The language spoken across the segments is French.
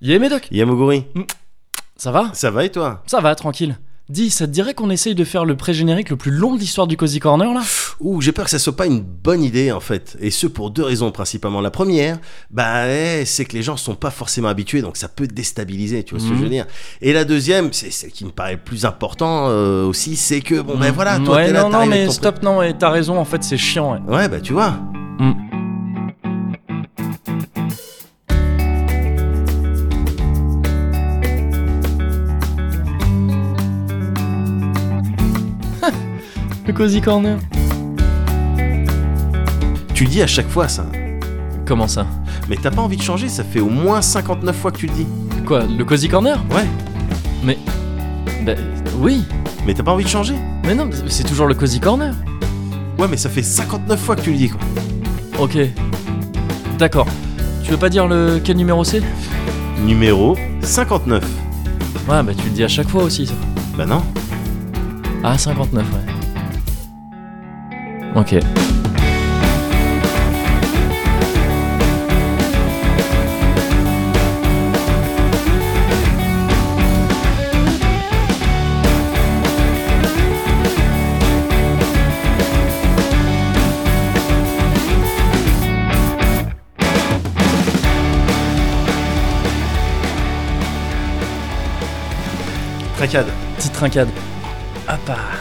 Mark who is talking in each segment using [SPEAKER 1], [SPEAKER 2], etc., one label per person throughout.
[SPEAKER 1] Yé Médoc,
[SPEAKER 2] Yamoguri,
[SPEAKER 1] ça va
[SPEAKER 2] ça va et toi
[SPEAKER 1] Ça va, tranquille. Dis, ça te dirait qu'on essaye de faire le pré-générique le plus long de l'histoire du Cozy Corner là
[SPEAKER 2] Ouh, j'ai peur que ça soit pas une bonne idée en fait. Et ce pour deux raisons principalement. La première, bah, eh, c'est que les gens sont pas forcément habitués, donc ça peut déstabiliser, tu vois ce que
[SPEAKER 1] Mhm.
[SPEAKER 2] je veux dire. Et la deuxième, c'est celle qui me paraît le plus important euh, aussi, c'est que bon ben
[SPEAKER 1] Mm,
[SPEAKER 2] voilà,
[SPEAKER 1] mm,
[SPEAKER 2] toi
[SPEAKER 1] ouais,
[SPEAKER 2] t'es là,
[SPEAKER 1] non, non,
[SPEAKER 2] t'arrives avec
[SPEAKER 1] mais
[SPEAKER 2] ton
[SPEAKER 1] stop, non, ouais, t'as raison, en fait, c'est chiant, ouais.
[SPEAKER 2] pré- Ouais, bah tu vois.
[SPEAKER 1] Le Cozy Corner
[SPEAKER 2] Tu le dis à chaque fois ça.
[SPEAKER 1] Comment ça
[SPEAKER 2] Mais t'as pas envie de changer, ça fait au moins 59 fois que tu le dis.
[SPEAKER 1] Quoi, le Cozy Corner
[SPEAKER 2] Ouais.
[SPEAKER 1] Bah, oui,
[SPEAKER 2] Mais t'as pas envie de changer
[SPEAKER 1] mais non, c'est toujours le Cozy Corner.
[SPEAKER 2] Ouais, mais ça fait 59 fois que tu le dis quoi.
[SPEAKER 1] Ok. D'accord. Tu veux pas dire le quel numéro c'est
[SPEAKER 2] Numéro 59.
[SPEAKER 1] Ouais, bah tu le dis à chaque fois aussi, ça.
[SPEAKER 2] Bah non.
[SPEAKER 1] Ah, 59, ouais. Ok.
[SPEAKER 2] Trincade.
[SPEAKER 1] Petite trincade. Hop ah.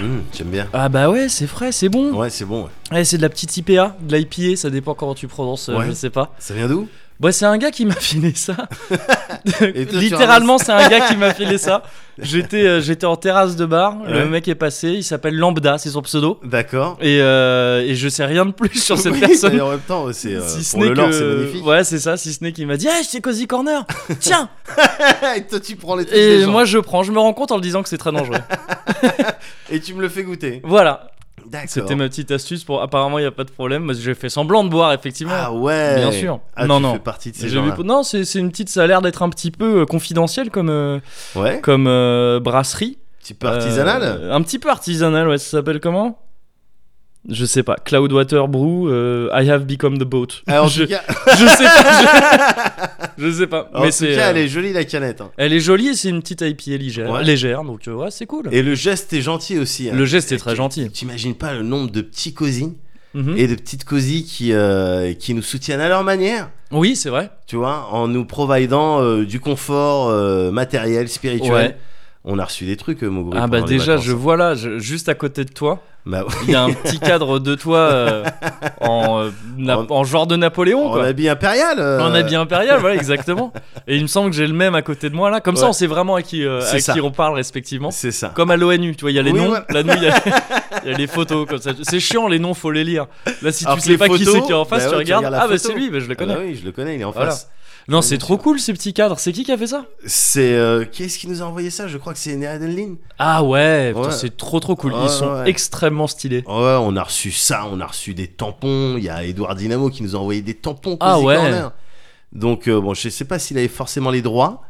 [SPEAKER 2] Mhm, J'aime bien.
[SPEAKER 1] Ah bah ouais, c'est frais, c'est bon.
[SPEAKER 2] Ouais, c'est bon. ouais.
[SPEAKER 1] Ouais, c'est de la petite IPA, de l'IPA, ça dépend comment tu prononces, euh,
[SPEAKER 2] Ouais.
[SPEAKER 1] je sais pas.
[SPEAKER 2] Ça vient d'où
[SPEAKER 1] Bah c'est un gars qui m'a filé ça.
[SPEAKER 2] Et toi, tu
[SPEAKER 1] Littéralement, c'est un gars qui m'a filé ça. J'étais euh, j'étais en terrasse de bar,
[SPEAKER 2] Ouais.
[SPEAKER 1] le mec est passé, il s'appelle Lambda, c'est son pseudo.
[SPEAKER 2] D'accord.
[SPEAKER 1] Et, euh, et je sais rien de plus sur cette
[SPEAKER 2] Oui,
[SPEAKER 1] personne.
[SPEAKER 2] mais en même temps, c'est euh,
[SPEAKER 1] si ce
[SPEAKER 2] pour
[SPEAKER 1] n'est
[SPEAKER 2] le lore,
[SPEAKER 1] que-
[SPEAKER 2] c'est magnifique.
[SPEAKER 1] Ouais, c'est ça, si ce n'est qu'il m'a dit Ah, c'est Cozy Corner Tiens
[SPEAKER 2] et toi, tu prends les trucs des
[SPEAKER 1] Et
[SPEAKER 2] gens.
[SPEAKER 1] moi, je prends, je me rends compte en le disant que c'est très dangereux.
[SPEAKER 2] et tu me le fais goûter.
[SPEAKER 1] voilà,
[SPEAKER 2] D'accord.
[SPEAKER 1] c'était ma petite astuce pour. Apparemment, il n'y a pas de problème, parce que j'ai fait semblant de boire, effectivement.
[SPEAKER 2] Ah ouais.
[SPEAKER 1] Bien sûr.
[SPEAKER 2] Ah,
[SPEAKER 1] Non,
[SPEAKER 2] tu
[SPEAKER 1] non.
[SPEAKER 2] fais partie de ces
[SPEAKER 1] J'ai vu-
[SPEAKER 2] gens-là.
[SPEAKER 1] Non, c'est c'est une petite. Ça a l'air d'être un petit peu euh, confidentiel comme, euh,
[SPEAKER 2] Ouais.
[SPEAKER 1] comme euh, brasserie.
[SPEAKER 2] Petit peu artisanal.
[SPEAKER 1] Euh, Un petit peu artisanal, ouais. Ça s'appelle comment Je sais pas. Cloudwater Brew, euh, I have become the boat.
[SPEAKER 2] Ah, en
[SPEAKER 1] je,
[SPEAKER 2] tout cas,
[SPEAKER 1] je sais pas. Je, je sais pas.
[SPEAKER 2] en
[SPEAKER 1] mais
[SPEAKER 2] tout
[SPEAKER 1] c'est.
[SPEAKER 2] cas,
[SPEAKER 1] euh,
[SPEAKER 2] elle est jolie la canette. hein.
[SPEAKER 1] elle est jolie et c'est une petite IPA légère.
[SPEAKER 2] Ouais.
[SPEAKER 1] légère donc, euh, ouais, c'est cool.
[SPEAKER 2] Et le geste est gentil aussi. hein.
[SPEAKER 1] Le geste est très gentil.
[SPEAKER 2] T'imagines pas le nombre de petits cosy
[SPEAKER 1] Mhm.
[SPEAKER 2] et de petites cosy qui, euh, qui nous soutiennent à leur manière.
[SPEAKER 1] Oui, c'est vrai.
[SPEAKER 2] Tu vois, en nous providant euh, du confort euh, matériel, spirituel.
[SPEAKER 1] Ouais.
[SPEAKER 2] On a reçu des trucs, euh, Moguri,
[SPEAKER 1] Ah bah
[SPEAKER 2] pendant les
[SPEAKER 1] déjà,
[SPEAKER 2] vacances.
[SPEAKER 1] je vois là, je- juste à côté de toi,
[SPEAKER 2] Bah,
[SPEAKER 1] il y a un petit cadre de toi euh, en, euh, na-
[SPEAKER 2] En-
[SPEAKER 1] en genre de Napoléon.
[SPEAKER 2] en
[SPEAKER 1] quoi.
[SPEAKER 2] habit impérial. euh,
[SPEAKER 1] En habit impérial, voilà, exactement. Et il me semble que j'ai le même à côté de moi là. Comme ça,
[SPEAKER 2] Ouais.
[SPEAKER 1] on sait vraiment à qui, euh,
[SPEAKER 2] C'est
[SPEAKER 1] à
[SPEAKER 2] ça.
[SPEAKER 1] qui on parle respectivement.
[SPEAKER 2] C'est ça.
[SPEAKER 1] Comme à l'ONU, tu vois, il y a les
[SPEAKER 2] Oui,
[SPEAKER 1] noms,
[SPEAKER 2] voilà.
[SPEAKER 1] la nuit, il y, a- il y a les photos comme ça. C'est chiant, les noms, faut les lire. Là, si
[SPEAKER 2] Alors
[SPEAKER 1] tu
[SPEAKER 2] que
[SPEAKER 1] sais
[SPEAKER 2] les
[SPEAKER 1] pas qui
[SPEAKER 2] photos,
[SPEAKER 1] c'est qui est en face,
[SPEAKER 2] bah
[SPEAKER 1] tu
[SPEAKER 2] ouais, tu
[SPEAKER 1] regardes.
[SPEAKER 2] regardes la
[SPEAKER 1] ah, bah
[SPEAKER 2] photo.
[SPEAKER 1] c'est lui, bah, je le
[SPEAKER 2] Ah
[SPEAKER 1] connais.
[SPEAKER 2] bah oui, je le connais, il est en
[SPEAKER 1] Voilà.
[SPEAKER 2] face.
[SPEAKER 1] Non,
[SPEAKER 2] Ouais,
[SPEAKER 1] c'est
[SPEAKER 2] bien
[SPEAKER 1] trop
[SPEAKER 2] sûr.
[SPEAKER 1] cool ces petits cadres. C'est qui qui a fait ça
[SPEAKER 2] C'est. euh, qui est-ce qui nous a envoyé ça Je crois que c'est Neredenlin.
[SPEAKER 1] Ah ouais, putain,
[SPEAKER 2] Ouais.
[SPEAKER 1] c'est trop trop cool.
[SPEAKER 2] Ouais,
[SPEAKER 1] Ils sont
[SPEAKER 2] ouais.
[SPEAKER 1] extrêmement stylés.
[SPEAKER 2] Ouais, on a reçu ça, on a reçu des tampons. Il y a Edouard Dynamo qui nous a envoyé des tampons.
[SPEAKER 1] Ah
[SPEAKER 2] Cozy
[SPEAKER 1] ouais.
[SPEAKER 2] Corner. Donc, euh, bon, je sais pas s'il avait forcément les droits.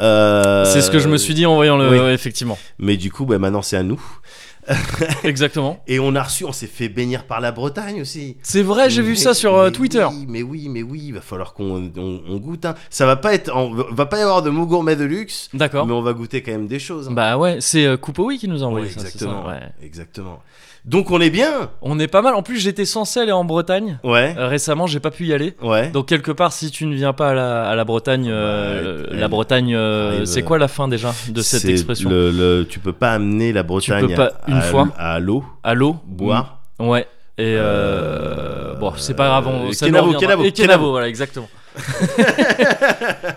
[SPEAKER 2] Euh,
[SPEAKER 1] C'est ce que je me suis dit en voyant le.
[SPEAKER 2] oui.
[SPEAKER 1] ouais, effectivement.
[SPEAKER 2] Mais du coup, bah, maintenant c'est à nous.
[SPEAKER 1] Exactement.
[SPEAKER 2] Et on a reçu, on s'est fait bénir par la Bretagne aussi.
[SPEAKER 1] C'est vrai, j'ai vu
[SPEAKER 2] Mais-
[SPEAKER 1] ça sur euh,
[SPEAKER 2] mais
[SPEAKER 1] Twitter.
[SPEAKER 2] oui, mais oui, mais oui, il va falloir qu'on on, on goûte. hein. Ça va pas être, on va pas y avoir de mots gourmets de luxe,
[SPEAKER 1] D'accord.
[SPEAKER 2] mais on va goûter quand même des choses. hein.
[SPEAKER 1] Bah ouais, c'est euh, Coupeoui qui nous a
[SPEAKER 2] Oui,
[SPEAKER 1] envoyé ça. c'est ça,
[SPEAKER 2] exactement,
[SPEAKER 1] ouais.
[SPEAKER 2] exactement. Donc on est bien.
[SPEAKER 1] On est pas mal. En plus, j'étais censé aller en Bretagne.
[SPEAKER 2] Ouais,
[SPEAKER 1] Euh, récemment, j'ai pas pu y aller.
[SPEAKER 2] ouais.
[SPEAKER 1] Donc, quelque part, si tu ne viens pas à la, à la Bretagne, euh,
[SPEAKER 2] Ouais, elle-
[SPEAKER 1] la Bretagne, euh,
[SPEAKER 2] arrive,
[SPEAKER 1] c'est
[SPEAKER 2] euh,
[SPEAKER 1] quoi la fin déjà de cette
[SPEAKER 2] C'est
[SPEAKER 1] expression
[SPEAKER 2] le- le- tu peux pas amener la Bretagne
[SPEAKER 1] peux pas,
[SPEAKER 2] à-
[SPEAKER 1] une
[SPEAKER 2] à,
[SPEAKER 1] fois.
[SPEAKER 2] à l'eau,
[SPEAKER 1] À l'eau
[SPEAKER 2] boire.
[SPEAKER 1] Mm. Ouais. Et euh,
[SPEAKER 2] Euh,
[SPEAKER 1] bon, c'est pas grave. On,
[SPEAKER 2] euh,
[SPEAKER 1] ça
[SPEAKER 2] Kenavo,
[SPEAKER 1] nous reviendra.
[SPEAKER 2] Kenavo,
[SPEAKER 1] Et Kenavo,
[SPEAKER 2] Kenavo.
[SPEAKER 1] voilà, exactement.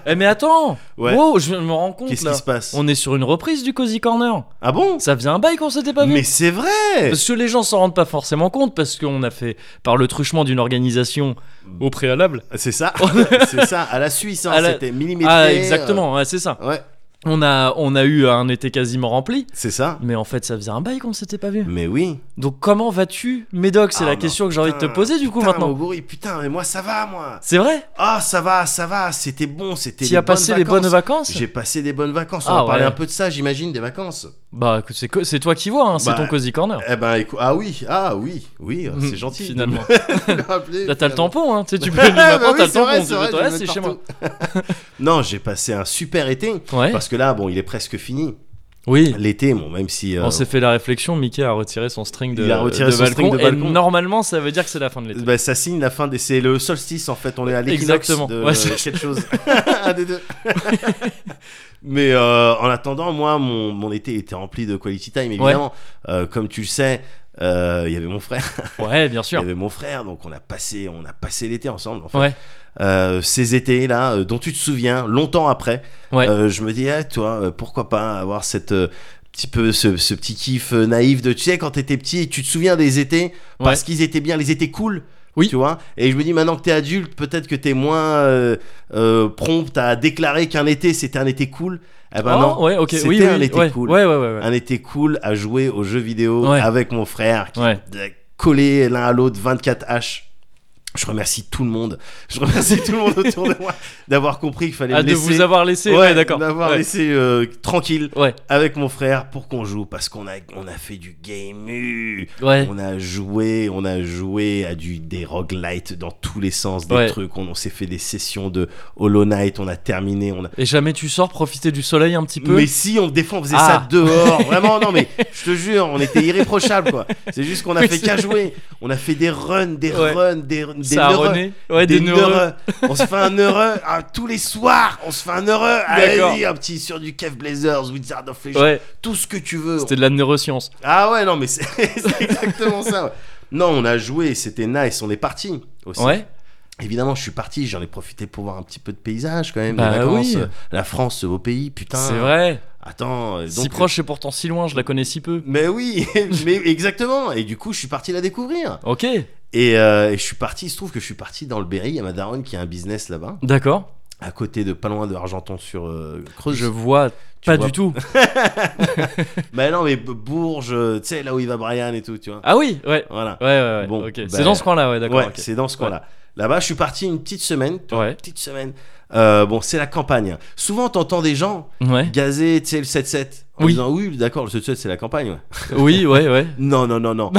[SPEAKER 1] Eh, mais attends
[SPEAKER 2] Ouais.
[SPEAKER 1] Wow, je me rends compte
[SPEAKER 2] Qu'est-ce
[SPEAKER 1] là.
[SPEAKER 2] qui se passe
[SPEAKER 1] On est sur une reprise du Cozy Corner.
[SPEAKER 2] Ah bon
[SPEAKER 1] Ça faisait un bail qu'on s'était pas vu.
[SPEAKER 2] Mais c'est vrai.
[SPEAKER 1] Parce que les gens s'en rendent pas forcément compte parce qu'on a fait par le truchement d'une organisation au préalable.
[SPEAKER 2] C'est ça. c'est ça. À la Suisse, hein,
[SPEAKER 1] À la-
[SPEAKER 2] c'était millimétré.
[SPEAKER 1] Ah exactement, ouais, c'est ça.
[SPEAKER 2] euh, Ouais,
[SPEAKER 1] On a on a eu un été quasiment rempli,
[SPEAKER 2] c'est ça.
[SPEAKER 1] mais en fait ça faisait un bail qu'on s'était pas vu.
[SPEAKER 2] Mais oui.
[SPEAKER 1] Donc comment vas-tu, Médoc C'est
[SPEAKER 2] Ah,
[SPEAKER 1] la
[SPEAKER 2] non,
[SPEAKER 1] question que j'ai envie de te
[SPEAKER 2] putain,
[SPEAKER 1] poser du coup
[SPEAKER 2] Putain,
[SPEAKER 1] maintenant.
[SPEAKER 2] Moguri, putain, mais moi ça va, moi.
[SPEAKER 1] C'est vrai
[SPEAKER 2] Ah, ça va, ça va. C'était bon, c'était.
[SPEAKER 1] Tu
[SPEAKER 2] des
[SPEAKER 1] as passé
[SPEAKER 2] bonnes
[SPEAKER 1] les
[SPEAKER 2] vacances.
[SPEAKER 1] bonnes vacances
[SPEAKER 2] J'ai passé des bonnes vacances. On
[SPEAKER 1] Ah
[SPEAKER 2] va parler
[SPEAKER 1] ouais.
[SPEAKER 2] un peu de ça, j'imagine, des vacances.
[SPEAKER 1] Bah écoute, c'est, co- c'est toi qui vois, hein, c'est
[SPEAKER 2] Bah,
[SPEAKER 1] ton cozy corner.
[SPEAKER 2] Eh ben, écou- ah oui, ah oui, oui, c'est gentil. de
[SPEAKER 1] Mm, Finalement.
[SPEAKER 2] me le rappeler,
[SPEAKER 1] Là, t'as le
[SPEAKER 2] finalement.
[SPEAKER 1] tampon, hein. Tu sais, tu peux
[SPEAKER 2] Ouais,
[SPEAKER 1] le
[SPEAKER 2] bah
[SPEAKER 1] maintenant,
[SPEAKER 2] oui,
[SPEAKER 1] t'as le
[SPEAKER 2] c'est vrai,
[SPEAKER 1] tampon.
[SPEAKER 2] c'est
[SPEAKER 1] tu peux
[SPEAKER 2] vrai,
[SPEAKER 1] te-
[SPEAKER 2] je
[SPEAKER 1] ouais,
[SPEAKER 2] le
[SPEAKER 1] c'est
[SPEAKER 2] mets
[SPEAKER 1] chez moi. Eh.
[SPEAKER 2] Non, j'ai passé un super été.
[SPEAKER 1] Ouais.
[SPEAKER 2] Parce que là, bon, il est presque fini.
[SPEAKER 1] Oui.
[SPEAKER 2] L'été, bon, même si. euh,
[SPEAKER 1] On s'est fait la réflexion, Mickey a retiré son string de,
[SPEAKER 2] Il a retiré
[SPEAKER 1] de
[SPEAKER 2] son
[SPEAKER 1] balcon,
[SPEAKER 2] string de
[SPEAKER 1] et
[SPEAKER 2] balcon.
[SPEAKER 1] normalement, ça veut dire que c'est la fin de l'été.
[SPEAKER 2] bah, ça signe la fin des. C'est le solstice en fait, on est à l'équinoxe
[SPEAKER 1] Exactement.
[SPEAKER 2] de
[SPEAKER 1] Ouais, c'est-
[SPEAKER 2] quelque chose. Un des deux. Mais euh, en attendant, moi, mon, mon été était rempli de quality time évidemment. Euh, comme tu le sais, euh, il y avait mon frère,
[SPEAKER 1] Ouais, bien
[SPEAKER 2] il y
[SPEAKER 1] sûr.
[SPEAKER 2] avait mon frère, donc on a passé, on a passé l'été ensemble. En fait.
[SPEAKER 1] Ouais.
[SPEAKER 2] Euh, ces étés là, dont tu te souviens, longtemps après,
[SPEAKER 1] Ouais.
[SPEAKER 2] euh, je me dis, ah, toi, euh, pourquoi pas avoir cette euh, petit peu ce, ce petit kiff euh, naïf de tu sais quand t'étais petit, tu te souviens des étés parce qu'ils étaient bien, les étés cool.
[SPEAKER 1] Oui.
[SPEAKER 2] Tu vois Et je me dis maintenant que t'es adulte, peut-être que t'es moins euh, euh, prompt à déclarer qu'un été c'était un été cool. Eh ben
[SPEAKER 1] Ah,
[SPEAKER 2] non,
[SPEAKER 1] ouais, ok.
[SPEAKER 2] c'était
[SPEAKER 1] oui, oui,
[SPEAKER 2] un été
[SPEAKER 1] ouais.
[SPEAKER 2] cool.
[SPEAKER 1] Ouais, ouais, ouais. ouais.
[SPEAKER 2] un été cool à jouer aux jeux vidéo
[SPEAKER 1] Ouais.
[SPEAKER 2] avec mon frère qui
[SPEAKER 1] Ouais.
[SPEAKER 2] de- collés l'un à l'autre 24H. Je remercie tout le monde. Je remercie tout le monde autour de moi d'avoir compris qu'il fallait
[SPEAKER 1] Ah,
[SPEAKER 2] me
[SPEAKER 1] de
[SPEAKER 2] laisser
[SPEAKER 1] vous avoir laissé. Ouais, d'accord.
[SPEAKER 2] D'avoir
[SPEAKER 1] Ouais.
[SPEAKER 2] laissé euh, tranquille
[SPEAKER 1] Ouais,
[SPEAKER 2] avec mon frère pour qu'on joue parce qu'on a on a fait du game. euh,
[SPEAKER 1] ouais.
[SPEAKER 2] On a joué, on a joué à du des roguelites dans tous les sens, des
[SPEAKER 1] Ouais.
[SPEAKER 2] trucs. On, on s'est fait des sessions de Hollow Knight, on a terminé, on a
[SPEAKER 1] Et jamais tu sors profiter du soleil un petit peu.
[SPEAKER 2] mais si on défend, on faisait
[SPEAKER 1] Ah.
[SPEAKER 2] ça dehors. Vraiment, non, mais je te jure, on était irréprochables, quoi. C'est juste qu'on a
[SPEAKER 1] Oui,
[SPEAKER 2] fait
[SPEAKER 1] c'est-
[SPEAKER 2] qu'à jouer. On a fait des runs, des
[SPEAKER 1] Ouais.
[SPEAKER 2] runs, des, des
[SPEAKER 1] ça a
[SPEAKER 2] neureux.
[SPEAKER 1] rené. Ouais, des, neureux.
[SPEAKER 2] neureux. On se fait un heureux ah, tous les soirs. On se fait un heureux.
[SPEAKER 1] D'accord.
[SPEAKER 2] Allez, un petit sur du Cave Blazers, Wizard of Legends,
[SPEAKER 1] Ouais,
[SPEAKER 2] tout ce que tu veux.
[SPEAKER 1] c'était de la neuroscience.
[SPEAKER 2] Ah ouais, non, mais c'est c'est exactement ça. ouais. Non, on a joué, c'était nice. On est parti aussi.
[SPEAKER 1] Ouais.
[SPEAKER 2] Évidemment, je suis parti. J'en ai profité pour voir un petit peu de paysage quand même. les
[SPEAKER 1] Bah
[SPEAKER 2] vacances.
[SPEAKER 1] oui.
[SPEAKER 2] La France, ce beau pays, putain.
[SPEAKER 1] C'est vrai.
[SPEAKER 2] Attends, euh, donc,
[SPEAKER 1] si proche et pourtant si loin, je la connais si peu.
[SPEAKER 2] Mais oui, mais exactement. Et du coup, je suis parti la découvrir.
[SPEAKER 1] Ok,
[SPEAKER 2] Et, euh, et je suis parti, il se trouve que je suis parti dans le Berry, il y a ma daronne qui a un business là-bas,
[SPEAKER 1] d'accord.
[SPEAKER 2] à côté de pas loin de Argenton sur euh, Creuse.
[SPEAKER 1] Je vois
[SPEAKER 2] Tu
[SPEAKER 1] pas
[SPEAKER 2] vois-
[SPEAKER 1] du tout.
[SPEAKER 2] Bah non, mais B- Bourges, euh, tu sais, là où il va Brian et tout, tu vois.
[SPEAKER 1] Ah oui, ouais.
[SPEAKER 2] Voilà.
[SPEAKER 1] Ouais, ouais, ouais.
[SPEAKER 2] Bon,
[SPEAKER 1] ok.
[SPEAKER 2] bah,
[SPEAKER 1] c'est dans ce coin-là, ouais, d'accord.
[SPEAKER 2] Ouais,
[SPEAKER 1] ok.
[SPEAKER 2] c'est dans ce coin-là. Là-bas, je suis parti une petite semaine. tu vois,
[SPEAKER 1] Ouais.
[SPEAKER 2] Une petite semaine. Euh, bon, c'est la campagne. Souvent, t'entends des gens
[SPEAKER 1] Ouais.
[SPEAKER 2] gazer, tu sais, le 7-7. En
[SPEAKER 1] Oui.
[SPEAKER 2] disant, oui, d'accord, le 7-7, c'est la campagne. ouais.
[SPEAKER 1] Oui, ouais, ouais.
[SPEAKER 2] Non, non, non, non.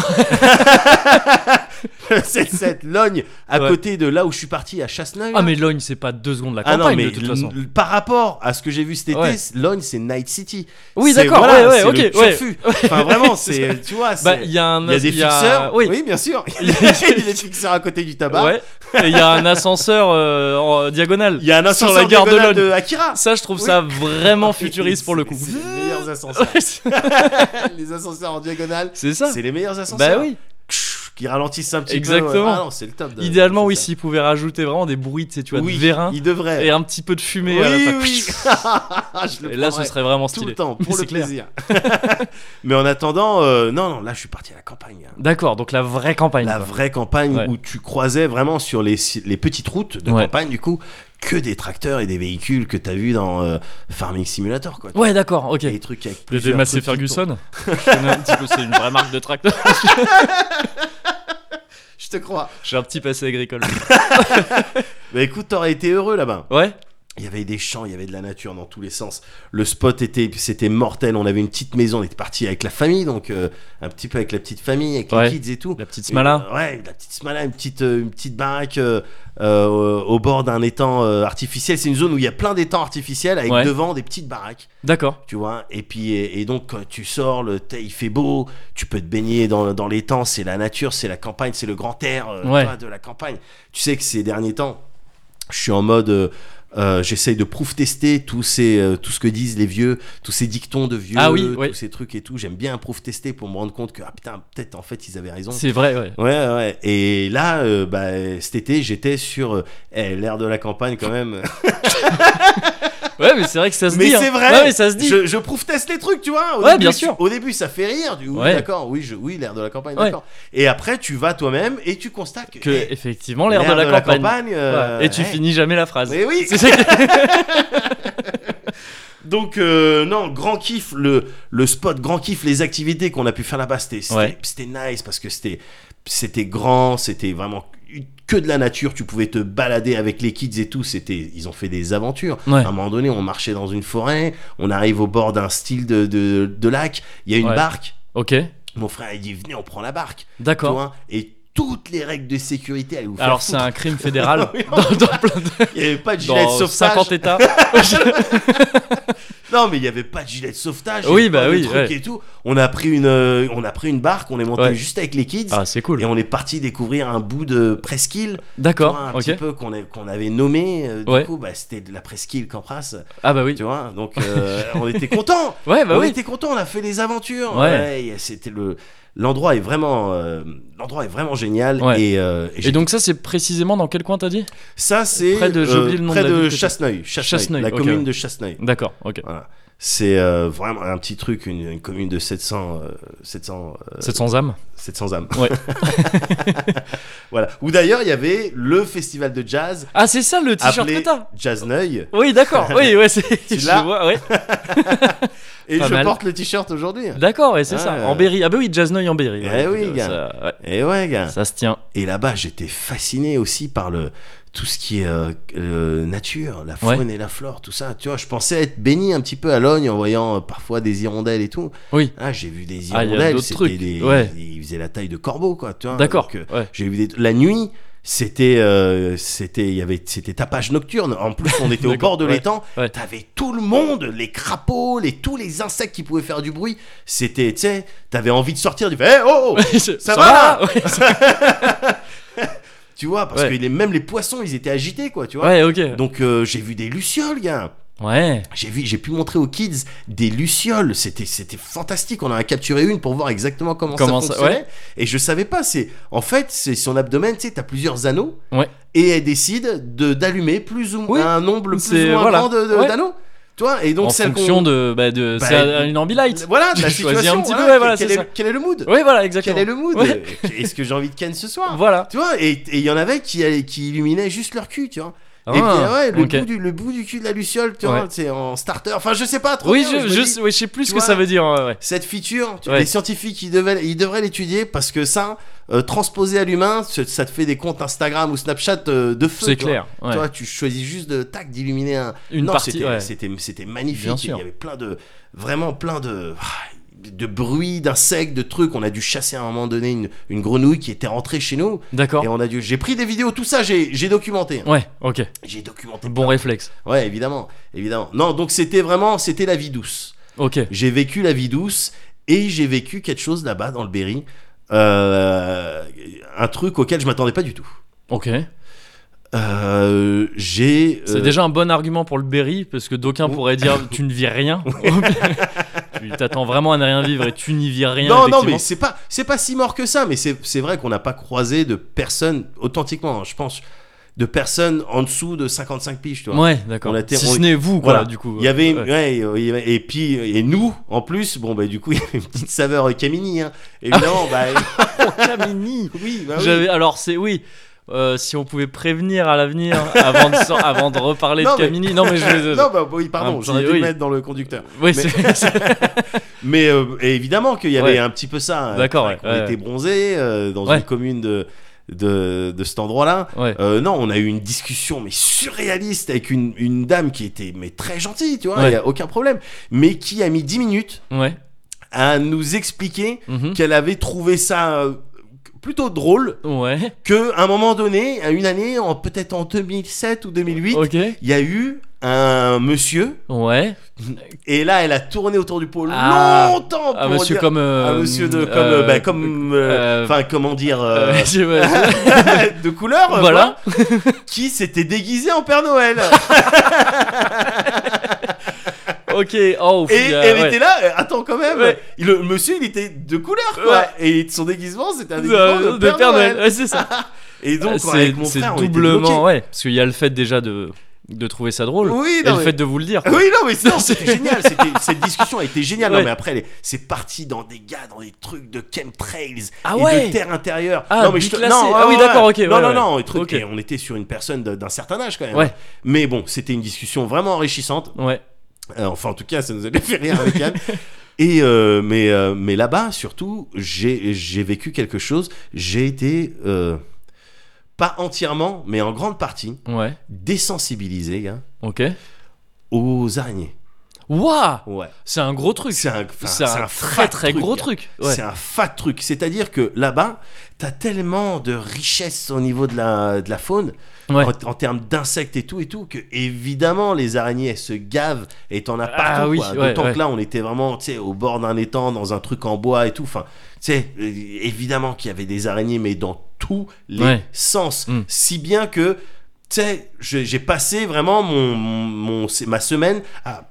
[SPEAKER 2] c'est cette logne à
[SPEAKER 1] Ouais.
[SPEAKER 2] côté de là où je suis parti à Chasseneuil.
[SPEAKER 1] Ah,
[SPEAKER 2] là.
[SPEAKER 1] mais Logne, c'est pas deux secondes la
[SPEAKER 2] Ah
[SPEAKER 1] campagne,
[SPEAKER 2] non, mais
[SPEAKER 1] de toute façon.
[SPEAKER 2] l- l- par rapport à ce que j'ai vu cet été,
[SPEAKER 1] Ouais.
[SPEAKER 2] Logne c'est Night City.
[SPEAKER 1] Oui,
[SPEAKER 2] C'est-
[SPEAKER 1] d'accord,
[SPEAKER 2] voilà,
[SPEAKER 1] ouais,
[SPEAKER 2] c'est
[SPEAKER 1] ouais,
[SPEAKER 2] le
[SPEAKER 1] ok. Ouais.
[SPEAKER 2] turfu. Enfin, vraiment,
[SPEAKER 1] C'est
[SPEAKER 2] c'est. Tu vois,
[SPEAKER 1] Bah,
[SPEAKER 2] c'est-
[SPEAKER 1] il
[SPEAKER 2] il
[SPEAKER 1] y a un.
[SPEAKER 2] y a des
[SPEAKER 1] il y a-
[SPEAKER 2] fixeurs.
[SPEAKER 1] Oui.
[SPEAKER 2] bien sûr. Il y a des fixeurs à côté du tabac.
[SPEAKER 1] Ouais. Et il y a un ascenseur euh, en diagonale.
[SPEAKER 2] Il y a un
[SPEAKER 1] Sur
[SPEAKER 2] ascenseur
[SPEAKER 1] la gare de
[SPEAKER 2] diagonal
[SPEAKER 1] Lognes.
[SPEAKER 2] de Akira.
[SPEAKER 1] Ça, je trouve
[SPEAKER 2] Oui.
[SPEAKER 1] ça vraiment futuriste pour le coup.
[SPEAKER 2] C'est les meilleurs ascenseurs.
[SPEAKER 1] Ouais, c'est-
[SPEAKER 2] les ascenseurs en diagonale.
[SPEAKER 1] c'est ça.
[SPEAKER 2] C'est les meilleurs ascenseurs.
[SPEAKER 1] Bah oui.
[SPEAKER 2] Qui ralentissent un petit peu.
[SPEAKER 1] Exactement.
[SPEAKER 2] ouais. Ah non, c'est le top. de-
[SPEAKER 1] Idéalement,
[SPEAKER 2] de
[SPEAKER 1] oui,
[SPEAKER 2] ça.
[SPEAKER 1] s'ils pouvaient rajouter vraiment des bruits, tu sais, tu vois,
[SPEAKER 2] Oui,
[SPEAKER 1] de vérin
[SPEAKER 2] Il devrait.
[SPEAKER 1] et un petit peu de fumée.
[SPEAKER 2] Oui,
[SPEAKER 1] euh, pas-
[SPEAKER 2] oui. Ah, Je le
[SPEAKER 1] Et là, ce
[SPEAKER 2] prendrais
[SPEAKER 1] serait vraiment
[SPEAKER 2] tout
[SPEAKER 1] stylé.
[SPEAKER 2] le temps
[SPEAKER 1] Mais
[SPEAKER 2] pour le
[SPEAKER 1] c'est clair.
[SPEAKER 2] plaisir. Mais en attendant, euh, non, non, là, je suis parti à la campagne. hein.
[SPEAKER 1] D'accord, donc la vraie campagne.
[SPEAKER 2] La
[SPEAKER 1] quoi.
[SPEAKER 2] vraie campagne
[SPEAKER 1] Ouais.
[SPEAKER 2] où tu croisais vraiment sur les, les petites routes de
[SPEAKER 1] Ouais.
[SPEAKER 2] campagne, du coup, que des tracteurs et des véhicules que t'as vu dans euh, Farming Simulator, quoi.
[SPEAKER 1] Ouais, d'accord, ok.
[SPEAKER 2] Et Des trucs avec
[SPEAKER 1] Le
[SPEAKER 2] plusieurs
[SPEAKER 1] Massey
[SPEAKER 2] trucs qui tournent.
[SPEAKER 1] Ferguson Je connais un petit peu, c'est une vraie marque de tracteur.
[SPEAKER 2] Je te crois.
[SPEAKER 1] J'ai un petit passé agricole.
[SPEAKER 2] Bah écoute, t'aurais été heureux là-bas.
[SPEAKER 1] Ouais
[SPEAKER 2] Il y avait des champs, il y avait de la nature dans tous les sens. Le spot était, c'était mortel. On avait une petite maison, on était parti avec la famille, donc euh, un petit peu avec la petite famille, avec
[SPEAKER 1] Ouais.
[SPEAKER 2] les kids et euh, tout.
[SPEAKER 1] La petite Smala
[SPEAKER 2] Une- ouais, la petite Smala, une petite, euh, une petite baraque euh, euh, au- au bord d'un étang euh, artificiel. C'est une zone où il y a plein d'étangs artificiels avec
[SPEAKER 1] Ouais.
[SPEAKER 2] devant des petites baraques,
[SPEAKER 1] D'accord.
[SPEAKER 2] tu vois. Et puis, et, et donc, quand tu sors, le, thé- il fait beau, tu peux te baigner dans, dans l'étang, c'est la nature, c'est la campagne, c'est le grand air euh,
[SPEAKER 1] Ouais.
[SPEAKER 2] tu vois, de la campagne. Tu sais que ces derniers temps, je suis en mode. euh, euh, J'essaye de proof tester tous ces, euh, tout ce que disent les vieux, tous ces dictons de vieux,
[SPEAKER 1] Ah oui, ouais.
[SPEAKER 2] tous ces trucs et tout. J'aime bien proof tester pour me rendre compte que ah putain peut-être en fait ils avaient raison.
[SPEAKER 1] C'est vrai, ouais.
[SPEAKER 2] Ouais, ouais. Et là, euh, bah, cet été, j'étais sur euh, eh, l'air de la campagne quand même.
[SPEAKER 1] Ouais, mais c'est vrai que ça se
[SPEAKER 2] mais
[SPEAKER 1] dit. hein.
[SPEAKER 2] c'est vrai.
[SPEAKER 1] Ouais, mais ça se dit.
[SPEAKER 2] Je, je prouve teste les trucs, tu vois. Au
[SPEAKER 1] Ouais,
[SPEAKER 2] début,
[SPEAKER 1] bien
[SPEAKER 2] tu-
[SPEAKER 1] sûr.
[SPEAKER 2] Au début, ça fait rire. Du, oui,
[SPEAKER 1] Ouais.
[SPEAKER 2] d'accord. Oui, je, oui, l'air de la campagne,
[SPEAKER 1] Ouais.
[SPEAKER 2] d'accord. Et après, tu vas toi-même et tu constates que,
[SPEAKER 1] Que,
[SPEAKER 2] eh,
[SPEAKER 1] effectivement, l'air de, la campagne.
[SPEAKER 2] euh,
[SPEAKER 1] Ouais. Et tu
[SPEAKER 2] eh.
[SPEAKER 1] finis jamais la phrase.
[SPEAKER 2] Mais oui.
[SPEAKER 1] C'est- c'est-
[SPEAKER 2] Donc, euh, non, grand kiff, le, le spot, grand kiff, les activités qu'on a pu faire là-bas, c'était c'était-
[SPEAKER 1] Ouais.
[SPEAKER 2] c'était nice parce que c'était c'était grand, c'était vraiment que de la nature, tu pouvais te balader avec les kids et tout, c'était ils ont fait des aventures.
[SPEAKER 1] Ouais.
[SPEAKER 2] À un moment donné, on marchait dans une forêt, on arrive au bord d'un style de, de, de lac, il y a une
[SPEAKER 1] Ouais.
[SPEAKER 2] barque.
[SPEAKER 1] Ok,
[SPEAKER 2] Mon frère, il dit venez, on prend la barque. Tu
[SPEAKER 1] d'accord.
[SPEAKER 2] vois, et toutes les règles de sécurité, elles vous faire
[SPEAKER 1] Alors c'est
[SPEAKER 2] foutre.
[SPEAKER 1] un crime fédéral
[SPEAKER 2] Oui,
[SPEAKER 1] dans, dans plein de-
[SPEAKER 2] Il n'y avait pas de gilet de
[SPEAKER 1] dans
[SPEAKER 2] sauvetage.
[SPEAKER 1] 50 États.
[SPEAKER 2] Non, mais il n'y avait pas de gilet de sauvetage. il y
[SPEAKER 1] Oui,
[SPEAKER 2] avait
[SPEAKER 1] bah
[SPEAKER 2] pas de
[SPEAKER 1] oui,
[SPEAKER 2] trucs
[SPEAKER 1] ouais.
[SPEAKER 2] et tout. On a pris une, euh, on a pris une barque, on est monté
[SPEAKER 1] Ouais.
[SPEAKER 2] juste avec les kids.
[SPEAKER 1] Ah c'est
[SPEAKER 2] Et
[SPEAKER 1] cool.
[SPEAKER 2] on est parti découvrir un bout de presqu'île, tu vois, un
[SPEAKER 1] D'accord.
[SPEAKER 2] petit
[SPEAKER 1] Ok.
[SPEAKER 2] peu qu'on est- qu'on avait nommé. euh, du
[SPEAKER 1] Ouais.
[SPEAKER 2] coup, bah, c'était de la presqu'île Campras,
[SPEAKER 1] Ah bah oui.
[SPEAKER 2] tu Ah vois. Donc, euh, on était contents.
[SPEAKER 1] Ouais bah
[SPEAKER 2] on
[SPEAKER 1] oui.
[SPEAKER 2] était contents, on a fait des aventures.
[SPEAKER 1] Ouais.
[SPEAKER 2] et c'était le. L'endroit est vraiment, euh, l'endroit est vraiment génial.
[SPEAKER 1] Ouais.
[SPEAKER 2] Et, euh, et j'ai-
[SPEAKER 1] Et donc ça c'est précisément dans quel coin t'as dit
[SPEAKER 2] ça, c'est euh,
[SPEAKER 1] près de- j'ai oublié le nom
[SPEAKER 2] près
[SPEAKER 1] de la ville que t'as.
[SPEAKER 2] Chasseneuil, Chasseneuil,
[SPEAKER 1] Chasseneuil,
[SPEAKER 2] la
[SPEAKER 1] ok,
[SPEAKER 2] commune
[SPEAKER 1] ouais.
[SPEAKER 2] de Chasseneuil.
[SPEAKER 1] D'accord. Ok.
[SPEAKER 2] Voilà. C'est euh, vraiment un petit truc, une, une commune de 700, euh, 700, euh,
[SPEAKER 1] 700 âmes.
[SPEAKER 2] 700 âmes.
[SPEAKER 1] Ouais.
[SPEAKER 2] voilà. Ou d'ailleurs, il y avait le festival de jazz
[SPEAKER 1] Ah c'est ça le t-shirt que
[SPEAKER 2] appelé
[SPEAKER 1] t'as.
[SPEAKER 2] Jazz Neuil.
[SPEAKER 1] Oui d'accord. Oui ouais c'est.
[SPEAKER 2] Tu
[SPEAKER 1] je
[SPEAKER 2] l'as
[SPEAKER 1] vois, ouais.
[SPEAKER 2] Et
[SPEAKER 1] Pas
[SPEAKER 2] je
[SPEAKER 1] mal.
[SPEAKER 2] porte le t-shirt aujourd'hui.
[SPEAKER 1] D'accord ouais c'est
[SPEAKER 2] Ah,
[SPEAKER 1] ça.
[SPEAKER 2] ouais.
[SPEAKER 1] En Berry. Ah bah oui Jazz Neuil en Berry.
[SPEAKER 2] Eh
[SPEAKER 1] Ouais,
[SPEAKER 2] oui,
[SPEAKER 1] ça-
[SPEAKER 2] gars. Ah.
[SPEAKER 1] ouais.
[SPEAKER 2] Et ouais, gars.
[SPEAKER 1] Ça se tient.
[SPEAKER 2] Et là-bas, j'étais fasciné aussi par le tout ce qui est euh, euh, nature, la faune et la flore, tout ça. Tu vois, je pensais être béni un petit peu à l'ogne en voyant euh, parfois des hirondelles et tout.
[SPEAKER 1] Oui.
[SPEAKER 2] Ah, j'ai vu
[SPEAKER 1] Ah,
[SPEAKER 2] des
[SPEAKER 1] il y a
[SPEAKER 2] hirondelles,
[SPEAKER 1] d'autres
[SPEAKER 2] c'était
[SPEAKER 1] trucs,
[SPEAKER 2] des,
[SPEAKER 1] ouais.
[SPEAKER 2] ils faisaient la taille de corbeau, quoi. Tu vois.
[SPEAKER 1] D'accord.
[SPEAKER 2] Donc, euh,
[SPEAKER 1] Ouais.
[SPEAKER 2] J'ai vu des... la nuit. C'était, euh, c'était, il y avait, c'était tapage nocturne. En plus, on était au
[SPEAKER 1] D'accord,
[SPEAKER 2] bord de
[SPEAKER 1] ouais,
[SPEAKER 2] l'étang.
[SPEAKER 1] ouais.
[SPEAKER 2] T'avais tout le monde, les crapauds, les tous les insectes qui pouvaient faire du bruit. C'était, tu sais, t'avais envie de sortir. Tu fais, Eh, oh, oh
[SPEAKER 1] Ça
[SPEAKER 2] va
[SPEAKER 1] va Ouais,
[SPEAKER 2] tu vois, parce
[SPEAKER 1] Ouais.
[SPEAKER 2] que les- même les poissons, ils étaient agités, quoi, tu vois.
[SPEAKER 1] Ouais, ok.
[SPEAKER 2] Donc euh, j'ai vu des lucioles, gars.
[SPEAKER 1] Ouais.
[SPEAKER 2] J'ai vu, j'ai pu montrer aux kids des lucioles. C'était, c'était fantastique. On en a capturé une pour voir exactement comment,
[SPEAKER 1] Comment
[SPEAKER 2] ça
[SPEAKER 1] ça-
[SPEAKER 2] fonctionnait.
[SPEAKER 1] ouais.
[SPEAKER 2] Et je savais pas. C'est en fait, c'est son abdomen. Tu sais, t'as plusieurs anneaux.
[SPEAKER 1] Ouais.
[SPEAKER 2] Et elle décide de d'allumer plus ou moins
[SPEAKER 1] Oui.
[SPEAKER 2] un nombre plus
[SPEAKER 1] C'est-
[SPEAKER 2] ou moins
[SPEAKER 1] voilà.
[SPEAKER 2] grand de, de-
[SPEAKER 1] Ouais.
[SPEAKER 2] d'anneaux. Tu vois. Et donc
[SPEAKER 1] en
[SPEAKER 2] celle qu'on-
[SPEAKER 1] fonction de, bah, de
[SPEAKER 2] Bah,
[SPEAKER 1] c'est un- une ambilight.
[SPEAKER 2] Voilà, de la
[SPEAKER 1] Tu choisis
[SPEAKER 2] situation.
[SPEAKER 1] un petit peu,
[SPEAKER 2] voilà.
[SPEAKER 1] ouais, voilà,
[SPEAKER 2] quel,
[SPEAKER 1] c'est
[SPEAKER 2] est,
[SPEAKER 1] ça.
[SPEAKER 2] quel est le mood
[SPEAKER 1] Oui, voilà,
[SPEAKER 2] Quel
[SPEAKER 1] exactement.
[SPEAKER 2] est le mood
[SPEAKER 1] Ouais.
[SPEAKER 2] Est-ce que j'ai envie de ken ce soir
[SPEAKER 1] Voilà.
[SPEAKER 2] Tu vois, et et il y en avait qui, allaient- qui illuminaient juste leur cul, tu vois. Et puis,
[SPEAKER 1] Ah,
[SPEAKER 2] Eh ouais, le,
[SPEAKER 1] ok.
[SPEAKER 2] bout du, le bout du cul de la luciole, tu vois,
[SPEAKER 1] Ouais.
[SPEAKER 2] c'est en starter. Enfin, je sais pas trop.
[SPEAKER 1] Oui,
[SPEAKER 2] bien,
[SPEAKER 1] je,
[SPEAKER 2] me
[SPEAKER 1] je,
[SPEAKER 2] dis,
[SPEAKER 1] oui, je sais plus
[SPEAKER 2] Tu
[SPEAKER 1] ce que
[SPEAKER 2] vois,
[SPEAKER 1] ça veut dire. ouais, ouais.
[SPEAKER 2] Cette feature, tu-
[SPEAKER 1] Ouais.
[SPEAKER 2] les scientifiques, ils, devaient- ils devraient l'étudier parce que ça, euh, transposé à l'humain, ce- ça te fait des comptes Instagram ou Snapchat euh, de feu.
[SPEAKER 1] C'est
[SPEAKER 2] tu vois.
[SPEAKER 1] clair. ouais.
[SPEAKER 2] Toi, tu choisis juste de tac d'illuminer un.
[SPEAKER 1] Une
[SPEAKER 2] non,
[SPEAKER 1] partie.
[SPEAKER 2] c'était
[SPEAKER 1] ouais.
[SPEAKER 2] c'était c'était magnifique.
[SPEAKER 1] Bien
[SPEAKER 2] Il y
[SPEAKER 1] sûr.
[SPEAKER 2] avait plein de vraiment plein de de bruits, d'insectes, de trucs. On a dû chasser à un moment donné une, une grenouille qui était rentrée chez nous.
[SPEAKER 1] D'accord.
[SPEAKER 2] Et on a dû. J'ai pris des vidéos, tout ça, j'ai j'ai documenté.
[SPEAKER 1] Ouais, ok.
[SPEAKER 2] J'ai documenté.
[SPEAKER 1] Bon réflexe.
[SPEAKER 2] Ouais, évidemment, évidemment. Non, donc c'était vraiment, c'était la vie douce.
[SPEAKER 1] Ok.
[SPEAKER 2] J'ai vécu la vie douce et j'ai vécu quelque chose là-bas dans le Berry, Euh, un truc auquel je m'attendais pas du tout.
[SPEAKER 1] Ok.
[SPEAKER 2] Euh, j'ai.
[SPEAKER 1] C'est
[SPEAKER 2] euh,
[SPEAKER 1] déjà un bon argument pour le Berry, parce que d'aucuns
[SPEAKER 2] Ouh.
[SPEAKER 1] pourraient dire tu ne vis rien. tu t'attends vraiment à ne rien vivre et tu n'y vis rien.
[SPEAKER 2] Non, non, mais
[SPEAKER 1] effectivement.
[SPEAKER 2] c'est pas, c'est pas si mort que ça. Mais c'est, c'est vrai qu'on n'a pas croisé de personnes authentiquement, hein, je pense, de personnes en dessous de 55 piges, tu vois.
[SPEAKER 1] Ouais, d'accord.
[SPEAKER 2] On a été-
[SPEAKER 1] Si
[SPEAKER 2] on-
[SPEAKER 1] ce n'est vous, quoi,
[SPEAKER 2] Voilà.
[SPEAKER 1] du coup.
[SPEAKER 2] Il y avait,
[SPEAKER 1] Ouais.
[SPEAKER 2] ouais, il y avait- et puis et nous en plus, bon bah du coup il y avait une petite saveur Camini, hein.
[SPEAKER 1] Ah
[SPEAKER 2] Évidemment, bah,
[SPEAKER 1] Camini.
[SPEAKER 2] oui, bah oui.
[SPEAKER 1] J'avais- Alors, c'est oui. euh, si on pouvait prévenir à l'avenir avant de, so- avant de reparler
[SPEAKER 2] Non,
[SPEAKER 1] de
[SPEAKER 2] mais-
[SPEAKER 1] Camini. Non, mais je.
[SPEAKER 2] non, bah oui, pardon,
[SPEAKER 1] Un
[SPEAKER 2] j'aurais
[SPEAKER 1] petit-
[SPEAKER 2] dû le
[SPEAKER 1] oui. Euh,
[SPEAKER 2] mettre dans le conducteur.
[SPEAKER 1] Oui, c'est- c'est-
[SPEAKER 2] Mais euh, et évidemment qu'il y avait
[SPEAKER 1] Ouais.
[SPEAKER 2] un petit peu ça. hein.
[SPEAKER 1] D'accord,
[SPEAKER 2] Enfin,
[SPEAKER 1] ouais,
[SPEAKER 2] qu'on
[SPEAKER 1] ouais,
[SPEAKER 2] était
[SPEAKER 1] ouais.
[SPEAKER 2] bronzés euh, dans
[SPEAKER 1] Ouais.
[SPEAKER 2] une commune de, de, de cet endroit-là.
[SPEAKER 1] Ouais.
[SPEAKER 2] Euh, non, on a eu une discussion mais surréaliste avec une, une dame qui était mais très gentille, tu vois, il
[SPEAKER 1] Ouais.
[SPEAKER 2] y a aucun problème, mais qui a mis 10 minutes
[SPEAKER 1] Ouais.
[SPEAKER 2] à nous expliquer
[SPEAKER 1] Mhm.
[SPEAKER 2] qu'elle avait trouvé ça euh, plutôt drôle
[SPEAKER 1] Ouais.
[SPEAKER 2] que à un moment donné, à une année, en peut-être en 2007 ou 2008,
[SPEAKER 1] Ok.
[SPEAKER 2] il y a eu un monsieur
[SPEAKER 1] Ouais.
[SPEAKER 2] et là elle a tourné autour du pôle
[SPEAKER 1] Ah,
[SPEAKER 2] longtemps pour
[SPEAKER 1] Un monsieur
[SPEAKER 2] dire-
[SPEAKER 1] comme. euh,
[SPEAKER 2] un monsieur de comme
[SPEAKER 1] euh,
[SPEAKER 2] euh, bah, comme euh,
[SPEAKER 1] euh,
[SPEAKER 2] enfin comment dire euh,
[SPEAKER 1] euh, je- ouais, je-
[SPEAKER 2] de couleur euh,
[SPEAKER 1] voilà.
[SPEAKER 2] quoi, qui s'était déguisé en Père Noël
[SPEAKER 1] Ok. Oh.
[SPEAKER 2] et
[SPEAKER 1] il y a-
[SPEAKER 2] elle
[SPEAKER 1] ouais.
[SPEAKER 2] était là euh, attends quand même
[SPEAKER 1] Ouais.
[SPEAKER 2] il- le monsieur il était de couleur quoi et son déguisement c'était un déguisement
[SPEAKER 1] Euh,
[SPEAKER 2] de, oh, Père, Noël.
[SPEAKER 1] Ouais, c'est ça.
[SPEAKER 2] et donc
[SPEAKER 1] Ah, C'est-
[SPEAKER 2] avec mon
[SPEAKER 1] c'est
[SPEAKER 2] frère on était
[SPEAKER 1] doublement
[SPEAKER 2] bloqués.
[SPEAKER 1] ouais. Parce qu'il y a le fait déjà de de trouver ça drôle.
[SPEAKER 2] oui
[SPEAKER 1] Et
[SPEAKER 2] non,
[SPEAKER 1] le
[SPEAKER 2] mais-
[SPEAKER 1] fait de vous le dire.
[SPEAKER 2] Ah
[SPEAKER 1] quoi.
[SPEAKER 2] Oui, non, mais sinon,
[SPEAKER 1] Non,
[SPEAKER 2] c'était
[SPEAKER 1] c'est-
[SPEAKER 2] génial. c'était- Cette discussion a été géniale. Non,
[SPEAKER 1] Ouais.
[SPEAKER 2] mais après, les- c'est parti dans des gars, dans des trucs de chemtrails
[SPEAKER 1] Ah
[SPEAKER 2] et
[SPEAKER 1] ouais
[SPEAKER 2] de terre intérieure.
[SPEAKER 1] Ah,
[SPEAKER 2] non, mais je te...
[SPEAKER 1] biclassé.
[SPEAKER 2] non,
[SPEAKER 1] Ah oui,
[SPEAKER 2] ouais, ouais.
[SPEAKER 1] d'accord, ok,
[SPEAKER 2] Non,
[SPEAKER 1] ouais,
[SPEAKER 2] non,
[SPEAKER 1] ouais.
[SPEAKER 2] non, et truc-
[SPEAKER 1] Ok.
[SPEAKER 2] et on était sur une personne de- d'un certain âge quand même.
[SPEAKER 1] Ouais.
[SPEAKER 2] Mais bon, c'était une discussion vraiment enrichissante.
[SPEAKER 1] Ouais.
[SPEAKER 2] Euh, enfin, en tout cas, ça nous avait fait rire avec Anne. Et euh, mais euh, mais là-bas, surtout, j'ai j'ai vécu quelque chose. J'ai été euh, pas entièrement, mais en grande partie,
[SPEAKER 1] Ouais.
[SPEAKER 2] désensibilisé gars,
[SPEAKER 1] Ok.
[SPEAKER 2] aux araignées.
[SPEAKER 1] Waouh
[SPEAKER 2] Ouais.
[SPEAKER 1] C'est un gros truc.
[SPEAKER 2] C'est un, enfin,
[SPEAKER 1] C'est un,
[SPEAKER 2] fat
[SPEAKER 1] très très gros
[SPEAKER 2] gars.
[SPEAKER 1] truc. Ouais.
[SPEAKER 2] C'est un fat truc. C'est-à-dire que là-bas, t'as tellement de richesse au niveau de la, de la faune,
[SPEAKER 1] Ouais.
[SPEAKER 2] en, en termes d'insectes et tout et tout, que évidemment les araignées elles se gavent et t'en as
[SPEAKER 1] Ah
[SPEAKER 2] partout.
[SPEAKER 1] oui,
[SPEAKER 2] quoi.
[SPEAKER 1] ouais,
[SPEAKER 2] D'autant
[SPEAKER 1] ouais.
[SPEAKER 2] que là, on était vraiment, tu sais, au bord d'un étang, dans un truc en bois et tout. Enfin, tu sais, euh, évidemment qu'il y avait des araignées, mais dans tous les
[SPEAKER 1] Ouais.
[SPEAKER 2] sens.
[SPEAKER 1] Mm.
[SPEAKER 2] Si bien que tu sais, je- j'ai passé vraiment mon, mon, mon- ma semaine à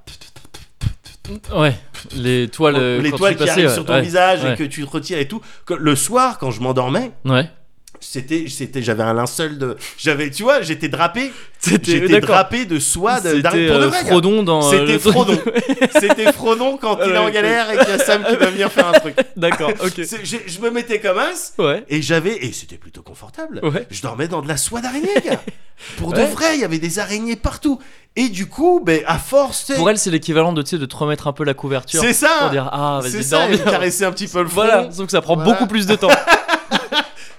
[SPEAKER 1] Ouais. Les toiles. euh,
[SPEAKER 2] les
[SPEAKER 1] quand
[SPEAKER 2] toiles
[SPEAKER 1] tu
[SPEAKER 2] qui
[SPEAKER 1] passais,
[SPEAKER 2] arrivent
[SPEAKER 1] ouais.
[SPEAKER 2] sur ton
[SPEAKER 1] Ouais.
[SPEAKER 2] visage
[SPEAKER 1] ouais.
[SPEAKER 2] et que tu te retires et tout. Que le soir, quand je m'endormais,
[SPEAKER 1] Ouais.
[SPEAKER 2] c'était, c'était, j'avais un linceul de, j'avais, tu vois, j'étais drapé,
[SPEAKER 1] C'était
[SPEAKER 2] j'étais drapé de soie de, d'ar-
[SPEAKER 1] C'était
[SPEAKER 2] pour de
[SPEAKER 1] euh,
[SPEAKER 2] vrai, gars.
[SPEAKER 1] Frodon dans. euh,
[SPEAKER 2] C'était
[SPEAKER 1] le truc.
[SPEAKER 2] Frodon. C'était Frodon quand il est
[SPEAKER 1] Ouais,
[SPEAKER 2] en
[SPEAKER 1] ouais.
[SPEAKER 2] galère et qu'il y a Sam qui va venir faire un truc.
[SPEAKER 1] D'accord. Ok.
[SPEAKER 2] C'est- j'ai- Je me mettais comme as
[SPEAKER 1] Ouais.
[SPEAKER 2] et j'avais, et c'était plutôt confortable.
[SPEAKER 1] Ouais.
[SPEAKER 2] Je dormais dans de la soie d'araignée, gars. Pour de
[SPEAKER 1] Ouais.
[SPEAKER 2] vrai, il y avait des araignées partout. Et du coup, ben, à force, tu sais,
[SPEAKER 1] Pour elle, c'est l'équivalent de, tu sais, de te remettre un peu la couverture.
[SPEAKER 2] c'est
[SPEAKER 1] Pour
[SPEAKER 2] ça.
[SPEAKER 1] dire Ah,
[SPEAKER 2] C'est
[SPEAKER 1] vas-y,
[SPEAKER 2] ça,
[SPEAKER 1] dors
[SPEAKER 2] et
[SPEAKER 1] bien.
[SPEAKER 2] caresser un petit peu le front.
[SPEAKER 1] Voilà. Sauf que ça prend
[SPEAKER 2] Voilà.
[SPEAKER 1] beaucoup plus de temps.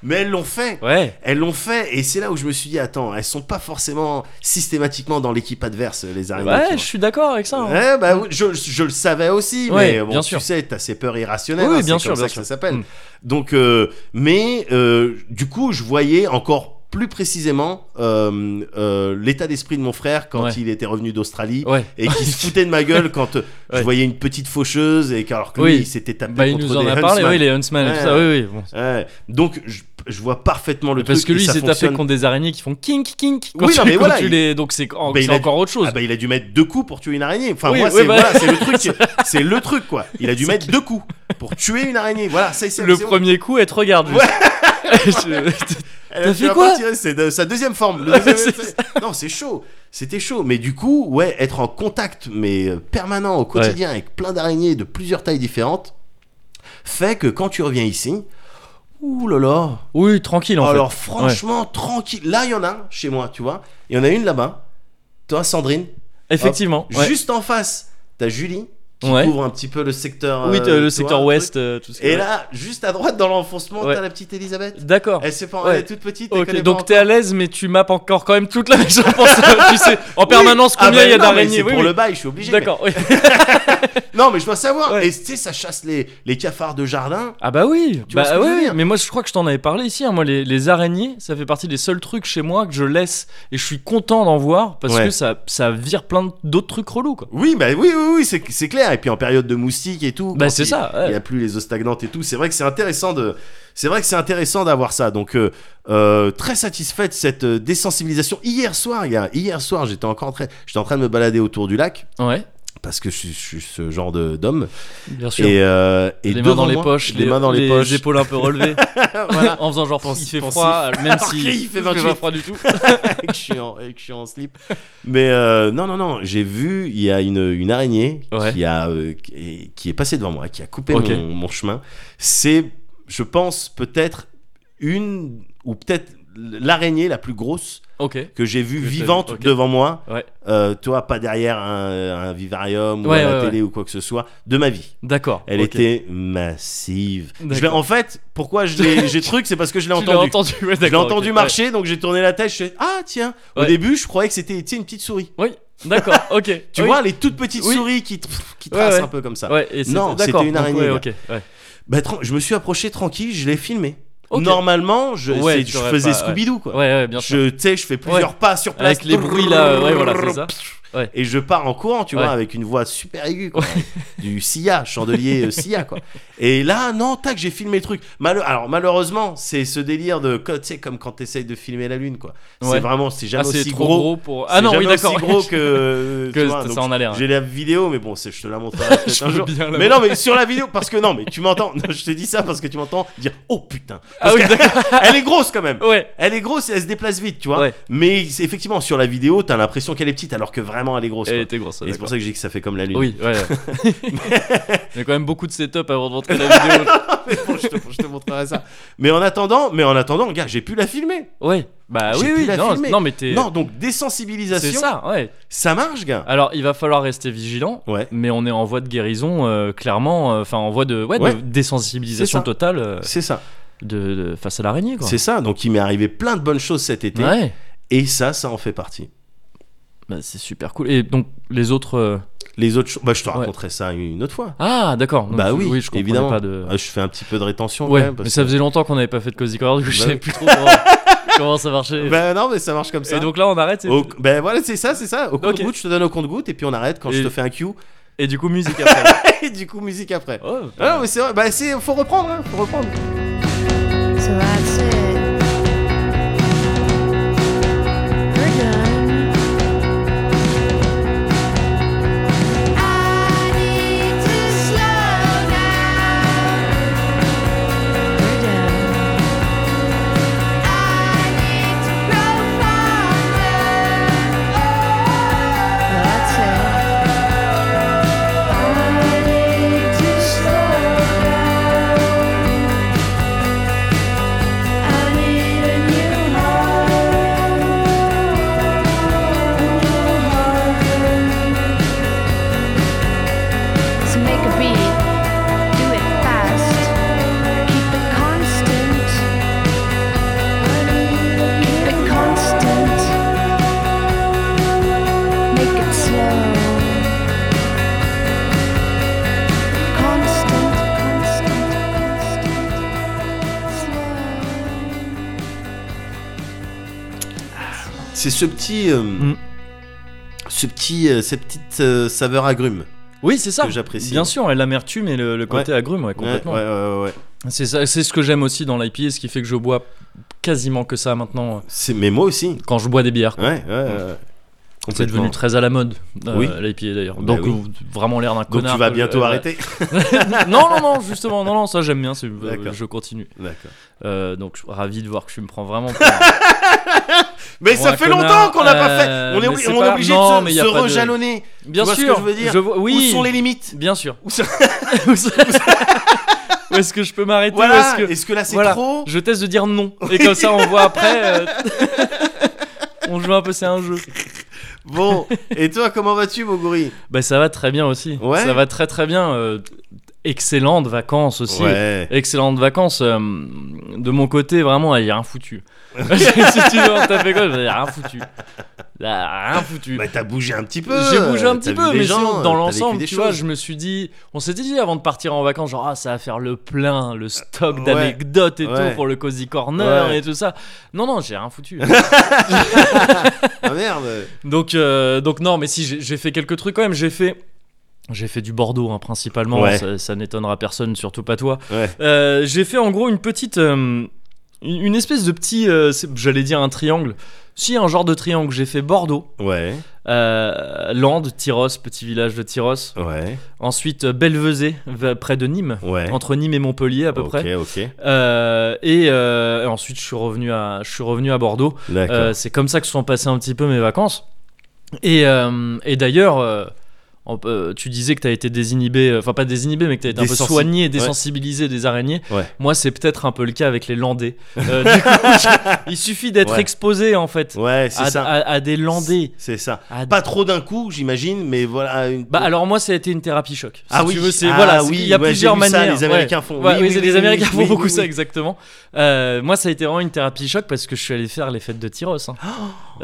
[SPEAKER 2] Mais elles l'ont fait.
[SPEAKER 1] Ouais.
[SPEAKER 2] Elles l'ont fait et c'est là où je me suis dit attends, elles sont pas forcément systématiquement dans l'équipe adverse les araignées. tu vois.
[SPEAKER 1] Ouais, je suis d'accord avec ça. hein.
[SPEAKER 2] Ouais, bah, oui, je, je le savais aussi,
[SPEAKER 1] Ouais,
[SPEAKER 2] mais bon,
[SPEAKER 1] bien
[SPEAKER 2] tu
[SPEAKER 1] sûr.
[SPEAKER 2] sais, t'as ces peurs irrationnelles,
[SPEAKER 1] Oui,
[SPEAKER 2] hein,
[SPEAKER 1] oui, bien
[SPEAKER 2] c'est
[SPEAKER 1] sûr,
[SPEAKER 2] comme
[SPEAKER 1] bien
[SPEAKER 2] ça
[SPEAKER 1] sûr.
[SPEAKER 2] que ça s'appelle.
[SPEAKER 1] Mm.
[SPEAKER 2] Donc, euh, mais euh, du coup, je voyais encore plus précisément euh, euh, l'état d'esprit de mon frère quand
[SPEAKER 1] Ouais.
[SPEAKER 2] il était revenu d'Australie
[SPEAKER 1] Ouais.
[SPEAKER 2] et qui se foutait de ma gueule quand euh,
[SPEAKER 1] Ouais.
[SPEAKER 2] je voyais une petite faucheuse et qu'alors que
[SPEAKER 1] Oui.
[SPEAKER 2] lui, il s'était tapé
[SPEAKER 1] Bah, il
[SPEAKER 2] contre
[SPEAKER 1] nous en
[SPEAKER 2] des
[SPEAKER 1] a parlé,
[SPEAKER 2] huntsman.
[SPEAKER 1] oui, les Huntsman et
[SPEAKER 2] Ouais,
[SPEAKER 1] tout ça, oui, oui. bon.
[SPEAKER 2] Ouais. Donc, je, je vois parfaitement le
[SPEAKER 1] Parce
[SPEAKER 2] truc.
[SPEAKER 1] que lui,
[SPEAKER 2] et
[SPEAKER 1] il
[SPEAKER 2] ça
[SPEAKER 1] s'est tapé
[SPEAKER 2] fonctionne.
[SPEAKER 1] contre des araignées qui font kink, kink. quand
[SPEAKER 2] Oui, non,
[SPEAKER 1] tu-
[SPEAKER 2] mais
[SPEAKER 1] quand
[SPEAKER 2] voilà,
[SPEAKER 1] tu
[SPEAKER 2] il-
[SPEAKER 1] les- Donc, c'est en-
[SPEAKER 2] Bah,
[SPEAKER 1] c'est
[SPEAKER 2] il a-
[SPEAKER 1] encore autre chose.
[SPEAKER 2] Ah bah il a dû mettre deux coups pour tuer une araignée. Enfin
[SPEAKER 1] Oui,
[SPEAKER 2] moi
[SPEAKER 1] oui,
[SPEAKER 2] c'est
[SPEAKER 1] bah-
[SPEAKER 2] voilà, c'est le truc, c'est- c'est le truc quoi. Il a dû mettre deux coups pour tuer une araignée. Voilà, c'est c'est-
[SPEAKER 1] Le
[SPEAKER 2] c'est-
[SPEAKER 1] premier coup, elle te regarde. juste. Je-
[SPEAKER 2] Elle a
[SPEAKER 1] T'as
[SPEAKER 2] tué
[SPEAKER 1] fait
[SPEAKER 2] un
[SPEAKER 1] quoi
[SPEAKER 2] parti- C'est de- sa deuxième forme. le
[SPEAKER 1] Ouais,
[SPEAKER 2] deuxième-
[SPEAKER 1] c'est
[SPEAKER 2] c'est- Non, c'est chaud. C'était chaud. Mais du coup, ouais, être en contact, mais euh, permanent au quotidien avec plein d'araignées de plusieurs tailles différentes, fait que quand tu reviens ici, ouh là là.
[SPEAKER 1] oui, tranquille, en fait.
[SPEAKER 2] Alors franchement, tranquille. Là, il y en a un chez moi, tu vois. Il y en a une là-bas. Toi, Sandrine.
[SPEAKER 1] Effectivement. ouais.
[SPEAKER 2] Juste en face, t'as Julie.
[SPEAKER 1] Ouais.
[SPEAKER 2] couvre un petit peu le secteur.
[SPEAKER 1] Oui,
[SPEAKER 2] euh,
[SPEAKER 1] t'as le
[SPEAKER 2] tu
[SPEAKER 1] secteur
[SPEAKER 2] vois,
[SPEAKER 1] ouest,
[SPEAKER 2] truc.
[SPEAKER 1] euh, tout ça.
[SPEAKER 2] Et là, juste à droite dans l'enfoncement,
[SPEAKER 1] Ouais.
[SPEAKER 2] t'as la petite Elisabeth.
[SPEAKER 1] D'accord.
[SPEAKER 2] Elle, s'est pas,
[SPEAKER 1] Ouais.
[SPEAKER 2] elle est toute petite. elle
[SPEAKER 1] Ok,
[SPEAKER 2] connaît pas
[SPEAKER 1] donc t'es
[SPEAKER 2] encore.
[SPEAKER 1] à l'aise, mais tu mappes encore quand même toute la maison. pour ça, tu sais, en
[SPEAKER 2] Oui.
[SPEAKER 1] permanence,
[SPEAKER 2] Ah
[SPEAKER 1] combien
[SPEAKER 2] bah
[SPEAKER 1] il y a
[SPEAKER 2] non, mais
[SPEAKER 1] d'araignées.
[SPEAKER 2] C'est
[SPEAKER 1] Oui,
[SPEAKER 2] pour
[SPEAKER 1] oui.
[SPEAKER 2] le bail, je suis obligé.
[SPEAKER 1] D'accord, oui.
[SPEAKER 2] mais- Non, mais je dois savoir.
[SPEAKER 1] Ouais.
[SPEAKER 2] Et tu sais, ça chasse les, les cafards de jardin.
[SPEAKER 1] Ah bah oui,
[SPEAKER 2] Tu vois ce
[SPEAKER 1] bah
[SPEAKER 2] que je veux
[SPEAKER 1] oui,
[SPEAKER 2] dire
[SPEAKER 1] mais moi je crois que je t'en avais parlé ici, hein. moi les, les araignées, ça fait partie des seuls trucs chez moi que je laisse et je suis content d'en voir parce
[SPEAKER 2] Ouais.
[SPEAKER 1] que ça, ça vire plein d'autres trucs relous quoi.
[SPEAKER 2] Oui, bah oui, oui, oui, c'est c'est clair. Et puis en période de moustiques et tout.
[SPEAKER 1] Bah
[SPEAKER 2] quand
[SPEAKER 1] c'est
[SPEAKER 2] il-
[SPEAKER 1] ça,
[SPEAKER 2] Il n'y
[SPEAKER 1] ouais.
[SPEAKER 2] a plus les eaux stagnantes et tout. C'est vrai que c'est intéressant de. C'est vrai que c'est intéressant d'avoir ça. Donc euh, euh, très satisfait de cette euh, désensibilisation. Hier soir, il y a- hier soir, j'étais encore en train, j'étais en train de me balader autour du lac
[SPEAKER 1] ouais,
[SPEAKER 2] parce que je suis, je suis ce genre de d'homme.
[SPEAKER 1] bien sûr.
[SPEAKER 2] Et, euh, et
[SPEAKER 1] les mains
[SPEAKER 2] devant
[SPEAKER 1] dans les
[SPEAKER 2] moi-
[SPEAKER 1] poches,
[SPEAKER 2] les, mains dans les, poches.
[SPEAKER 1] épaules un peu relevées,
[SPEAKER 2] voilà.
[SPEAKER 1] en faisant genre
[SPEAKER 2] Pensif,
[SPEAKER 1] il fait
[SPEAKER 2] pensif.
[SPEAKER 1] froid, même
[SPEAKER 2] Alors
[SPEAKER 1] si
[SPEAKER 2] que il fait
[SPEAKER 1] pas
[SPEAKER 2] 28.
[SPEAKER 1] froid du tout.
[SPEAKER 2] et que je suis en, et que je suis en slip. Mais euh, non, non, non, j'ai vu, il y a une, une araignée
[SPEAKER 1] Ouais.
[SPEAKER 2] qui, a, euh, qui, qui est passée devant moi, qui a coupé
[SPEAKER 1] Ok.
[SPEAKER 2] mon, mon chemin. C'est, je pense, peut-être une ou peut-être l'araignée la plus grosse
[SPEAKER 1] Ok,
[SPEAKER 2] que j'ai vue
[SPEAKER 1] Que t'as
[SPEAKER 2] vivante
[SPEAKER 1] vue, ok.
[SPEAKER 2] devant moi.
[SPEAKER 1] Ouais.
[SPEAKER 2] Euh, toi, pas derrière un, un vivarium ou
[SPEAKER 1] Ouais,
[SPEAKER 2] à la
[SPEAKER 1] ouais,
[SPEAKER 2] télé ou quoi que ce soit, de ma vie.
[SPEAKER 1] d'accord.
[SPEAKER 2] Elle
[SPEAKER 1] ok.
[SPEAKER 2] était massive. Je l'ai-
[SPEAKER 1] D'accord.
[SPEAKER 2] en fait, pourquoi je l'ai- j'ai truc, c'est parce que je l'ai
[SPEAKER 1] Tu l'as
[SPEAKER 2] entendu.
[SPEAKER 1] entendu, ouais,
[SPEAKER 2] Je l'ai
[SPEAKER 1] d'accord, ok,
[SPEAKER 2] entendu
[SPEAKER 1] ouais.
[SPEAKER 2] marcher, donc j'ai tourné la tête. Je fais ah tiens. Au
[SPEAKER 1] Ouais.
[SPEAKER 2] début, je croyais que c'était tu sais, une petite souris.
[SPEAKER 1] Oui, d'accord, ok.
[SPEAKER 2] Tu
[SPEAKER 1] Oui.
[SPEAKER 2] vois les toutes petites
[SPEAKER 1] Oui.
[SPEAKER 2] souris qui pff, qui
[SPEAKER 1] Ouais,
[SPEAKER 2] tracent
[SPEAKER 1] ouais.
[SPEAKER 2] un peu comme ça.
[SPEAKER 1] Ouais, et
[SPEAKER 2] Non, c'était
[SPEAKER 1] d'accord,
[SPEAKER 2] une
[SPEAKER 1] donc,
[SPEAKER 2] araignée,
[SPEAKER 1] ouais,
[SPEAKER 2] là.
[SPEAKER 1] ok, ouais.
[SPEAKER 2] Bah, tran- je me suis approché tranquille, je l'ai filmé.
[SPEAKER 1] Ok.
[SPEAKER 2] Normalement, je,
[SPEAKER 1] Ouais,
[SPEAKER 2] c'est-
[SPEAKER 1] tu
[SPEAKER 2] je
[SPEAKER 1] aurais
[SPEAKER 2] faisais
[SPEAKER 1] pas- ouais.
[SPEAKER 2] Scooby Doo quoi.
[SPEAKER 1] Ouais, ouais, bien sûr.
[SPEAKER 2] je tu sais, je fais plusieurs pas sur place.
[SPEAKER 1] Avec les bruits là, ouais, voilà, c'est ça. Ouais.
[SPEAKER 2] Et je pars en courant, tu vois,
[SPEAKER 1] Ouais.
[SPEAKER 2] avec une voix super aiguë, quoi. du Sia, chandelier euh, Sia, quoi. Et là, non, tac, j'ai filmé le truc. Mal- Alors, malheureusement, c'est ce délire de, tu sais, comme quand t'essayes de filmer la lune, quoi.
[SPEAKER 1] Ouais.
[SPEAKER 2] C'est vraiment, c'est
[SPEAKER 1] Ah,
[SPEAKER 2] jamais
[SPEAKER 1] c'est
[SPEAKER 2] aussi
[SPEAKER 1] trop
[SPEAKER 2] gros.
[SPEAKER 1] gros pour. Ah non,
[SPEAKER 2] c'est
[SPEAKER 1] oui,
[SPEAKER 2] jamais
[SPEAKER 1] d'accord.
[SPEAKER 2] aussi gros que, euh,
[SPEAKER 1] Que
[SPEAKER 2] tu vois,
[SPEAKER 1] ça
[SPEAKER 2] donc,
[SPEAKER 1] en a l'air.
[SPEAKER 2] J'ai la vidéo, mais bon, c'est- je te la montrerai peut-être
[SPEAKER 1] Je
[SPEAKER 2] un
[SPEAKER 1] veux
[SPEAKER 2] jour.
[SPEAKER 1] bien la
[SPEAKER 2] Mais non, mais sur la vidéo, parce que non, mais tu m'entends. Non, je te dis ça parce que tu m'entends dire, oh putain.
[SPEAKER 1] Ah
[SPEAKER 2] Parce
[SPEAKER 1] oui,
[SPEAKER 2] que-
[SPEAKER 1] d'accord.
[SPEAKER 2] elle est grosse quand même.
[SPEAKER 1] Ouais.
[SPEAKER 2] Elle est grosse et elle se déplace vite, tu vois.
[SPEAKER 1] Ouais.
[SPEAKER 2] Mais c'est- effectivement, sur la vidéo, t'as l'impression qu'elle est petite alors que vraiment elle est grosse.
[SPEAKER 1] Elle
[SPEAKER 2] quoi.
[SPEAKER 1] était grosse.
[SPEAKER 2] Et c'est pour ça que j'ai dit que ça fait comme la lune.
[SPEAKER 1] Oui, ouais. ouais. Il y a quand même beaucoup de setup avant de rentrer la vidéo.
[SPEAKER 2] Bon, je, te, je te montrerai ça. Mais en attendant, mais en attendant, gars, j'ai pu la filmer.
[SPEAKER 1] Ouais. Bah
[SPEAKER 2] J'ai
[SPEAKER 1] oui,
[SPEAKER 2] plus
[SPEAKER 1] oui,
[SPEAKER 2] la
[SPEAKER 1] non,
[SPEAKER 2] filmer.
[SPEAKER 1] non, mais t'es.
[SPEAKER 2] Non, donc
[SPEAKER 1] C'est
[SPEAKER 2] désensibilisation, ça.
[SPEAKER 1] ça, ouais.
[SPEAKER 2] marche, gars.
[SPEAKER 1] Alors, il va falloir rester vigilant,
[SPEAKER 2] Ouais.
[SPEAKER 1] mais on est en voie de guérison, euh, clairement, euh, enfin, en voie de, ouais, de
[SPEAKER 2] Ouais.
[SPEAKER 1] désensibilisation
[SPEAKER 2] C'est ça.
[SPEAKER 1] totale euh,
[SPEAKER 2] C'est ça.
[SPEAKER 1] de, de- face à l'araignée, quoi.
[SPEAKER 2] C'est ça. Donc il m'est arrivé plein de bonnes choses cet été.
[SPEAKER 1] Ouais,
[SPEAKER 2] Et ça, ça en fait partie.
[SPEAKER 1] Bah, c'est super cool. Et donc, les autres. euh,
[SPEAKER 2] Les autres choses, bah, je te
[SPEAKER 1] Ouais.
[SPEAKER 2] raconterai ça une autre fois.
[SPEAKER 1] Ah, d'accord. Donc,
[SPEAKER 2] Bah oui,
[SPEAKER 1] oui je comprenais
[SPEAKER 2] évidemment.
[SPEAKER 1] pas de.
[SPEAKER 2] Ah, Je fais un petit peu de rétention
[SPEAKER 1] ouais,
[SPEAKER 2] quand même. parce
[SPEAKER 1] mais ça
[SPEAKER 2] que-
[SPEAKER 1] faisait longtemps qu'on n'avait pas fait de Cozy Corner, du coup, je
[SPEAKER 2] Bah
[SPEAKER 1] savais
[SPEAKER 2] oui.
[SPEAKER 1] plus trop comment, comment ça marchait.
[SPEAKER 2] Bah non, mais ça marche comme ça.
[SPEAKER 1] et donc là, on arrête. Et,
[SPEAKER 2] Au- Ben voilà, c'est ça, c'est ça. Au compte goutte
[SPEAKER 1] Ok.
[SPEAKER 2] je te donne au compte goutte et puis on arrête quand
[SPEAKER 1] Et-
[SPEAKER 2] je te fais un cue.
[SPEAKER 1] et du coup, musique après.
[SPEAKER 2] Et du coup, musique après.
[SPEAKER 1] Oh, pas
[SPEAKER 2] Ah non, mais c'est vrai, bah c'est, faut reprendre, hein, faut reprendre.
[SPEAKER 3] So that's it. We're done. I need to slow down. We're done. I need to grow farther. That's it. I need to slow down. I need a new heart. So make a beat, do it fast, keep it constant, keep it constant, make it slow, constant, constant, constant.
[SPEAKER 2] C'est ce petit, euh,
[SPEAKER 1] Mm.
[SPEAKER 2] ce petit, euh, cette petite euh, saveur agrume
[SPEAKER 1] Oui, c'est ça.
[SPEAKER 2] que j'apprécie.
[SPEAKER 1] Bien sûr, et l'amertume et le, le côté agrume, ouais,
[SPEAKER 2] Ouais,
[SPEAKER 1] complètement.
[SPEAKER 2] ouais, ouais, ouais.
[SPEAKER 1] C'est ça, c'est ce que j'aime aussi dans l'IPA, ce qui fait que je bois quasiment que ça maintenant euh,
[SPEAKER 2] C'est, mais moi aussi.
[SPEAKER 1] quand je bois des bières. quoi.
[SPEAKER 2] Ouais, ouais, ouais, ouais.
[SPEAKER 1] Mm. C'est
[SPEAKER 2] Complètement.
[SPEAKER 1] devenu très à la mode, euh,
[SPEAKER 2] Oui.
[SPEAKER 1] l'IPA d'ailleurs.
[SPEAKER 2] Bah
[SPEAKER 1] Donc
[SPEAKER 2] oui.
[SPEAKER 1] euh, vraiment l'air d'un
[SPEAKER 2] Donc
[SPEAKER 1] connard.
[SPEAKER 2] tu vas
[SPEAKER 1] que-
[SPEAKER 2] bientôt
[SPEAKER 1] euh,
[SPEAKER 2] arrêter.
[SPEAKER 1] non, non, non, justement, non, non, ça j'aime bien, c'est- euh,
[SPEAKER 2] D'accord.
[SPEAKER 1] je continue.
[SPEAKER 2] D'accord.
[SPEAKER 1] Euh, donc je suis ravi de voir que tu me prends vraiment. pour-
[SPEAKER 2] Mais
[SPEAKER 1] Pour un
[SPEAKER 2] ça fait
[SPEAKER 1] connard,
[SPEAKER 2] longtemps qu'on l'a pas
[SPEAKER 1] euh,
[SPEAKER 2] fait. On est,
[SPEAKER 1] mais
[SPEAKER 2] obli-
[SPEAKER 1] c'est
[SPEAKER 2] on est
[SPEAKER 1] pas-
[SPEAKER 2] obligé
[SPEAKER 1] non,
[SPEAKER 2] de
[SPEAKER 1] mais
[SPEAKER 2] se,
[SPEAKER 1] y a
[SPEAKER 2] se
[SPEAKER 1] pas de-
[SPEAKER 2] rejalonner.
[SPEAKER 1] Bien
[SPEAKER 2] Tu vois ce
[SPEAKER 1] sûr.
[SPEAKER 2] que je veux dire
[SPEAKER 1] vois- Oui.
[SPEAKER 2] Où sont les limites
[SPEAKER 1] Bien sûr.
[SPEAKER 2] Où ça-
[SPEAKER 1] Où ça- Où est-ce que je peux m'arrêter Où
[SPEAKER 2] Voilà.
[SPEAKER 1] est-ce que-
[SPEAKER 2] Est-ce que là c'est
[SPEAKER 1] Voilà.
[SPEAKER 2] trop
[SPEAKER 1] Je teste de dire non. Et comme ça, on voit après. euh, on joue un peu, c'est un jeu.
[SPEAKER 2] Bon. Et toi, comment vas-tu, Moguri
[SPEAKER 1] Bah, ça va très bien aussi.
[SPEAKER 2] Ouais.
[SPEAKER 1] Ça va très très bien. euh, excellentes vacances aussi.
[SPEAKER 2] Ouais.
[SPEAKER 1] Excellentes vacances. euh, de mon côté, vraiment, il n'y a rien foutu. si tu veux en taper quoi, il n'y a rien foutu. Y a rien foutu.
[SPEAKER 2] Bah t'as bougé un petit peu.
[SPEAKER 1] J'ai bougé
[SPEAKER 2] euh,
[SPEAKER 1] un petit
[SPEAKER 2] t'as vu
[SPEAKER 1] peu,
[SPEAKER 2] des
[SPEAKER 1] mais
[SPEAKER 2] gens,
[SPEAKER 1] sinon,
[SPEAKER 2] euh,
[SPEAKER 1] dans
[SPEAKER 2] t'as
[SPEAKER 1] l'ensemble,
[SPEAKER 2] vécu des
[SPEAKER 1] tu vois,
[SPEAKER 2] choses.
[SPEAKER 1] je me suis dit, on s'était dit avant de partir en vacances, genre, ah, ça va faire le plein, le stock
[SPEAKER 2] Ouais.
[SPEAKER 1] d'anecdotes et
[SPEAKER 2] Ouais.
[SPEAKER 1] tout pour le Cozy Corner
[SPEAKER 2] Ouais.
[SPEAKER 1] et tout ça. Non, non, j'ai rien foutu.
[SPEAKER 2] Ah merde.
[SPEAKER 1] donc, euh, donc, non, mais si, j'ai j'ai fait quelques trucs quand même, j'ai fait. J'ai fait du Bordeaux hein, principalement,
[SPEAKER 2] Ouais.
[SPEAKER 1] ça, ça n'étonnera personne, surtout pas toi.
[SPEAKER 2] Ouais.
[SPEAKER 1] Euh, j'ai fait en gros une petite, euh, une une espèce de petit, euh, c'est- j'allais dire un triangle, si un genre de triangle. J'ai fait Bordeaux,
[SPEAKER 2] Ouais.
[SPEAKER 1] euh, Landes, Tyros, petit village de Tyros,
[SPEAKER 2] Ouais.
[SPEAKER 1] Ensuite, euh, Belvezé, v- près de Nîmes.
[SPEAKER 2] Ouais.
[SPEAKER 1] Entre Nîmes et Montpellier à peu près.
[SPEAKER 2] Ok. Ok.
[SPEAKER 1] Euh, et euh, ensuite, je suis revenu à, je suis revenu à Bordeaux.
[SPEAKER 2] D'accord.
[SPEAKER 1] Euh, c'est comme ça que se sont passées un petit peu mes vacances. Et, euh, et d'ailleurs, euh, on peut- tu disais que tu as été désinhibé, euh, enfin pas désinhibé, mais que tu as été un peu
[SPEAKER 2] Désensi-
[SPEAKER 1] soigné, désensibilisé des araignées.
[SPEAKER 2] Ouais.
[SPEAKER 1] Moi, c'est peut-être un peu le cas avec les Landais. Euh, du coup, il suffit d'être
[SPEAKER 2] Ouais.
[SPEAKER 1] exposé en fait
[SPEAKER 2] ouais. C'est
[SPEAKER 1] à,
[SPEAKER 2] ça.
[SPEAKER 1] à- à des Landais.
[SPEAKER 2] C'est ça.
[SPEAKER 1] à
[SPEAKER 2] Pas trop d'un coup, j'imagine, mais voilà. Une...
[SPEAKER 1] Bah alors moi ça a été une thérapie choc. Si
[SPEAKER 2] Ah oui.
[SPEAKER 1] tu veux, c'est
[SPEAKER 2] Ah
[SPEAKER 1] voilà,
[SPEAKER 2] oui,
[SPEAKER 1] il y a
[SPEAKER 2] ouais,
[SPEAKER 1] plusieurs
[SPEAKER 2] j'ai vu ça,
[SPEAKER 1] manières.
[SPEAKER 2] les Américains
[SPEAKER 1] ouais.
[SPEAKER 2] font-
[SPEAKER 1] Ouais,
[SPEAKER 2] oui,
[SPEAKER 1] Bah, oui,
[SPEAKER 2] oui,
[SPEAKER 1] les
[SPEAKER 2] oui,
[SPEAKER 1] Américains
[SPEAKER 2] oui,
[SPEAKER 1] font
[SPEAKER 2] oui,
[SPEAKER 1] beaucoup
[SPEAKER 2] oui,
[SPEAKER 1] ça
[SPEAKER 2] oui.
[SPEAKER 1] exactement. Euh, moi ça a été vraiment une thérapie choc parce que je suis allé faire les fêtes de Tyros. hein.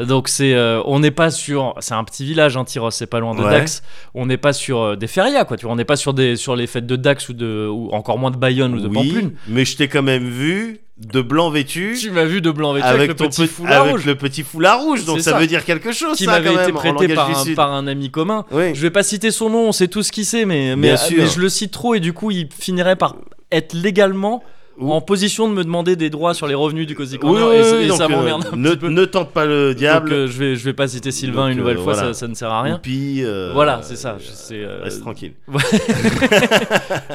[SPEAKER 1] Donc c'est euh, on n'est pas sur c'est un petit village hein, Tyros, c'est pas loin de
[SPEAKER 2] Ouais.
[SPEAKER 1] Dax. On n'est pas sur euh, des férias quoi, tu vois, on n'est pas sur des sur les fêtes de Dax ou de ou encore moins de Bayonne ou de
[SPEAKER 2] oui,
[SPEAKER 1] Pamplune.
[SPEAKER 2] mais je t'ai quand même vu de blanc vêtu.
[SPEAKER 1] Tu m'as vu de blanc vêtu avec,
[SPEAKER 2] Avec,
[SPEAKER 1] le
[SPEAKER 2] ton
[SPEAKER 1] petit
[SPEAKER 2] pe-
[SPEAKER 1] foulard
[SPEAKER 2] avec
[SPEAKER 1] rouge
[SPEAKER 2] le petit foulard rouge, donc
[SPEAKER 1] C'est
[SPEAKER 2] ça,
[SPEAKER 1] ça.
[SPEAKER 2] veut dire quelque chose,
[SPEAKER 1] qui
[SPEAKER 2] ça, quand
[SPEAKER 1] m'avait été
[SPEAKER 2] même, en
[SPEAKER 1] prêté
[SPEAKER 2] langage
[SPEAKER 1] par
[SPEAKER 2] du
[SPEAKER 1] un,
[SPEAKER 2] Sud.
[SPEAKER 1] par un ami commun.
[SPEAKER 2] Oui.
[SPEAKER 1] Je vais pas citer son nom, on sait tous qui c'est, mais, mais, ah,
[SPEAKER 2] Bien sûr.
[SPEAKER 1] mais je le cite trop et du coup il finirait par être légalement
[SPEAKER 2] Ou-
[SPEAKER 1] en position de me demander des droits sur les revenus du Cozy
[SPEAKER 2] Oui,
[SPEAKER 1] Corner
[SPEAKER 2] oui,
[SPEAKER 1] et-
[SPEAKER 2] oui,
[SPEAKER 1] et,
[SPEAKER 2] donc,
[SPEAKER 1] ça
[SPEAKER 2] euh,
[SPEAKER 1] m'emmerde. un
[SPEAKER 2] ne,
[SPEAKER 1] petit peu.
[SPEAKER 2] ne tente pas le diable.
[SPEAKER 1] Donc euh, je, vais, je vais pas citer Sylvain
[SPEAKER 2] Donc,
[SPEAKER 1] une
[SPEAKER 2] euh,
[SPEAKER 1] nouvelle fois,
[SPEAKER 2] voilà.
[SPEAKER 1] ça, ça ne sert à rien.
[SPEAKER 2] Puis, euh,
[SPEAKER 1] Voilà, c'est ça,
[SPEAKER 2] euh,
[SPEAKER 1] je- c'est, euh,
[SPEAKER 2] Reste tranquille.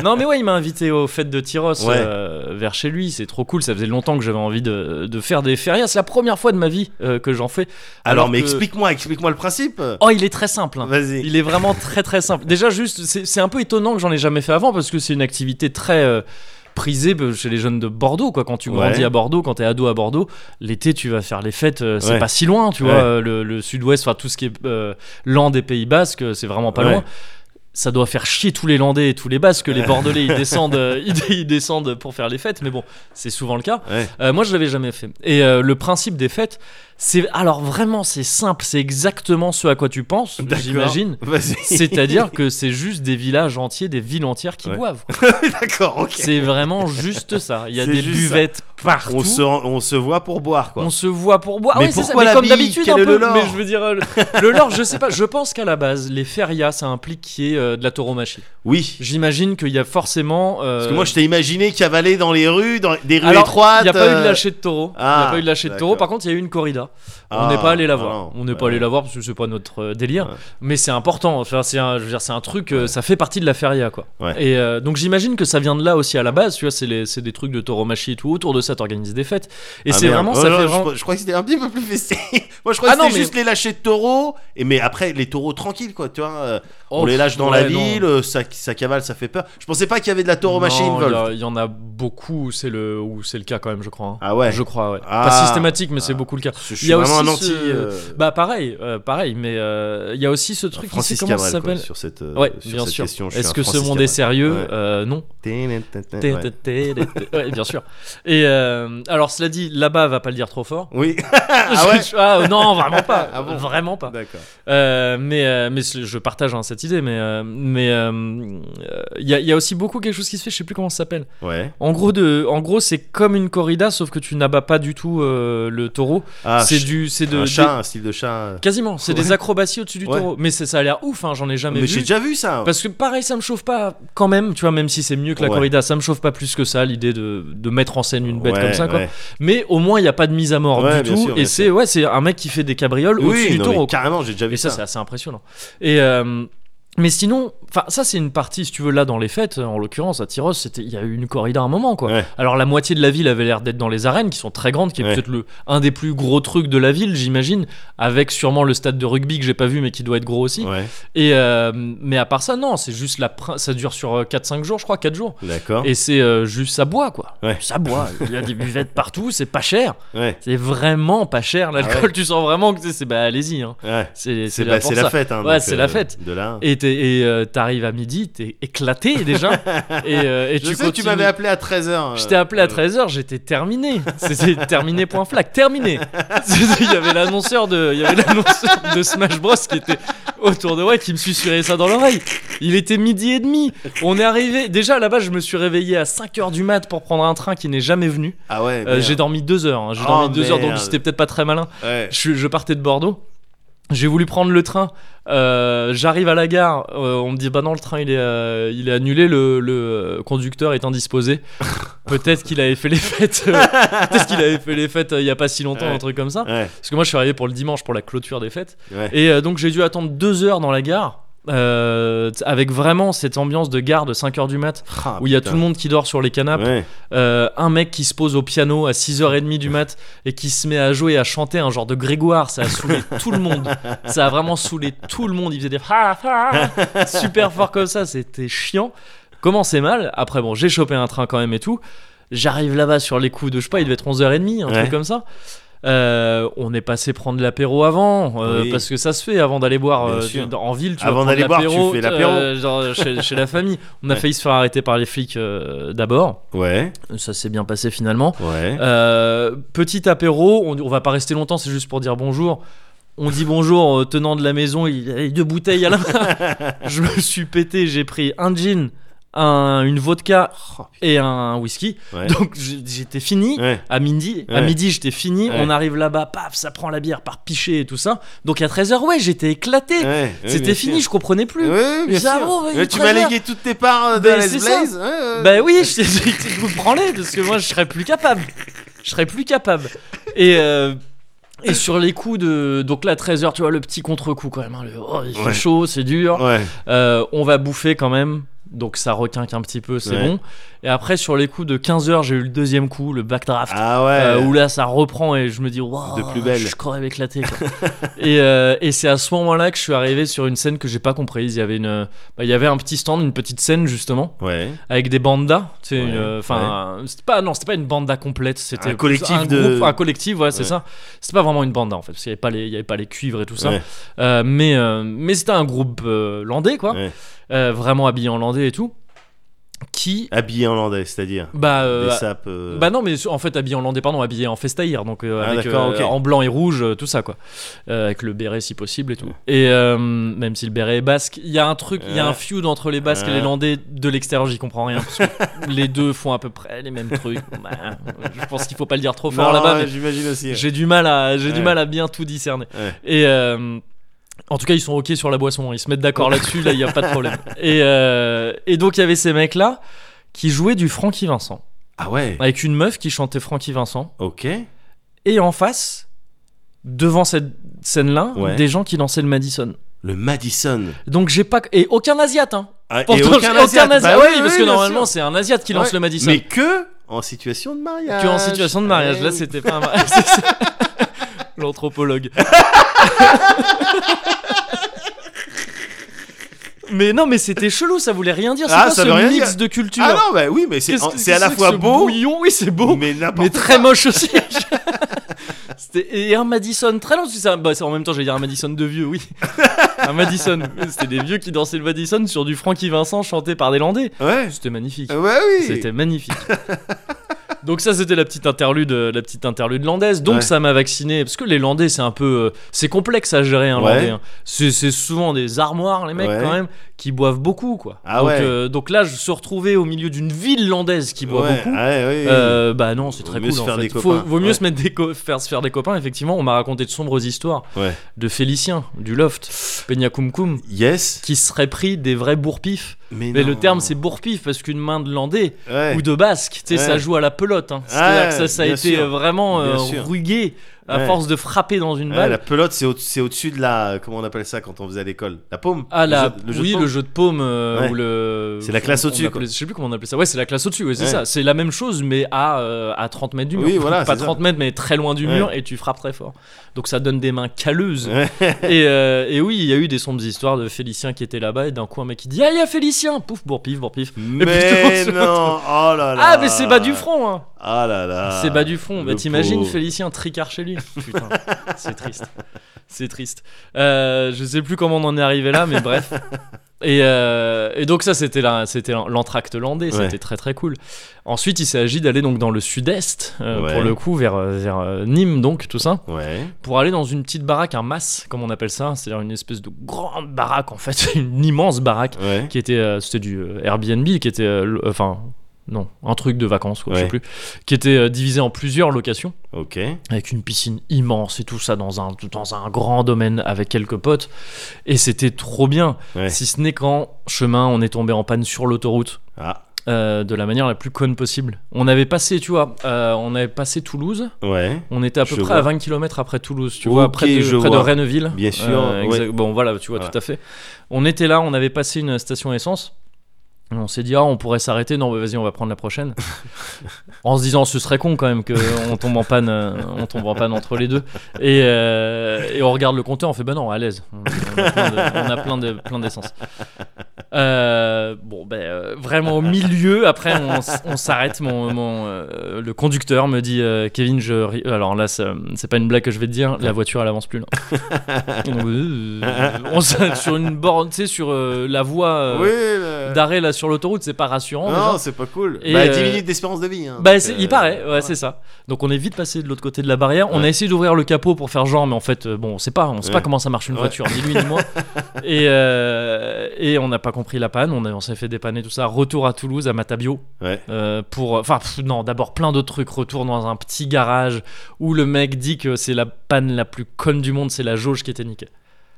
[SPEAKER 1] non mais ouais, il m'a invité aux fêtes de Tyros
[SPEAKER 2] Ouais.
[SPEAKER 1] euh, vers chez lui, c'est trop cool, ça faisait longtemps que j'avais envie de, de faire des férias, c'est la première fois de ma vie euh, que j'en fais.
[SPEAKER 2] Alors, mais
[SPEAKER 1] que-
[SPEAKER 2] explique-moi, explique-moi le principe.
[SPEAKER 1] Oh il est très simple. hein.
[SPEAKER 2] Vas-y.
[SPEAKER 1] Il est vraiment très très simple. Déjà, juste, c'est c'est un peu étonnant que j'en ai jamais fait avant parce que c'est une activité très. euh, prisé euh, chez les jeunes de Bordeaux quoi quand tu
[SPEAKER 2] Ouais.
[SPEAKER 1] grandis à Bordeaux quand t'es ado à Bordeaux l'été tu vas faire les fêtes euh, c'est
[SPEAKER 2] Ouais.
[SPEAKER 1] pas si loin tu vois
[SPEAKER 2] Ouais.
[SPEAKER 1] euh, le, le sud-ouest enfin tout ce qui est euh, land des Pays Basques euh, c'est vraiment pas
[SPEAKER 2] Ouais.
[SPEAKER 1] loin ça doit faire chier tous les Landais et tous les Basques les Bordelais ils descendent euh, ils, ils descendent pour faire les fêtes mais bon c'est souvent le cas
[SPEAKER 2] Ouais.
[SPEAKER 1] Euh, moi je l'avais jamais fait et euh, le principe des fêtes c'est alors vraiment c'est simple c'est exactement ce à quoi tu penses
[SPEAKER 2] D'accord.
[SPEAKER 1] j'imagine
[SPEAKER 2] Vas-y.
[SPEAKER 1] c'est-à-dire que c'est juste des villages entiers, des villes entières qui
[SPEAKER 2] Ouais.
[SPEAKER 1] boivent. quoi.
[SPEAKER 2] D'accord, ok.
[SPEAKER 1] C'est vraiment juste ça. Il y a
[SPEAKER 2] C'est
[SPEAKER 1] des
[SPEAKER 2] juste ça.
[SPEAKER 1] buvettes partout.
[SPEAKER 2] On se, on se voit pour boire, quoi.
[SPEAKER 1] On se voit pour boire.
[SPEAKER 2] Mais
[SPEAKER 1] Ouais, c'est ça.
[SPEAKER 2] pourquoi
[SPEAKER 1] Mais
[SPEAKER 2] la
[SPEAKER 1] comme
[SPEAKER 2] bille
[SPEAKER 1] d'habitude
[SPEAKER 2] Quel
[SPEAKER 1] un
[SPEAKER 2] est le
[SPEAKER 1] peu.
[SPEAKER 2] lore
[SPEAKER 1] mais je veux dire, euh, le, le lore, je sais pas. Je pense qu'à la base, les ferias, ça implique qu'il y ait euh, de la tauromachie.
[SPEAKER 2] Oui.
[SPEAKER 1] J'imagine qu'il y a forcément. euh,
[SPEAKER 2] Parce que moi, je t'ai imaginé cavaler dans les rues, dans des rues
[SPEAKER 1] alors,
[SPEAKER 2] étroites.
[SPEAKER 1] Il n'y a pas eu de
[SPEAKER 2] euh,
[SPEAKER 1] lâcher de taureau. Il y a
[SPEAKER 2] Ah,
[SPEAKER 1] pas eu de lâcher de taureau.
[SPEAKER 2] d'accord.
[SPEAKER 1] Par contre, il y a eu une corrida.
[SPEAKER 2] Ah,
[SPEAKER 1] on n'est pas allé la voir.
[SPEAKER 2] non,
[SPEAKER 1] on n'est pas
[SPEAKER 2] ouais.
[SPEAKER 1] allé la voir parce que c'est pas notre euh, délire.
[SPEAKER 2] Ouais.
[SPEAKER 1] Mais c'est important. Enfin, c'est un, je veux dire, c'est un truc. euh, Ça fait partie de la feria, quoi.
[SPEAKER 2] Ouais.
[SPEAKER 1] Et euh, donc j'imagine que ça vient de là aussi à la base. Tu vois, c'est, les- c'est des trucs de tauromachie et tout. Autour de ça, t'organises des fêtes. Et
[SPEAKER 2] Ah,
[SPEAKER 1] c'est
[SPEAKER 2] merde.
[SPEAKER 1] vraiment,
[SPEAKER 2] Oh,
[SPEAKER 1] ça
[SPEAKER 2] non,
[SPEAKER 1] fait
[SPEAKER 2] je
[SPEAKER 1] vraiment.
[SPEAKER 2] crois- Je, crois que c'était un petit peu plus festif. moi, je crois
[SPEAKER 1] Ah,
[SPEAKER 2] que
[SPEAKER 1] non,
[SPEAKER 2] c'était
[SPEAKER 1] mais-
[SPEAKER 2] juste les lâchers de taureaux. Et mais après, les taureaux tranquilles, quoi. Tu vois, euh, on
[SPEAKER 1] Oh,
[SPEAKER 2] les lâche dans
[SPEAKER 1] ouais,
[SPEAKER 2] la
[SPEAKER 1] non.
[SPEAKER 2] ville, euh, ça, ça cavale, ça fait peur. Je pensais pas qu'il y avait de la tauromachie
[SPEAKER 1] Non, Il y
[SPEAKER 2] involved.
[SPEAKER 1] a- il y, en a beaucoup où c'est le, où c'est le cas quand même, je crois. hein.
[SPEAKER 2] Ah ouais.
[SPEAKER 1] Je crois, ouais.
[SPEAKER 2] Ah.
[SPEAKER 1] Pas systématique, mais c'est
[SPEAKER 2] Ah.
[SPEAKER 1] beaucoup le cas.
[SPEAKER 2] Je
[SPEAKER 1] il
[SPEAKER 2] suis
[SPEAKER 1] y a
[SPEAKER 2] vraiment
[SPEAKER 1] aussi
[SPEAKER 2] un anti.
[SPEAKER 1] ce-
[SPEAKER 2] euh,
[SPEAKER 1] Bah pareil, euh, pareil, mais euh, il y a aussi ce truc ici,
[SPEAKER 2] Francis
[SPEAKER 1] comment ça
[SPEAKER 2] Cabrel, quoi,
[SPEAKER 1] s'appelle
[SPEAKER 2] sur cette, euh,
[SPEAKER 1] Ouais,
[SPEAKER 2] sur
[SPEAKER 1] bien
[SPEAKER 2] cette
[SPEAKER 1] sûr.
[SPEAKER 2] question. Je suis
[SPEAKER 1] Est-ce
[SPEAKER 2] un
[SPEAKER 1] que ce
[SPEAKER 2] Francis
[SPEAKER 1] monde
[SPEAKER 2] Cabrel.
[SPEAKER 1] est sérieux
[SPEAKER 2] Ouais.
[SPEAKER 1] Euh, Non.
[SPEAKER 2] Ouais.
[SPEAKER 1] Ouais, bien sûr. Et euh, alors, cela dit, là-bas, va pas le dire trop fort.
[SPEAKER 2] Oui. ah ouais.
[SPEAKER 1] Ah, non, vraiment pas.
[SPEAKER 2] Ah bon
[SPEAKER 1] Vraiment pas.
[SPEAKER 2] D'accord.
[SPEAKER 1] Euh, mais euh, mais c'est- je partage hein, cette idée, mais euh, mais euh, euh, il y, a- il y a aussi beaucoup quelque chose qui se fait, je sais plus comment ça s'appelle.
[SPEAKER 2] Ouais.
[SPEAKER 1] En gros, de, en gros, c'est comme une corrida, sauf que tu n'abats pas du tout euh, le taureau.
[SPEAKER 2] Ah,
[SPEAKER 1] c'est
[SPEAKER 2] ch-
[SPEAKER 1] du, c'est de, Ah,
[SPEAKER 2] un
[SPEAKER 1] des-
[SPEAKER 2] chat, un style de chat. euh.
[SPEAKER 1] quasiment, c'est des
[SPEAKER 2] Ouais.
[SPEAKER 1] acrobaties au-dessus du
[SPEAKER 2] Ouais.
[SPEAKER 1] taureau. Mais c'est- ça a l'air ouf, hein, j'en ai jamais
[SPEAKER 2] Mais
[SPEAKER 1] vu.
[SPEAKER 2] j'ai déjà vu ça.
[SPEAKER 1] Parce que pareil, ça me chauffe pas quand même, tu vois, même si c'est mieux que la
[SPEAKER 2] Ouais.
[SPEAKER 1] corrida, ça me chauffe pas plus que ça, l'idée de, de mettre en scène une bête
[SPEAKER 2] Ouais,
[SPEAKER 1] comme ça, quoi.
[SPEAKER 2] ouais.
[SPEAKER 1] Mais au moins, il n'y a pas de mise à mort
[SPEAKER 2] Ouais,
[SPEAKER 1] du
[SPEAKER 2] bien
[SPEAKER 1] tout.
[SPEAKER 2] sûr,
[SPEAKER 1] et
[SPEAKER 2] bien
[SPEAKER 1] c'est ouais, c'est un mec qui fait des cabrioles au-dessus
[SPEAKER 2] Oui,
[SPEAKER 1] du
[SPEAKER 2] non,
[SPEAKER 1] taureau. quoi.
[SPEAKER 2] mais carrément, j'ai déjà
[SPEAKER 1] Et
[SPEAKER 2] vu
[SPEAKER 1] ça,
[SPEAKER 2] ça.
[SPEAKER 1] c'est assez impressionnant. Et. euh, mais sinon, enfin ça c'est une partie si tu veux là dans les fêtes. En l'occurrence à Tyros, c'était il y a eu une corrida à un moment quoi.
[SPEAKER 2] Ouais.
[SPEAKER 1] Alors la moitié de la ville avait l'air d'être dans les arènes qui sont très grandes, qui est
[SPEAKER 2] Ouais.
[SPEAKER 1] peut-être le un des plus gros trucs de la ville j'imagine, avec sûrement le stade de rugby que j'ai pas vu mais qui doit être gros aussi.
[SPEAKER 2] Ouais,
[SPEAKER 1] Et euh, mais à part ça, non, c'est juste la prin- ça dure sur euh, 4-5 jours, je crois, 4 jours.
[SPEAKER 2] d'accord.
[SPEAKER 1] Et c'est euh, juste ça boit quoi.
[SPEAKER 2] Hein Ouais.
[SPEAKER 1] Ça boit. Il y a des buvettes partout, c'est pas cher.
[SPEAKER 2] Ouais,
[SPEAKER 1] C'est vraiment pas cher l'alcool.
[SPEAKER 2] Ah ouais.
[SPEAKER 1] Tu sens vraiment que c'est- c'est bah allez-y. Hein.
[SPEAKER 2] ouais.
[SPEAKER 1] C'est
[SPEAKER 2] C'est
[SPEAKER 1] c'est
[SPEAKER 2] bah,
[SPEAKER 1] là pour
[SPEAKER 2] c'est la
[SPEAKER 1] ça.
[SPEAKER 2] fête. hein,
[SPEAKER 1] Ouais,
[SPEAKER 2] donc,
[SPEAKER 1] c'est la
[SPEAKER 2] euh,
[SPEAKER 1] fête.
[SPEAKER 2] De là.
[SPEAKER 1] Et t'es- et, euh, t'arrives à midi, t'es éclaté déjà. et, euh, et
[SPEAKER 2] Je
[SPEAKER 1] tu
[SPEAKER 2] sais, tu
[SPEAKER 1] continues.
[SPEAKER 2] m'avais appelé à euh, 13h.
[SPEAKER 1] Je t'ai appelé à 13h, j'étais terminé. C'était terminé point flac, terminé. Il y avait l'annonceur de, il y avait l'annonceur de Smash Bros qui était autour de moi qui me susurrait ça dans l'oreille. Il était midi et demi. On est arrivé. Déjà là-bas, je me suis réveillé à 5h du mat pour prendre un train qui n'est jamais venu.
[SPEAKER 2] Ah ouais.
[SPEAKER 1] Euh,
[SPEAKER 2] merde.
[SPEAKER 1] j'ai dormi 2 heures. hein. J'ai
[SPEAKER 2] Oh,
[SPEAKER 1] dormi 2 heures donc
[SPEAKER 2] merde.
[SPEAKER 1] c'était peut-être pas très malin.
[SPEAKER 2] Ouais.
[SPEAKER 1] Je, je partais de Bordeaux. J'ai voulu prendre le train. Euh, J'arrive à la gare. euh, on me dit bah non, le train il est, euh, il est annulé. Le, le conducteur est indisposé. Peut-être qu'il avait fait les fêtes. euh, Peut-être qu'il avait fait les fêtes euh, il y a pas si longtemps,
[SPEAKER 2] Ouais.
[SPEAKER 1] un truc comme ça.
[SPEAKER 2] Ouais,
[SPEAKER 1] Parce que moi je suis arrivé pour le dimanche pour la clôture des fêtes.
[SPEAKER 2] ouais.
[SPEAKER 1] Et euh, donc j'ai dû attendre deux heures dans la gare. euh, t- avec vraiment cette ambiance de gare de 5h du mat
[SPEAKER 2] Ah,
[SPEAKER 1] où il y a tout
[SPEAKER 2] putain.
[SPEAKER 1] le monde qui dort sur les canapes
[SPEAKER 2] Ouais.
[SPEAKER 1] euh, un mec qui se pose au piano à 6h30 du mat et qui se met à jouer, à chanter un genre de Grégoire, ça a saoulé tout le monde. Ça a vraiment saoulé tout le monde. Il faisait des ha, ha super fort comme ça, c'était chiant. Commencé mal. Après, bon, j'ai chopé un train quand même et tout. J'arrive là-bas sur les coups de, je sais pas, il devait être 11h30, un
[SPEAKER 2] Ouais.
[SPEAKER 1] truc comme ça. Euh, on est passé prendre l'apéro avant, euh,
[SPEAKER 2] Oui.
[SPEAKER 1] parce que ça se fait avant d'aller boire
[SPEAKER 2] Bien
[SPEAKER 1] euh,
[SPEAKER 2] sûr.
[SPEAKER 1] dans- en ville. Tu vas
[SPEAKER 2] Avant
[SPEAKER 1] prendre
[SPEAKER 2] d'aller boire, tu
[SPEAKER 1] l'apéro,
[SPEAKER 2] fais l'apéro.
[SPEAKER 1] euh, genre, chez, chez la famille. On a
[SPEAKER 2] Ouais.
[SPEAKER 1] failli se faire arrêter par les flics euh, d'abord.
[SPEAKER 2] Ouais,
[SPEAKER 1] Ça s'est bien passé finalement.
[SPEAKER 2] ouais.
[SPEAKER 1] Euh, petit apéro, on, on va pas rester longtemps, c'est juste pour dire bonjour. On dit bonjour au tenant de la maison, il a deux bouteilles à la main. Je me suis pété, j'ai pris un gin, un- une vodka
[SPEAKER 2] Oh,
[SPEAKER 1] et un whisky.
[SPEAKER 2] Ouais.
[SPEAKER 1] Donc j- j'étais fini.
[SPEAKER 2] Ouais.
[SPEAKER 1] À midi, à
[SPEAKER 2] Ouais.
[SPEAKER 1] midi j'étais fini,
[SPEAKER 2] Ouais.
[SPEAKER 1] on arrive là-bas, paf, ça prend la bière par pichet et tout ça. Donc à 13h, ouais, j'étais éclaté.
[SPEAKER 2] Ouais, ouais,
[SPEAKER 1] C'était
[SPEAKER 2] bien
[SPEAKER 1] fini,
[SPEAKER 2] sûr.
[SPEAKER 1] je comprenais plus.
[SPEAKER 2] Ouais, bien sûr.
[SPEAKER 1] J'avoue, ouais, il
[SPEAKER 2] Ouais, tu
[SPEAKER 1] est
[SPEAKER 2] m'as
[SPEAKER 1] très bien.
[SPEAKER 2] légué toutes tes parts euh, de
[SPEAKER 1] Ben,
[SPEAKER 2] Les
[SPEAKER 1] c'est ça.
[SPEAKER 2] Blaze. ouais, ouais.
[SPEAKER 1] Bah oui, je, je, je vous prends-les parce que moi je serais plus capable. Je serais plus capable. Et, euh, et sur les coups de. Donc là, 13h, tu vois, le petit contre-coup quand même. hein, le, oh, il fait
[SPEAKER 2] Ouais.
[SPEAKER 1] chaud, c'est dur.
[SPEAKER 2] Ouais.
[SPEAKER 1] Euh, on va bouffer quand même. donc ça requinque un petit peu, c'est
[SPEAKER 2] Ouais.
[SPEAKER 1] bon. Et après, sur les coups de 15 heures, j'ai eu le deuxième coup, le backdraft.
[SPEAKER 2] Ah ouais.
[SPEAKER 1] euh, où là ça reprend et je me dis waouh
[SPEAKER 2] De plus belle.
[SPEAKER 1] je crois m'éclater quoi. et, euh, et c'est à ce moment là que je suis arrivé sur une scène que j'ai pas comprise il y avait une bah, il y avait un petit stand une petite scène justement
[SPEAKER 2] ouais.
[SPEAKER 1] avec des bandas tu sais,
[SPEAKER 2] Ouais,
[SPEAKER 1] une, euh, enfin c'était pas non c'était pas une banda complète c'était
[SPEAKER 2] Un collectif
[SPEAKER 1] un
[SPEAKER 2] de-
[SPEAKER 1] groupe, un collectif ouais c'est
[SPEAKER 2] Ouais.
[SPEAKER 1] ça c'était pas vraiment une banda en fait parce qu'il y avait pas les il y avait pas les cuivres et tout ça
[SPEAKER 2] Ouais.
[SPEAKER 1] Euh, mais euh, mais c'était un groupe euh, landais quoi
[SPEAKER 2] Ouais.
[SPEAKER 1] Euh, vraiment habillé en landais et tout qui
[SPEAKER 2] Habillé en landais, c'est-à-dire.
[SPEAKER 1] bah euh,
[SPEAKER 2] des sapes. euh,
[SPEAKER 1] bah non, mais en fait habillé en landais, pardon, habillé en festaïr, donc euh,
[SPEAKER 2] Ah,
[SPEAKER 1] avec,
[SPEAKER 2] d'accord,
[SPEAKER 1] euh,
[SPEAKER 2] ok.
[SPEAKER 1] en blanc et rouge, euh, tout ça quoi, Euh, avec le béret si possible et tout. Et euh, même si le béret est basque, il y a un truc, il y a un
[SPEAKER 2] Ouais.
[SPEAKER 1] feud entre les Basques et les
[SPEAKER 2] Ouais.
[SPEAKER 1] Landais de l'extérieur, j'y comprends rien parce que les deux font à peu près les mêmes trucs. Bah, je pense qu'il faut pas le dire trop fort
[SPEAKER 2] non,
[SPEAKER 1] là-bas,
[SPEAKER 2] ouais,
[SPEAKER 1] mais
[SPEAKER 2] j'imagine aussi.
[SPEAKER 1] j'ai du mal à, j'ai du
[SPEAKER 2] Ouais.
[SPEAKER 1] mal à bien tout discerner.
[SPEAKER 2] Ouais.
[SPEAKER 1] Et euh, en tout cas, ils sont ok sur la boisson, ils se mettent d'accord là-dessus, là il y a pas de problème. Et, euh, et donc il y avait ces mecs là qui jouaient du Francky Vincent
[SPEAKER 2] Ah ouais.
[SPEAKER 1] avec une meuf qui chantait Francky Vincent.
[SPEAKER 2] Ok.
[SPEAKER 1] Et en face, devant cette scène-là,
[SPEAKER 2] Ouais.
[SPEAKER 1] des gens qui lançaient le Madison.
[SPEAKER 2] Le Madison.
[SPEAKER 1] Donc j'ai pas. Et aucun Asiate, hein
[SPEAKER 2] Ah, et
[SPEAKER 1] Pourtant, j'ai-
[SPEAKER 2] Asiate. Bah
[SPEAKER 1] Asiate.
[SPEAKER 2] oui,
[SPEAKER 1] oui, parce
[SPEAKER 2] oui,
[SPEAKER 1] que
[SPEAKER 2] bien
[SPEAKER 1] normalement,
[SPEAKER 2] sûr.
[SPEAKER 1] c'est un Asiate qui lance
[SPEAKER 2] Ouais.
[SPEAKER 1] le Madison.
[SPEAKER 2] Mais que en situation de mariage. Ah
[SPEAKER 1] Que en situation de mariage. Là, c'était pas un mariage. L'anthropologue. mais non, mais c'était chelou, ça voulait rien dire. C'est
[SPEAKER 2] Ah,
[SPEAKER 1] quoi
[SPEAKER 2] ça
[SPEAKER 1] ce
[SPEAKER 2] veut rien
[SPEAKER 1] mix
[SPEAKER 2] dire.
[SPEAKER 1] de culture
[SPEAKER 2] Ah non, bah oui, mais c'est
[SPEAKER 1] Qu'est-ce que-
[SPEAKER 2] c'est à
[SPEAKER 1] qu'est-ce
[SPEAKER 2] la
[SPEAKER 1] que
[SPEAKER 2] fois
[SPEAKER 1] ce
[SPEAKER 2] beau,
[SPEAKER 1] bouillon, oui, c'est beau.
[SPEAKER 2] mais
[SPEAKER 1] mais
[SPEAKER 2] n'importe
[SPEAKER 1] très moche aussi. C'était- et un Madison très long, c'est un- bah, c'est en même temps j'allais dire un Madison de vieux, oui. un Madison, c'était des vieux qui dansaient le Madison sur du Frankie Vincent chanté par des Landais.
[SPEAKER 2] Ouais.
[SPEAKER 1] C'était magnifique.
[SPEAKER 2] Ouais, Ah oui.
[SPEAKER 1] C'était magnifique. Donc ça c'était la petite interlude euh, la petite interlude landaise. Donc
[SPEAKER 2] Ouais.
[SPEAKER 1] ça m'a vacciné parce que les landais c'est un peu euh, c'est complexe à gérer un
[SPEAKER 2] Ouais.
[SPEAKER 1] landais. hein. C'est c'est souvent des armoires les mecs
[SPEAKER 2] Ouais.
[SPEAKER 1] quand même qui boivent beaucoup quoi.
[SPEAKER 2] Ah
[SPEAKER 1] donc,
[SPEAKER 2] ouais.
[SPEAKER 1] euh, donc là je me suis retrouvé au milieu d'une ville landaise qui boit
[SPEAKER 2] Ouais,
[SPEAKER 1] beaucoup.
[SPEAKER 2] ouais, oui, oui.
[SPEAKER 1] Euh, bah non, c'est
[SPEAKER 2] Vaut
[SPEAKER 1] très
[SPEAKER 2] mieux
[SPEAKER 1] cool.
[SPEAKER 2] se
[SPEAKER 1] en
[SPEAKER 2] faire
[SPEAKER 1] fait.
[SPEAKER 2] des
[SPEAKER 1] Faut-
[SPEAKER 2] copains,
[SPEAKER 1] vaut mieux
[SPEAKER 2] ouais.
[SPEAKER 1] se mettre des co- faire se faire des copains. Effectivement, on m'a raconté de sombres histoires
[SPEAKER 2] Ouais.
[SPEAKER 1] de Félicien du loft, Peña Cum Cum,
[SPEAKER 2] Yes.
[SPEAKER 1] qui serait pris des vrais bourpifs.
[SPEAKER 2] Mais,
[SPEAKER 1] Mais le
[SPEAKER 2] non.
[SPEAKER 1] terme c'est bourpif parce qu'une main de landais
[SPEAKER 2] Ouais.
[SPEAKER 1] ou de basque, tu sais,
[SPEAKER 2] Ouais.
[SPEAKER 1] ça joue à la pelote. hein. C'est-à-dire
[SPEAKER 2] Ouais,
[SPEAKER 1] que ça, ça a
[SPEAKER 2] bien
[SPEAKER 1] été
[SPEAKER 2] sûr.
[SPEAKER 1] vraiment euh,
[SPEAKER 2] Bien sûr.
[SPEAKER 1] rugué à
[SPEAKER 2] Ouais.
[SPEAKER 1] force de frapper dans une
[SPEAKER 2] Ouais,
[SPEAKER 1] balle.
[SPEAKER 2] la pelote, c'est au- c'est au-dessus de la. Comment on appelle ça quand on faisait à l'école La paume
[SPEAKER 1] Ah,
[SPEAKER 2] Le
[SPEAKER 1] la...
[SPEAKER 2] jeu- le jeu de
[SPEAKER 1] oui,
[SPEAKER 2] paume
[SPEAKER 1] le jeu de paume euh,
[SPEAKER 2] Ouais.
[SPEAKER 1] ou le.
[SPEAKER 2] C'est la classe
[SPEAKER 1] on
[SPEAKER 2] au-dessus,
[SPEAKER 1] appelait-
[SPEAKER 2] quoi.
[SPEAKER 1] Je sais plus comment on appelait ça. Ouais, c'est la classe au-dessus. ouais, c'est
[SPEAKER 2] Ouais.
[SPEAKER 1] ça. C'est la même chose, mais à euh, à 30 mètres du mur.
[SPEAKER 2] Oui, voilà,
[SPEAKER 1] Pas
[SPEAKER 2] c'est ça.
[SPEAKER 1] 30 mètres, mais très loin du
[SPEAKER 2] Ouais.
[SPEAKER 1] mur, et tu frappes très fort. Donc ça donne des mains calleuses.
[SPEAKER 2] Ouais.
[SPEAKER 1] et, euh, et oui, il y a eu des sombres histoires de Félicien qui était là-bas, et d'un coup un mec qui dit Ah, il y a Félicien Pouf, bourpif, bourpif.
[SPEAKER 2] Mais
[SPEAKER 1] plutôt-
[SPEAKER 2] non Oh là là
[SPEAKER 1] Ah, mais c'est bas du front, hein
[SPEAKER 2] Ah là là
[SPEAKER 1] C'est bas du front. Bah,
[SPEAKER 2] le
[SPEAKER 1] t'imagines
[SPEAKER 2] pauvre.
[SPEAKER 1] Félicien tricard chez lui. Putain, c'est triste. C'est triste. Euh, je sais plus comment on en est arrivé là, mais bref. Et, euh, et donc ça c'était là, c'était l'entracte landais,
[SPEAKER 2] Ouais.
[SPEAKER 1] c'était très très cool. Ensuite il s'agit d'aller donc dans le sud-est euh,
[SPEAKER 2] Ouais.
[SPEAKER 1] pour le coup vers euh, vers euh, Nîmes donc tout ça
[SPEAKER 2] Ouais.
[SPEAKER 1] pour aller dans une petite baraque, un mas comme on appelle ça, c'est-à-dire une espèce de grande baraque en fait, une immense baraque
[SPEAKER 2] Ouais.
[SPEAKER 1] qui était euh, c'était du euh, Airbnb qui était euh, le- enfin non un truc de vacances quoi je sais
[SPEAKER 2] Ouais.
[SPEAKER 1] plus qui était euh, divisé en plusieurs locations
[SPEAKER 2] Ok.
[SPEAKER 1] avec une piscine immense et tout ça dans un dans un grand domaine avec quelques potes et c'était trop bien
[SPEAKER 2] Ouais.
[SPEAKER 1] si ce n'est qu'en chemin on est tombé en panne sur l'autoroute
[SPEAKER 2] Ah.
[SPEAKER 1] euh, de la manière la plus conne possible on avait passé tu vois euh, on avait passé Toulouse
[SPEAKER 2] Ouais.
[SPEAKER 1] on était à peu
[SPEAKER 2] Je
[SPEAKER 1] près
[SPEAKER 2] vois.
[SPEAKER 1] à 20 km après Toulouse, tu
[SPEAKER 2] Ok,
[SPEAKER 1] vois, près de,
[SPEAKER 2] je
[SPEAKER 1] près de
[SPEAKER 2] vois.
[SPEAKER 1] Renneville.
[SPEAKER 2] Bien sûr,
[SPEAKER 1] exact-
[SPEAKER 2] ouais.
[SPEAKER 1] Bon, voilà, tu vois,
[SPEAKER 2] Voilà.
[SPEAKER 1] tout à fait. On était là, on avait passé une station essence. Et On s'est dit, ah, on pourrait s'arrêter. Non, bah, vas-y, on va prendre la prochaine. en se disant, ce serait con quand même qu'on tombe en panne, euh, on tombe en panne entre les deux. Et, euh, et on regarde le compteur, on fait, bah non, à l'aise. On, on a plein de- on a plein de plein d'essence. Euh, bon, ben euh, vraiment au milieu. Après, on, s- on s'arrête. Mon, mon, euh, le conducteur me dit euh, Kevin, je. ri- Alors là, ça- c'est pas une blague que je vais te dire. La voiture, elle avance plus. Là. Donc, euh, on s'arrête sur une borne, tu sais, sur euh, la voie euh,
[SPEAKER 2] oui. le-
[SPEAKER 1] d'arrêt là sur l'autoroute. C'est pas rassurant.
[SPEAKER 2] Non,
[SPEAKER 1] déjà.
[SPEAKER 2] c'est pas cool.
[SPEAKER 1] Et,
[SPEAKER 2] bah,
[SPEAKER 1] euh,
[SPEAKER 2] 10 minutes d'espérance de vie. Hein,
[SPEAKER 1] Bah,
[SPEAKER 2] donc,
[SPEAKER 1] c'est-
[SPEAKER 2] euh,
[SPEAKER 1] il paraît, ouais,
[SPEAKER 2] voilà.
[SPEAKER 1] c'est ça. Donc on est vite passé de l'autre côté de la barrière. On a
[SPEAKER 2] Ouais.
[SPEAKER 1] essayé d'ouvrir le capot pour faire genre, mais en fait, euh, bon, on sait pas, on sait pas
[SPEAKER 2] Ouais.
[SPEAKER 1] comment ça marche une
[SPEAKER 2] Ouais.
[SPEAKER 1] voiture, ni lui ni moi. Et, euh, et on n'a pas compris la panne. On, a- on s'est fait dépanner tout ça. Retour à Toulouse, à Matabio,
[SPEAKER 2] Ouais.
[SPEAKER 1] euh, pour, enfin, pff, non, d'abord plein d'autres trucs. Retour dans un petit garage où le mec dit que c'est la panne la plus conne du monde, c'est la jauge qui était niquée.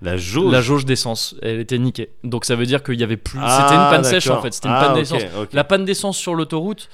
[SPEAKER 2] La jauge.
[SPEAKER 1] La jauge d'essence, elle était niquée. Donc ça veut dire qu'il y avait plus.
[SPEAKER 2] Ah,
[SPEAKER 1] c'était une panne sèche en
[SPEAKER 2] d'accord.
[SPEAKER 1] fait. C'était une
[SPEAKER 2] Ah,
[SPEAKER 1] panne
[SPEAKER 2] ok,
[SPEAKER 1] d'essence.
[SPEAKER 2] ok.
[SPEAKER 1] La panne d'essence sur l'autoroute,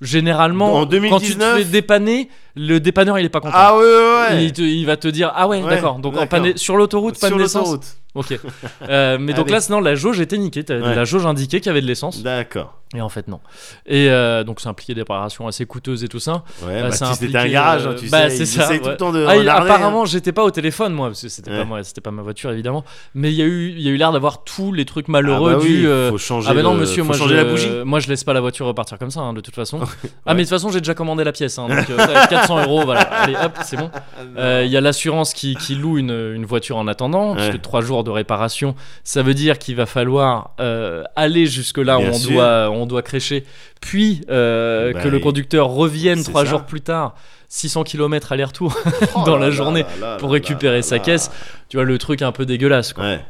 [SPEAKER 1] généralement,
[SPEAKER 2] En
[SPEAKER 1] quand tu te
[SPEAKER 2] 2019?
[SPEAKER 1] fais dépanner, le dépanneur il est pas content.
[SPEAKER 2] Ah ouais, ouais, ouais.
[SPEAKER 1] Il, te- il va te dire ah ouais,
[SPEAKER 2] Ouais,
[SPEAKER 1] d'accord donc en
[SPEAKER 2] d'accord.
[SPEAKER 1] panne- sur l'autoroute panne
[SPEAKER 2] Sur
[SPEAKER 1] d'essence
[SPEAKER 2] l'autoroute.
[SPEAKER 1] Ok. Euh, mais donc
[SPEAKER 2] Allez.
[SPEAKER 1] là, sinon, la jauge était niquée. T'avais
[SPEAKER 2] Ouais.
[SPEAKER 1] La jauge indiquait qu'il y avait de l'essence.
[SPEAKER 2] D'accord.
[SPEAKER 1] Et en fait, non. Et euh, donc, ça impliquait des réparations assez coûteuses et tout ça.
[SPEAKER 2] Ouais,
[SPEAKER 1] Bah,
[SPEAKER 2] bah,
[SPEAKER 1] ça
[SPEAKER 2] si c'était un
[SPEAKER 1] impliquait,
[SPEAKER 2] garage, hein,
[SPEAKER 1] euh,
[SPEAKER 2] tu
[SPEAKER 1] bah,
[SPEAKER 2] sais,
[SPEAKER 1] c'est
[SPEAKER 2] ils
[SPEAKER 1] ça,
[SPEAKER 2] essayent tout
[SPEAKER 1] ouais.
[SPEAKER 2] le temps de
[SPEAKER 1] Ah, il-
[SPEAKER 2] renarder, hein.
[SPEAKER 1] apparemment, j'étais pas au téléphone, moi, parce que c'était pas
[SPEAKER 2] Ouais.
[SPEAKER 1] moi, c'était pas ma voiture, évidemment. Mais il y a eu, il y a eu l'air d'avoir tous les trucs malheureux
[SPEAKER 2] Ah bah oui,
[SPEAKER 1] du. euh,
[SPEAKER 2] faut changer
[SPEAKER 1] ah bah non
[SPEAKER 2] le-
[SPEAKER 1] monsieur
[SPEAKER 2] faut
[SPEAKER 1] moi je,
[SPEAKER 2] changer la bougie.
[SPEAKER 1] moi je laisse pas la voiture repartir comme ça hein, de toute façon. Ah mais de toute façon j'ai déjà commandé la pièce hein, donc euh, ça, 400 euros voilà allez hop c'est bon. Euh, Il y a l'assurance qui, qui loue une, une voiture en attendant parce
[SPEAKER 2] Ouais.
[SPEAKER 1] puisque trois jours de réparation ça veut dire qu'il va falloir euh, aller jusque là où
[SPEAKER 2] Bien
[SPEAKER 1] on
[SPEAKER 2] sûr.
[SPEAKER 1] doit on doit crécher puis euh,
[SPEAKER 2] Bah,
[SPEAKER 1] que le conducteur revienne
[SPEAKER 2] c'est
[SPEAKER 1] trois
[SPEAKER 2] ça.
[SPEAKER 1] jours plus tard 600 km aller-retour
[SPEAKER 2] Oh
[SPEAKER 1] dans
[SPEAKER 2] là
[SPEAKER 1] la
[SPEAKER 2] là
[SPEAKER 1] journée
[SPEAKER 2] là là
[SPEAKER 1] pour
[SPEAKER 2] là
[SPEAKER 1] récupérer
[SPEAKER 2] là
[SPEAKER 1] sa
[SPEAKER 2] là.
[SPEAKER 1] caisse. tu vois le truc un peu dégueulasse quoi.
[SPEAKER 2] Ouais.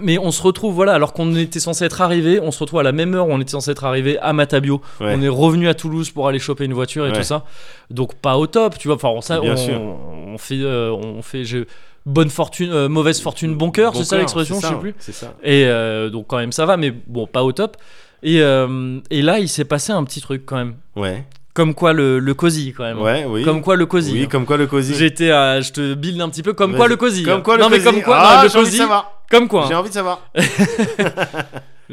[SPEAKER 1] Mais on se retrouve, voilà, alors qu'on était censé être arrivé, on se retrouve à la même heure où on était censé être arrivé à Matabio.
[SPEAKER 2] Ouais.
[SPEAKER 1] On est revenu à Toulouse pour aller choper une voiture et
[SPEAKER 2] Ouais.
[SPEAKER 1] tout ça. Donc pas au top, tu vois. Enfin, on, ça,
[SPEAKER 2] Bien
[SPEAKER 1] on,
[SPEAKER 2] sûr.
[SPEAKER 1] on fait, euh, on fait je- bonne fortune, euh, mauvaise fortune, bon cœur, c'est ça l'expression, je sais
[SPEAKER 2] ouais,
[SPEAKER 1] plus.
[SPEAKER 2] C'est ça.
[SPEAKER 1] Et euh, donc quand même ça va, mais bon, pas au top. Et, euh, et là, il s'est passé un petit truc quand même.
[SPEAKER 2] Ouais.
[SPEAKER 1] Comme quoi le, le cosy quand même.
[SPEAKER 2] Ouais, oui.
[SPEAKER 1] Comme quoi le cosy.
[SPEAKER 2] Oui, comme quoi le cosy.
[SPEAKER 1] J'étais à, je te build un petit peu comme
[SPEAKER 2] Vas-y.
[SPEAKER 1] quoi le cosy.
[SPEAKER 2] Comme quoi le
[SPEAKER 1] non mais
[SPEAKER 2] cosy.
[SPEAKER 1] comme quoi
[SPEAKER 2] Ah,
[SPEAKER 1] non, le
[SPEAKER 2] j'ai envie de
[SPEAKER 1] cosy.
[SPEAKER 2] savoir.
[SPEAKER 1] Comme quoi. hein.
[SPEAKER 2] J'ai envie de savoir.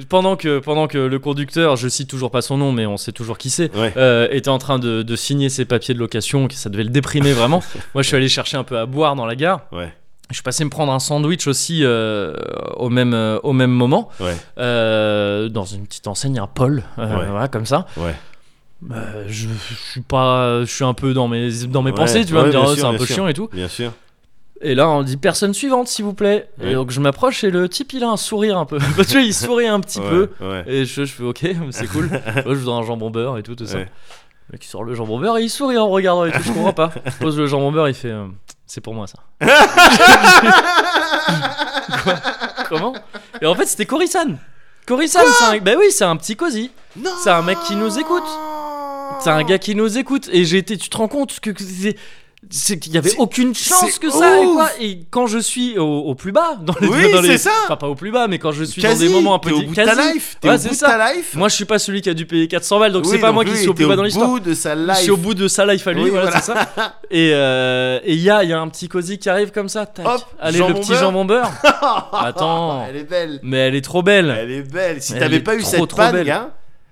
[SPEAKER 1] Pendant que, pendant que le conducteur, je cite toujours pas son nom, mais on sait toujours qui c'est,
[SPEAKER 2] Ouais.
[SPEAKER 1] euh, était en train de, de signer ses papiers de location, que ça devait le déprimer vraiment. Moi, je suis allé chercher un peu à boire dans la gare.
[SPEAKER 2] Ouais.
[SPEAKER 1] Je suis passé me prendre un sandwich aussi euh, au, même, euh, au même moment,
[SPEAKER 2] Ouais.
[SPEAKER 1] euh, dans une petite enseigne, un Paul, euh,
[SPEAKER 2] Ouais.
[SPEAKER 1] voilà, comme ça.
[SPEAKER 2] Ouais.
[SPEAKER 1] Euh, je, je suis pas, je suis un peu dans mes, dans mes
[SPEAKER 2] Ouais,
[SPEAKER 1] pensées, tu vas
[SPEAKER 2] ouais,
[SPEAKER 1] me dire,
[SPEAKER 2] bien
[SPEAKER 1] oh,
[SPEAKER 2] sûr,
[SPEAKER 1] c'est un
[SPEAKER 2] bien
[SPEAKER 1] peu
[SPEAKER 2] sûr.
[SPEAKER 1] chiant et tout.
[SPEAKER 2] Bien sûr.
[SPEAKER 1] Et là, on dit personne suivante, s'il vous plaît.
[SPEAKER 2] Ouais.
[SPEAKER 1] Et donc, je m'approche et le type, il a un sourire un peu. Parce que il sourit un petit
[SPEAKER 2] Ouais,
[SPEAKER 1] peu.
[SPEAKER 2] Ouais.
[SPEAKER 1] Et je, je fais ok, c'est cool. Moi, je voudrais un jambon beurre et tout, tout ça.
[SPEAKER 2] Ouais.
[SPEAKER 1] Le mec il sort le jambon beurre et il sourit en regardant et tout. Je comprends pas. Je pose le jambon beurre, il fait euh, c'est pour moi ça. Quoi Comment Et en fait, c'était Corisan. Corisan, c'est un... ben oui, c'est un petit cosy. C'est un mec qui nous écoute. C'est
[SPEAKER 2] Oh.
[SPEAKER 1] un gars qui nous écoute. Et j'ai été, tu te rends compte que que c'est. c'est qu'il y avait
[SPEAKER 2] C'est-
[SPEAKER 1] aucune chance
[SPEAKER 2] c'est
[SPEAKER 1] que ça. Et,
[SPEAKER 2] ouf.
[SPEAKER 1] quoi. Et quand je suis au, au plus bas, dans les,
[SPEAKER 2] Oui,
[SPEAKER 1] dans les-
[SPEAKER 2] c'est ça.
[SPEAKER 1] Enfin, pas au plus bas, mais quand je suis
[SPEAKER 2] Quasi,
[SPEAKER 1] dans des moments un peu
[SPEAKER 2] t'es au
[SPEAKER 1] di-
[SPEAKER 2] bout de ta
[SPEAKER 1] quasi.
[SPEAKER 2] life. T'es
[SPEAKER 1] Ouais,
[SPEAKER 2] au
[SPEAKER 1] c'est
[SPEAKER 2] bout de
[SPEAKER 1] ça.
[SPEAKER 2] ta life.
[SPEAKER 1] Moi, je suis pas celui qui a dû payer 400 balles, donc
[SPEAKER 2] Oui,
[SPEAKER 1] c'est pas moi
[SPEAKER 2] lui,
[SPEAKER 1] qui suis au
[SPEAKER 2] t'es
[SPEAKER 1] plus bas dans l'histoire.
[SPEAKER 2] Au bout de sa
[SPEAKER 1] Je
[SPEAKER 2] life.
[SPEAKER 1] suis au bout de sa life à lui,
[SPEAKER 2] Oui,
[SPEAKER 1] voilà, c'est ça. Et euh, et il y a, il y a un petit cosy qui arrive comme ça. Tac.
[SPEAKER 2] Hop,
[SPEAKER 1] Allez,
[SPEAKER 2] jambon
[SPEAKER 1] le petit
[SPEAKER 2] beurre. Bah,
[SPEAKER 1] jambon beurre. Attends,
[SPEAKER 2] Elle est belle.
[SPEAKER 1] mais elle est trop belle.
[SPEAKER 2] Elle est belle. Si
[SPEAKER 1] Elle
[SPEAKER 2] t'avais
[SPEAKER 1] est
[SPEAKER 2] pas eu
[SPEAKER 1] trop,
[SPEAKER 2] cette
[SPEAKER 1] trop
[SPEAKER 2] panne,
[SPEAKER 1] belle.
[SPEAKER 2] gars,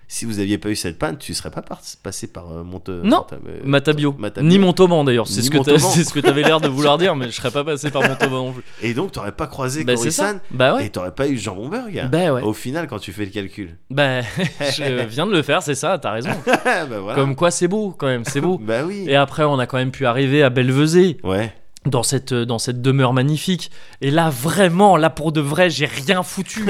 [SPEAKER 2] si vous aviez pas eu cette panne, tu serais pas par- passé par euh, Monte.
[SPEAKER 1] Non.
[SPEAKER 2] Monte- euh,
[SPEAKER 1] Matabio.
[SPEAKER 2] Matabio.
[SPEAKER 1] Ni Montauban d'ailleurs, c'est
[SPEAKER 2] Ni
[SPEAKER 1] ce que t'as-
[SPEAKER 2] Montauban.
[SPEAKER 1] c'est ce que t'avais l'air de vouloir dire, mais je serais pas passé par Montauban non plus.
[SPEAKER 2] Et donc, t'aurais pas croisé
[SPEAKER 1] Bah, c'est ça.
[SPEAKER 2] Corisan
[SPEAKER 1] Bah ouais.
[SPEAKER 2] et t'aurais pas eu jambon beurre, gars.
[SPEAKER 1] Bah ouais.
[SPEAKER 2] Au final, quand tu fais le calcul.
[SPEAKER 1] Bah, je viens de le faire, c'est ça, t'as raison.
[SPEAKER 2] bah voilà.
[SPEAKER 1] Comme quoi, c'est beau quand même, c'est beau.
[SPEAKER 2] Bah oui.
[SPEAKER 1] Et après, on a quand même pu arriver à Belvezé,
[SPEAKER 2] Ouais.
[SPEAKER 1] dans cette, euh, dans cette demeure magnifique. Et là, vraiment, là pour de vrai, j'ai rien foutu.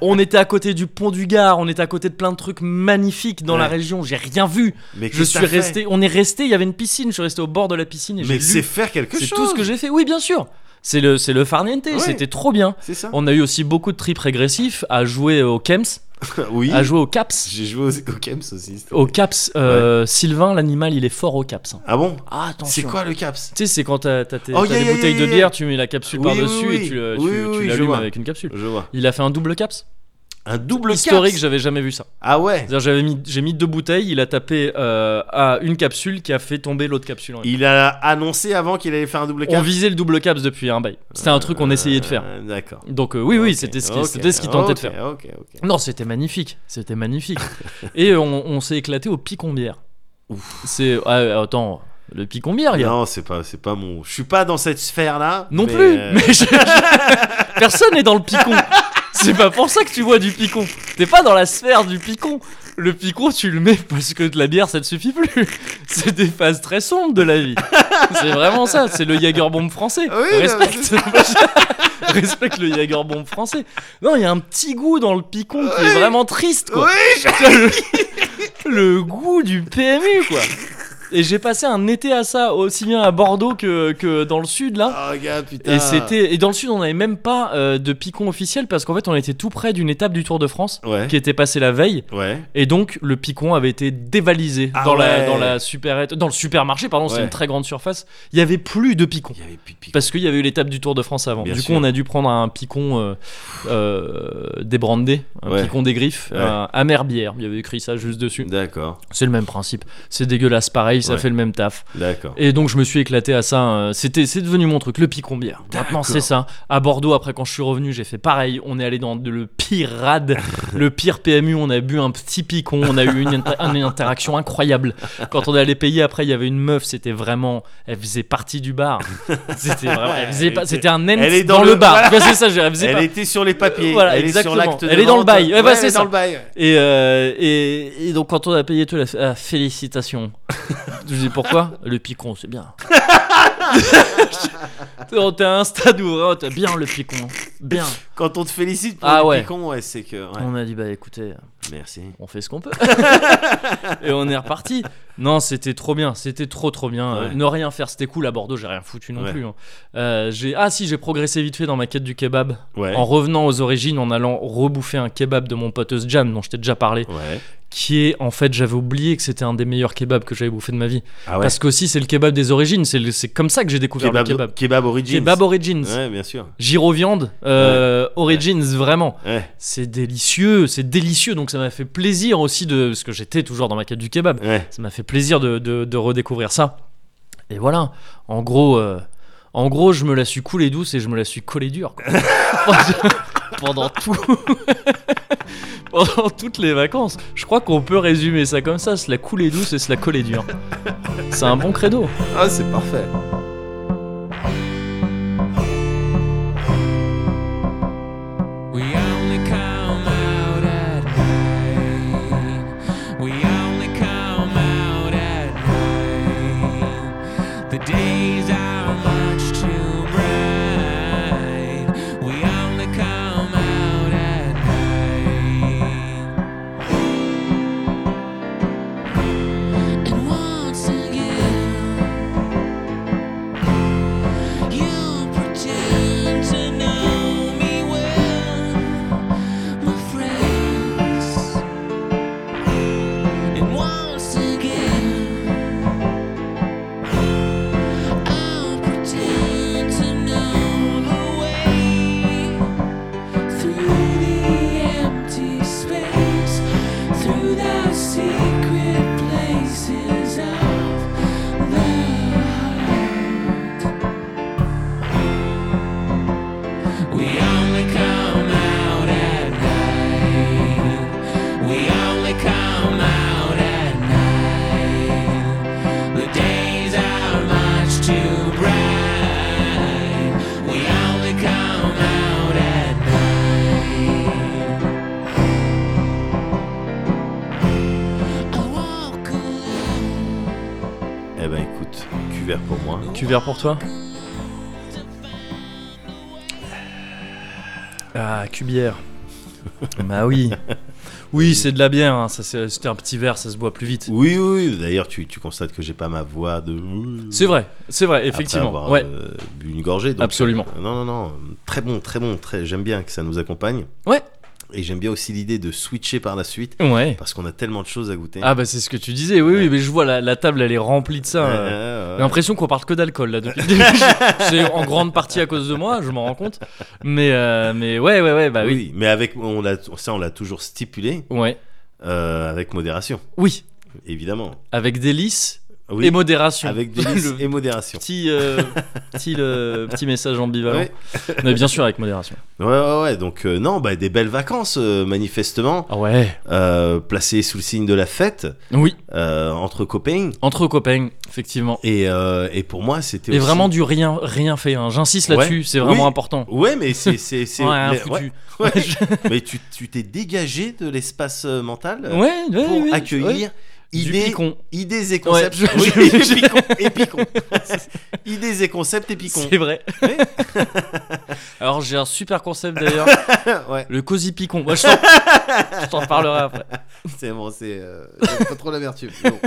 [SPEAKER 1] on était à côté du pont du Gard, on était à côté de plein de trucs magnifiques dans la
[SPEAKER 2] Ouais.
[SPEAKER 1] région, j'ai rien vu.
[SPEAKER 2] Mais
[SPEAKER 1] Je
[SPEAKER 2] qu'est-ce que
[SPEAKER 1] suis
[SPEAKER 2] t'as fait
[SPEAKER 1] resté, on est resté, il y avait une piscine, je suis resté au bord de la piscine et j'ai
[SPEAKER 2] Mais c'est
[SPEAKER 1] lu.
[SPEAKER 2] faire quelque chose.
[SPEAKER 1] C'est tout ce que j'ai fait, oui, bien sûr. C'est le, c'est le farniente,
[SPEAKER 2] Ouais.
[SPEAKER 1] c'était trop bien.
[SPEAKER 2] C'est ça.
[SPEAKER 1] On a eu aussi beaucoup de trips régressifs à jouer au Kems,
[SPEAKER 2] Oui.
[SPEAKER 1] à jouer au Caps.
[SPEAKER 2] J'ai joué aux au Caps aussi.
[SPEAKER 1] Au Caps, euh, Sylvain, l'animal, il est fort au Caps. hein.
[SPEAKER 2] Ah bon
[SPEAKER 1] Ah,
[SPEAKER 2] C'est
[SPEAKER 1] attention.
[SPEAKER 2] quoi le Caps
[SPEAKER 1] Tu sais, c'est quand t'as t'as tes-
[SPEAKER 2] Oh,
[SPEAKER 1] t'as
[SPEAKER 2] yeah,
[SPEAKER 1] des
[SPEAKER 2] yeah,
[SPEAKER 1] bouteilles
[SPEAKER 2] yeah,
[SPEAKER 1] de
[SPEAKER 2] yeah.
[SPEAKER 1] bière, tu mets la capsule
[SPEAKER 2] Oui,
[SPEAKER 1] par-dessus
[SPEAKER 2] oui,
[SPEAKER 1] et tu, le- tu-
[SPEAKER 2] oui,
[SPEAKER 1] tu
[SPEAKER 2] oui, oui, je
[SPEAKER 1] l'allumes
[SPEAKER 2] vois.
[SPEAKER 1] avec une capsule.
[SPEAKER 2] Je vois.
[SPEAKER 1] Il a fait un double caps.
[SPEAKER 2] Un double
[SPEAKER 1] Historique,
[SPEAKER 2] Caps.
[SPEAKER 1] j'avais jamais vu ça.
[SPEAKER 2] Ah ouais.
[SPEAKER 1] C'est-à-dire, j'avais mis- j'ai mis deux bouteilles, il a tapé euh, à une capsule qui a fait tomber l'autre capsule. en même temps.
[SPEAKER 2] Il a annoncé avant qu'il allait faire un double
[SPEAKER 1] On
[SPEAKER 2] Caps.
[SPEAKER 1] visait le double caps depuis un bail. C'était un truc qu'on essayait de faire.
[SPEAKER 2] Euh, D'accord.
[SPEAKER 1] Donc euh, oui, oui,
[SPEAKER 2] Ok,
[SPEAKER 1] c'était ce qui-
[SPEAKER 2] ok,
[SPEAKER 1] c'était ce qu'il tentait de
[SPEAKER 2] ok,
[SPEAKER 1] faire.
[SPEAKER 2] Ok, ok.
[SPEAKER 1] Non, c'était magnifique, c'était magnifique. et on, on s'est éclaté au picombière. C'est ah, attends, le picombière, il y a
[SPEAKER 2] Non, c'est pas, c'est pas mon. Je suis pas dans cette sphère là.
[SPEAKER 1] Non plus.
[SPEAKER 2] euh,
[SPEAKER 1] Mais je- je- Personne n'est dans le picon. C'est pas pour ça que tu vois du picon. T'es pas dans la sphère du picon. Le picon, tu le mets parce que de la bière, ça ne suffit plus. C'est des phases très sombres de la vie. C'est vraiment ça. C'est le Jagerbomb français.
[SPEAKER 2] Oui,
[SPEAKER 1] Respecte. Respecte le Jagerbomb français. Non, il y a un petit goût dans le picon qui est
[SPEAKER 2] Oui.
[SPEAKER 1] vraiment triste. Quoi.
[SPEAKER 2] Oui,
[SPEAKER 1] le... le goût du PMU, quoi. Et j'ai passé un été à ça, aussi bien à Bordeaux que, que dans le sud, là.
[SPEAKER 2] Oh gars, putain.
[SPEAKER 1] Et c'était et dans le sud on n'avait même pas euh, de picon officiel parce qu'en fait on était tout près d'une étape du Tour de France
[SPEAKER 2] Ouais.
[SPEAKER 1] qui était passée la veille
[SPEAKER 2] Ouais.
[SPEAKER 1] et donc le picon avait été dévalisé
[SPEAKER 2] Ah
[SPEAKER 1] dans la
[SPEAKER 2] ouais.
[SPEAKER 1] dans la supérette dans le supermarché pardon c'est
[SPEAKER 2] Ouais.
[SPEAKER 1] une très grande surface il y avait plus de picon
[SPEAKER 2] Il y avait plus de pique.
[SPEAKER 1] parce qu'il y avait eu l'étape du Tour de France avant
[SPEAKER 2] Bien
[SPEAKER 1] du
[SPEAKER 2] sûr.
[SPEAKER 1] coup on a dû prendre un picon euh, euh, débrandé un
[SPEAKER 2] Ouais.
[SPEAKER 1] picon des griffes
[SPEAKER 2] Ouais.
[SPEAKER 1] un amer bière il y avait écrit ça juste dessus
[SPEAKER 2] D'accord.
[SPEAKER 1] c'est le même principe c'est dégueulasse pareil pareil, ça
[SPEAKER 2] Ouais.
[SPEAKER 1] fait le même taf.
[SPEAKER 2] D'accord.
[SPEAKER 1] Et donc je me suis éclaté à ça. euh, C'était, c'est devenu mon truc, le picombière. Maintenant c'est ça. À Bordeaux, après quand je suis revenu, j'ai fait pareil. On est allé dans de- le pire rad, le pire PMU. On a bu un petit picon. On a eu une, inter- une interaction incroyable. Quand on est allé payer, après il y avait une meuf. C'était vraiment, elle faisait partie du bar. C'était vraiment, elle faisait pas. C'était un end
[SPEAKER 2] Elle est
[SPEAKER 1] dans,
[SPEAKER 2] dans
[SPEAKER 1] le,
[SPEAKER 2] le-
[SPEAKER 1] bar.
[SPEAKER 2] voilà.
[SPEAKER 1] Tu vois, c'est ça, je- elle faisait
[SPEAKER 2] Elle
[SPEAKER 1] pas- Euh,
[SPEAKER 2] était sur les papiers.
[SPEAKER 1] Voilà,
[SPEAKER 2] elle est sur
[SPEAKER 1] exactement.
[SPEAKER 2] l'acte. de
[SPEAKER 1] Elle est dans le
[SPEAKER 2] vente.
[SPEAKER 1] bail. Ouais, bah,
[SPEAKER 2] elle
[SPEAKER 1] c'est
[SPEAKER 2] est
[SPEAKER 1] ça.
[SPEAKER 2] dans le bail.
[SPEAKER 1] Et, euh, et, et donc quand on a payé tout, la félicitation. Je dis pourquoi Le picon, c'est bien. on t'es à un stade où oh, t'as bien le picon, bien.
[SPEAKER 2] Quand on te félicite pour
[SPEAKER 1] Ah
[SPEAKER 2] le
[SPEAKER 1] ouais.
[SPEAKER 2] picon, ouais, c'est que. ouais.
[SPEAKER 1] On a dit bah écoutez,
[SPEAKER 2] Merci.
[SPEAKER 1] on fait ce qu'on peut. et on est reparti. Non, c'était trop bien, c'était trop trop bien. Euh,
[SPEAKER 2] Ouais.
[SPEAKER 1] Ne rien faire, c'était cool à Bordeaux, j'ai rien foutu non
[SPEAKER 2] Ouais.
[SPEAKER 1] plus. hein. Euh, j'ai ah si, j'ai progressé vite fait dans ma quête du kebab
[SPEAKER 2] Ouais.
[SPEAKER 1] en revenant aux origines, en allant rebouffer un kebab de mon pote Jam dont je t'ai déjà parlé.
[SPEAKER 2] Ouais.
[SPEAKER 1] qui est en fait j'avais oublié que c'était un des meilleurs kebabs que j'avais bouffé de ma vie
[SPEAKER 2] Ah ouais.
[SPEAKER 1] parce qu'aussi c'est le kebab des origines c'est le- c'est comme ça que j'ai découvert
[SPEAKER 2] kebab,
[SPEAKER 1] le kebab
[SPEAKER 2] kebab origins.
[SPEAKER 1] kebab origins
[SPEAKER 2] Ouais, bien sûr.
[SPEAKER 1] Giro viande, euh, origins vraiment.
[SPEAKER 2] Ouais.
[SPEAKER 1] C'est délicieux, c'est délicieux. Donc ça m'a fait plaisir aussi de, parce que j'étais toujours dans ma quête du kebab.
[SPEAKER 2] Ouais.
[SPEAKER 1] Ça m'a fait plaisir de, de- de redécouvrir ça. Et voilà. En gros, euh, en gros, je me la suis coulée douce et je me la suis collée dure. quoi. Pendant tout. Pendant toutes les vacances. Je crois qu'on peut résumer ça comme ça se la couler douce et se la coller dure. C'est un bon credo.
[SPEAKER 2] Ah, c'est parfait.
[SPEAKER 4] We only come out at night. We only come out at night. The days are much too bright. We only come out at night. And once again, you pretend to know me well, my friends. And once again, I'll pretend to know the way through the empty space, through the secret places of the heart. We only come out at night. We only come out at night. The days are much too bright. We only come out at night. I walk alone.
[SPEAKER 2] Eh ben, écoute, cuvert pour moi.
[SPEAKER 1] Cuvert pour toi Ah, cubière. bah oui. Oui, c'est de la bière. hein, ça, c'est- C'était un petit verre, ça se boit plus vite.
[SPEAKER 2] Oui, oui. oui. D'ailleurs, tu, tu constates que j'ai pas ma voix de.
[SPEAKER 1] C'est vrai, c'est vrai,
[SPEAKER 2] Après
[SPEAKER 1] effectivement.
[SPEAKER 2] avoir,
[SPEAKER 1] ouais,
[SPEAKER 2] euh, bu une gorgée. donc,
[SPEAKER 1] Absolument.
[SPEAKER 2] euh, non, non, non. Très bon, très bon. Très... J'aime bien que ça nous accompagne.
[SPEAKER 1] Ouais.
[SPEAKER 2] Et j'aime bien aussi l'idée de switcher par la suite
[SPEAKER 1] ouais.
[SPEAKER 2] parce qu'on a tellement de choses à goûter.
[SPEAKER 1] Ah bah c'est ce que tu disais. Oui, oui, mais je vois la, la table, elle est remplie de ça.
[SPEAKER 2] Ouais,
[SPEAKER 1] euh.
[SPEAKER 2] ouais,
[SPEAKER 1] J'ai
[SPEAKER 2] ouais.
[SPEAKER 1] l'impression qu'on parle que d'alcool là depuis le début. Je- c'est en grande partie à cause de moi, je m'en rends compte. Mais euh, mais ouais, ouais, ouais, bah oui.
[SPEAKER 2] Oui, mais avec on l'a- ça, on l'a toujours stipulé
[SPEAKER 1] Ouais,
[SPEAKER 2] euh, avec modération,
[SPEAKER 1] oui.
[SPEAKER 2] évidemment.
[SPEAKER 1] Avec délice
[SPEAKER 2] Oui,
[SPEAKER 1] et modération.
[SPEAKER 2] avec délice
[SPEAKER 1] Le-
[SPEAKER 2] et modération.
[SPEAKER 1] petit, euh, petit, le- petit message ambivalent.
[SPEAKER 2] Ouais.
[SPEAKER 1] Mais bien sûr, avec modération.
[SPEAKER 2] Ouais, ouais, ouais. Donc euh, non, bah, des belles vacances euh, manifestement,
[SPEAKER 1] Ah ouais.
[SPEAKER 2] euh, placées sous le signe de la fête
[SPEAKER 1] Oui,
[SPEAKER 2] euh, entre copains.
[SPEAKER 1] entre copains, effectivement.
[SPEAKER 2] Et, euh, et pour moi, c'était
[SPEAKER 1] Et
[SPEAKER 2] aussi-
[SPEAKER 1] vraiment du rien, rien fait. hein. J'insiste
[SPEAKER 2] Ouais.
[SPEAKER 1] là-dessus, c'est vraiment
[SPEAKER 2] Oui.
[SPEAKER 1] important.
[SPEAKER 2] Ouais, mais c'est c'est c'est-
[SPEAKER 1] Ouais, un
[SPEAKER 2] mais-
[SPEAKER 1] foutu.
[SPEAKER 2] ouais, ouais.
[SPEAKER 1] Je-
[SPEAKER 2] mais tu tu t'es dégagé de l'espace euh, mental euh,
[SPEAKER 1] Ouais, ouais,
[SPEAKER 2] pour
[SPEAKER 1] ouais, ouais.
[SPEAKER 2] accueillir
[SPEAKER 1] Du
[SPEAKER 2] idées
[SPEAKER 1] picon.
[SPEAKER 2] idées et concepts.
[SPEAKER 1] je-
[SPEAKER 2] Oui,
[SPEAKER 1] je-
[SPEAKER 2] et
[SPEAKER 1] je-
[SPEAKER 2] picon, et picon. idées et concepts et picon.
[SPEAKER 1] C'est vrai.
[SPEAKER 2] Ouais.
[SPEAKER 1] Alors j'ai un super concept d'ailleurs,
[SPEAKER 2] ouais.
[SPEAKER 1] le cosy picon. Moi je t'en- je t'en parlerai après.
[SPEAKER 2] C'est bon, c'est euh, j'aime pas trop la vertu. mais bon.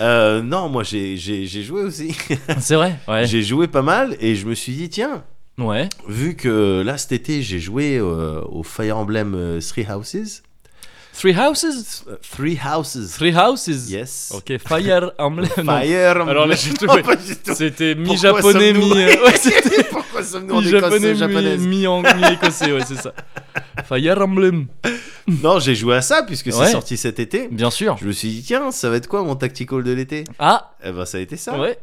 [SPEAKER 2] Euh, non, moi j'ai j'ai- j'ai joué aussi.
[SPEAKER 1] C'est vrai. Ouais.
[SPEAKER 2] J'ai joué pas mal et je me suis dit tiens,
[SPEAKER 1] Ouais.
[SPEAKER 2] vu que là cet été j'ai joué euh, au Fire Emblem euh, Three Houses,
[SPEAKER 1] Three houses.
[SPEAKER 2] Euh, Three Houses,
[SPEAKER 1] Three houses.
[SPEAKER 2] yes,
[SPEAKER 1] Ok. Fire Emblem. non.
[SPEAKER 2] Fire Emblem.
[SPEAKER 1] Alors là, j'ai tout-
[SPEAKER 2] Non,
[SPEAKER 1] ouais.
[SPEAKER 2] pas du tout.
[SPEAKER 1] C'était mi
[SPEAKER 2] Pourquoi
[SPEAKER 1] japonais, mi. euh,
[SPEAKER 2] sommes-nous-
[SPEAKER 1] Ouais, c'était
[SPEAKER 2] Pourquoi sommes-nous en
[SPEAKER 1] mi
[SPEAKER 2] Écosse
[SPEAKER 1] japonais,
[SPEAKER 2] japonaise
[SPEAKER 1] mi mi écossais. Ouais, c'est ça. Fire Emblem.
[SPEAKER 2] Non, j'ai joué à ça puisque c'est
[SPEAKER 1] Ouais.
[SPEAKER 2] sorti cet été.
[SPEAKER 1] Bien sûr.
[SPEAKER 2] Je me suis dit, tiens, ça va être quoi mon tactical de l'été
[SPEAKER 1] Ah,
[SPEAKER 2] Eh ben, ça a été ça.
[SPEAKER 1] ouais.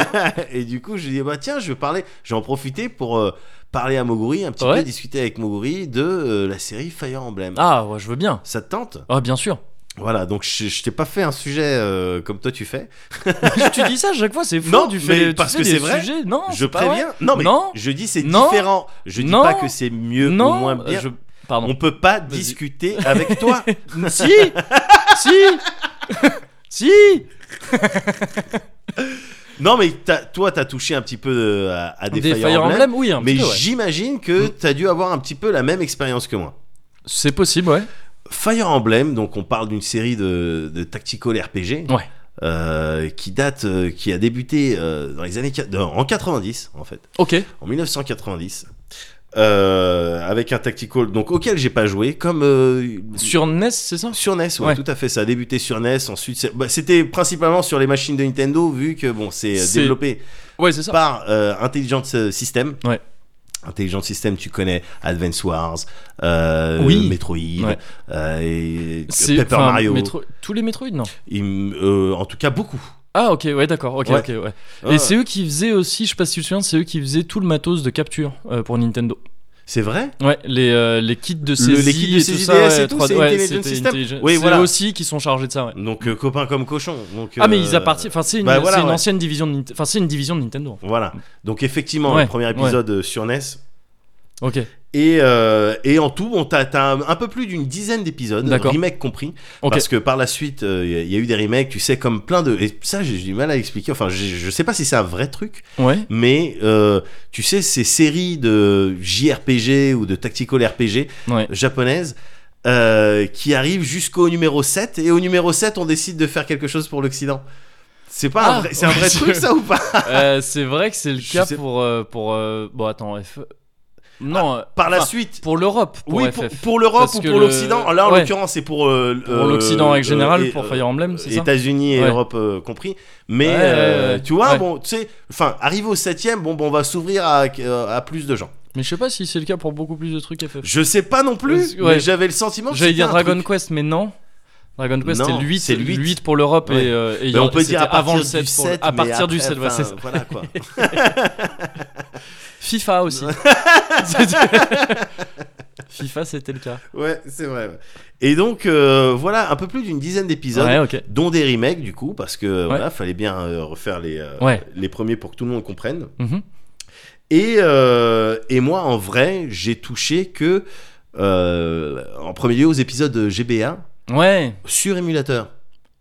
[SPEAKER 2] et du coup, je dis, bah tiens, je vais parler. J'en profiter pour euh, parler à Moguri, un petit
[SPEAKER 1] Ouais.
[SPEAKER 2] peu discuter avec Moguri de euh, la série Fire Emblem.
[SPEAKER 1] Ah, ouais, je veux bien.
[SPEAKER 2] Ça te tente
[SPEAKER 1] Ah, bien sûr.
[SPEAKER 2] Voilà, donc je, je t'ai pas fait un sujet euh, comme toi tu fais.
[SPEAKER 1] tu dis ça à chaque fois, c'est fou.
[SPEAKER 2] Non,
[SPEAKER 1] tu fais,
[SPEAKER 2] mais
[SPEAKER 1] tu
[SPEAKER 2] parce
[SPEAKER 1] fais
[SPEAKER 2] que
[SPEAKER 1] des
[SPEAKER 2] c'est vrai,
[SPEAKER 1] sujets. Non,
[SPEAKER 2] Je
[SPEAKER 1] c'est pas vrai.
[SPEAKER 2] préviens. Non, mais
[SPEAKER 1] Non.
[SPEAKER 2] je dis c'est
[SPEAKER 1] Non.
[SPEAKER 2] différent. Je dis
[SPEAKER 1] Non.
[SPEAKER 2] pas que c'est mieux
[SPEAKER 1] Non,
[SPEAKER 2] ou moins bien.
[SPEAKER 1] je- Pardon.
[SPEAKER 2] On peut pas
[SPEAKER 1] Vas-y.
[SPEAKER 2] discuter avec toi.
[SPEAKER 1] si Si Si
[SPEAKER 2] Non, mais t'as- toi, t'as touché un petit peu euh, à, à des,
[SPEAKER 1] Des
[SPEAKER 2] Fire, Emblem.
[SPEAKER 1] oui, un
[SPEAKER 2] Mais
[SPEAKER 1] petit peu, ouais. Mm.
[SPEAKER 2] j'imagine que t'as dû avoir un petit peu la même expérience que moi.
[SPEAKER 1] C'est possible, ouais.
[SPEAKER 2] Fire Emblem, donc on parle d'une série de, de tactical RPG.
[SPEAKER 1] Ouais.
[SPEAKER 2] euh, qui date, euh, qui a débuté euh, dans les années qua- dans- en 90 en fait,
[SPEAKER 1] Ok.
[SPEAKER 2] en 1990, euh, avec un tactical donc auquel j'ai pas joué, comme euh,
[SPEAKER 1] Sur NES, c'est ça
[SPEAKER 2] sur NES, ouais,
[SPEAKER 1] Ouais.
[SPEAKER 2] tout à fait, ça a débuté sur NES, ensuite c'est- bah, c'était principalement sur les machines de Nintendo vu que bon c'est euh,
[SPEAKER 1] C'est-
[SPEAKER 2] développé
[SPEAKER 1] Ouais, c'est ça.
[SPEAKER 2] par euh, Intelligent euh, System.
[SPEAKER 1] Ouais.
[SPEAKER 2] Intelligent System, tu connais Advance Wars, euh,
[SPEAKER 1] Oui.
[SPEAKER 2] Metroid,
[SPEAKER 1] Ouais.
[SPEAKER 2] euh, et
[SPEAKER 1] C'est-
[SPEAKER 2] Paper
[SPEAKER 1] enfin,
[SPEAKER 2] Mario.
[SPEAKER 1] Metro- Tous les Metroid, non
[SPEAKER 2] Il m- euh, en tout cas, beaucoup.
[SPEAKER 1] Ah, ok, ouais, d'accord. Ok,
[SPEAKER 2] Ouais.
[SPEAKER 1] ok, ouais.
[SPEAKER 2] Ah,
[SPEAKER 1] Et c'est eux qui faisaient aussi, je sais pas si tu te souviens, c'est eux qui faisaient tout le matos de capture euh, pour Nintendo.
[SPEAKER 2] c'est vrai
[SPEAKER 1] Ouais, les, euh, les kits de saisie
[SPEAKER 2] les kits de
[SPEAKER 1] et
[SPEAKER 2] saisie
[SPEAKER 1] tout ça,
[SPEAKER 2] DS et
[SPEAKER 1] ouais,
[SPEAKER 2] tout,
[SPEAKER 1] 3D,
[SPEAKER 2] c'est
[SPEAKER 1] ouais,
[SPEAKER 2] Intelligent
[SPEAKER 1] c'était
[SPEAKER 2] System.
[SPEAKER 1] Intelligent-
[SPEAKER 2] Oui,
[SPEAKER 1] c'est
[SPEAKER 2] voilà.
[SPEAKER 1] eux aussi qui sont chargés de ça, ouais.
[SPEAKER 2] Donc euh, copain comme cochon. Donc,
[SPEAKER 1] Ah mais
[SPEAKER 2] euh,
[SPEAKER 1] ils appartiennent. Enfin c'est une,
[SPEAKER 2] bah voilà,
[SPEAKER 1] c'est une
[SPEAKER 2] ouais.
[SPEAKER 1] ancienne division. De... Nint- Enfin c'est une division de Nintendo.
[SPEAKER 2] Voilà. Donc effectivement,
[SPEAKER 1] Ouais,
[SPEAKER 2] le premier épisode euh, sur NES.
[SPEAKER 1] Ok.
[SPEAKER 2] Et, euh, et en tout, bon, t'as t'as un, un peu plus d'une dizaine d'épisodes,
[SPEAKER 1] D'accord.
[SPEAKER 2] remake compris,
[SPEAKER 1] Ok.
[SPEAKER 2] parce que par la suite, il y, a eu des remakes, tu sais, comme plein de... Et ça, j'ai du mal à expliquer, enfin, j'ai- je sais pas si c'est un vrai truc,
[SPEAKER 1] Ouais.
[SPEAKER 2] mais euh, tu sais, ces séries de JRPG ou de tactical RPG
[SPEAKER 1] Ouais.
[SPEAKER 2] japonaises euh, qui arrivent jusqu'au numéro 7, et au numéro 7, on décide de faire quelque chose pour l'Occident. C'est pas un
[SPEAKER 1] Ah,
[SPEAKER 2] vrai, c'est un
[SPEAKER 1] ouais,
[SPEAKER 2] vrai
[SPEAKER 1] je-
[SPEAKER 2] truc, ça, ou pas
[SPEAKER 1] Euh, c'est vrai que c'est le
[SPEAKER 2] Je
[SPEAKER 1] cas
[SPEAKER 2] sais-
[SPEAKER 1] pour euh, pour euh, bon attends F. Non. euh,
[SPEAKER 2] Ah, Par la
[SPEAKER 1] enfin,
[SPEAKER 2] suite
[SPEAKER 1] Pour l'Europe. Pour
[SPEAKER 2] oui,
[SPEAKER 1] FF.
[SPEAKER 2] pour, pour l'Europe
[SPEAKER 1] Parce
[SPEAKER 2] ou
[SPEAKER 1] que
[SPEAKER 2] pour
[SPEAKER 1] le-
[SPEAKER 2] l'Occident. Là, en
[SPEAKER 1] Ouais.
[SPEAKER 2] l'occurrence, c'est pour, euh,
[SPEAKER 1] Pour
[SPEAKER 2] euh,
[SPEAKER 1] l'Occident en règle
[SPEAKER 2] euh,
[SPEAKER 1] générale,
[SPEAKER 2] et,
[SPEAKER 1] pour
[SPEAKER 2] euh,
[SPEAKER 1] Fire Emblem, c'est ça.
[SPEAKER 2] États-Unis et
[SPEAKER 1] Ouais.
[SPEAKER 2] Europe euh, compris. Mais
[SPEAKER 1] Ouais,
[SPEAKER 2] euh,
[SPEAKER 1] ouais, ouais.
[SPEAKER 2] tu vois,
[SPEAKER 1] Ouais.
[SPEAKER 2] bon, tu sais, enfin, arrivé au 7 bon, bon, on va s'ouvrir à, euh, à plus de gens.
[SPEAKER 1] Mais je sais pas si c'est le cas pour beaucoup plus de trucs FF.
[SPEAKER 2] Je sais pas non
[SPEAKER 1] Parce-
[SPEAKER 2] plus,
[SPEAKER 1] ouais.
[SPEAKER 2] mais j'avais le sentiment. que
[SPEAKER 1] J'allais
[SPEAKER 2] c'était
[SPEAKER 1] dire
[SPEAKER 2] un
[SPEAKER 1] Dragon
[SPEAKER 2] truc.
[SPEAKER 1] Quest, mais non. Dragon Quest
[SPEAKER 2] Non,
[SPEAKER 1] c'est le 8,
[SPEAKER 2] c'est le 8.
[SPEAKER 1] 8 pour l'Europe
[SPEAKER 2] Ouais.
[SPEAKER 1] et, euh, et il y
[SPEAKER 2] Mais
[SPEAKER 1] en-
[SPEAKER 2] on peut dire à
[SPEAKER 1] c'était
[SPEAKER 2] partir
[SPEAKER 1] avant le
[SPEAKER 2] du
[SPEAKER 1] 7 pour le-
[SPEAKER 2] 7,
[SPEAKER 1] à
[SPEAKER 2] mais
[SPEAKER 1] partir
[SPEAKER 2] après,
[SPEAKER 1] du 7 ouais,
[SPEAKER 2] enfin,
[SPEAKER 1] c'est ça.
[SPEAKER 2] voilà quoi.
[SPEAKER 1] FIFA aussi. C'était- FIFA c'était le cas.
[SPEAKER 2] ouais, c'est vrai. ouais. Et donc euh, voilà, un peu plus d'une dizaine d'épisodes,
[SPEAKER 1] Ouais, OK.
[SPEAKER 2] dont des remakes du coup, parce que voilà, fallait bien euh, refaire les euh,
[SPEAKER 1] Ouais.
[SPEAKER 2] les premiers pour que tout le monde comprenne.
[SPEAKER 1] Mhm.
[SPEAKER 2] Et, euh, et moi, en vrai, j'ai touché que, euh, en premier lieu, aux épisodes GBA
[SPEAKER 1] Ouais.
[SPEAKER 2] sur émulateur.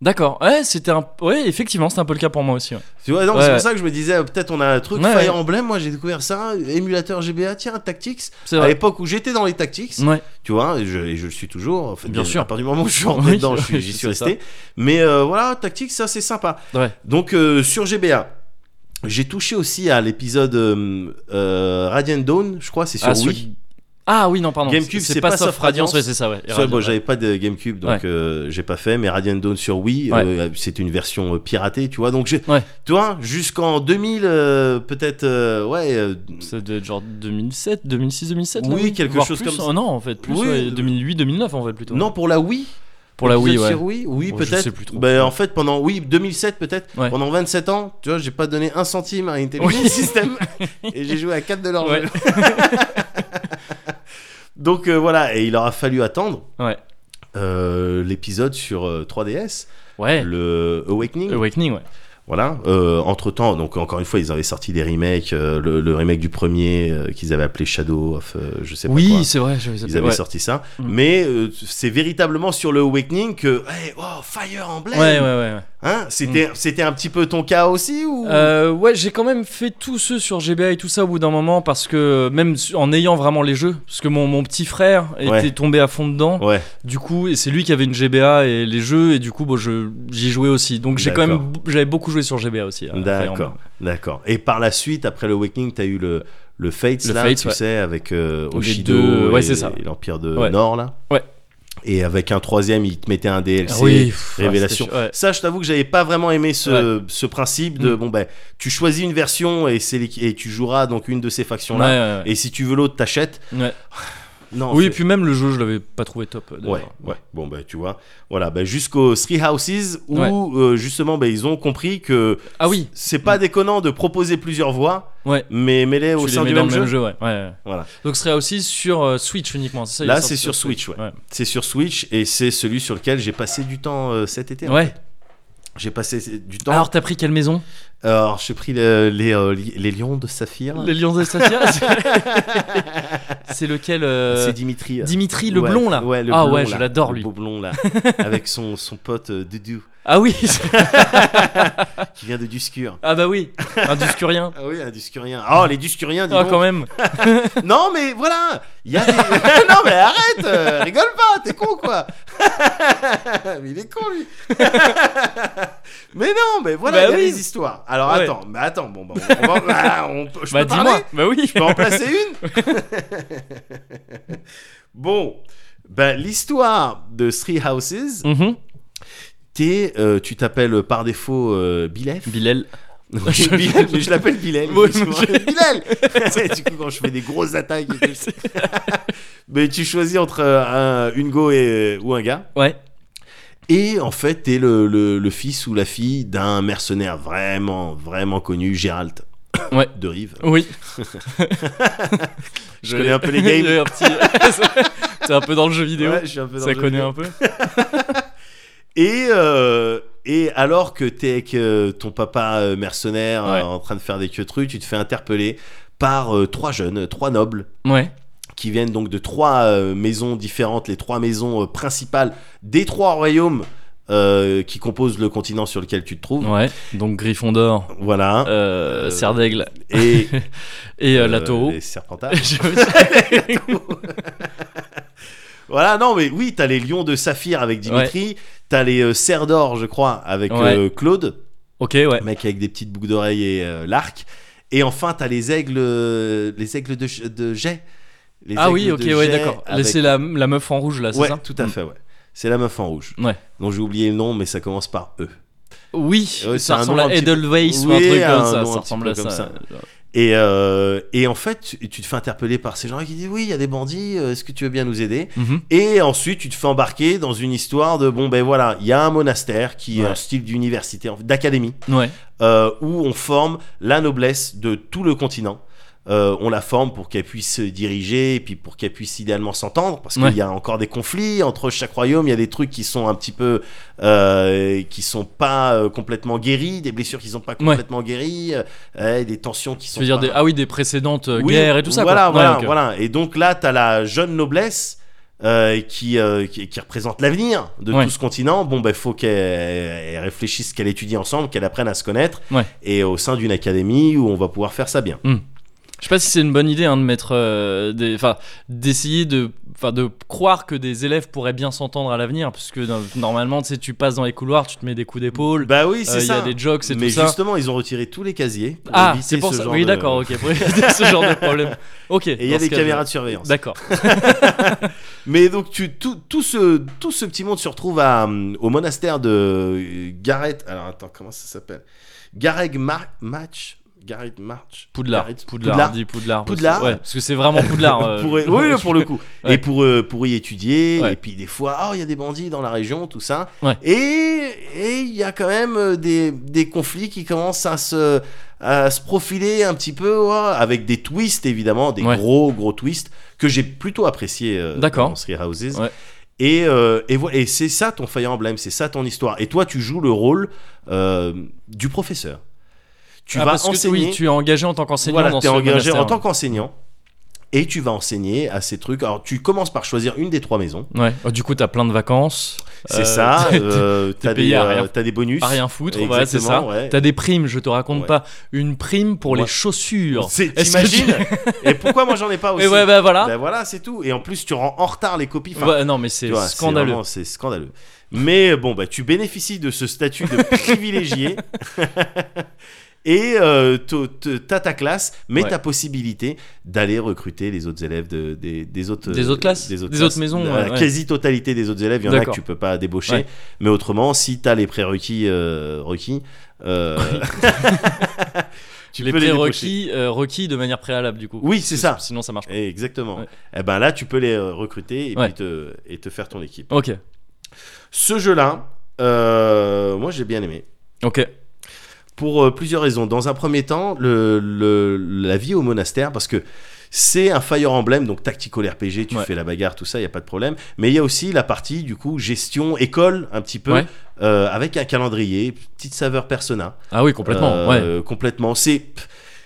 [SPEAKER 1] D'accord. Ouais, c'était un. Ouais, effectivement, c'était un peu le cas pour moi aussi. ouais.
[SPEAKER 2] Tu vois, non,
[SPEAKER 1] Ouais,
[SPEAKER 2] c'est
[SPEAKER 1] ouais.
[SPEAKER 2] pour ça que je me disais, euh, peut-être on a un truc
[SPEAKER 1] Ouais,
[SPEAKER 2] Fire
[SPEAKER 1] ouais.
[SPEAKER 2] Emblem. Moi, j'ai découvert ça, émulateur GBA, tiens, Tactics.
[SPEAKER 1] C'est
[SPEAKER 2] À
[SPEAKER 1] vrai.
[SPEAKER 2] l'époque où j'étais dans les Tactics,
[SPEAKER 1] Ouais.
[SPEAKER 2] tu vois, et je, et je le suis toujours. En fait,
[SPEAKER 1] Bien sûr.
[SPEAKER 2] À partir du moment où je suis rentré
[SPEAKER 1] Oui,
[SPEAKER 2] dedans, je suis-
[SPEAKER 1] oui,
[SPEAKER 2] j'y suis
[SPEAKER 1] c'est ça.
[SPEAKER 2] resté. Mais euh, voilà, Tactics, ça, c'est sympa.
[SPEAKER 1] Ouais.
[SPEAKER 2] Donc, euh, sur GBA. J'ai touché aussi à l'épisode euh, euh, Radiant Dawn, je crois, c'est sur
[SPEAKER 1] Ah,
[SPEAKER 2] Wii.
[SPEAKER 1] Ah oui, non, pardon.
[SPEAKER 2] GameCube, c'est pas Soft Radiance.
[SPEAKER 1] ouais, c'est ça, ouais. Et
[SPEAKER 2] Ouais,
[SPEAKER 1] Radiance,
[SPEAKER 2] bon,
[SPEAKER 1] ouais.
[SPEAKER 2] j'avais pas de GameCube, donc
[SPEAKER 1] Ouais.
[SPEAKER 2] euh, j'ai pas fait. Mais Radiant Dawn sur Wii,
[SPEAKER 1] Ouais.
[SPEAKER 2] euh, c'est une version euh, piratée, tu vois. Donc, j'ai,
[SPEAKER 1] Ouais.
[SPEAKER 2] tu vois, jusqu'en 2000, euh, peut-être, euh, ouais, euh,
[SPEAKER 1] Ça doit être genre 2007, 2006, 2007.
[SPEAKER 2] Oui,
[SPEAKER 1] là,
[SPEAKER 2] quelque
[SPEAKER 1] Voire
[SPEAKER 2] chose
[SPEAKER 1] plus.
[SPEAKER 2] comme ça.
[SPEAKER 1] Oh, non, en fait, plus.
[SPEAKER 2] Oui.
[SPEAKER 1] ouais, 2008, 2009, en fait, plutôt.
[SPEAKER 2] non pour la Wii.
[SPEAKER 1] pour la Wii,
[SPEAKER 2] Épisode
[SPEAKER 1] ouais.
[SPEAKER 2] Sur Wii, oui,
[SPEAKER 1] Oh, je
[SPEAKER 2] peut-être.
[SPEAKER 1] sais plus trop.
[SPEAKER 2] Ben, en fait, pendant oui, 2007 peut-être.
[SPEAKER 1] Ouais.
[SPEAKER 2] Pendant 27 ans, tu vois, j'ai pas donné un centime à Intelligent
[SPEAKER 1] Oui.
[SPEAKER 2] System et j'ai joué à 4 de leur
[SPEAKER 1] Ouais.
[SPEAKER 2] jeu. Donc euh, voilà, et il aura fallu attendre
[SPEAKER 1] Ouais.
[SPEAKER 2] euh, l'épisode sur euh, 3DS,
[SPEAKER 1] Ouais.
[SPEAKER 2] le Awakening.
[SPEAKER 1] Awakening, ouais.
[SPEAKER 2] Voilà. entre temps, donc encore une fois, ils avaient sorti des remakes. euh, le, le remake du premier euh, qu'ils avaient appelé Shadow of, euh, je sais pas quoi.
[SPEAKER 1] Oui, c'est vrai. j'avais-
[SPEAKER 2] Ils avaient
[SPEAKER 1] ouais.
[SPEAKER 2] sorti ça.
[SPEAKER 1] Mm.
[SPEAKER 2] Mais euh, c'est véritablement sur le Awakening que, hey, wow, Fire Emblem.
[SPEAKER 1] Ouais, ouais, ouais. ouais.
[SPEAKER 2] Hein c'était, c'était un petit peu ton cas aussi ou
[SPEAKER 1] Euh, ouais, j'ai quand même fait tous ceux sur GBA et tout ça au bout d'un moment parce que même su- en ayant vraiment les jeux, parce que mon, mon petit frère était
[SPEAKER 2] Ouais.
[SPEAKER 1] tombé à fond dedans.
[SPEAKER 2] Ouais.
[SPEAKER 1] Du coup, et c'est lui qui avait une GBA et les jeux, et du coup, bon, je, j'y jouais aussi. Donc j'ai quand
[SPEAKER 2] D'accord.
[SPEAKER 1] même, j'avais beaucoup joué sur GBA aussi. hein, à Fire
[SPEAKER 2] D'accord.
[SPEAKER 1] Emblem.
[SPEAKER 2] D'accord. Et par la suite, après le Awakening, t'as eu le le Fates
[SPEAKER 1] Le
[SPEAKER 2] là,
[SPEAKER 1] Fates,
[SPEAKER 2] tu
[SPEAKER 1] ouais.
[SPEAKER 2] sais, avec euh,
[SPEAKER 1] Les
[SPEAKER 2] Oshido
[SPEAKER 1] deux- ouais,
[SPEAKER 2] et,
[SPEAKER 1] c'est ça.
[SPEAKER 2] et l'Empire de
[SPEAKER 1] Ouais.
[SPEAKER 2] Nord là.
[SPEAKER 1] Ouais. Ah
[SPEAKER 2] Et avec un troisième, il te mettait un DLC.
[SPEAKER 1] Oui, pff, ouais,
[SPEAKER 2] révélation.
[SPEAKER 1] c'était ch- ouais.
[SPEAKER 2] Ça, je t'avoue que j'avais pas vraiment aimé ce, ce principe de
[SPEAKER 1] Mm.
[SPEAKER 2] bon ben tu choisis une version et c'est l'équ- et tu joueras donc une de ces factions là.
[SPEAKER 1] Ouais, ouais, ouais.
[SPEAKER 2] Et si tu veux l'autre, t'achètes.
[SPEAKER 1] Ouais.
[SPEAKER 2] Non,
[SPEAKER 1] Oui,
[SPEAKER 2] c'est-
[SPEAKER 1] et puis euh, même le jeu, je l'avais pas trouvé top. d'ailleurs.
[SPEAKER 2] Ouais, ouais. Bon, bah, tu vois. Voilà, bah, jusqu'aux Three Houses où,
[SPEAKER 1] Ouais.
[SPEAKER 2] euh, justement, bah, ils ont compris que
[SPEAKER 1] Ah oui,
[SPEAKER 2] c'est pas déconnant de proposer plusieurs voix,
[SPEAKER 1] ouais.
[SPEAKER 2] mais mêlées au
[SPEAKER 1] tu les
[SPEAKER 2] sein
[SPEAKER 1] mets
[SPEAKER 2] du
[SPEAKER 1] dans
[SPEAKER 2] même
[SPEAKER 1] le même
[SPEAKER 2] jeu.
[SPEAKER 1] jeu, ouais. ouais, ouais.
[SPEAKER 2] Voilà.
[SPEAKER 1] Donc ce serait aussi sur euh, Switch uniquement, c'est ça il
[SPEAKER 2] Là,
[SPEAKER 1] est sorti
[SPEAKER 2] c'est sur Switch, ouais.
[SPEAKER 1] ouais.
[SPEAKER 2] C'est sur Switch et c'est celui sur lequel j'ai passé du temps euh, cet été. en
[SPEAKER 1] Ouais.
[SPEAKER 2] fait. J'ai passé du temps.
[SPEAKER 1] Alors, t'as pris quelle maison
[SPEAKER 2] Alors, j'ai pris le- les, euh, li- les lions de saphir.
[SPEAKER 1] Les Lions de Saphir c'est- C'est lequel euh,
[SPEAKER 2] C'est Dimitri. euh.
[SPEAKER 1] Dimitri le
[SPEAKER 2] Ouais,
[SPEAKER 1] blond là
[SPEAKER 2] ouais, le
[SPEAKER 1] Ah
[SPEAKER 2] blond,
[SPEAKER 1] ouais, je
[SPEAKER 2] là.
[SPEAKER 1] l'adore
[SPEAKER 2] Le
[SPEAKER 1] lui.
[SPEAKER 2] beau blond là, avec son, son pote euh, Dudu
[SPEAKER 1] Ah oui
[SPEAKER 2] qui vient de Duscur.
[SPEAKER 1] Ah bah oui Un Duscurien
[SPEAKER 2] Ah oui, un Duscurien. Oh, les Duscuriens, dis
[SPEAKER 1] Ah
[SPEAKER 2] donc.
[SPEAKER 1] quand même
[SPEAKER 2] Non, mais voilà Il y a des... Non, mais arrête euh, Rigole pas, t'es con, quoi Mais il est con, lui Mais non, mais voilà,
[SPEAKER 1] Bah
[SPEAKER 2] il y a
[SPEAKER 1] oui.
[SPEAKER 2] des histoires. Alors,
[SPEAKER 1] Ouais.
[SPEAKER 2] attends, mais attends, bon, bah, on va... bah, on peut- Je
[SPEAKER 1] Bah
[SPEAKER 2] peux parler
[SPEAKER 1] dis-moi Bah oui
[SPEAKER 2] Je peux en placer une Bon, bah, l'histoire de Three Houses,
[SPEAKER 1] Mhm.
[SPEAKER 2] t'es, euh, tu t'appelles par défaut euh, Bilef
[SPEAKER 1] Bilal
[SPEAKER 2] Oui, Bilal, mais je l'appelle Bilal.
[SPEAKER 1] Oui,
[SPEAKER 2] effectivement.
[SPEAKER 1] je-
[SPEAKER 2] Bilal Du coup, quand je fais des grosses attaques. et tout. mais tu choisis entre euh, un, une go et, ou un gars.
[SPEAKER 1] Ouais
[SPEAKER 2] Et en fait, t'es le, le, le fils ou la fille d'un mercenaire vraiment, vraiment connu, Gérald.
[SPEAKER 1] Ouais.
[SPEAKER 2] De Rive.
[SPEAKER 1] Oui
[SPEAKER 2] Je connais un peu les games.
[SPEAKER 1] Il y a un petit- T'es un peu dans le jeu vidéo
[SPEAKER 2] Ouais, je suis un peu dans
[SPEAKER 1] Ça
[SPEAKER 2] le jeu
[SPEAKER 1] connaît
[SPEAKER 2] vidéo.
[SPEAKER 1] un peu
[SPEAKER 2] Et, euh, et alors que t'es avec euh, ton papa euh, mercenaire
[SPEAKER 1] Ouais.
[SPEAKER 2] euh, en train de faire des queutrues, tu te fais interpeller par euh, trois jeunes, euh, trois nobles,
[SPEAKER 1] Ouais
[SPEAKER 2] qui viennent donc de trois euh, maisons différentes, les trois maisons euh, principales des trois royaumes euh, qui composent le continent sur lequel tu te trouves.
[SPEAKER 1] Ouais Donc Griffon d'or
[SPEAKER 2] Voilà.
[SPEAKER 1] euh, Serre d'Aigle
[SPEAKER 2] Et,
[SPEAKER 1] et euh, la
[SPEAKER 2] euh,
[SPEAKER 1] Taureau
[SPEAKER 2] les Serpentard.
[SPEAKER 1] Je veux dire-
[SPEAKER 2] voilà, non, mais oui, t'as les lions de saphir avec Dimitri, t'as les euh, cerfs d'or, je crois, avec
[SPEAKER 1] Ouais.
[SPEAKER 2] euh, Claude,
[SPEAKER 1] Ok ouais
[SPEAKER 2] mec avec des petites boucles d'oreilles et euh, l'arc. Et enfin, t'as les aigles, euh, les aigles de, de jet. Les
[SPEAKER 1] Ah
[SPEAKER 2] aigles
[SPEAKER 1] oui
[SPEAKER 2] de
[SPEAKER 1] ok ouais
[SPEAKER 2] jet
[SPEAKER 1] d'accord Là,
[SPEAKER 2] avec-
[SPEAKER 1] C'est la, la meuf en rouge là c'est
[SPEAKER 2] ouais,
[SPEAKER 1] ça Mm.
[SPEAKER 2] tout à fait, ouais. C'est la meuf en rouge.
[SPEAKER 1] Ouais.
[SPEAKER 2] Dont j'ai oublié le nom, mais ça commence par E.
[SPEAKER 1] Mm. Oui,
[SPEAKER 2] Ouais, c'est un
[SPEAKER 1] ça ressemble
[SPEAKER 2] nom un
[SPEAKER 1] à
[SPEAKER 2] petit peu-
[SPEAKER 1] Edelweiss ou un
[SPEAKER 2] Oui,
[SPEAKER 1] truc
[SPEAKER 2] un
[SPEAKER 1] comme ça.
[SPEAKER 2] nom un
[SPEAKER 1] Ça
[SPEAKER 2] petit
[SPEAKER 1] ressemble
[SPEAKER 2] peu
[SPEAKER 1] à
[SPEAKER 2] comme
[SPEAKER 1] ça.
[SPEAKER 2] ça. Et, euh, et en fait, tu tu te fais interpeller par ces gens qui disent Oui, il y a des bandits, euh, est-ce que tu veux bien nous aider
[SPEAKER 1] Mhm.
[SPEAKER 2] Et ensuite, tu te fais embarquer dans une histoire de Bon, ben voilà, il y a un monastère qui est
[SPEAKER 1] Ouais.
[SPEAKER 2] un style d'université, en fait, d'académie,
[SPEAKER 1] Ouais.
[SPEAKER 2] euh, où on forme la noblesse de tout le continent. Euh, on la forme pour qu'elle puisse se diriger et puis pour qu'elle puisse idéalement s'entendre parce
[SPEAKER 1] Ouais.
[SPEAKER 2] qu'il y a encore des conflits entre chaque royaume il y a des trucs qui sont un petit peu euh, qui sont pas euh, complètement guéris des blessures qui sont pas complètement guéries euh, euh, des tensions qui
[SPEAKER 1] Tu
[SPEAKER 2] sont
[SPEAKER 1] veux dire
[SPEAKER 2] pas-
[SPEAKER 1] des, ah oui des précédentes euh,
[SPEAKER 2] oui,
[SPEAKER 1] guerres et tout ça.
[SPEAKER 2] Voilà,
[SPEAKER 1] quoi.
[SPEAKER 2] voilà,
[SPEAKER 1] Ouais, ok.
[SPEAKER 2] voilà. Et donc là, t'as la jeune noblesse euh, qui, euh, qui, qui représente l'avenir de
[SPEAKER 1] Ouais.
[SPEAKER 2] tout ce continent. Bon, ben, faut qu'elle elle réfléchisse, qu'elle étudie ensemble, qu'elle apprenne à se connaître.
[SPEAKER 1] Ouais.
[SPEAKER 2] Et au sein d'une académie où on va pouvoir faire ça bien.
[SPEAKER 1] Je sais pas si c'est une bonne idée hein, de mettre euh, des, enfin, d'essayer de, enfin, de croire que des élèves pourraient bien s'entendre à l'avenir, parce que dans- normalement, tu sais, tu passes dans les couloirs, tu te mets des coups d'épaule,
[SPEAKER 2] Bah oui,
[SPEAKER 1] euh,
[SPEAKER 2] c'est
[SPEAKER 1] il y
[SPEAKER 2] ça.
[SPEAKER 1] a des jokes et
[SPEAKER 2] Mais
[SPEAKER 1] tout ça.
[SPEAKER 2] justement, ils ont retiré tous les casiers. Pour
[SPEAKER 1] ah,
[SPEAKER 2] éviter
[SPEAKER 1] c'est pour
[SPEAKER 2] ce
[SPEAKER 1] ça.
[SPEAKER 2] genre
[SPEAKER 1] Oui,
[SPEAKER 2] de-
[SPEAKER 1] d'accord, ok. pour éviter ce genre de problème. Ok.
[SPEAKER 2] Et il y a des caméras de surveillance.
[SPEAKER 1] D'accord.
[SPEAKER 2] Mais donc tu, tout, tout ce, tout ce petit monde se retrouve à, hum, au monastère de euh, Gareth. Alors attends, comment ça s'appelle Gareth Mar- March. Gareth March.
[SPEAKER 1] Poudlard.
[SPEAKER 2] Gareth-
[SPEAKER 1] Poudlard. on dit Poudlard. parce que-
[SPEAKER 2] Poudlard.
[SPEAKER 1] ouais, parce que c'est vraiment Poudlard. euh,
[SPEAKER 2] pour,
[SPEAKER 1] je-
[SPEAKER 2] oui, oui, pour le coup.
[SPEAKER 1] Ouais.
[SPEAKER 2] Et pour, euh, pour y étudier,
[SPEAKER 1] Ouais.
[SPEAKER 2] et puis des fois, oh, il y a des bandits dans la région, tout ça.
[SPEAKER 1] Ouais.
[SPEAKER 2] Et et il y a quand même euh, des, des conflits qui commencent à se, à se profiler un petit peu, ouais, avec des twists évidemment, des
[SPEAKER 1] Ouais.
[SPEAKER 2] gros, gros twists que j'ai plutôt apprécié euh,
[SPEAKER 1] D'accord.
[SPEAKER 2] dans Three Houses.
[SPEAKER 1] Ouais.
[SPEAKER 2] Et, euh, et, voilà, et c'est ça ton Fire Emblem, c'est ça ton histoire. Et toi, tu joues le rôle euh, du professeur. Tu
[SPEAKER 1] Ah,
[SPEAKER 2] vas
[SPEAKER 1] parce que-
[SPEAKER 2] enseigner.
[SPEAKER 1] oui, tu es engagé en tant qu'enseignant
[SPEAKER 2] Voilà,
[SPEAKER 1] dans
[SPEAKER 2] t'es
[SPEAKER 1] ce
[SPEAKER 2] engagé en
[SPEAKER 1] monastère.
[SPEAKER 2] tant qu'enseignant et tu vas enseigner à ces trucs. Alors, tu commences par choisir une des trois maisons.
[SPEAKER 1] Ouais. Oh, du coup, t'as plein de vacances.
[SPEAKER 2] C'est
[SPEAKER 1] Euh,
[SPEAKER 2] ça. euh, t'as
[SPEAKER 1] payé
[SPEAKER 2] des,
[SPEAKER 1] à
[SPEAKER 2] euh,
[SPEAKER 1] rien-
[SPEAKER 2] t'as des bonus.
[SPEAKER 1] Pas rien foutre. Voilà, c'est ça.
[SPEAKER 2] Exactement, ouais.
[SPEAKER 1] T'as des primes, je te raconte
[SPEAKER 2] Ouais.
[SPEAKER 1] pas. Une prime pour
[SPEAKER 2] Ouais.
[SPEAKER 1] les chaussures.
[SPEAKER 2] C'est-
[SPEAKER 1] Est-ce que tu-
[SPEAKER 2] T'imagines Et pourquoi moi j'en ai pas aussi
[SPEAKER 1] Mais ouais, bah voilà.
[SPEAKER 2] Ben voilà, c'est tout. Et en plus, tu rends en retard les copies. Enfin,
[SPEAKER 1] Ouais, non, mais
[SPEAKER 2] tu
[SPEAKER 1] c'est
[SPEAKER 2] vois,
[SPEAKER 1] scandaleux.
[SPEAKER 2] vraiment- C'est scandaleux. Mais bon, bah, tu bénéficies de ce statut de privilégié. Et euh, t'o- te- t'as ta classe, mais
[SPEAKER 1] Ouais.
[SPEAKER 2] t'as possibilité d'aller recruter les autres élèves de, des, des autres
[SPEAKER 1] Des autres classes Des autres maisons,
[SPEAKER 2] La
[SPEAKER 1] ouais, ouais.
[SPEAKER 2] quasi-totalité des autres élèves, il y en a que
[SPEAKER 1] D'accord.
[SPEAKER 2] tu peux pas débaucher.
[SPEAKER 1] Ouais.
[SPEAKER 2] Mais autrement, si t'as les prérequis euh, requis, euh, tu
[SPEAKER 1] les
[SPEAKER 2] peux les débaucher.
[SPEAKER 1] prérequis euh, requis de manière préalable du coup.
[SPEAKER 2] Oui, c'est ça.
[SPEAKER 1] Parce que Sinon ça marche pas.
[SPEAKER 2] Exactement.
[SPEAKER 1] Ouais.
[SPEAKER 2] Eh ben là, tu peux les euh, recruter et
[SPEAKER 1] Ouais.
[SPEAKER 2] puis te, et te faire ton équipe.
[SPEAKER 1] Ok,
[SPEAKER 2] Ce jeu-là, euh, moi j'ai bien aimé.
[SPEAKER 1] ok,
[SPEAKER 2] Pour euh, plusieurs raisons. Dans un premier temps, le, le- la vie au monastère, parce que c'est un Fire Emblem, donc tactical RPG, tu
[SPEAKER 1] Ouais.
[SPEAKER 2] fais la bagarre, tout ça, il n'y a pas de problème. Mais il y a aussi la partie, du coup, gestion, école, un petit peu,
[SPEAKER 1] Ouais.
[SPEAKER 2] euh, avec un calendrier, petite saveur persona.
[SPEAKER 1] ah oui complètement, ouais,
[SPEAKER 2] Euh, Complètement. C'est.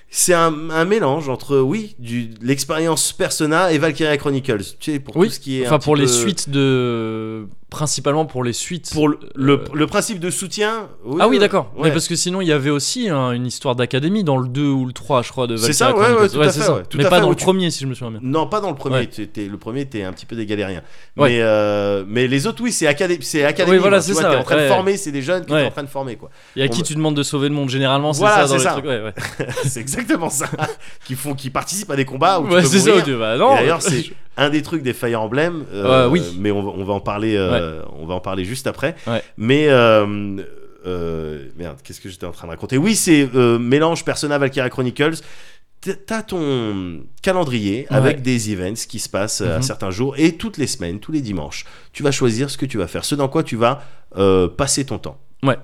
[SPEAKER 2] C'est un, un mélange entre, oui, du, l'expérience Persona et Valkyria Chronicles. Tu sais, pour
[SPEAKER 1] Oui,
[SPEAKER 2] tout ce qui est. un
[SPEAKER 1] enfin
[SPEAKER 2] petit
[SPEAKER 1] pour les
[SPEAKER 2] peu-
[SPEAKER 1] suites de, principalement pour les suites.
[SPEAKER 2] Pour le, le-
[SPEAKER 1] Euh,
[SPEAKER 2] le principe de soutien. oui,
[SPEAKER 1] ah oui,
[SPEAKER 2] oui,
[SPEAKER 1] d'accord.
[SPEAKER 2] ouais.
[SPEAKER 1] Mais parce que sinon, il y avait aussi hein, une histoire d'académie dans le 2 ou le 3, je crois, de Valkyria
[SPEAKER 2] C'est ça, ouais,
[SPEAKER 1] Chronicles.
[SPEAKER 2] ouais, tout à
[SPEAKER 1] c'est
[SPEAKER 2] fait,
[SPEAKER 1] ça.
[SPEAKER 2] ouais, tout
[SPEAKER 1] Mais
[SPEAKER 2] à
[SPEAKER 1] pas
[SPEAKER 2] fait,
[SPEAKER 1] dans
[SPEAKER 2] où
[SPEAKER 1] le
[SPEAKER 2] tu-
[SPEAKER 1] premier, si je me souviens bien.
[SPEAKER 2] Non, pas dans le premier.
[SPEAKER 1] Ouais.
[SPEAKER 2] t'étais- le premier, t'es un petit peu des galériens.
[SPEAKER 1] Ouais.
[SPEAKER 2] Mais, euh, mais les autres, oui, c'est académie. C'est académie.
[SPEAKER 1] Oui, voilà,
[SPEAKER 2] hein, tu
[SPEAKER 1] c'est
[SPEAKER 2] vois,
[SPEAKER 1] ça,
[SPEAKER 2] T'es
[SPEAKER 1] ouais,
[SPEAKER 2] en train de
[SPEAKER 1] ouais.
[SPEAKER 2] former, c'est des jeunes que
[SPEAKER 1] Ouais.
[SPEAKER 2] t'es en train de former, quoi.
[SPEAKER 1] Et à
[SPEAKER 2] on
[SPEAKER 1] qui
[SPEAKER 2] va-
[SPEAKER 1] tu demandes de sauver le monde Généralement, c'est
[SPEAKER 2] Voilà,
[SPEAKER 1] ça dans
[SPEAKER 2] c'est
[SPEAKER 1] les
[SPEAKER 2] ça.
[SPEAKER 1] trucs. Ouais, ouais.
[SPEAKER 2] c'est exactement ça. qui font, qui participent à des combats où Ah, tu
[SPEAKER 1] Ouais,
[SPEAKER 2] peux
[SPEAKER 1] c'est ça,
[SPEAKER 2] mourir.
[SPEAKER 1] Dieu. Bah, non.
[SPEAKER 2] Et d'ailleurs, c'est un des trucs des Fire Emblem.
[SPEAKER 1] Euh, oui.
[SPEAKER 2] Mais on va, on va en parler. euh, On va en parler juste après.
[SPEAKER 1] Ouais.
[SPEAKER 2] Mais euh, euh, merde, qu'est-ce que j'étais en train de raconter Oui, c'est euh, mélange Persona Valkyria Chronicles. T- T'as ton calendrier
[SPEAKER 1] Ouais.
[SPEAKER 2] avec des events qui se passent euh, à
[SPEAKER 1] Mhm.
[SPEAKER 2] certains jours et toutes les semaines, tous les dimanches. Tu vas choisir ce que tu vas faire, ce dans quoi tu vas euh, passer ton temps.
[SPEAKER 1] Ouais.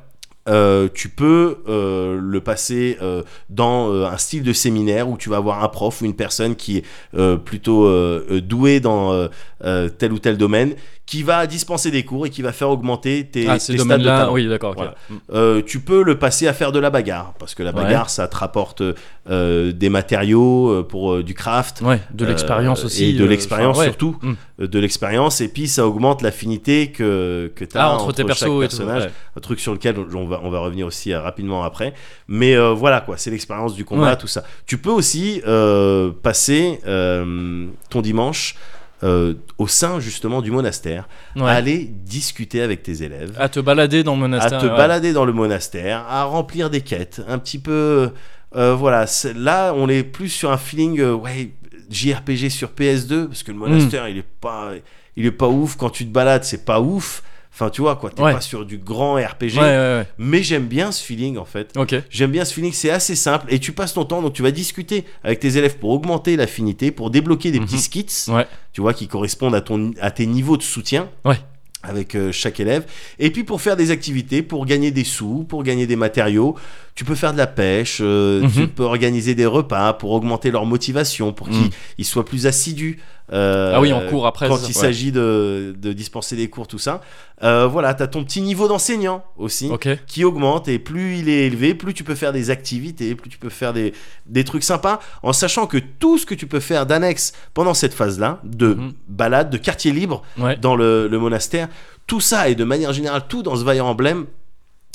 [SPEAKER 2] Euh, tu peux euh, le passer euh, dans euh, un style de séminaire où tu vas avoir un prof ou une personne qui est euh, plutôt euh, euh, douée dans euh, euh, tel ou tel domaine, qui va dispenser des cours et qui va faire augmenter tes,
[SPEAKER 1] Ah,
[SPEAKER 2] tes
[SPEAKER 1] ces
[SPEAKER 2] stats de
[SPEAKER 1] domaines-là,
[SPEAKER 2] talent.
[SPEAKER 1] oui, d'accord. ok.
[SPEAKER 2] Voilà. Euh, tu peux le passer à faire de la bagarre, parce que la
[SPEAKER 1] Ouais.
[SPEAKER 2] bagarre, ça te rapporte euh, des matériaux euh, pour euh, du craft.
[SPEAKER 1] Ouais, de l'expérience
[SPEAKER 2] euh,
[SPEAKER 1] aussi.
[SPEAKER 2] Et de
[SPEAKER 1] euh,
[SPEAKER 2] l'expérience
[SPEAKER 1] enfin, ouais.
[SPEAKER 2] surtout.
[SPEAKER 1] Mm.
[SPEAKER 2] euh, De l'expérience, et puis ça augmente l'affinité que, que tu as
[SPEAKER 1] Ah, entre, tes persos
[SPEAKER 2] chaque
[SPEAKER 1] et tout.
[SPEAKER 2] personnage
[SPEAKER 1] ouais.
[SPEAKER 2] un truc sur lequel on va, on va revenir aussi euh, rapidement après. Mais euh, voilà, quoi, c'est l'expérience du combat,
[SPEAKER 1] Ouais.
[SPEAKER 2] tout ça. Tu peux aussi euh, passer euh, ton dimanche euh, au sein justement du monastère,
[SPEAKER 1] Ouais.
[SPEAKER 2] à aller discuter avec tes élèves,
[SPEAKER 1] À te balader dans le
[SPEAKER 2] à
[SPEAKER 1] monastère.
[SPEAKER 2] te
[SPEAKER 1] ouais.
[SPEAKER 2] balader dans le monastère, à remplir des quêtes, un petit peu. euh, voilà, c'est- là on est plus sur un feeling euh, ouais, JRPG sur PS2 parce
[SPEAKER 1] Hmm.
[SPEAKER 2] que le monastère il est pas il est pas ouf quand tu te balades, c'est pas ouf. Enfin tu vois quoi, t'es
[SPEAKER 1] Ouais.
[SPEAKER 2] pas sur du grand RPG.
[SPEAKER 1] Ouais, ouais,
[SPEAKER 2] Mais j'aime bien ce feeling en fait.
[SPEAKER 1] ouais. Ok.
[SPEAKER 2] J'aime bien ce feeling, c'est assez simple et tu passes ton temps donc tu vas discuter avec tes élèves pour augmenter l'affinité, pour débloquer des
[SPEAKER 1] Mhm.
[SPEAKER 2] petits skits,
[SPEAKER 1] Ouais.
[SPEAKER 2] tu vois, qui correspondent à ton à tes niveaux de soutien.
[SPEAKER 1] Ouais.
[SPEAKER 2] Avec euh, chaque élève. Et puis pour faire des activités, pour gagner des sous, pour gagner des matériaux, tu peux faire de la pêche, euh,
[SPEAKER 1] Mhm.
[SPEAKER 2] tu peux organiser des repas pour augmenter leur motivation, pour qu'ils
[SPEAKER 1] Mhm.
[SPEAKER 2] ils soient plus assidus. euh,
[SPEAKER 1] Ah oui, en cours après.
[SPEAKER 2] Quand
[SPEAKER 1] c'est
[SPEAKER 2] il
[SPEAKER 1] ça, ouais.
[SPEAKER 2] s'agit de, de dispenser des cours, tout ça. Euh, voilà, tu as ton petit niveau d'enseignant aussi
[SPEAKER 1] Ok.
[SPEAKER 2] qui augmente et plus il est élevé, plus tu peux faire des activités, plus tu peux faire des, des trucs sympas, en sachant que tout ce que tu peux faire d'annexe pendant cette phase-là, de
[SPEAKER 1] Mhm.
[SPEAKER 2] balade, de quartier libre
[SPEAKER 1] Ouais.
[SPEAKER 2] dans le, le monastère, tout ça et de manière générale tout dans ce Vaillant Emblème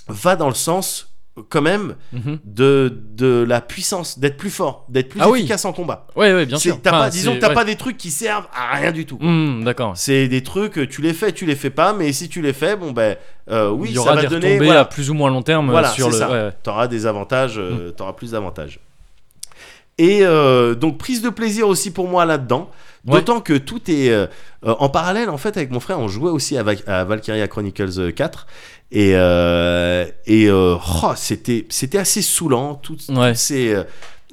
[SPEAKER 2] va dans le sens quand même
[SPEAKER 1] Mhm.
[SPEAKER 2] de, de la puissance, d'être plus fort, d'être plus
[SPEAKER 1] Ah oui.
[SPEAKER 2] efficace en combat.
[SPEAKER 1] Ouais, ouais, bien
[SPEAKER 2] C'est-
[SPEAKER 1] sûr.
[SPEAKER 2] t'as
[SPEAKER 1] Enfin,
[SPEAKER 2] pas, disons
[SPEAKER 1] c'est-
[SPEAKER 2] que t'as
[SPEAKER 1] ouais.
[SPEAKER 2] pas des trucs qui servent à rien du tout.
[SPEAKER 1] Hmm, D'accord. ouais.
[SPEAKER 2] C'est des trucs, tu les fais, tu les fais pas, mais si tu les fais, bon ben, euh, oui,
[SPEAKER 1] Il y
[SPEAKER 2] ça
[SPEAKER 1] aura
[SPEAKER 2] va
[SPEAKER 1] des
[SPEAKER 2] te donner.
[SPEAKER 1] retombées
[SPEAKER 2] voilà.
[SPEAKER 1] à plus ou moins long terme euh,
[SPEAKER 2] Voilà,
[SPEAKER 1] sur
[SPEAKER 2] c'est
[SPEAKER 1] le.
[SPEAKER 2] ça.
[SPEAKER 1] ouais, Mm. ouais.
[SPEAKER 2] t'auras des avantages, euh, t'auras plus d'avantages. Et euh, donc prise de plaisir aussi pour moi là-dedans.
[SPEAKER 1] Ouais.
[SPEAKER 2] D'autant que tout est euh, euh, en parallèle en fait avec mon frère, on jouait aussi à, Va- à Valkyria Chronicles euh, 4 et euh, et euh, oh, c'était c'était assez saoulant tout,
[SPEAKER 1] Ouais.
[SPEAKER 2] c'est euh,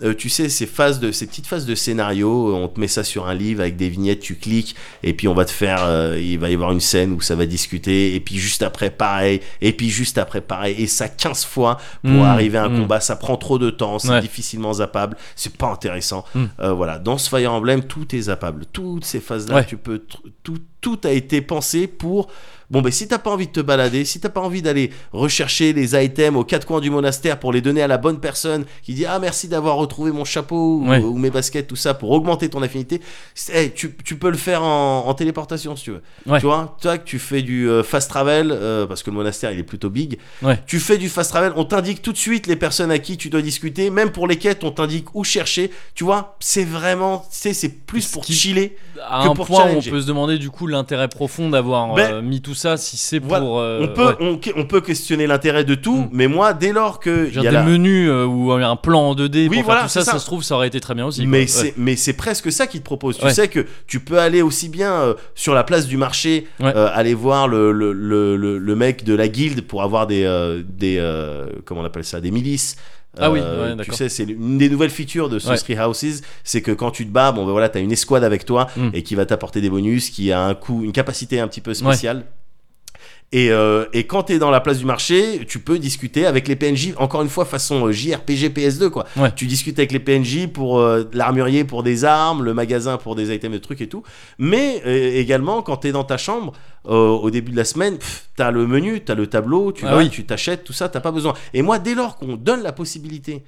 [SPEAKER 2] euh, tu sais ces phases de ces petites phases de scénario euh, on te met ça sur un livre avec des vignettes tu cliques et puis on va te faire euh, il va y avoir une scène où ça va discuter et puis juste après pareil et puis juste après pareil et ça 15 fois pour
[SPEAKER 1] Mmh,
[SPEAKER 2] arriver à un
[SPEAKER 1] mmh.
[SPEAKER 2] combat ça prend trop de temps c'est
[SPEAKER 1] Ouais.
[SPEAKER 2] difficilement zappable c'est pas intéressant
[SPEAKER 1] Mmh.
[SPEAKER 2] Euh, voilà dans ce Fire Emblem tout est zappable toutes ces phases là
[SPEAKER 1] Ouais.
[SPEAKER 2] tu peux tr- tout tout a été pensé pour Bon, ben, si t'as pas envie de te balader, si t'as pas envie d'aller rechercher les items aux quatre coins du monastère pour les donner à la bonne personne qui dit Ah, merci d'avoir retrouvé mon chapeau ou,
[SPEAKER 1] Ouais.
[SPEAKER 2] ou mes baskets, tout ça, pour augmenter ton affinité, c'est- eh, tu, tu peux le faire en, en téléportation si tu veux.
[SPEAKER 1] Ouais.
[SPEAKER 2] Tu vois, toi que tu fais du euh, fast travel, euh, parce que le monastère il est plutôt big,
[SPEAKER 1] Ouais.
[SPEAKER 2] tu fais du fast travel, on t'indique tout de suite les personnes à qui tu dois discuter, même pour les quêtes, on t'indique où chercher. Tu vois, c'est vraiment, c'est c'est plus
[SPEAKER 1] Ce
[SPEAKER 2] pour
[SPEAKER 1] qui-
[SPEAKER 2] chiller.
[SPEAKER 1] à
[SPEAKER 2] que
[SPEAKER 1] un
[SPEAKER 2] pour
[SPEAKER 1] point où on
[SPEAKER 2] challenger.
[SPEAKER 1] peut se demander du coup l'intérêt profond d'avoir
[SPEAKER 2] Ben,
[SPEAKER 1] euh, mis tout ça si c'est pour
[SPEAKER 2] Voilà.
[SPEAKER 1] euh,
[SPEAKER 2] on, peut,
[SPEAKER 1] ouais.
[SPEAKER 2] on, on peut questionner l'intérêt de tout,
[SPEAKER 1] Mm.
[SPEAKER 2] mais moi, dès lors que. il
[SPEAKER 1] Genre
[SPEAKER 2] y a
[SPEAKER 1] des
[SPEAKER 2] la-
[SPEAKER 1] menus euh, ou un plan en 2D pour faire
[SPEAKER 2] voilà,
[SPEAKER 1] tout ça,
[SPEAKER 2] c'est ça.
[SPEAKER 1] ça, se trouve ça aurait été très bien aussi
[SPEAKER 2] mais
[SPEAKER 1] quoi.
[SPEAKER 2] c'est mais c'est presque ça qu'il te propose. Tu
[SPEAKER 1] Ouais.
[SPEAKER 2] sais que tu peux aller aussi bien euh, sur la place du marché,
[SPEAKER 1] Ouais.
[SPEAKER 2] euh, aller voir le, le, le, le- le mec de la guilde pour avoir des, euh, des euh, comment on appelle ça, des milices.
[SPEAKER 1] Ah oui, ouais,
[SPEAKER 2] tu
[SPEAKER 1] d'accord.
[SPEAKER 2] sais, c'est une des nouvelles features de ce
[SPEAKER 1] Ouais.
[SPEAKER 2] Three Houses, c'est que quand tu te bats, bon ben voilà, t'as une escouade avec toi
[SPEAKER 1] Mm.
[SPEAKER 2] et qui va t'apporter des bonus, qui a un coup, une capacité un petit peu spéciale. Et, euh, et quand t'es dans la place du marché, tu peux discuter avec les PNJ, encore une fois façon euh, JRPG PS2 quoi.
[SPEAKER 1] Ouais.
[SPEAKER 2] Tu discutes avec les PNJ pour euh, l'armurier pour des armes, le magasin pour des items de trucs et tout. Mais euh, également quand t'es dans ta chambre euh, au début de la semaine, pff, t'as le menu, t'as le tableau, tu
[SPEAKER 1] Ah
[SPEAKER 2] vas,
[SPEAKER 1] oui.
[SPEAKER 2] tu t'achètes, tout ça, t'as pas besoin. Et moi dès lors qu'on donne la possibilité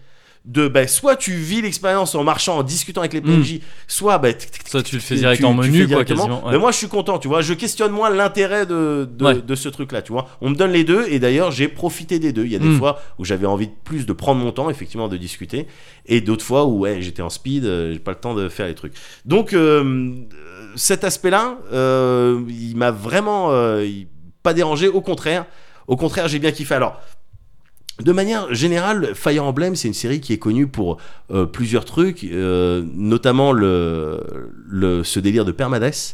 [SPEAKER 2] de ben, soit tu vis l'expérience en marchant, en discutant avec les
[SPEAKER 1] Mm.
[SPEAKER 2] PNJ, soit ben, tic, tic, tic,
[SPEAKER 1] Ça, tu le fais
[SPEAKER 2] tu-
[SPEAKER 1] direct
[SPEAKER 2] tu-
[SPEAKER 1] en
[SPEAKER 2] tu
[SPEAKER 1] menu, quoi,
[SPEAKER 2] fais directement.
[SPEAKER 1] quasiment, ouais.
[SPEAKER 2] Mais moi, je suis content, tu vois. Je questionne moins l'intérêt de, de,
[SPEAKER 1] Ouais.
[SPEAKER 2] de ce truc-là, tu vois. On me donne les deux, et d'ailleurs, j'ai profité des deux. Il y a des
[SPEAKER 1] Mm.
[SPEAKER 2] fois où j'avais envie de plus de prendre mon temps, effectivement, de discuter, et d'autres fois où ouais, j'étais en speed, euh, j'ai pas le temps de faire les trucs. Donc, euh, cet aspect-là, euh, il m'a vraiment euh, il- pas dérangé. Au contraire, au contraire, j'ai bien kiffé. Alors. De manière générale, Fire Emblem, c'est une série qui est connue pour euh, plusieurs trucs, euh, notamment le, le, ce délire de permadeath.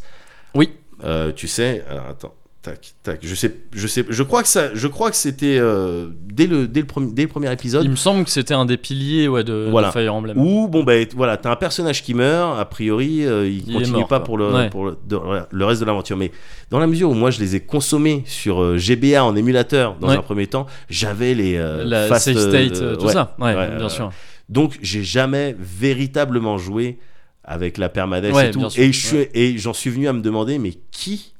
[SPEAKER 1] Oui.
[SPEAKER 2] Euh, tu sais, alors, attends, tac, tac. Je sais, je sais, je crois que ça, je crois que c'était euh, dès le dès le premier dès le premier épisode.
[SPEAKER 1] Il me semble que c'était un des piliers ouais, de, de
[SPEAKER 2] Voilà.
[SPEAKER 1] Fire Emblem.
[SPEAKER 2] Où bon ben voilà, t'as un personnage qui meurt, a priori euh, il,
[SPEAKER 1] Il est
[SPEAKER 2] continue
[SPEAKER 1] mort,
[SPEAKER 2] pas
[SPEAKER 1] quoi.
[SPEAKER 2] pour le
[SPEAKER 1] Ouais.
[SPEAKER 2] pour le, de- voilà, le reste de l'aventure. Mais dans la mesure où moi je les ai consommés sur euh, GBA en émulateur dans
[SPEAKER 1] Ouais.
[SPEAKER 2] un premier temps, j'avais les euh,
[SPEAKER 1] la
[SPEAKER 2] fast,
[SPEAKER 1] safe
[SPEAKER 2] euh,
[SPEAKER 1] state, euh, tout
[SPEAKER 2] ouais.
[SPEAKER 1] ça. Ouais,
[SPEAKER 2] ouais,
[SPEAKER 1] bien
[SPEAKER 2] ouais,
[SPEAKER 1] sûr.
[SPEAKER 2] Donc j'ai jamais véritablement joué avec la permadeath
[SPEAKER 1] Ouais,
[SPEAKER 2] et tout.
[SPEAKER 1] bien sûr,
[SPEAKER 2] et je suis- et j'en suis venu à me demander mais qui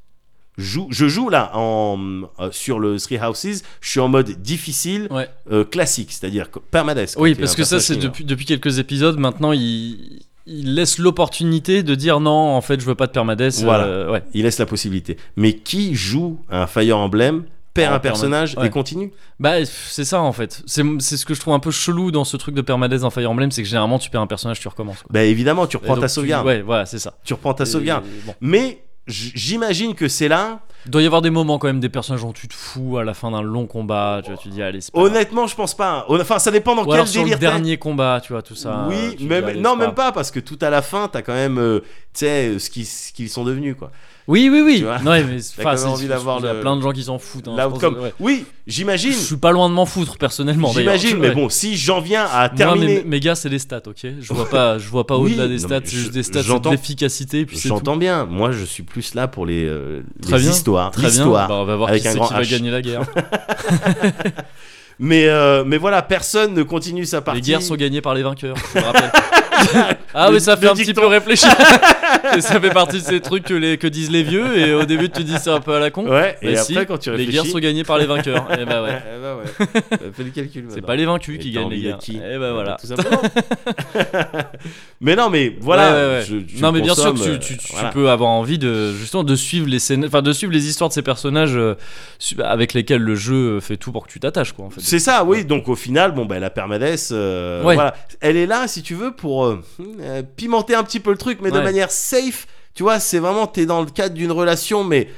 [SPEAKER 2] joue Je joue là en euh, sur le Three Houses. Je suis en mode difficile,
[SPEAKER 1] Ouais.
[SPEAKER 2] euh, classique, c'est-à-dire que- permadeath. quand
[SPEAKER 1] Oui,
[SPEAKER 2] t'es
[SPEAKER 1] parce
[SPEAKER 2] un
[SPEAKER 1] que ça,
[SPEAKER 2] personnage
[SPEAKER 1] c'est
[SPEAKER 2] qui meurt.
[SPEAKER 1] depuis, depuis quelques épisodes, maintenant, il, il laisse l'opportunité de dire non, en fait, je veux pas de permadeath. euh,
[SPEAKER 2] Voilà.
[SPEAKER 1] ouais.
[SPEAKER 2] Il laisse la possibilité. Mais qui joue un Fire Emblem perd
[SPEAKER 1] Ah, En
[SPEAKER 2] un personnage
[SPEAKER 1] permanence, ouais.
[SPEAKER 2] et continue
[SPEAKER 1] Bah, pff, c'est ça, en fait. C'est c'est ce que je trouve un peu chelou dans ce truc de permadeath dans Fire Emblem, c'est que généralement, tu perds un personnage, tu recommences. Quoi.
[SPEAKER 2] Bah évidemment, tu
[SPEAKER 1] Et
[SPEAKER 2] reprends
[SPEAKER 1] donc,
[SPEAKER 2] ta
[SPEAKER 1] tu-
[SPEAKER 2] sauvegarde.
[SPEAKER 1] Ouais, voilà, c'est ça.
[SPEAKER 2] Tu reprends ta
[SPEAKER 1] Et-
[SPEAKER 2] sauvegarde.
[SPEAKER 1] bon.
[SPEAKER 2] Mais j- j'imagine que c'est là
[SPEAKER 1] Il doit y avoir des moments, quand même, des personnages dont tu te fous à la fin d'un long combat. Tu, vois, tu dis, allez, c'est pas grave.
[SPEAKER 2] Honnêtement, je pense pas. hein. Enfin, ça dépend dans
[SPEAKER 1] Ou
[SPEAKER 2] quel
[SPEAKER 1] alors sur le
[SPEAKER 2] délire t'es.
[SPEAKER 1] dernier combat, tu vois, tout ça.
[SPEAKER 2] oui,
[SPEAKER 1] tu
[SPEAKER 2] même,
[SPEAKER 1] dis, allez,
[SPEAKER 2] non,
[SPEAKER 1] c'est grave.
[SPEAKER 2] même pas, parce que tout à la fin, t'as quand même, euh, tu sais, euh, ce qu'ils ce qu'ils sont devenus, quoi.
[SPEAKER 1] Oui, oui, oui.
[SPEAKER 2] Tu vois,
[SPEAKER 1] non, mais
[SPEAKER 2] quand
[SPEAKER 1] enfin,
[SPEAKER 2] même
[SPEAKER 1] c'est-
[SPEAKER 2] envie
[SPEAKER 1] il y
[SPEAKER 2] d'avoir
[SPEAKER 1] a
[SPEAKER 2] le-
[SPEAKER 1] plein de gens qui s'en foutent. hein, je pense,
[SPEAKER 2] L'outcome.
[SPEAKER 1] ouais.
[SPEAKER 2] Oui,
[SPEAKER 1] Je
[SPEAKER 2] j'imagine.
[SPEAKER 1] suis pas loin de m'en foutre personnellement. d'ailleurs.
[SPEAKER 2] J'imagine, mais
[SPEAKER 1] Ouais.
[SPEAKER 2] bon, si j'en viens à
[SPEAKER 1] Moi, mes-
[SPEAKER 2] terminer.
[SPEAKER 1] mes, gars, c'est des stats, ok Je vois pas, je vois pas
[SPEAKER 2] Oui,
[SPEAKER 1] au-delà des
[SPEAKER 2] non,
[SPEAKER 1] stats,
[SPEAKER 2] mais
[SPEAKER 1] c'est
[SPEAKER 2] je-
[SPEAKER 1] juste des stats, c'est de
[SPEAKER 2] j'entends-
[SPEAKER 1] l'efficacité, et puis c'est tout.
[SPEAKER 2] J'entends bien. Moi, je suis plus là pour les, euh,
[SPEAKER 1] Très
[SPEAKER 2] les
[SPEAKER 1] bien,
[SPEAKER 2] histoires.
[SPEAKER 1] Très bien,
[SPEAKER 2] l'histoire.
[SPEAKER 1] Bah, on va voir
[SPEAKER 2] avec
[SPEAKER 1] qui
[SPEAKER 2] un
[SPEAKER 1] c'est
[SPEAKER 2] grand
[SPEAKER 1] qui va
[SPEAKER 2] H.
[SPEAKER 1] gagner la guerre.
[SPEAKER 2] Mais, euh, mais voilà, personne ne continue sa partie.
[SPEAKER 1] Les guerres sont gagnées par les vainqueurs, je vous rappelle. ah
[SPEAKER 2] Le-
[SPEAKER 1] oui, ça fait
[SPEAKER 2] le
[SPEAKER 1] un petit peu réfléchir. et ça fait partie de ces trucs que, les, que disent les vieux, et au début tu dis c'est un peu à la con.
[SPEAKER 2] Ouais, bah
[SPEAKER 1] Mais
[SPEAKER 2] et
[SPEAKER 1] si,
[SPEAKER 2] après, quand tu réfléchis.
[SPEAKER 1] Les guerres sont gagnées par les vainqueurs. Et bah ouais.
[SPEAKER 2] Eh ben ouais. Fais le calcul.
[SPEAKER 1] C'est
[SPEAKER 2] maintenant.
[SPEAKER 1] pas les vaincus
[SPEAKER 2] Et
[SPEAKER 1] qui
[SPEAKER 2] t'as
[SPEAKER 1] gagnent les
[SPEAKER 2] envie de
[SPEAKER 1] guerres.
[SPEAKER 2] qui
[SPEAKER 1] Et bah voilà.
[SPEAKER 2] Tout simplement. mais non, mais voilà.
[SPEAKER 1] Ouais, ouais, ouais.
[SPEAKER 2] je- je
[SPEAKER 1] non, mais bien sûr
[SPEAKER 2] consomme,
[SPEAKER 1] que tu, tu- tu
[SPEAKER 2] euh, voilà.
[SPEAKER 1] peux avoir envie de justement de suivre les scènes, enfin de suivre les histoires de ces personnages euh, su- avec lesquels le jeu fait tout pour que tu t'attaches, quoi. En fait.
[SPEAKER 2] C'est ça, oui. Donc au final, bon, ben la permadesse, euh,
[SPEAKER 1] Ouais.
[SPEAKER 2] voilà, elle est là, si tu veux, pour euh, euh, pimenter un petit peu le truc, mais
[SPEAKER 1] Ouais.
[SPEAKER 2] de manière safe. Tu vois, c'est vraiment, t'es dans le cadre d'une relation, mais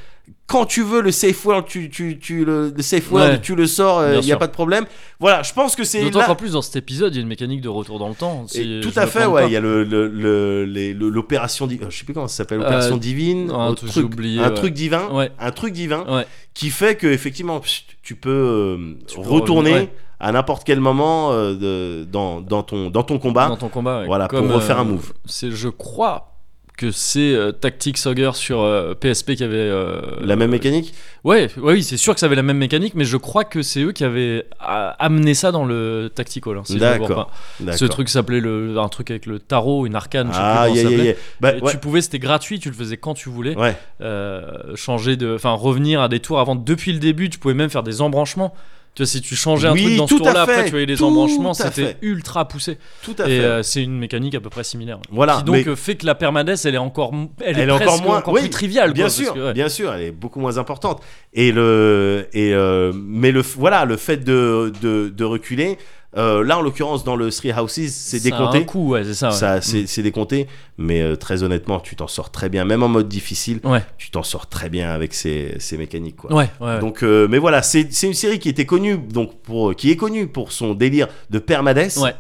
[SPEAKER 2] quand tu veux le safe word, tu, tu, tu le, le safe word,
[SPEAKER 1] Ouais.
[SPEAKER 2] tu le sors, il
[SPEAKER 1] Bien
[SPEAKER 2] n'y a
[SPEAKER 1] sûr.
[SPEAKER 2] pas de problème. Voilà, je pense que c'est
[SPEAKER 1] D'autant
[SPEAKER 2] là.
[SPEAKER 1] qu'en plus dans cet épisode, il y a une mécanique de retour dans le temps.
[SPEAKER 2] Et
[SPEAKER 1] si
[SPEAKER 2] tout
[SPEAKER 1] je
[SPEAKER 2] à
[SPEAKER 1] me
[SPEAKER 2] fait,
[SPEAKER 1] trompe
[SPEAKER 2] ouais.
[SPEAKER 1] pas.
[SPEAKER 2] Il y a le- le- le- les- le- l'opération, di- euh, je sais plus comment ça s'appelle,
[SPEAKER 1] Euh,
[SPEAKER 2] opération divine,
[SPEAKER 1] un
[SPEAKER 2] autre
[SPEAKER 1] truc, j'ai
[SPEAKER 2] truc,
[SPEAKER 1] oublié,
[SPEAKER 2] un
[SPEAKER 1] ouais.
[SPEAKER 2] truc divin,
[SPEAKER 1] Ouais.
[SPEAKER 2] un truc divin,
[SPEAKER 1] Ouais.
[SPEAKER 2] qui fait que effectivement, pssst, tu peux euh,
[SPEAKER 1] Tu peux
[SPEAKER 2] retourner
[SPEAKER 1] revenir, ouais.
[SPEAKER 2] à n'importe quel moment euh, de- dans, dans ton dans ton combat.
[SPEAKER 1] dans ton combat. ouais.
[SPEAKER 2] Ah, voilà, pour
[SPEAKER 1] Comme,
[SPEAKER 2] refaire
[SPEAKER 1] euh,
[SPEAKER 2] un move.
[SPEAKER 1] C'est, je crois que c'est euh, Tactics Ogre sur euh, PSP qui avait euh,
[SPEAKER 2] La même mécanique.
[SPEAKER 1] Ouais, ouais, oui, c'est sûr que ça avait la même mécanique, mais je crois que c'est eux qui avaient ah, amené ça dans le Tactical. hein, si je me gourre pas.
[SPEAKER 2] D'accord.
[SPEAKER 1] Ce
[SPEAKER 2] D'accord.
[SPEAKER 1] truc s'appelait le, un truc avec le tarot, une arcane, je sais plus
[SPEAKER 2] Ah,
[SPEAKER 1] comment ça
[SPEAKER 2] yeah, yeah,
[SPEAKER 1] s'appelait.
[SPEAKER 2] yeah. Bah,
[SPEAKER 1] Et
[SPEAKER 2] ouais,
[SPEAKER 1] Tu pouvais, c'était gratuit, tu le faisais quand tu voulais.
[SPEAKER 2] ouais.
[SPEAKER 1] Euh, changer de, enfin revenir à des tours avant. Depuis le début, tu pouvais même faire des embranchements. Tu vois, si tu changeais un
[SPEAKER 2] Oui,
[SPEAKER 1] truc dans ce
[SPEAKER 2] tout à
[SPEAKER 1] tour-là,
[SPEAKER 2] fait,
[SPEAKER 1] après tu voyais les
[SPEAKER 2] tout
[SPEAKER 1] embranchements,
[SPEAKER 2] à
[SPEAKER 1] c'était
[SPEAKER 2] fait.
[SPEAKER 1] ultra poussé.
[SPEAKER 2] tout à
[SPEAKER 1] Et
[SPEAKER 2] fait.
[SPEAKER 1] euh, c'est une mécanique à peu près similaire.
[SPEAKER 2] Voilà.
[SPEAKER 1] qui donc
[SPEAKER 2] mais-
[SPEAKER 1] euh, fait que la permanence, elle est encore, m- elle, est
[SPEAKER 2] Elle est encore
[SPEAKER 1] presque
[SPEAKER 2] moins- oui,
[SPEAKER 1] plus triviale.
[SPEAKER 2] bien
[SPEAKER 1] quoi,
[SPEAKER 2] sûr,
[SPEAKER 1] parce que, ouais.
[SPEAKER 2] bien sûr, elle est beaucoup moins importante. Et le, et euh, mais le, voilà, le fait de de, de reculer, euh, là en l'occurrence dans le Three Houses, c'est
[SPEAKER 1] Ça a un
[SPEAKER 2] décompté.
[SPEAKER 1] coup, ouais, c'est ça. ouais. Mm.
[SPEAKER 2] Ça, c'est c'est décompté, mais euh, très honnêtement, tu t'en sors très bien, même en mode difficile,
[SPEAKER 1] Ouais.
[SPEAKER 2] tu t'en sors très bien avec ces, ces mécaniques. Quoi.
[SPEAKER 1] Ouais, ouais. ouais.
[SPEAKER 2] Donc, euh, mais voilà, c'est c'est une série qui était connue, donc pour, qui est connue pour son délire de permadeath.
[SPEAKER 1] Ouais.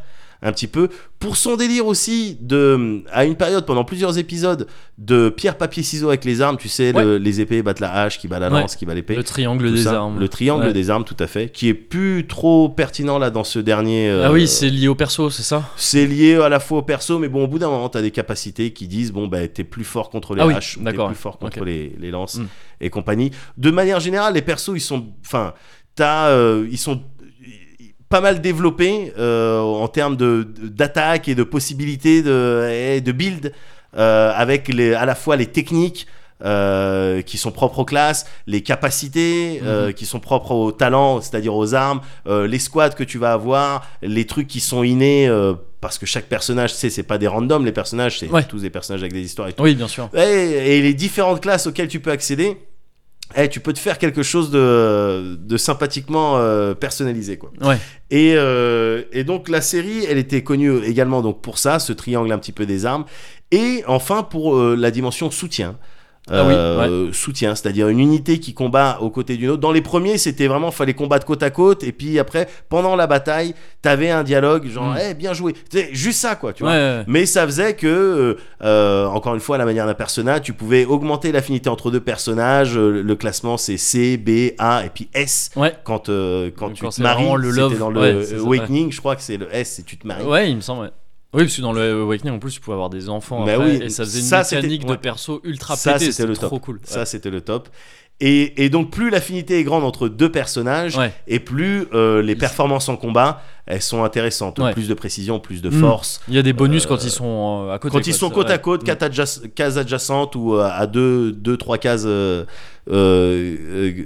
[SPEAKER 2] un petit peu. Pour son délire aussi, de, à une période, pendant plusieurs épisodes, de pierre, papier, ciseaux avec les armes, tu sais, le- les épées battent la hache, qui bat la
[SPEAKER 1] Ouais.
[SPEAKER 2] lance, qui bat l'épée.
[SPEAKER 1] Le triangle
[SPEAKER 2] tout
[SPEAKER 1] des
[SPEAKER 2] ça.
[SPEAKER 1] armes.
[SPEAKER 2] Le triangle
[SPEAKER 1] Ouais.
[SPEAKER 2] des armes, tout à fait, qui est plus trop pertinent là dans ce dernier. euh,
[SPEAKER 1] Ah oui, c'est lié au perso, c'est ça
[SPEAKER 2] c'est lié à la fois au perso, mais bon, au bout d'un moment, t'as des capacités qui disent bon, bah, t'es plus fort contre les
[SPEAKER 1] Ah oui,
[SPEAKER 2] haches, ou t'es
[SPEAKER 1] d'accord,
[SPEAKER 2] plus fort contre
[SPEAKER 1] ok.
[SPEAKER 2] les, les lances
[SPEAKER 1] Mm.
[SPEAKER 2] et compagnie. De manière générale, les persos, ils sont, enfin, t'as, euh, ils sont pas mal développés euh, en termes de d'attaque et de possibilités de et de build euh, avec les, à la fois les techniques. euh, qui sont propres aux classes, les capacités euh, qui sont propres aux talents, c'est-à-dire aux armes, euh, les squads que tu vas avoir, les trucs qui sont innés, euh, parce que chaque personnage, tu sais, c'est pas des randoms, les personnages, c'est
[SPEAKER 1] Ouais.
[SPEAKER 2] tous des personnages avec des histoires et tout.
[SPEAKER 1] Oui, bien sûr.
[SPEAKER 2] Ouais, Et, les différentes classes auxquelles tu peux accéder, eh, tu peux te faire quelque chose de, de sympathiquement euh, personnalisé, quoi.
[SPEAKER 1] Ouais.
[SPEAKER 2] Et, euh, et donc la série, elle était connue également donc pour ça, ce triangle un petit peu des armes, et enfin pour euh, la dimension soutien. Euh,
[SPEAKER 1] Ah oui,
[SPEAKER 2] soutien, c'est-à-dire une unité qui combat aux côtés d'une autre. Dans les premiers, c'était vraiment fallait combattre côte à côte, et puis après, pendant la bataille, t'avais un dialogue genre,
[SPEAKER 1] Mm.
[SPEAKER 2] eh bien joué, Tu sais, juste ça quoi, tu
[SPEAKER 1] ouais,
[SPEAKER 2] vois.
[SPEAKER 1] ouais.
[SPEAKER 2] Mais ça faisait que, euh, euh, encore une fois, à la manière d'un personnage, tu pouvais augmenter l'affinité entre deux personnages. Euh, le classement, c'est C, B, A et puis S.
[SPEAKER 1] Ouais.
[SPEAKER 2] Quand, euh, quand
[SPEAKER 1] Donc
[SPEAKER 2] tu
[SPEAKER 1] quand
[SPEAKER 2] te
[SPEAKER 1] c'est
[SPEAKER 2] maries,
[SPEAKER 1] vraiment le
[SPEAKER 2] c'était
[SPEAKER 1] love,
[SPEAKER 2] dans le
[SPEAKER 1] ouais, c'est ça,
[SPEAKER 2] Awakening, je crois que c'est le S et tu te maries.
[SPEAKER 1] Ouais, il me semble. ouais. Oui, parce que dans le Awakening, en plus, tu pouvais avoir des enfants.
[SPEAKER 2] Bah
[SPEAKER 1] après,
[SPEAKER 2] oui,
[SPEAKER 1] et ça faisait une
[SPEAKER 2] ça, c'était-
[SPEAKER 1] mécanique de
[SPEAKER 2] ouais.
[SPEAKER 1] perso ultra
[SPEAKER 2] Ça,
[SPEAKER 1] pété.
[SPEAKER 2] c'était
[SPEAKER 1] C'était
[SPEAKER 2] le
[SPEAKER 1] trop
[SPEAKER 2] top.
[SPEAKER 1] cool.
[SPEAKER 2] Ça, c'était le top. Et, et donc, plus l'affinité est grande entre deux personnages,
[SPEAKER 1] Ouais.
[SPEAKER 2] et plus euh, les
[SPEAKER 1] Ils-
[SPEAKER 2] performances en combat, elles sont intéressantes.
[SPEAKER 1] Ouais.
[SPEAKER 2] Plus de précision, plus de
[SPEAKER 1] Mm.
[SPEAKER 2] force.
[SPEAKER 1] Il y a des bonus
[SPEAKER 2] Euh,
[SPEAKER 1] quand ils sont euh, à côté.
[SPEAKER 2] Quand
[SPEAKER 1] quoi,
[SPEAKER 2] ils sont
[SPEAKER 1] ça,
[SPEAKER 2] côte
[SPEAKER 1] ouais.
[SPEAKER 2] à côte, quatre adjac- cases adjacentes ou euh, à deux, deux trois cases euh, euh,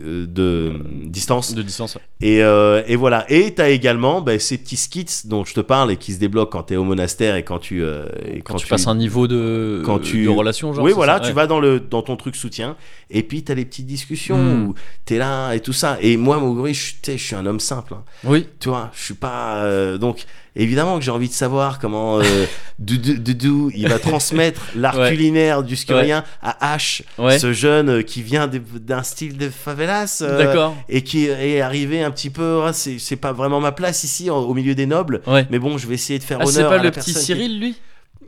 [SPEAKER 2] euh, de distance.
[SPEAKER 1] de distance. ouais.
[SPEAKER 2] Et, euh, et voilà. Et t'as également bah, ces petits skits dont je te parle et qui se débloquent quand t'es au monastère et quand tu euh, et
[SPEAKER 1] Quand, tu, passes un niveau de,
[SPEAKER 2] quand tu-
[SPEAKER 1] de relation, genre.
[SPEAKER 2] oui,
[SPEAKER 1] c'est
[SPEAKER 2] voilà,
[SPEAKER 1] ça,
[SPEAKER 2] tu
[SPEAKER 1] ouais.
[SPEAKER 2] vas dans, le, dans ton truc soutien, et puis t'as les petites discussions
[SPEAKER 1] Mm.
[SPEAKER 2] où t'es là et tout ça. Et moi, Moguri, je, suis- tu sais, je suis un homme simple. hein
[SPEAKER 1] Oui,
[SPEAKER 2] tu vois, je suis pas. euh, donc, évidemment que j'ai envie de savoir comment euh, Doudou, Doudou, il va transmettre l'art
[SPEAKER 1] Ouais.
[SPEAKER 2] culinaire du Skurien à H,
[SPEAKER 1] ouais.
[SPEAKER 2] ce jeune euh, qui vient de- d'un style de favelas. euh,
[SPEAKER 1] D'accord.
[SPEAKER 2] et qui est arrivé un petit peu, hein, c'est c'est pas vraiment ma place ici en- au milieu des nobles,
[SPEAKER 1] Ouais.
[SPEAKER 2] mais bon, je vais essayer de faire
[SPEAKER 1] Ah,
[SPEAKER 2] honneur.
[SPEAKER 1] c'est
[SPEAKER 2] à
[SPEAKER 1] pas
[SPEAKER 2] la
[SPEAKER 1] le petit
[SPEAKER 2] personne qui-
[SPEAKER 1] Cyril, lui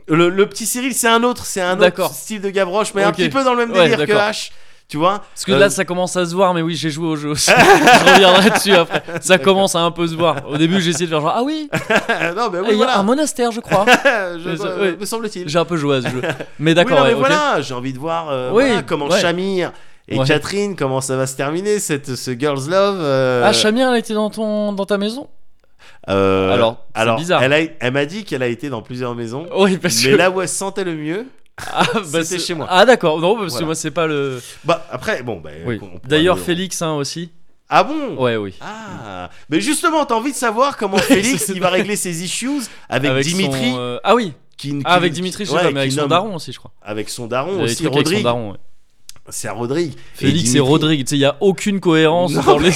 [SPEAKER 2] Le, le petit Cyril, c'est un autre, c'est un
[SPEAKER 1] D'accord.
[SPEAKER 2] autre style de Gavroche, mais un
[SPEAKER 1] Ok.
[SPEAKER 2] petit peu dans le même
[SPEAKER 1] Ouais,
[SPEAKER 2] délire que
[SPEAKER 1] d'accord.
[SPEAKER 2] H, tu vois.
[SPEAKER 1] Parce que
[SPEAKER 2] Euh,
[SPEAKER 1] là, ça commence à se voir, mais oui, j'ai joué au jeu aussi. Je reviendrai dessus après. Ça commence à un peu se voir. Au début, j'ai essayé de faire genre, ah oui,
[SPEAKER 2] non, mais
[SPEAKER 1] ah,
[SPEAKER 2] oui,
[SPEAKER 1] il y a
[SPEAKER 2] voilà.
[SPEAKER 1] un monastère, je crois.
[SPEAKER 2] Je-
[SPEAKER 1] Mais ça-
[SPEAKER 2] euh,
[SPEAKER 1] oui.
[SPEAKER 2] Me semble-t-il.
[SPEAKER 1] J'ai un peu joué à ce jeu. Mais
[SPEAKER 2] Oui, non,
[SPEAKER 1] d'accord,
[SPEAKER 2] mais
[SPEAKER 1] ouais, ok.
[SPEAKER 2] voilà, j'ai envie de voir euh,
[SPEAKER 1] Oui,
[SPEAKER 2] voilà, comment
[SPEAKER 1] ouais.
[SPEAKER 2] Chamir et
[SPEAKER 1] Ouais.
[SPEAKER 2] Catherine, comment ça va se terminer, cette, ce Girls Love. euh,
[SPEAKER 1] Ah, Chamir, elle était dans, ton... dans ta maison
[SPEAKER 2] euh,
[SPEAKER 1] Alors, c'est
[SPEAKER 2] alors,
[SPEAKER 1] bizarre.
[SPEAKER 2] Elle, a- elle m'a dit qu'elle a été dans plusieurs maisons,
[SPEAKER 1] Oui, parce que.
[SPEAKER 2] mais là où elle se sentait le mieux.
[SPEAKER 1] Ah, bah,
[SPEAKER 2] c'était
[SPEAKER 1] c'est-
[SPEAKER 2] chez moi.
[SPEAKER 1] Ah, d'accord, non, parce que
[SPEAKER 2] Voilà.
[SPEAKER 1] moi, c'est pas le.
[SPEAKER 2] Bah, après, bon, bah,
[SPEAKER 1] Oui.
[SPEAKER 2] on- on pourra
[SPEAKER 1] D'ailleurs,
[SPEAKER 2] le-
[SPEAKER 1] Félix, hein, aussi.
[SPEAKER 2] Ah bon
[SPEAKER 1] Ouais, oui.
[SPEAKER 2] Ah, mais justement, t'as envie de savoir comment Félix
[SPEAKER 1] c'est
[SPEAKER 2] il va régler ses issues avec,
[SPEAKER 1] son,
[SPEAKER 2] Dimitri,
[SPEAKER 1] euh, Ah oui,
[SPEAKER 2] qui, qui-
[SPEAKER 1] ah, avec Dimitri, je sais
[SPEAKER 2] ouais,
[SPEAKER 1] pas, mais avec
[SPEAKER 2] qui
[SPEAKER 1] son
[SPEAKER 2] nomme-
[SPEAKER 1] daron aussi, je crois.
[SPEAKER 2] avec son
[SPEAKER 1] Il y
[SPEAKER 2] daron
[SPEAKER 1] a des
[SPEAKER 2] aussi,
[SPEAKER 1] trucs avec son
[SPEAKER 2] Rodrigue.
[SPEAKER 1] daron, ouais.
[SPEAKER 2] C'est à Rodrigue.
[SPEAKER 1] Félix et,
[SPEAKER 2] Dimitri-
[SPEAKER 1] Rodrigue, tu sais, il y a aucune cohérence
[SPEAKER 2] Non,
[SPEAKER 1] dans les.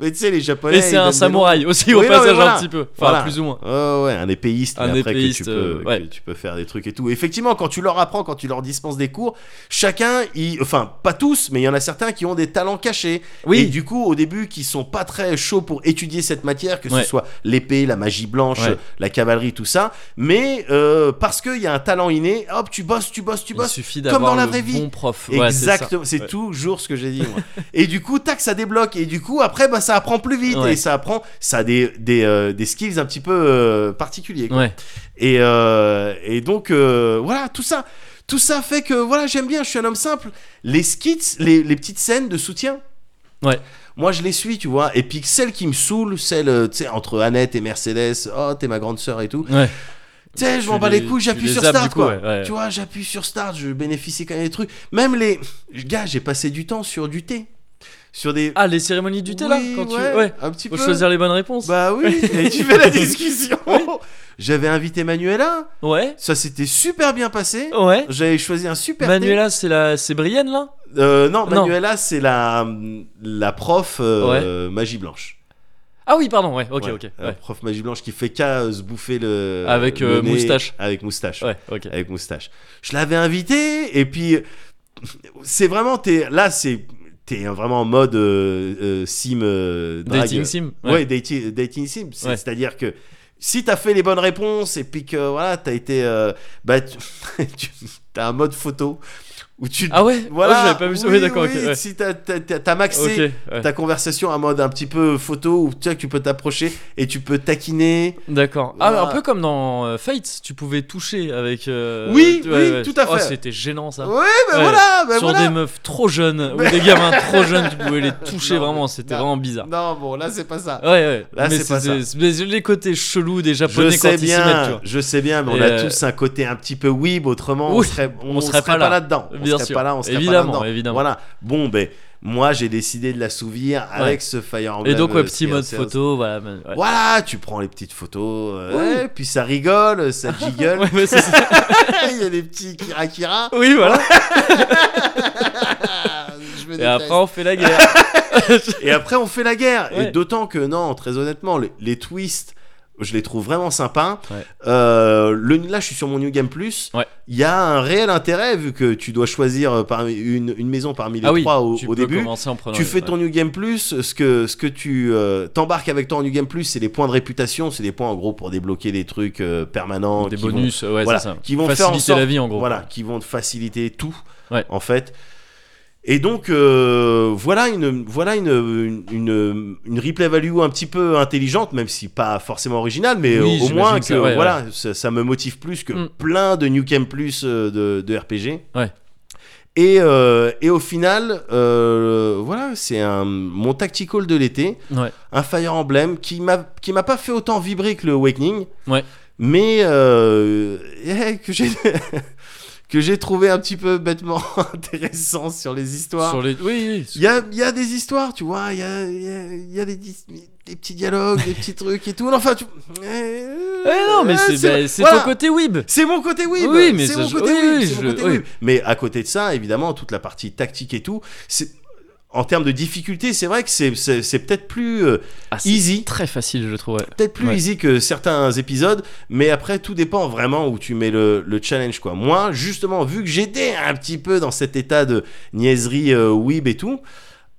[SPEAKER 2] Mais tu sais, les Japonais.
[SPEAKER 1] Et
[SPEAKER 2] ils
[SPEAKER 1] c'est
[SPEAKER 2] donnent
[SPEAKER 1] un
[SPEAKER 2] des noms.
[SPEAKER 1] samouraï aussi, au
[SPEAKER 2] Oui, non, mais
[SPEAKER 1] passage,
[SPEAKER 2] voilà.
[SPEAKER 1] un petit peu. Enfin,
[SPEAKER 2] Voilà.
[SPEAKER 1] plus ou moins.
[SPEAKER 2] Oh ouais, un épéiste,
[SPEAKER 1] Un
[SPEAKER 2] mais après
[SPEAKER 1] épéiste,
[SPEAKER 2] que, tu peux,
[SPEAKER 1] euh, ouais.
[SPEAKER 2] que tu peux faire des trucs et tout. Effectivement, quand tu leur apprends, quand tu leur dispenses des cours, chacun, il- enfin pas tous, mais il y en a certains qui ont des talents cachés. Et
[SPEAKER 1] Oui,
[SPEAKER 2] du coup, au début, qui sont pas très chauds pour étudier cette matière, que
[SPEAKER 1] Ouais.
[SPEAKER 2] ce soit l'épée, la magie blanche,
[SPEAKER 1] Ouais.
[SPEAKER 2] la cavalerie, tout ça. Mais euh, parce qu'il y a un talent inné, hop, tu bosses, tu bosses, tu
[SPEAKER 1] il
[SPEAKER 2] bosses.
[SPEAKER 1] suffit
[SPEAKER 2] comme dans
[SPEAKER 1] d'avoir
[SPEAKER 2] la
[SPEAKER 1] le
[SPEAKER 2] vraie vie.
[SPEAKER 1] bon prof. Ouais, c'est ça.
[SPEAKER 2] Exactement, c'est
[SPEAKER 1] Ouais.
[SPEAKER 2] toujours ce que j'ai dit. moi. et du coup, tac, ça débloque. Et du coup, après, bah, ça apprend plus vite.
[SPEAKER 1] Ouais.
[SPEAKER 2] Et ça apprend, ça a des, des, euh, des skills un petit peu euh, particuliers. quoi.
[SPEAKER 1] Ouais.
[SPEAKER 2] Et, euh, et donc, euh, voilà, tout ça. Tout ça fait que, voilà, j'aime bien, je suis un homme simple. Les skits, les, les petites scènes de soutien.
[SPEAKER 1] Ouais.
[SPEAKER 2] Moi, je les suis, tu vois. Et puis, celle qui me saoule, celle, euh, tu sais, entre Annette et Mercedes, oh, t'es ma grande sœur et tout.
[SPEAKER 1] Ouais.
[SPEAKER 2] Tu sais, je m'en
[SPEAKER 1] Tu
[SPEAKER 2] bats
[SPEAKER 1] les-
[SPEAKER 2] les couilles,
[SPEAKER 1] tu
[SPEAKER 2] j'appuie
[SPEAKER 1] les
[SPEAKER 2] sur
[SPEAKER 1] zappes,
[SPEAKER 2] Start,
[SPEAKER 1] du coup,
[SPEAKER 2] quoi.
[SPEAKER 1] ouais, ouais.
[SPEAKER 2] Tu vois, j'appuie sur Start, je bénéficie quand même des trucs. Même les. Gars, j'ai passé du temps sur du thé. Sur des.
[SPEAKER 1] Ah, les cérémonies du thé, là
[SPEAKER 2] Oui,
[SPEAKER 1] quand tu...
[SPEAKER 2] ouais,
[SPEAKER 1] ouais.
[SPEAKER 2] Un petit
[SPEAKER 1] Faut
[SPEAKER 2] peu.
[SPEAKER 1] choisir les bonnes réponses.
[SPEAKER 2] Bah oui, et tu fais la discussion. J'avais invité Manuela,
[SPEAKER 1] Ouais.
[SPEAKER 2] ça s'était super bien passé.
[SPEAKER 1] Ouais.
[SPEAKER 2] J'avais choisi un super
[SPEAKER 1] Manuela, c'est la... c'est Brienne, là
[SPEAKER 2] thé. Euh, non,
[SPEAKER 1] Non.
[SPEAKER 2] Manuela, c'est la, la prof euh, magie blanche.
[SPEAKER 1] Ah oui, pardon, ouais, ok,
[SPEAKER 2] Ouais,
[SPEAKER 1] ok.
[SPEAKER 2] La
[SPEAKER 1] ouais.
[SPEAKER 2] prof magie blanche qui fait qu'à euh, se bouffer le.
[SPEAKER 1] Avec,
[SPEAKER 2] le
[SPEAKER 1] euh,
[SPEAKER 2] nez-
[SPEAKER 1] moustache.
[SPEAKER 2] Avec moustache.
[SPEAKER 1] Ouais, ok.
[SPEAKER 2] avec moustache. Je l'avais invité et puis c'est vraiment t'es là c'est t'es vraiment en mode euh, euh, sim euh, drague.
[SPEAKER 1] Dating sim.
[SPEAKER 2] Ouais, dating dating sim, C'est-
[SPEAKER 1] Ouais.
[SPEAKER 2] c'est-à-dire que si t'as fait les bonnes réponses et puis que voilà, t'as été. euh, bah, tu, tu- t'as un mode photo où tu.
[SPEAKER 1] Ah ouais
[SPEAKER 2] Voilà.
[SPEAKER 1] Ah, j'avais pas vu ça.
[SPEAKER 2] Oui,
[SPEAKER 1] Oui, d'accord,
[SPEAKER 2] oui,
[SPEAKER 1] ok, ouais.
[SPEAKER 2] Si t'as, t'as- t'as- t'as maxé
[SPEAKER 1] Ok, ouais.
[SPEAKER 2] ta conversation à mode un petit peu photo où tu, sais, que tu peux t'approcher et tu peux taquiner.
[SPEAKER 1] D'accord. Ah,
[SPEAKER 2] Voilà.
[SPEAKER 1] un peu comme dans euh, Fates, tu pouvais toucher avec. euh,
[SPEAKER 2] Oui,
[SPEAKER 1] tu-
[SPEAKER 2] oui, tout à
[SPEAKER 1] Oh,
[SPEAKER 2] fait.
[SPEAKER 1] c'était gênant ça.
[SPEAKER 2] Ouais, bah
[SPEAKER 1] Ouais.
[SPEAKER 2] voilà, bah
[SPEAKER 1] Sur des
[SPEAKER 2] voilà.
[SPEAKER 1] meufs trop jeunes ou des gamins trop jeunes, tu pouvais les toucher
[SPEAKER 2] Non,
[SPEAKER 1] vraiment, c'était
[SPEAKER 2] non.
[SPEAKER 1] vraiment bizarre.
[SPEAKER 2] Non, bon, là c'est pas ça.
[SPEAKER 1] Ouais, ouais.
[SPEAKER 2] Là,
[SPEAKER 1] mais
[SPEAKER 2] c'est pas
[SPEAKER 1] c'est- mais les côtés chelous des
[SPEAKER 2] Je
[SPEAKER 1] japonais quand
[SPEAKER 2] sais
[SPEAKER 1] ils s'y mettent, tu vois.
[SPEAKER 2] bien, je sais bien, mais on
[SPEAKER 1] Et,
[SPEAKER 2] a
[SPEAKER 1] euh,
[SPEAKER 2] tous un côté un petit peu weeb, autrement on
[SPEAKER 1] Oui,
[SPEAKER 2] serait, on,
[SPEAKER 1] on
[SPEAKER 2] serait, pas, là-dedans. On
[SPEAKER 1] Bien
[SPEAKER 2] serait
[SPEAKER 1] sûr.
[SPEAKER 2] pas là, on serait pas
[SPEAKER 1] Évidemment,
[SPEAKER 2] là-dedans.
[SPEAKER 1] évidemment.
[SPEAKER 2] Voilà. Bon, ben, moi j'ai décidé de l'assouvir avec ce Fire
[SPEAKER 1] Et
[SPEAKER 2] Emblem.
[SPEAKER 1] donc,
[SPEAKER 2] euh,
[SPEAKER 1] ouais, petit
[SPEAKER 2] Three
[SPEAKER 1] mode
[SPEAKER 2] Houses.
[SPEAKER 1] photo, voilà. mais- ouais.
[SPEAKER 2] Voilà, tu prends les petites photos, euh, ouais, puis ça rigole, ça jiggle.
[SPEAKER 1] Ouais, ouais, c'est ça.
[SPEAKER 2] Il y a les petits kira kira.
[SPEAKER 1] Oui, voilà.
[SPEAKER 2] Je me
[SPEAKER 1] Et
[SPEAKER 2] déteste.
[SPEAKER 1] après, on fait la guerre.
[SPEAKER 2] Et après, on fait la guerre. Et
[SPEAKER 1] Ouais.
[SPEAKER 2] d'autant que, non, très honnêtement, les, les twists, je les trouve vraiment sympas.
[SPEAKER 1] Ouais.
[SPEAKER 2] Euh, le, là, je suis sur mon New Game Plus. Il
[SPEAKER 1] Ouais.
[SPEAKER 2] y a un réel intérêt, vu que tu dois choisir euh, parmi une, une maison parmi les
[SPEAKER 1] Ah oui,
[SPEAKER 2] trois au,
[SPEAKER 1] tu
[SPEAKER 2] au
[SPEAKER 1] peux
[SPEAKER 2] début.
[SPEAKER 1] commencer en prenant
[SPEAKER 2] Tu
[SPEAKER 1] les-
[SPEAKER 2] fais
[SPEAKER 1] ouais.
[SPEAKER 2] ton New Game Plus, ce que, ce que tu euh, t'embarques avec toi en New Game Plus, c'est les points de réputation, c'est les points en gros pour débloquer des trucs euh, permanents.
[SPEAKER 1] des
[SPEAKER 2] qui vont-
[SPEAKER 1] bonus, ouais,
[SPEAKER 2] voilà,
[SPEAKER 1] c'est ça.
[SPEAKER 2] qui vont faire en
[SPEAKER 1] faciliter
[SPEAKER 2] sorte-
[SPEAKER 1] la vie en gros.
[SPEAKER 2] voilà, qui vont te faciliter tout,
[SPEAKER 1] Ouais.
[SPEAKER 2] en fait. Et donc, euh, voilà, une, voilà une, une, une, une replay value un petit peu intelligente, même si pas forcément originale, mais
[SPEAKER 1] Oui,
[SPEAKER 2] au- au
[SPEAKER 1] j'imagine
[SPEAKER 2] moins que,
[SPEAKER 1] que ça, ouais,
[SPEAKER 2] voilà, Ça, ça me motive plus que
[SPEAKER 1] Mm.
[SPEAKER 2] plein de New Game Plus euh, de, de RPG.
[SPEAKER 1] Ouais.
[SPEAKER 2] Et, euh, et au final, euh, voilà, c'est un, mon tactical de l'été
[SPEAKER 1] Ouais.
[SPEAKER 2] un Fire Emblem qui m'a qui m'a pas fait autant vibrer que le Awakening.
[SPEAKER 1] Ouais.
[SPEAKER 2] Mais euh, eh, que j'ai que j'ai trouvé un petit peu bêtement intéressant sur les histoires.
[SPEAKER 1] Sur les... Oui,
[SPEAKER 2] Il
[SPEAKER 1] oui.
[SPEAKER 2] y a, il y a des histoires, tu vois, il y a, il y a- il y a des, dis- des petits dialogues, des petits trucs et tout. Enfin, tu... Eh,
[SPEAKER 1] Eh non, mais
[SPEAKER 2] eh,
[SPEAKER 1] c'est bah, c'est
[SPEAKER 2] voilà.
[SPEAKER 1] ton côté weeb.
[SPEAKER 2] C'est mon côté oui ben,
[SPEAKER 1] Oui, mais
[SPEAKER 2] c'est
[SPEAKER 1] ça,
[SPEAKER 2] mon
[SPEAKER 1] je-
[SPEAKER 2] côté
[SPEAKER 1] oui,
[SPEAKER 2] weeb,
[SPEAKER 1] oui,
[SPEAKER 2] c'est mon
[SPEAKER 1] je-
[SPEAKER 2] côté
[SPEAKER 1] oui.
[SPEAKER 2] weeb. Mais à côté de ça, évidemment, toute la partie tactique et tout, c'est en termes de difficulté, c'est vrai que c'est- c'est c'est peut-être plus euh,
[SPEAKER 1] Ah, c'est
[SPEAKER 2] easy.
[SPEAKER 1] Très facile, je trouve. ouais.
[SPEAKER 2] peut-être plus
[SPEAKER 1] Ouais.
[SPEAKER 2] easy que certains épisodes, mais après tout dépend vraiment où tu mets le, le challenge quoi. Moi, justement, vu que j'étais un petit peu dans cet état de niaiserie euh, weeb et tout,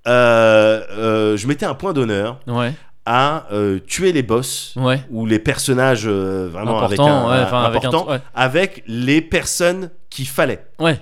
[SPEAKER 2] euh, euh, je mettais un point d'honneur
[SPEAKER 1] Ouais,
[SPEAKER 2] à euh, tuer les boss
[SPEAKER 1] ouais.
[SPEAKER 2] ou les personnages euh, vraiment avec
[SPEAKER 1] Important,
[SPEAKER 2] un-
[SPEAKER 1] ouais, enfin,
[SPEAKER 2] un-
[SPEAKER 1] avec un.
[SPEAKER 2] important,
[SPEAKER 1] Ouais.
[SPEAKER 2] avec les personnes qu'il fallait.
[SPEAKER 1] Ouais,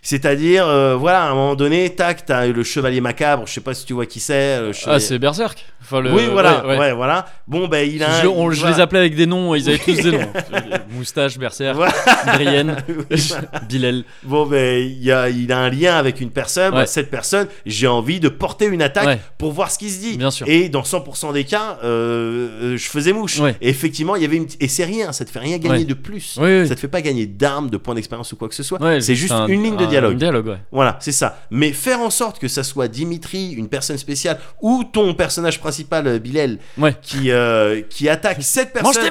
[SPEAKER 2] C'est-à-dire, euh, voilà, à un moment donné, tac, t'as le chevalier macabre, je sais pas si tu vois qui c'est. le
[SPEAKER 1] ah,
[SPEAKER 2] chevalier-
[SPEAKER 1] c'est Berserk. Enfin, le-
[SPEAKER 2] Oui, voilà,
[SPEAKER 1] ouais, ouais.
[SPEAKER 2] ouais, voilà. Bon, ben, il a.
[SPEAKER 1] Je, on- je
[SPEAKER 2] voilà.
[SPEAKER 1] les appelais avec des noms, ils avaient
[SPEAKER 2] Oui.
[SPEAKER 1] tous des noms. Moustache, Berserk,
[SPEAKER 2] Voilà.
[SPEAKER 1] Brienne, Bilal.
[SPEAKER 2] Bon, ben, il y a, il a un lien avec une personne.
[SPEAKER 1] Ouais.
[SPEAKER 2] Bah, cette personne, j'ai envie de porter une attaque
[SPEAKER 1] Ouais.
[SPEAKER 2] pour voir ce qui se dit.
[SPEAKER 1] Bien sûr.
[SPEAKER 2] Et dans 100% des cas, euh, euh, je faisais mouche.
[SPEAKER 1] Ouais.
[SPEAKER 2] Et effectivement, il y avait une. Et c'est rien, ça te fait rien gagner
[SPEAKER 1] Ouais.
[SPEAKER 2] de plus.
[SPEAKER 1] Oui, oui.
[SPEAKER 2] Ça te fait pas gagner d'armes, de points d'expérience ou quoi que ce soit.
[SPEAKER 1] Ouais,
[SPEAKER 2] c'est juste
[SPEAKER 1] un-
[SPEAKER 2] une ligne de
[SPEAKER 1] un-
[SPEAKER 2] dialogue.
[SPEAKER 1] Un dialogue, ouais.
[SPEAKER 2] Voilà, c'est ça. Mais faire en sorte que ça soit Dimitri, une personne spéciale, ou ton personnage principal, euh, Bilal,
[SPEAKER 1] Ouais.
[SPEAKER 2] qui, euh, qui attaque cette
[SPEAKER 1] Mange tes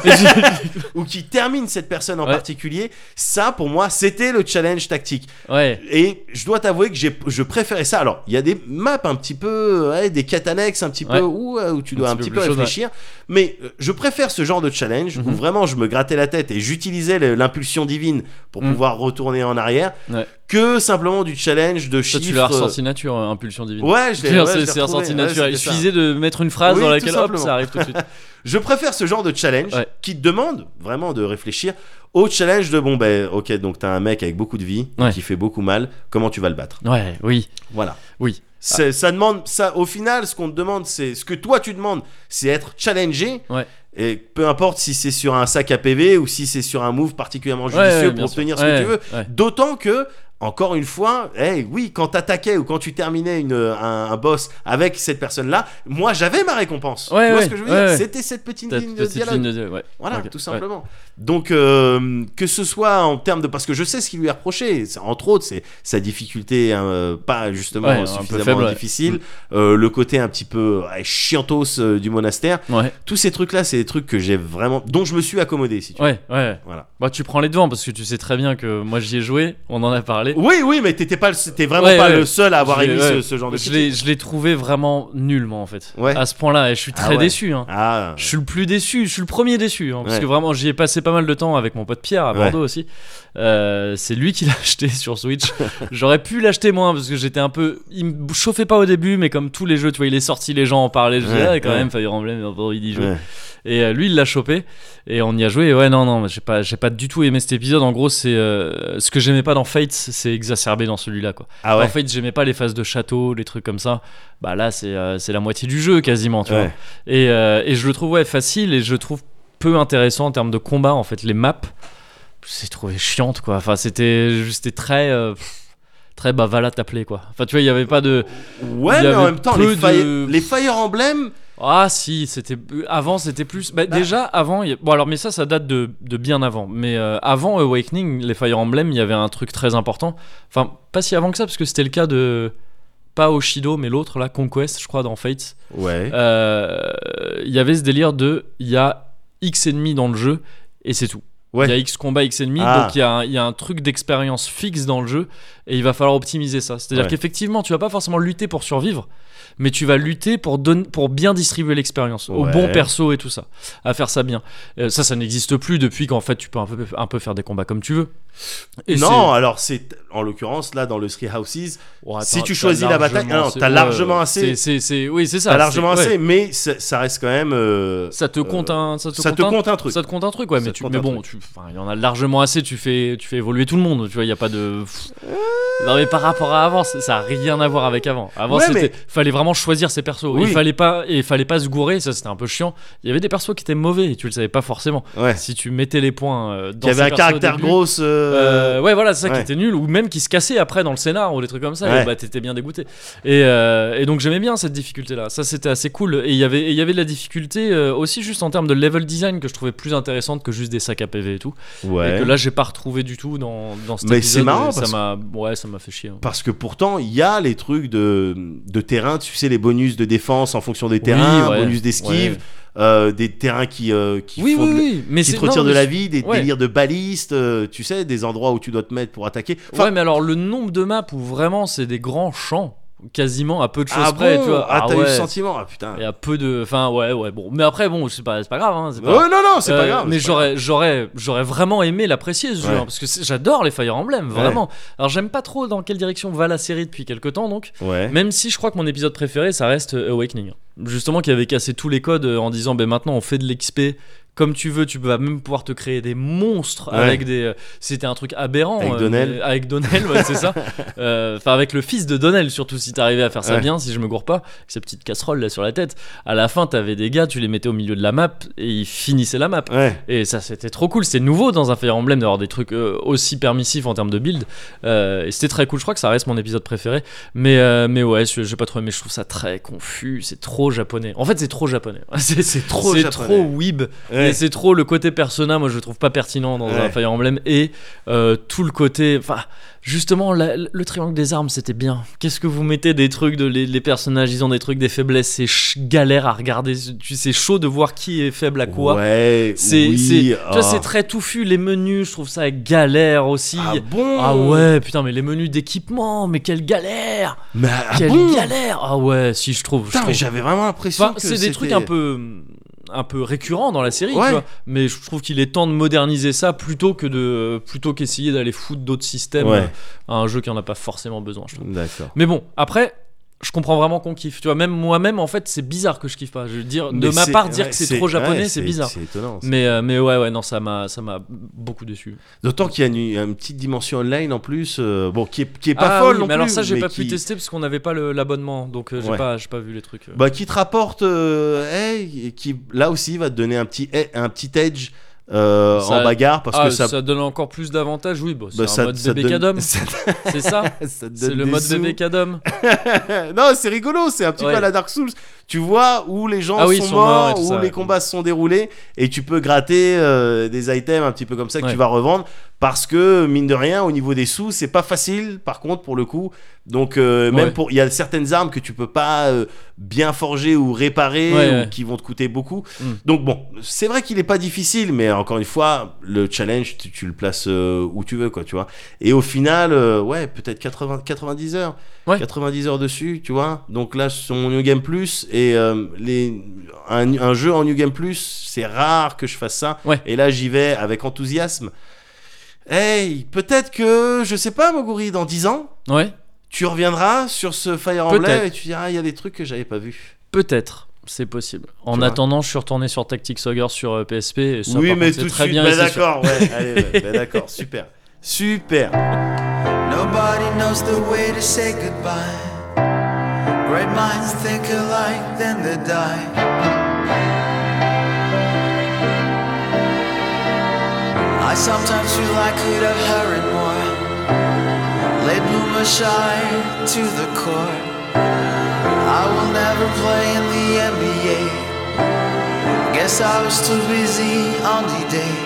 [SPEAKER 1] morts
[SPEAKER 2] ou qui termine cette personne en
[SPEAKER 1] Ouais.
[SPEAKER 2] particulier, ça, pour moi, c'était le challenge tactique.
[SPEAKER 1] Ouais.
[SPEAKER 2] Et je dois t'avouer que j'ai, je préférais ça. Alors, il y a des maps un petit peu, ouais, des catanexes un petit peu,
[SPEAKER 1] Ouais.
[SPEAKER 2] où, euh, où tu dois un, petit peu,
[SPEAKER 1] plus chaud,
[SPEAKER 2] réfléchir. Mais euh, je préfère ce genre de challenge où
[SPEAKER 1] Mhm.
[SPEAKER 2] vraiment je me grattais la tête et j'utilisais le- l'impulsion divine pour
[SPEAKER 1] Mhm.
[SPEAKER 2] pouvoir retourner en arrière
[SPEAKER 1] Ouais.
[SPEAKER 2] que simplement du challenge
[SPEAKER 1] Toi,
[SPEAKER 2] de chiffres.
[SPEAKER 1] tu l'as
[SPEAKER 2] euh,
[SPEAKER 1] ressenti nature, euh, impulsion divine.
[SPEAKER 2] Ouais, je l'ai, ouais, je l'ai
[SPEAKER 1] c'est c'est
[SPEAKER 2] retrouvé.
[SPEAKER 1] ressenti
[SPEAKER 2] Ouais,
[SPEAKER 1] nature. Il
[SPEAKER 2] c'était ça.
[SPEAKER 1] suffisait de mettre une phrase
[SPEAKER 2] Oui,
[SPEAKER 1] dans
[SPEAKER 2] tout
[SPEAKER 1] laquelle hop,
[SPEAKER 2] simplement.
[SPEAKER 1] ça arrive tout de suite.
[SPEAKER 2] Je préfère ce genre de challenge
[SPEAKER 1] Ouais.
[SPEAKER 2] qui te demande vraiment de réfléchir au challenge de bon ben ok donc t'as un mec avec beaucoup de vie
[SPEAKER 1] Ouais.
[SPEAKER 2] qui fait beaucoup mal comment tu vas le battre
[SPEAKER 1] Ouais, oui,
[SPEAKER 2] voilà Ah.
[SPEAKER 1] oui.
[SPEAKER 2] C'est- Ça demande, ça, au final, ce qu'on te demande, c'est ce que toi tu demandes, c'est être challengé.
[SPEAKER 1] Ouais.
[SPEAKER 2] Et peu importe si c'est sur un sac à PV ou si c'est sur un move particulièrement
[SPEAKER 1] Ouais,
[SPEAKER 2] judicieux
[SPEAKER 1] ouais,
[SPEAKER 2] pour
[SPEAKER 1] bien sûr.
[SPEAKER 2] obtenir ce
[SPEAKER 1] Ouais,
[SPEAKER 2] que tu veux.
[SPEAKER 1] ouais.
[SPEAKER 2] D'autant que, encore une fois, eh oui, quand t'attaquais ou quand tu terminais une, un, un boss avec cette personne-là, moi j'avais ma récompense.
[SPEAKER 1] Ouais,
[SPEAKER 2] tu vois
[SPEAKER 1] ouais,
[SPEAKER 2] ce que je veux
[SPEAKER 1] ouais,
[SPEAKER 2] dire
[SPEAKER 1] ouais.
[SPEAKER 2] C'était cette petite
[SPEAKER 1] T'as-
[SPEAKER 2] ligne
[SPEAKER 1] t'as
[SPEAKER 2] de
[SPEAKER 1] cette
[SPEAKER 2] dialogue.
[SPEAKER 1] ligne de dialogue, ouais.
[SPEAKER 2] Voilà,
[SPEAKER 1] Ok,
[SPEAKER 2] tout
[SPEAKER 1] ouais.
[SPEAKER 2] simplement. Donc, euh, que ce soit en termes de. Parce que je sais ce qui lui est reproché, c'est- entre autres, c'est sa difficulté, euh, pas justement
[SPEAKER 1] Ouais, un peu
[SPEAKER 2] suffisamment
[SPEAKER 1] faible, ouais.
[SPEAKER 2] difficile,
[SPEAKER 1] Mm.
[SPEAKER 2] euh, le côté un petit peu ouais, chiantos euh, du monastère.
[SPEAKER 1] Ouais,
[SPEAKER 2] Tous ces trucs-là, c'est des trucs que j'ai vraiment. dont je me suis accommodé, si tu veux.
[SPEAKER 1] ouais, ouais.
[SPEAKER 2] Voilà.
[SPEAKER 1] Bah, tu prends les devants parce que tu sais très bien que moi j'y ai joué, on en a parlé.
[SPEAKER 2] Oui, oui, mais t'étais pas le- t'es vraiment
[SPEAKER 1] Ouais,
[SPEAKER 2] pas
[SPEAKER 1] ouais.
[SPEAKER 2] le seul à avoir
[SPEAKER 1] Je l'ai-
[SPEAKER 2] émis
[SPEAKER 1] ouais.
[SPEAKER 2] ce, ce genre de
[SPEAKER 1] Je
[SPEAKER 2] critique.
[SPEAKER 1] l'ai- je l'ai trouvé vraiment nul, moi en fait.
[SPEAKER 2] Ouais.
[SPEAKER 1] À ce point-là, et je suis
[SPEAKER 2] Ah
[SPEAKER 1] très
[SPEAKER 2] ouais.
[SPEAKER 1] déçu. hein.
[SPEAKER 2] Ah,
[SPEAKER 1] Je suis le plus déçu, je suis le premier déçu, hein, parce
[SPEAKER 2] Ouais.
[SPEAKER 1] que vraiment j'y ai passé pas mal de temps avec mon pote Pierre à
[SPEAKER 2] Ouais.
[SPEAKER 1] Bordeaux aussi. Euh, c'est lui qui l'a acheté sur Switch. J'aurais pu l'acheter moi parce que j'étais un peu. Il me chauffait pas au début, mais comme tous les jeux, tu vois, il est sorti, les gens en parlaient. Je me disais,
[SPEAKER 2] Ouais,
[SPEAKER 1] ah, quand
[SPEAKER 2] ouais.
[SPEAKER 1] même, Fire Emblem, il a pas envie d'y jouer.
[SPEAKER 2] Ouais.
[SPEAKER 1] Et euh, lui, il l'a chopé et on y a joué. Et ouais, non, non, j'ai pas, j'ai pas du tout aimé cet épisode. En gros, c'est euh, ce que j'aimais pas dans Fates, c'est exacerbé dans celui-là, quoi.
[SPEAKER 2] Ah
[SPEAKER 1] En
[SPEAKER 2] ouais.
[SPEAKER 1] fait, j'aimais pas les phases de château, les trucs comme ça. Bah là, c'est euh, c'est la moitié du jeu quasiment, tu vois.
[SPEAKER 2] Ouais.
[SPEAKER 1] Et, euh, et je le trouve ouais, facile et je le trouve peu intéressant en termes de combat. En fait, les maps, c'est trouvé chiante quoi. Enfin, c'était juste très. euh, pff, Très bah va là t'appeler quoi. Enfin tu vois il y avait pas de
[SPEAKER 2] Ouais,
[SPEAKER 1] Il y
[SPEAKER 2] mais en
[SPEAKER 1] avait
[SPEAKER 2] même temps,
[SPEAKER 1] peu
[SPEAKER 2] les, Fire-
[SPEAKER 1] de-
[SPEAKER 2] les Fire Emblem,
[SPEAKER 1] ah si c'était avant c'était plus bah, déjà avant il y a- bon alors mais ça ça date de, de bien avant mais euh, avant Awakening les Fire Emblem il y avait un truc très important enfin pas si avant que ça parce que c'était le cas de pas Oshido mais l'autre là Conquest je crois dans Fates
[SPEAKER 2] ouais,
[SPEAKER 1] Euh, il y avait ce délire de il y a X ennemis dans le jeu et c'est tout. Il
[SPEAKER 2] Ouais.
[SPEAKER 1] y a X combat, X ennemis,
[SPEAKER 2] Ah.
[SPEAKER 1] donc il y, a un- il y a un truc d'expérience fixe dans le jeu et il va falloir optimiser ça. C'est-à-dire
[SPEAKER 2] Ouais.
[SPEAKER 1] qu'effectivement, tu vas pas forcément lutter pour survivre, mais tu vas lutter pour, donner, pour bien distribuer l'expérience au
[SPEAKER 2] Ouais.
[SPEAKER 1] bon perso et tout ça, à faire ça bien. Euh, ça, ça n'existe plus depuis qu'en fait tu peux un peu, un peu faire des combats comme tu veux. Et
[SPEAKER 2] non, alors c'est en l'occurrence là dans le Three Houses,
[SPEAKER 1] c'est- Ouais,
[SPEAKER 2] si
[SPEAKER 1] Oh, t'as-
[SPEAKER 2] tu
[SPEAKER 1] t'as
[SPEAKER 2] choisis la bataille-
[SPEAKER 1] largement
[SPEAKER 2] non,
[SPEAKER 1] assez-
[SPEAKER 2] t'as
[SPEAKER 1] ouais,
[SPEAKER 2] largement assez.
[SPEAKER 1] c'est- c'est- c'est- oui, c'est ça.
[SPEAKER 2] t'as largement
[SPEAKER 1] c'est- ouais.
[SPEAKER 2] assez, mais ça ça reste quand même. euh,
[SPEAKER 1] Ça te compte
[SPEAKER 2] euh,
[SPEAKER 1] un, ça te
[SPEAKER 2] ça
[SPEAKER 1] compte
[SPEAKER 2] te
[SPEAKER 1] un
[SPEAKER 2] compte un truc.
[SPEAKER 1] Ça te compte un truc, ouais,
[SPEAKER 2] Ça
[SPEAKER 1] mais,
[SPEAKER 2] te
[SPEAKER 1] tu,
[SPEAKER 2] compte
[SPEAKER 1] mais
[SPEAKER 2] un
[SPEAKER 1] bon, tu- enfin, il y en a largement assez, tu fais, tu fais évoluer tout le monde, tu vois, il n'y a pas de... pff. Non mais par rapport à avant, ça n'a rien à voir avec avant. Avant,
[SPEAKER 2] Ouais,
[SPEAKER 1] c'était,
[SPEAKER 2] mais-
[SPEAKER 1] fallait vraiment choisir ses persos,
[SPEAKER 2] Oui.
[SPEAKER 1] il fallait pas, et il fallait pas se gourer, ça c'était un peu chiant. Il y avait des persos qui étaient mauvais, et tu le savais pas forcément.
[SPEAKER 2] Ouais.
[SPEAKER 1] Si tu mettais les points euh, dans
[SPEAKER 2] Qui avait
[SPEAKER 1] ces
[SPEAKER 2] un
[SPEAKER 1] persos au
[SPEAKER 2] caractère
[SPEAKER 1] début,
[SPEAKER 2] grosse. euh,
[SPEAKER 1] euh, ouais, voilà, c'est ça qui
[SPEAKER 2] ouais.
[SPEAKER 1] était nul, ou même qui se cassait après dans le scénar ou des trucs comme ça,
[SPEAKER 2] Ouais.
[SPEAKER 1] et bah t'étais bien dégoûté. Et, euh, et donc j'aimais bien cette difficulté-là, ça c'était assez cool. Et il y avait- et il y avait de la difficulté euh, aussi juste en termes de level design que je trouvais plus intéressante que juste des sacs à PV et tout.
[SPEAKER 2] ouais.
[SPEAKER 1] Et que là j'ai pas retrouvé du tout dans, dans cet
[SPEAKER 2] Mais
[SPEAKER 1] épisode,
[SPEAKER 2] c'est marrant
[SPEAKER 1] et ça
[SPEAKER 2] parce
[SPEAKER 1] m'a Ouais, ça m'a fait chier. hein.
[SPEAKER 2] Parce que pourtant, il y a les trucs de, de terrain, tu sais, les bonus de défense en fonction des terrains,
[SPEAKER 1] ouais,
[SPEAKER 2] bonus d'esquive, euh, des terrains qui, euh, qui,
[SPEAKER 1] Oui,
[SPEAKER 2] font
[SPEAKER 1] oui,
[SPEAKER 2] de-
[SPEAKER 1] oui, mais
[SPEAKER 2] qui
[SPEAKER 1] c'est
[SPEAKER 2] te retirent
[SPEAKER 1] non,
[SPEAKER 2] de
[SPEAKER 1] mais
[SPEAKER 2] la
[SPEAKER 1] je-
[SPEAKER 2] vie, des
[SPEAKER 1] ouais.
[SPEAKER 2] délires de balistes, euh, tu sais, des endroits où tu dois te mettre pour attaquer. Enfin,
[SPEAKER 1] ouais, mais alors le nombre de maps où vraiment c'est des grands champs, quasiment à peu de choses
[SPEAKER 2] ah
[SPEAKER 1] près,
[SPEAKER 2] bon
[SPEAKER 1] tu vois.
[SPEAKER 2] Ah, t'as eu
[SPEAKER 1] ouais.
[SPEAKER 2] ce sentiment Ah putain.
[SPEAKER 1] Et à peu de. Enfin, ouais, ouais, bon. Mais après, bon, c'est pas, c'est pas grave, hein, c'est pas-
[SPEAKER 2] Ouais, non, non, c'est pas
[SPEAKER 1] Euh,
[SPEAKER 2] grave.
[SPEAKER 1] Mais
[SPEAKER 2] c'est pas
[SPEAKER 1] j'aurais, j'aurais, j'aurais vraiment aimé l'apprécier ce jeu,
[SPEAKER 2] Ouais.
[SPEAKER 1] hein, parce que c'est- j'adore les Fire Emblem, vraiment. Alors j'aime pas trop dans quelle direction va la série depuis quelques temps, donc.
[SPEAKER 2] grave. Ouais.
[SPEAKER 1] Même si je crois que mon épisode préféré, ça reste euh, Awakening. Justement, qui avait cassé tous les codes euh, en disant, ben maintenant on fait de l'XP. Comme tu veux, tu vas même pouvoir te créer des monstres
[SPEAKER 2] Ouais.
[SPEAKER 1] avec des. euh, C'était un truc aberrant.
[SPEAKER 2] Avec
[SPEAKER 1] euh,
[SPEAKER 2] Donnell.
[SPEAKER 1] mais- Avec Donnell, ouais, c'est ça. Euh, Enfin, avec le fils de Donnell, surtout si t'arrivais à faire ça
[SPEAKER 2] Ouais.
[SPEAKER 1] bien, si je me gourre pas. avec Sa petite casserole là sur la tête. À la fin, t'avais des gars, tu les mettais au milieu de la map et ils finissaient la map.
[SPEAKER 2] Ouais.
[SPEAKER 1] Et ça, c'était trop cool. C'était nouveau dans un Fire Emblem d'avoir des trucs euh, aussi permissifs en termes de build. Euh, et c'était très cool. Je crois que ça reste mon épisode préféré. Mais, euh, mais ouais, je- j'ai pas trop aimé. Je trouve ça très confus. C'est trop japonais. En fait, c'est trop japonais. C'est c'est
[SPEAKER 2] trop
[SPEAKER 1] C'est
[SPEAKER 2] japonais.
[SPEAKER 1] trop weeb.
[SPEAKER 2] Ouais.
[SPEAKER 1] Et c'est trop le côté persona. Moi, je le trouve pas pertinent dans un
[SPEAKER 2] Ouais.
[SPEAKER 1] Fire Emblem. Et euh, tout le côté. Enfin, justement, la- le triangle des armes, c'était bien. Qu'est-ce que vous mettez des trucs de les, les personnages Ils ont des trucs, des faiblesses. C'est ch- galère à regarder. Tu sais, chaud de voir qui est faible à quoi.
[SPEAKER 2] Ouais.
[SPEAKER 1] C'est
[SPEAKER 2] oui,
[SPEAKER 1] c'est- tu
[SPEAKER 2] ah.
[SPEAKER 1] vois, c'est très touffu les menus, je trouve ça galère aussi.
[SPEAKER 2] Ah bon
[SPEAKER 1] Ah ouais, putain, mais les menus d'équipement, mais quelle galère
[SPEAKER 2] Mais ah
[SPEAKER 1] Quelle
[SPEAKER 2] bon
[SPEAKER 1] galère Ah ouais, si je trouve. je
[SPEAKER 2] Putain, mais
[SPEAKER 1] trouve.
[SPEAKER 2] j'avais vraiment l'impression
[SPEAKER 1] Enfin,
[SPEAKER 2] que
[SPEAKER 1] c'est des
[SPEAKER 2] c'était-
[SPEAKER 1] trucs un peu un peu récurrents dans la série, tu
[SPEAKER 2] Ouais.
[SPEAKER 1] vois. mais je trouve qu'il est temps de moderniser ça plutôt que de plutôt qu'essayer d'aller foutre d'autres systèmes
[SPEAKER 2] Ouais.
[SPEAKER 1] euh, à un jeu qui en a pas forcément besoin. Je trouve.
[SPEAKER 2] D'accord.
[SPEAKER 1] Mais bon, après. Je comprends vraiment qu'on kiffe. Tu vois, même moi-même, en fait, c'est bizarre que je kiffe pas. Je veux dire, de
[SPEAKER 2] Mais
[SPEAKER 1] ma
[SPEAKER 2] c'est-
[SPEAKER 1] part, dire
[SPEAKER 2] ouais,
[SPEAKER 1] que c'est trop japonais,
[SPEAKER 2] ouais,
[SPEAKER 1] c'est bizarre.
[SPEAKER 2] C'est étonnant. ça.
[SPEAKER 1] Mais, euh, mais ouais, ouais, non, ça m'a, ça m'a beaucoup déçu.
[SPEAKER 2] D'autant qu'il y a une, une petite dimension online en plus, euh, bon, qui est, qui est pas
[SPEAKER 1] Ah
[SPEAKER 2] folle
[SPEAKER 1] oui,
[SPEAKER 2] non
[SPEAKER 1] mais alors
[SPEAKER 2] plus,
[SPEAKER 1] ça, j'ai
[SPEAKER 2] mais
[SPEAKER 1] pas
[SPEAKER 2] qui,
[SPEAKER 1] pu tester parce qu'on n'avait pas le- l'abonnement, donc euh, j'ai
[SPEAKER 2] Ouais.
[SPEAKER 1] pas, j'ai pas vu les trucs. euh.
[SPEAKER 2] Bah, qui te rapporte, euh, hey, et qui là aussi va te donner un petit, eh, un petit edge euh,
[SPEAKER 1] Ça-
[SPEAKER 2] en bagarre parce
[SPEAKER 1] Ah,
[SPEAKER 2] que ça,
[SPEAKER 1] ça donne encore plus d'avantages, oui. Bah, c'est
[SPEAKER 2] bah,
[SPEAKER 1] un
[SPEAKER 2] ça-
[SPEAKER 1] mode
[SPEAKER 2] ça te
[SPEAKER 1] BBK
[SPEAKER 2] donne-
[SPEAKER 1] d'homme,
[SPEAKER 2] ça
[SPEAKER 1] c'est ça.
[SPEAKER 2] te- ça te
[SPEAKER 1] C'est
[SPEAKER 2] donne
[SPEAKER 1] le
[SPEAKER 2] des
[SPEAKER 1] mode
[SPEAKER 2] sous.
[SPEAKER 1] BBK d'homme.
[SPEAKER 2] non, c'est rigolo, c'est un petit
[SPEAKER 1] Ouais.
[SPEAKER 2] peu à la Dark Souls. Tu vois où les gens
[SPEAKER 1] Ah oui, ils
[SPEAKER 2] sont,
[SPEAKER 1] sont morts et
[SPEAKER 2] morts,
[SPEAKER 1] tout
[SPEAKER 2] où
[SPEAKER 1] ça, ouais.
[SPEAKER 2] les combats se sont déroulés, et tu peux gratter euh, des items un petit peu comme ça que
[SPEAKER 1] Ouais.
[SPEAKER 2] tu vas revendre. Parce que mine de rien, au niveau des sous, c'est pas facile. Par contre, pour le coup, donc euh,
[SPEAKER 1] Ouais.
[SPEAKER 2] même pour, il y a certaines armes que tu peux pas euh, bien forger ou réparer,
[SPEAKER 1] Ouais,
[SPEAKER 2] ou
[SPEAKER 1] ouais.
[SPEAKER 2] qui vont te coûter beaucoup.
[SPEAKER 1] Mm.
[SPEAKER 2] Donc bon, c'est vrai qu'il est pas difficile, mais encore une fois, le challenge, tu, tu le places euh, où tu veux, quoi, tu vois. Et au final, euh, ouais, peut-être 80, 90 heures.
[SPEAKER 1] Ouais.
[SPEAKER 2] 90 heures dessus, tu vois. Donc là, sur mon New Game Plus, et euh, les, un, un jeu en New Game Plus, c'est rare que je fasse ça.
[SPEAKER 1] Ouais.
[SPEAKER 2] Et là, j'y vais avec enthousiasme. Hey, peut-être que, je sais pas, Moguri, dans 10 ans,
[SPEAKER 1] Ouais,
[SPEAKER 2] tu reviendras sur ce Fire Emblem
[SPEAKER 1] Peut-être.
[SPEAKER 2] et tu diras, Ah, il y a des trucs que j'avais pas vus.
[SPEAKER 1] peut-être. C'est possible. En
[SPEAKER 2] vois.
[SPEAKER 1] attendant, je suis retourné sur Tactics Ogre sur euh, PSP. Et ça, par contre, c'est très bien. et
[SPEAKER 2] ben
[SPEAKER 1] c'est sur-
[SPEAKER 2] d'accord, ouais, allez, ouais, ben d'accord, super, super.
[SPEAKER 5] Nobody knows the way to say goodbye. Great minds think alike, then they die. I sometimes feel I could have hurried more. Late bloomer shy to the core. I will never play in the NBA. Guess I was too busy on D-Day.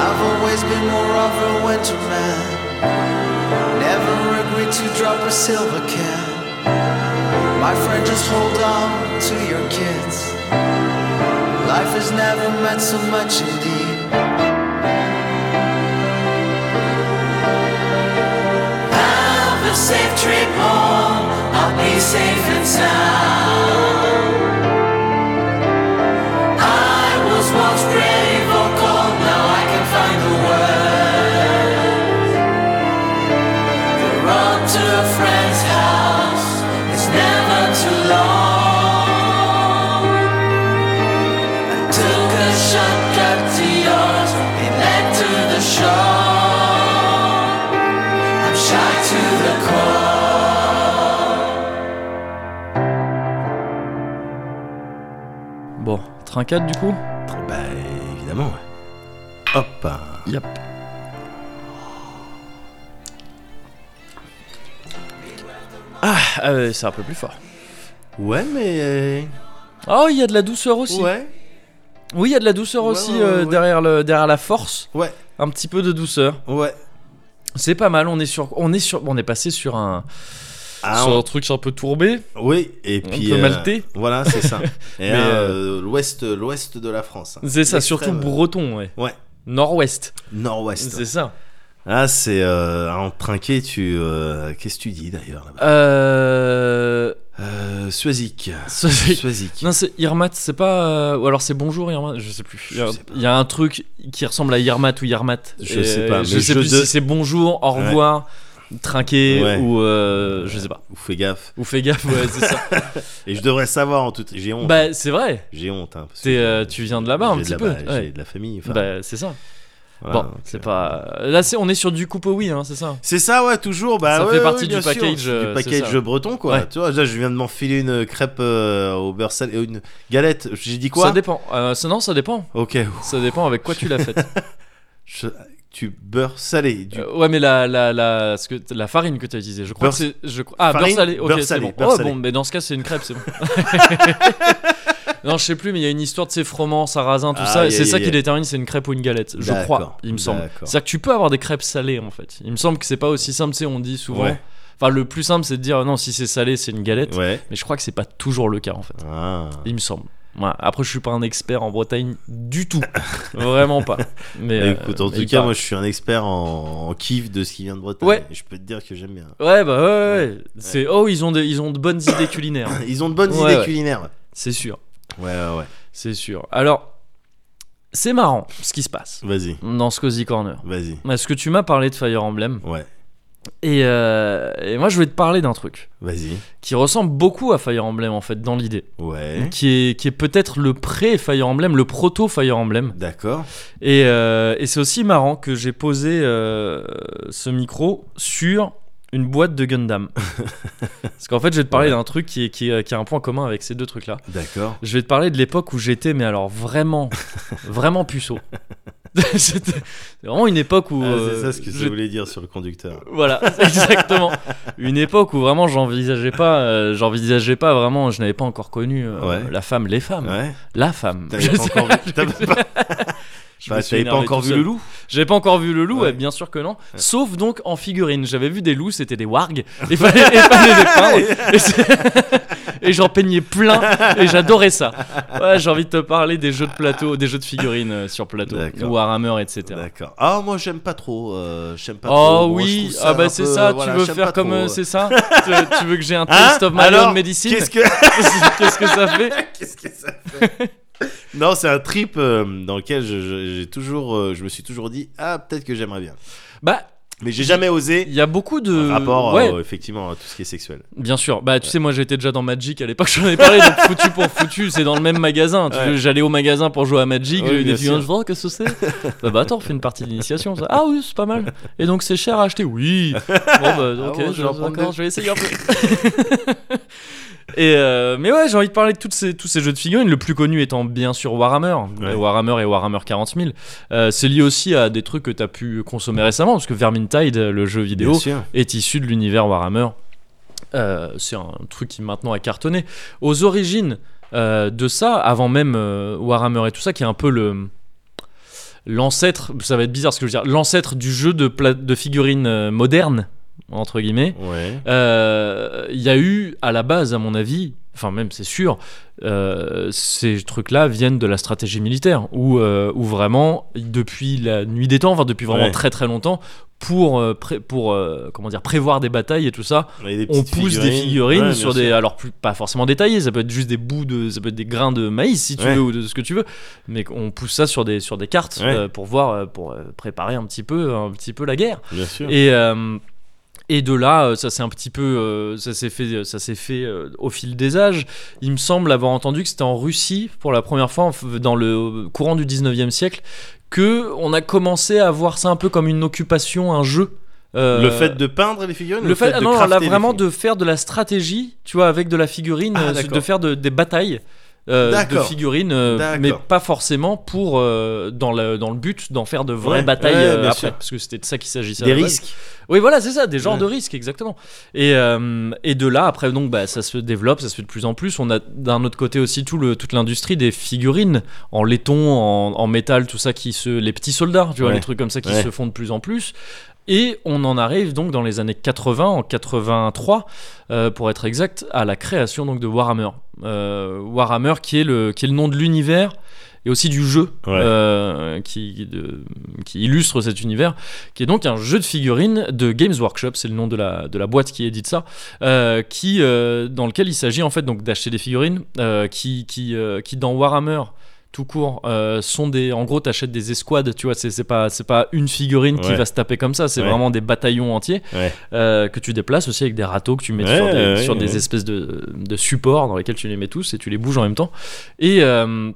[SPEAKER 5] I've always been more of a winter man. Never agree to drop a silver can. My friend, just hold on to your kids. Life has never meant so much indeed. Have a safe trip home. I'll be safe and sound. I was once brave or cold. Now I can find the words. The run to a friend's house is never too long. I took a shortcut to yours, it led to the shore. I'm shy to the core.
[SPEAKER 1] Bon, trincade du coup
[SPEAKER 2] Bah évidemment. Ouais. Hop.
[SPEAKER 1] Yep. Ah, euh, c'est un peu plus fort.
[SPEAKER 2] Ouais mais euh,
[SPEAKER 1] Oh, il y a de la douceur aussi.
[SPEAKER 2] ouais
[SPEAKER 1] Oui, il y a de la douceur
[SPEAKER 2] Ouais,
[SPEAKER 1] aussi
[SPEAKER 2] ouais,
[SPEAKER 1] euh,
[SPEAKER 2] ouais, ouais.
[SPEAKER 1] derrière, le, derrière la force.
[SPEAKER 2] ouais
[SPEAKER 1] Un petit peu de douceur.
[SPEAKER 2] ouais.
[SPEAKER 1] C'est pas mal. On est sur, on est sur, on est passé sur un,
[SPEAKER 2] Ah,
[SPEAKER 1] sur
[SPEAKER 2] on-
[SPEAKER 1] un truc un peu tourbé.
[SPEAKER 2] Oui et
[SPEAKER 1] on
[SPEAKER 2] puis
[SPEAKER 1] peut
[SPEAKER 2] euh,
[SPEAKER 1] malter.
[SPEAKER 2] Voilà c'est ça. Et
[SPEAKER 1] Mais,
[SPEAKER 2] euh, l'ouest l'ouest de la France. hein.
[SPEAKER 1] C'est ça, surtout
[SPEAKER 2] L'extrême-
[SPEAKER 1] breton, ouais.
[SPEAKER 2] Ouais.
[SPEAKER 1] Nord-ouest.
[SPEAKER 2] Nord-ouest.
[SPEAKER 1] C'est ça.
[SPEAKER 2] Ah c'est euh, en trinqué tu euh, qu'est-ce que tu dis d'ailleurs là-bas
[SPEAKER 1] Euh...
[SPEAKER 2] euh, Suezic.
[SPEAKER 1] ce-
[SPEAKER 2] Suezic.
[SPEAKER 1] Non, c'est Irmat, c'est pas. euh, Ou alors c'est bonjour Irmat, je sais plus. Il y a-
[SPEAKER 2] Je sais pas.
[SPEAKER 1] il y a un truc qui ressemble à Irmat ou Yarmat.
[SPEAKER 2] Je
[SPEAKER 1] Et,
[SPEAKER 2] sais pas, mais
[SPEAKER 1] Je sais
[SPEAKER 2] je
[SPEAKER 1] plus
[SPEAKER 2] de-
[SPEAKER 1] si c'est bonjour, au
[SPEAKER 2] Ouais.
[SPEAKER 1] revoir, trinqué
[SPEAKER 2] Ouais.
[SPEAKER 1] ou. euh, je sais pas.
[SPEAKER 2] Vous faites gaffe.
[SPEAKER 1] Ou fais gaffe, ouais, c'est ça.
[SPEAKER 2] Et je devrais savoir en tout. J'ai honte.
[SPEAKER 1] bah, c'est vrai.
[SPEAKER 2] j'ai honte. hein, parce que
[SPEAKER 1] t'es, euh, tu viens de là-bas un
[SPEAKER 2] j'ai
[SPEAKER 1] petit
[SPEAKER 2] là-bas,
[SPEAKER 1] peu,
[SPEAKER 2] J'ai
[SPEAKER 1] ouais.
[SPEAKER 2] de la famille. enfin,
[SPEAKER 1] bah, c'est ça.
[SPEAKER 2] voilà,
[SPEAKER 1] bon,
[SPEAKER 2] donc,
[SPEAKER 1] c'est
[SPEAKER 2] euh,
[SPEAKER 1] pas. Là, c'est... on est sur du coupe oui, hein, c'est ça.
[SPEAKER 2] C'est ça, ouais, toujours. Bah,
[SPEAKER 1] Ça
[SPEAKER 2] ouais,
[SPEAKER 1] fait
[SPEAKER 2] ouais,
[SPEAKER 1] partie
[SPEAKER 2] bien
[SPEAKER 1] du
[SPEAKER 2] sûr,
[SPEAKER 1] package,
[SPEAKER 2] c'est
[SPEAKER 1] euh,
[SPEAKER 2] du
[SPEAKER 1] c'est
[SPEAKER 2] package
[SPEAKER 1] ça.
[SPEAKER 2] breton, quoi.
[SPEAKER 1] Ouais.
[SPEAKER 2] Tu vois, là, je viens de m'enfiler une crêpe euh, au beurre salé, euh, une galette. J'ai dit quoi
[SPEAKER 1] ça dépend. Euh, ça, non, ça dépend.
[SPEAKER 2] Ok.
[SPEAKER 1] Ça dépend avec quoi tu l'as faite.
[SPEAKER 2] Je- Tu beurre salé. Du...
[SPEAKER 1] Euh, ouais, mais la, la, la, ce que, la farine que tu as utilisée, je crois
[SPEAKER 2] Beurre-
[SPEAKER 1] que c'est. Je, crois- ah, beurre
[SPEAKER 2] farine,
[SPEAKER 1] salé, ok,
[SPEAKER 2] beurre
[SPEAKER 1] c'est
[SPEAKER 2] salé,
[SPEAKER 1] bon.
[SPEAKER 2] beurre
[SPEAKER 1] oh,
[SPEAKER 2] salé.
[SPEAKER 1] bon, mais dans ce cas, c'est une crêpe, c'est bon. non, je sais plus, mais il y a une histoire de ces froments, sarrasin, tout
[SPEAKER 2] Ah,
[SPEAKER 1] ça, et
[SPEAKER 2] yeah,
[SPEAKER 1] c'est ça
[SPEAKER 2] yeah,
[SPEAKER 1] qui
[SPEAKER 2] yeah.
[SPEAKER 1] détermine si c'est une crêpe ou une galette, je crois,
[SPEAKER 2] D'accord,
[SPEAKER 1] il me semble.
[SPEAKER 2] d'accord.
[SPEAKER 1] C'est-à-dire que tu peux avoir des crêpes salées, en fait. Il me semble que c'est pas aussi simple, tu sais, on dit souvent.
[SPEAKER 2] Ouais.
[SPEAKER 1] Enfin, le plus simple, c'est de dire non, si c'est salé, c'est une galette,
[SPEAKER 2] Ouais.
[SPEAKER 1] mais je crois que c'est pas toujours le cas, en fait.
[SPEAKER 2] Ah.
[SPEAKER 1] Il me semble. Ouais. Après, je suis pas un expert en Bretagne du tout, vraiment pas. Mais
[SPEAKER 2] Bah,
[SPEAKER 1] euh,
[SPEAKER 2] écoute, en
[SPEAKER 1] mais
[SPEAKER 2] tout
[SPEAKER 1] il
[SPEAKER 2] cas,
[SPEAKER 1] paraît.
[SPEAKER 2] moi, je suis un expert en, en kiff de ce qui vient de Bretagne.
[SPEAKER 1] Ouais.
[SPEAKER 2] Et je peux te dire que j'aime bien.
[SPEAKER 1] Ouais, bah ouais, ouais, ouais. C'est oh, ils ont des, ils ont de bonnes idées culinaires,
[SPEAKER 2] Ils ont de bonnes
[SPEAKER 1] Ouais,
[SPEAKER 2] idées
[SPEAKER 1] ouais.
[SPEAKER 2] culinaires.
[SPEAKER 1] c'est sûr,
[SPEAKER 2] Ouais, ouais, ouais.
[SPEAKER 1] c'est sûr. Alors, c'est marrant ce qui se passe
[SPEAKER 2] Vas-y,
[SPEAKER 1] dans ce cozy corner.
[SPEAKER 2] vas-y.
[SPEAKER 1] Parce que tu m'as parlé de Fire Emblem
[SPEAKER 2] Ouais,
[SPEAKER 1] et, euh, et moi je vais te parler d'un truc
[SPEAKER 2] vas-y.
[SPEAKER 1] qui ressemble beaucoup à Fire Emblem en fait dans l'idée,
[SPEAKER 2] Ouais.
[SPEAKER 1] qui est qui est peut-être le pré Fire Emblem, le proto Fire Emblem.
[SPEAKER 2] D'accord.
[SPEAKER 1] Et, euh, et c'est aussi marrant que j'ai posé euh, ce micro sur une boîte de Gundam. Parce qu'en fait, je vais te parler d'un truc qui, est- qui, est- qui a un point commun avec ces deux trucs-là.
[SPEAKER 2] D'accord.
[SPEAKER 1] Je vais te parler de l'époque où j'étais, mais alors vraiment, vraiment puceau. C'était c'est vraiment une époque où.
[SPEAKER 2] Ah, c'est
[SPEAKER 1] euh,
[SPEAKER 2] ça ce que ça
[SPEAKER 1] je-
[SPEAKER 2] voulait dire sur le conducteur.
[SPEAKER 1] Voilà, exactement. Une époque où vraiment j'envisageais pas, euh, j'envisageais pas vraiment, je n'avais pas encore connu euh,
[SPEAKER 2] Ouais.
[SPEAKER 1] la femme, les femmes,
[SPEAKER 2] Ouais.
[SPEAKER 1] la femme.
[SPEAKER 2] T'avais pas encore vu. t'avais pas-
[SPEAKER 1] Je
[SPEAKER 2] Bah,
[SPEAKER 1] me suis
[SPEAKER 2] t'avais pas
[SPEAKER 1] énervé
[SPEAKER 2] encore
[SPEAKER 1] tout
[SPEAKER 2] vu
[SPEAKER 1] seul.
[SPEAKER 2] le loup
[SPEAKER 1] J'avais pas encore vu le loup,
[SPEAKER 2] Ouais.
[SPEAKER 1] ouais, bien sûr que non. Sauf donc en figurine. J'avais vu des loups, c'était des wargs. Il fallait, il fallait les peindre. Et c'est- Et j'en peignais plein et j'adorais ça. Ouais, j'ai envie de te parler des jeux de plateau, des jeux de figurines euh, sur plateau,
[SPEAKER 2] D'accord.
[SPEAKER 1] Warhammer, etc.
[SPEAKER 2] D'accord. Ah, moi, j'aime pas trop. euh, j'aime pas trop.
[SPEAKER 1] Oh
[SPEAKER 2] Bon, je
[SPEAKER 1] oui,
[SPEAKER 2] trouve ça
[SPEAKER 1] ah bah
[SPEAKER 2] un
[SPEAKER 1] c'est
[SPEAKER 2] peu-
[SPEAKER 1] ça, tu
[SPEAKER 2] voilà,
[SPEAKER 1] veux
[SPEAKER 2] j'aime
[SPEAKER 1] faire
[SPEAKER 2] pas
[SPEAKER 1] comme
[SPEAKER 2] trop,
[SPEAKER 1] euh,
[SPEAKER 2] ouais.
[SPEAKER 1] c'est ça tu, tu veux que j'ai un
[SPEAKER 2] Hein
[SPEAKER 1] Taste of My
[SPEAKER 2] Alors,
[SPEAKER 1] Own Medicine
[SPEAKER 2] Qu'est-ce que.
[SPEAKER 1] Qu'est-ce que ça fait
[SPEAKER 2] Qu'est-ce que ça fait Non, c'est un trip euh, dans lequel je, je- j'ai toujours, euh, je me suis toujours dit ah peut-être que j'aimerais bien,
[SPEAKER 1] Bah,
[SPEAKER 2] mais j'ai jamais
[SPEAKER 1] il
[SPEAKER 2] osé
[SPEAKER 1] y a beaucoup de
[SPEAKER 2] rapport
[SPEAKER 1] ouais,
[SPEAKER 2] euh, effectivement à tout ce qui est sexuel.
[SPEAKER 1] Bien sûr, bah tu sais, moi j'étais déjà dans Magic à l'époque, j'en avais parlé, donc foutu pour foutu, c'est dans le même magasin. Tu
[SPEAKER 2] Ouais.
[SPEAKER 1] veux, J'allais au magasin pour jouer à Magic,
[SPEAKER 2] Oui,
[SPEAKER 1] j'ai eu des
[SPEAKER 2] bien
[SPEAKER 1] étudiants,
[SPEAKER 2] sûr.
[SPEAKER 1] je vois, qu'est-ce que c'est bah, bah attends, on fait une partie d'initiation, ça. Ah oui, c'est pas mal. Et donc c'est cher à acheter Oui Bon bah ok,
[SPEAKER 2] Ah bon, je
[SPEAKER 1] je,
[SPEAKER 2] vais en prendre
[SPEAKER 1] d'accord,
[SPEAKER 2] deux.
[SPEAKER 1] je vais essayer un peu. Et euh, mais ouais, j'ai envie de parler de toutes ces, tous ces jeux de figurines, le plus connu étant bien sûr Warhammer,
[SPEAKER 2] Ouais.
[SPEAKER 1] Warhammer et Warhammer 40 000. Euh, c'est lié aussi à des trucs que t'as pu consommer récemment, parce que Vermintide, le jeu vidéo,
[SPEAKER 2] Bien sûr.
[SPEAKER 1] est issu de l'univers Warhammer. Euh, c'est un truc qui maintenant a cartonné. Aux origines euh, de ça, avant même euh, Warhammer et tout ça, qui est un peu le l'ancêtre, ça va être bizarre ce que je veux dire, l'ancêtre du jeu de, pla- de figurines euh, modernes, entre guillemets,
[SPEAKER 2] Ouais.
[SPEAKER 1] euh, il y a eu à la base, à mon avis, enfin même c'est sûr, euh, ces trucs-là viennent de la stratégie militaire, où, euh, où vraiment, depuis la nuit des temps, enfin depuis vraiment
[SPEAKER 2] Ouais.
[SPEAKER 1] très très longtemps, pour, euh, pré- pour euh, comment dire, prévoir des batailles et tout ça,
[SPEAKER 2] On, a des
[SPEAKER 1] on
[SPEAKER 2] petites
[SPEAKER 1] pousse des figurines
[SPEAKER 2] Ouais,
[SPEAKER 1] sur
[SPEAKER 2] bien
[SPEAKER 1] des
[SPEAKER 2] sûr.
[SPEAKER 1] alors plus, pas forcément détaillées ça peut être juste des bouts de ça peut être des grains de maïs si tu
[SPEAKER 2] Ouais.
[SPEAKER 1] veux ou de ce que tu veux mais on pousse ça sur des sur des cartes
[SPEAKER 2] Ouais.
[SPEAKER 1] euh, pour voir euh, pour euh, préparer un petit peu un petit peu la guerre
[SPEAKER 2] Bien sûr.
[SPEAKER 1] et euh, et de là, euh, ça s'est un petit peu, euh, ça s'est fait, ça s'est fait euh, au fil des âges. Il me semble avoir entendu que c'était en Russie pour la première fois en f- dans le euh, courant du 19e siècle que on a commencé à voir ça un peu comme une occupation, un jeu. Euh,
[SPEAKER 2] Le fait de peindre les figurines.
[SPEAKER 1] le,
[SPEAKER 2] ou
[SPEAKER 1] fait, ah
[SPEAKER 2] de
[SPEAKER 1] non, non,
[SPEAKER 2] crafter
[SPEAKER 1] là
[SPEAKER 2] les
[SPEAKER 1] vraiment
[SPEAKER 2] figurines
[SPEAKER 1] de faire de la stratégie, tu vois, avec de la figurine,
[SPEAKER 2] Ah,
[SPEAKER 1] euh,
[SPEAKER 2] d'accord.
[SPEAKER 1] de faire de- des batailles. euh, de
[SPEAKER 2] D'accord.
[SPEAKER 1] figurines, euh,
[SPEAKER 2] D'accord.
[SPEAKER 1] mais pas forcément pour euh, dans, le, dans le but d'en faire de vraies
[SPEAKER 2] Ouais,
[SPEAKER 1] batailles
[SPEAKER 2] ouais,
[SPEAKER 1] euh,
[SPEAKER 2] bien
[SPEAKER 1] après,
[SPEAKER 2] sûr.
[SPEAKER 1] parce que c'était de ça qu'il s'agissait. à
[SPEAKER 2] des
[SPEAKER 1] la base.
[SPEAKER 2] risques.
[SPEAKER 1] Oui, voilà, c'est ça, des genres
[SPEAKER 2] Ouais.
[SPEAKER 1] de risques, exactement. Et, euh, et de là, après, donc, bah, ça se développe, ça se fait de plus en plus. On a d'un autre côté aussi tout le, toute l'industrie des figurines en laiton, en, en métal, tout ça, qui se, les petits soldats, tu vois,
[SPEAKER 2] Ouais.
[SPEAKER 1] les trucs comme ça qui
[SPEAKER 2] Ouais.
[SPEAKER 1] se font de plus en plus. Et on en arrive donc dans les années 80, en 83, euh, pour être exact, à la création donc de Warhammer. Euh, Warhammer qui est, le, qui est le nom de l'univers et aussi du jeu
[SPEAKER 2] Ouais.
[SPEAKER 1] euh, qui, de- qui illustre cet univers, qui est donc un jeu de figurines de Games Workshop, c'est le nom de la, de la boîte qui édite ça, euh, qui, euh, dans lequel il s'agit en fait donc d'acheter des figurines euh, qui, qui, euh, qui dans Warhammer tout court euh, sont des en gros t'achètes des escouades tu vois c'est c'est pas c'est pas une figurine qui
[SPEAKER 2] Ouais.
[SPEAKER 1] va se taper comme ça c'est
[SPEAKER 2] Ouais.
[SPEAKER 1] vraiment des bataillons entiers
[SPEAKER 2] Ouais.
[SPEAKER 1] euh, que tu déplaces aussi avec des râteaux que tu mets
[SPEAKER 2] Ouais,
[SPEAKER 1] sur, des,
[SPEAKER 2] ouais,
[SPEAKER 1] sur
[SPEAKER 2] ouais.
[SPEAKER 1] des espèces de, de supports dans lesquels tu les mets tous et tu les bouges en même temps et euh,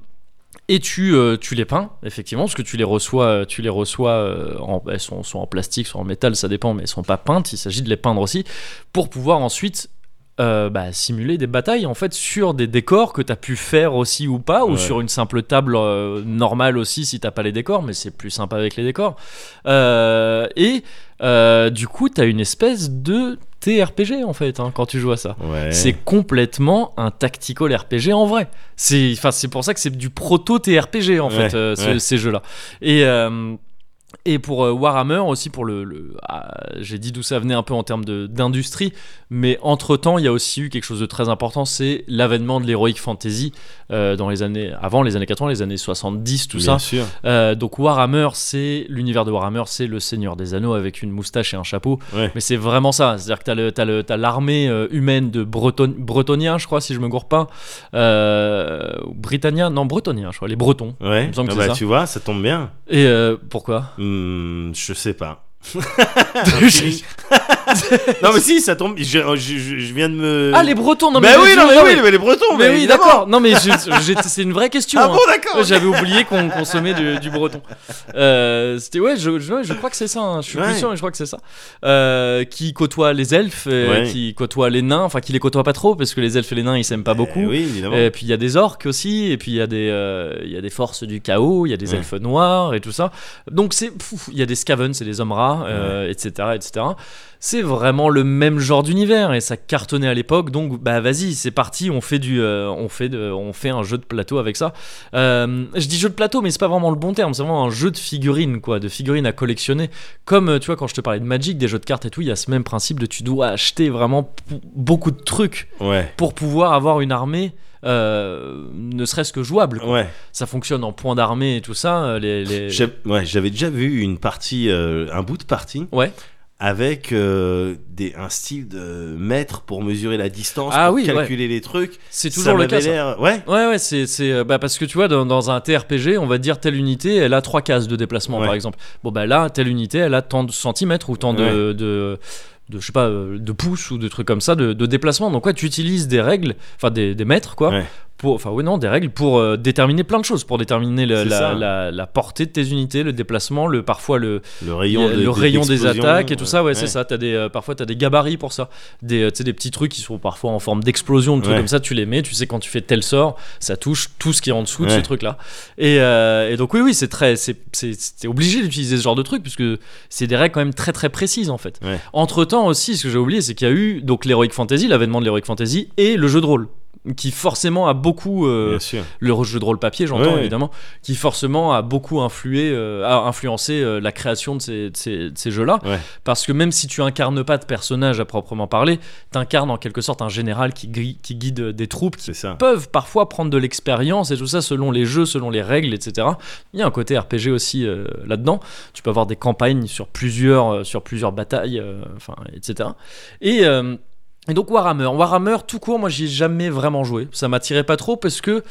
[SPEAKER 1] et tu, euh, tu les peins, effectivement, parce que tu les reçois, euh, tu les reçois euh, en, elles sont, sont en plastique, sont en métal, ça dépend, mais elles sont pas peintes, il s'agit de les peindre aussi, pour pouvoir ensuite euh, bah, simuler des batailles, en fait, sur des décors que tu as pu faire aussi ou pas, ou
[SPEAKER 2] Ouais.
[SPEAKER 1] sur une simple table euh, normale aussi, si t'as pas les décors, mais c'est plus sympa avec les décors. Euh, et euh, du coup, tu as une espèce de TRPG, en fait, hein, quand tu joues à ça.
[SPEAKER 2] Ouais.
[SPEAKER 1] C'est complètement un tactical RPG en vrai. C'est enfin, c'est pour ça que c'est du proto TRPG en
[SPEAKER 2] Ouais,
[SPEAKER 1] fait euh, ce-
[SPEAKER 2] ouais.
[SPEAKER 1] ces jeux là. Et euh, et pour euh, Warhammer aussi pour le, le- ah, j'ai dit d'où ça venait un peu en termes de- d'industrie, mais entre temps il y a aussi eu quelque chose de très important, c'est l'avènement de l'heroic fantasy euh, dans les années avant les années 80, les années 70 tout ça.
[SPEAKER 2] Bien sûr.
[SPEAKER 1] Euh, donc Warhammer, c'est l'univers de Warhammer, c'est le Seigneur des Anneaux avec une moustache et un chapeau.
[SPEAKER 2] Ouais.
[SPEAKER 1] Mais c'est vraiment ça, c'est-à-dire que t'as le- t'as le- t'as l'armée euh, humaine de Breton, Bretonniens, je crois, si je me gourre pas, euh, Britanniens, non Bretonniens, je crois, les Bretons.
[SPEAKER 2] Ouais.
[SPEAKER 1] me semble que
[SPEAKER 2] Ah
[SPEAKER 1] c'est
[SPEAKER 2] bah,
[SPEAKER 1] ça.
[SPEAKER 2] tu vois, ça tombe bien.
[SPEAKER 1] Et euh, pourquoi
[SPEAKER 2] Hmm, je sais pas. Un feeling. non mais si, ça tombe. Je, je- je- je viens de me.
[SPEAKER 1] Ah les Bretons, non mais
[SPEAKER 2] Bah
[SPEAKER 1] bien
[SPEAKER 2] oui,
[SPEAKER 1] sûr,
[SPEAKER 2] non, mais
[SPEAKER 1] non,
[SPEAKER 2] oui, mais les Bretons.
[SPEAKER 1] ah mais
[SPEAKER 2] mais
[SPEAKER 1] oui,
[SPEAKER 2] évidemment.
[SPEAKER 1] d'accord. Non mais je- j'étais- c'est une vraie question.
[SPEAKER 2] Ah
[SPEAKER 1] hein.
[SPEAKER 2] bon, d'accord.
[SPEAKER 1] Ouais, J'avais oublié qu'on consommait du, du breton. Euh, C'était ouais, je, je- ouais, je crois que c'est ça. hein. Je suis
[SPEAKER 2] Ouais.
[SPEAKER 1] plus sûr, mais je crois que c'est ça. Euh, qui côtoie les elfes, euh,
[SPEAKER 2] Ouais.
[SPEAKER 1] qui côtoie les nains, enfin qui les côtoie pas trop parce que les elfes et les nains ils s'aiment pas beaucoup.
[SPEAKER 2] Eh oui, évidemment.
[SPEAKER 1] Et puis il y a des orques aussi, et puis il y, a des, euh, il y a des forces du chaos, il y a des
[SPEAKER 2] Ouais.
[SPEAKER 1] elfes noirs et tout ça. Donc c'est, pfff, il y a des scavens, c'est des hommes rats, euh, etc., etc. C'est vraiment le même genre d'univers et ça cartonnait à l'époque. Donc bah vas-y, c'est parti, on fait du, euh, on fait de, on fait un jeu de plateau avec ça. Euh, je dis jeu de plateau, mais c'est pas vraiment le bon terme. C'est vraiment un jeu de figurines, quoi, de figurines à collectionner. Comme euh, tu vois, quand je te parlais de Magic, des jeux de cartes et tout, il y a ce même principe de tu dois acheter vraiment p- beaucoup de trucs
[SPEAKER 2] Ouais.
[SPEAKER 1] pour pouvoir avoir une armée. euh, ne serait-ce que jouable. quoi.
[SPEAKER 2] Ouais.
[SPEAKER 1] Ça fonctionne en point d'armée et tout ça. euh, Les, les-
[SPEAKER 2] J'ai- ouais, j'avais déjà vu une partie, euh, un bout de partie
[SPEAKER 1] Ouais.
[SPEAKER 2] avec euh, des, un style de mètre pour mesurer la distance,
[SPEAKER 1] Ah
[SPEAKER 2] pour
[SPEAKER 1] oui, ouais.
[SPEAKER 2] calculer les trucs.
[SPEAKER 1] C'est
[SPEAKER 2] Ça
[SPEAKER 1] toujours le
[SPEAKER 2] m'avait
[SPEAKER 1] cas. ça.
[SPEAKER 2] l'air- Ouais.
[SPEAKER 1] Ouais, ouais, c'est. c'est, euh, bah, parce que tu vois, dans, dans un TRPG, on va dire telle unité, elle a trois cases de déplacement,
[SPEAKER 2] Ouais.
[SPEAKER 1] par exemple. Bon, bah là, telle unité, elle a tant de centimètres ou tant de.
[SPEAKER 2] Ouais.
[SPEAKER 1] de de, je sais pas, euh, de pouces ou de trucs comme ça, de, de déplacement. Donc, ouais, tu utilises des règles, enfin des, des mètres, quoi.
[SPEAKER 2] Ouais.
[SPEAKER 1] Pour, enfin, oui, non, des règles pour euh, déterminer plein de choses, pour déterminer le-
[SPEAKER 2] C'est
[SPEAKER 1] la,
[SPEAKER 2] ça.
[SPEAKER 1] la- la portée de tes unités, le déplacement, le, parfois le,
[SPEAKER 2] Le rayon,
[SPEAKER 1] il y a
[SPEAKER 2] de-
[SPEAKER 1] le
[SPEAKER 2] de-
[SPEAKER 1] rayon des
[SPEAKER 2] d'explosion,
[SPEAKER 1] attaques et tout ça ouais, c'est
[SPEAKER 2] ouais.
[SPEAKER 1] ça as des euh, parfois t'as des gabarits pour ça des euh, tu sais, des petits trucs qui sont parfois en forme d'explosion de trucs
[SPEAKER 2] Ouais.
[SPEAKER 1] comme ça tu les mets tu sais quand tu fais tel sort ça touche tout ce qui est en dessous de ce
[SPEAKER 2] Ouais.
[SPEAKER 1] truc là et, euh, et donc oui oui c'est très c'est c'est- c'est obligé d'utiliser ce genre de truc puisque c'est des règles quand même très très précises en fait
[SPEAKER 2] Ouais.
[SPEAKER 1] entre temps aussi ce que j'ai oublié c'est qu'il y a eu donc l'heroic fantasy l'avènement de l'heroic fantasy et le jeu de rôle qui forcément a beaucoup euh,
[SPEAKER 2] Bien sûr.
[SPEAKER 1] le jeu de rôle papier, j'entends
[SPEAKER 2] Ouais.
[SPEAKER 1] évidemment, qui forcément a beaucoup influé, euh, a influencé euh, la création de ces, de ces- de ces jeux-là.
[SPEAKER 2] Ouais.
[SPEAKER 1] Parce que même si tu incarnes pas de personnage à proprement parler, t'incarnes en quelque sorte un général qui, gri- qui guide euh, des troupes qui
[SPEAKER 2] C'est ça.
[SPEAKER 1] peuvent parfois prendre de l'expérience et tout ça selon les jeux, selon les règles, etc. Il y a un côté RPG aussi euh, là-dedans. Tu peux avoir des campagnes sur plusieurs, euh, sur plusieurs batailles, euh, enfin, etc. Et, euh, et donc Warhammer. Warhammer, tout court, moi j'y ai jamais vraiment joué. Ça m'attirait pas trop parce que,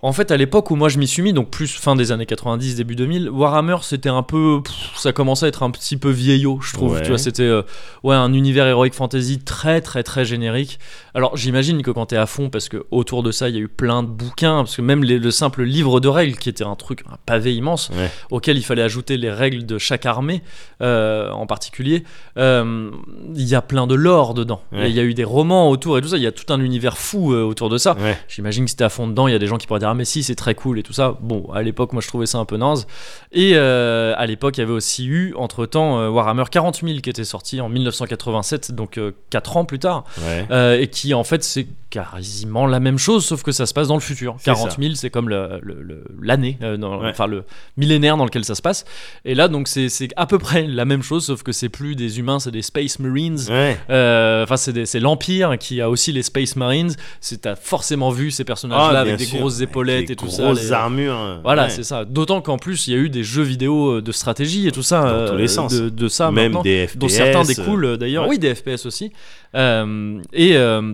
[SPEAKER 1] en fait, à l'époque où moi je m'y suis mis, donc plus fin des années 90, début 2000, Warhammer c'était un peu. pff, ça commençait à être un petit peu vieillot, je trouve.
[SPEAKER 2] Ouais.
[SPEAKER 1] Tu vois, c'était euh, ouais, un univers héroïque fantasy très très très générique. Alors j'imagine que quand t'es à fond, parce que autour de ça il y a eu plein de bouquins, parce que même les- le simple livre de règles qui était un truc, un pavé immense,
[SPEAKER 2] Ouais.
[SPEAKER 1] auquel il fallait ajouter les règles de chaque armée euh, en particulier, euh, il y a plein de lore dedans. Et Il
[SPEAKER 2] Ouais.
[SPEAKER 1] y a eu des romans autour et tout ça, il y a tout un univers fou euh, autour de ça.
[SPEAKER 2] Ouais.
[SPEAKER 1] J'imagine que si t'es à fond dedans, il y a des gens qui pourraient dire Ah, mais si, c'est très cool et tout ça. Bon, à l'époque, moi je trouvais ça un peu naze. Et euh, à l'époque, il y avait aussi eu, entre temps, Warhammer 40 000 qui était sorti en 1987, donc 4 ans plus tard.
[SPEAKER 2] Ouais.
[SPEAKER 1] Euh, et qui en fait c'est quasiment la même chose sauf que ça se passe dans le futur
[SPEAKER 2] C'est
[SPEAKER 1] 40
[SPEAKER 2] ça.
[SPEAKER 1] 000 c'est comme le- le- le- l'année euh, dans-
[SPEAKER 2] Ouais.
[SPEAKER 1] enfin le millénaire dans lequel ça se passe et là donc c'est c'est à peu près la même chose sauf que c'est plus des humains c'est des space marines
[SPEAKER 2] Ouais.
[SPEAKER 1] Euh, Enfin, c'est des- c'est l'Empire qui a aussi les Space Marines. C'est t'as forcément vu ces personnages-là
[SPEAKER 2] Ah,
[SPEAKER 1] avec des
[SPEAKER 2] bien sûr.
[SPEAKER 1] grosses
[SPEAKER 2] Avec
[SPEAKER 1] épaulettes
[SPEAKER 2] des
[SPEAKER 1] et tout ça.
[SPEAKER 2] grosses
[SPEAKER 1] les- euh,
[SPEAKER 2] armures. hein.
[SPEAKER 1] Voilà,
[SPEAKER 2] ouais.
[SPEAKER 1] c'est ça. D'autant qu'en plus, il y a eu des jeux vidéo euh, de stratégie et tout ça. euh,
[SPEAKER 2] Dans tous les sens.
[SPEAKER 1] De, de ça
[SPEAKER 2] Même
[SPEAKER 1] maintenant
[SPEAKER 2] des FPS.
[SPEAKER 1] dont certains
[SPEAKER 2] euh,
[SPEAKER 1] découlent euh, d'ailleurs.
[SPEAKER 2] ouais.
[SPEAKER 1] Oui, des FPS aussi. Euh, et euh,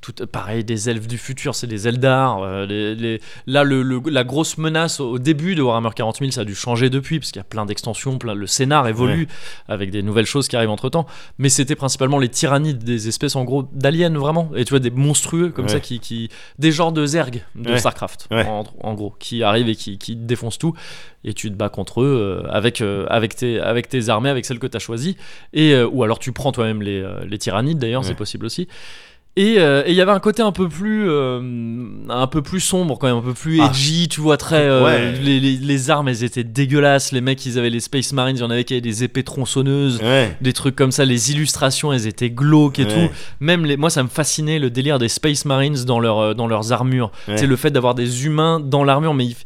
[SPEAKER 1] tout, pareil, des elfes du futur, c'est des Eldar. euh, les- les- là, le- le- la grosse menace au début de Warhammer 40 000, ça a dû changer depuis, parce qu'il y a plein d'extensions, plein, le scénar évolue avec des nouvelles choses qui arrivent entre temps. Mais c'était principalement les tyrannides, des espèces en gros d'aliens vraiment. Et tu vois, des monstrueux comme
[SPEAKER 2] Ouais.
[SPEAKER 1] ça, qui, qui- des genres de zerg de
[SPEAKER 2] Ouais.
[SPEAKER 1] StarCraft,
[SPEAKER 2] Ouais.
[SPEAKER 1] en, en gros, qui arrivent et qui, qui défoncent tout. Et tu te bats contre eux euh, avec, euh, avec, tes, avec tes armées, avec celles que tu as choisies et euh, ou alors tu prends toi-même les, euh, les tyrannides d'ailleurs c'est
[SPEAKER 2] Ouais.
[SPEAKER 1] possible aussi et euh, et il y avait un côté un peu plus euh, un peu plus sombre quand même un peu plus
[SPEAKER 2] Ah.
[SPEAKER 1] edgy tu vois très euh,
[SPEAKER 2] Ouais.
[SPEAKER 1] les, les- les armes elles étaient dégueulasses les mecs ils avaient les space marines il y en avait qui avaient des épées tronçonneuses
[SPEAKER 2] Ouais.
[SPEAKER 1] des trucs comme ça les illustrations elles étaient glauques et
[SPEAKER 2] Ouais.
[SPEAKER 1] tout même les moi ça me fascinait le délire des space marines dans leur euh, dans leurs armures
[SPEAKER 2] Ouais.
[SPEAKER 1] c'est le fait d'avoir des humains dans l'armure mais il,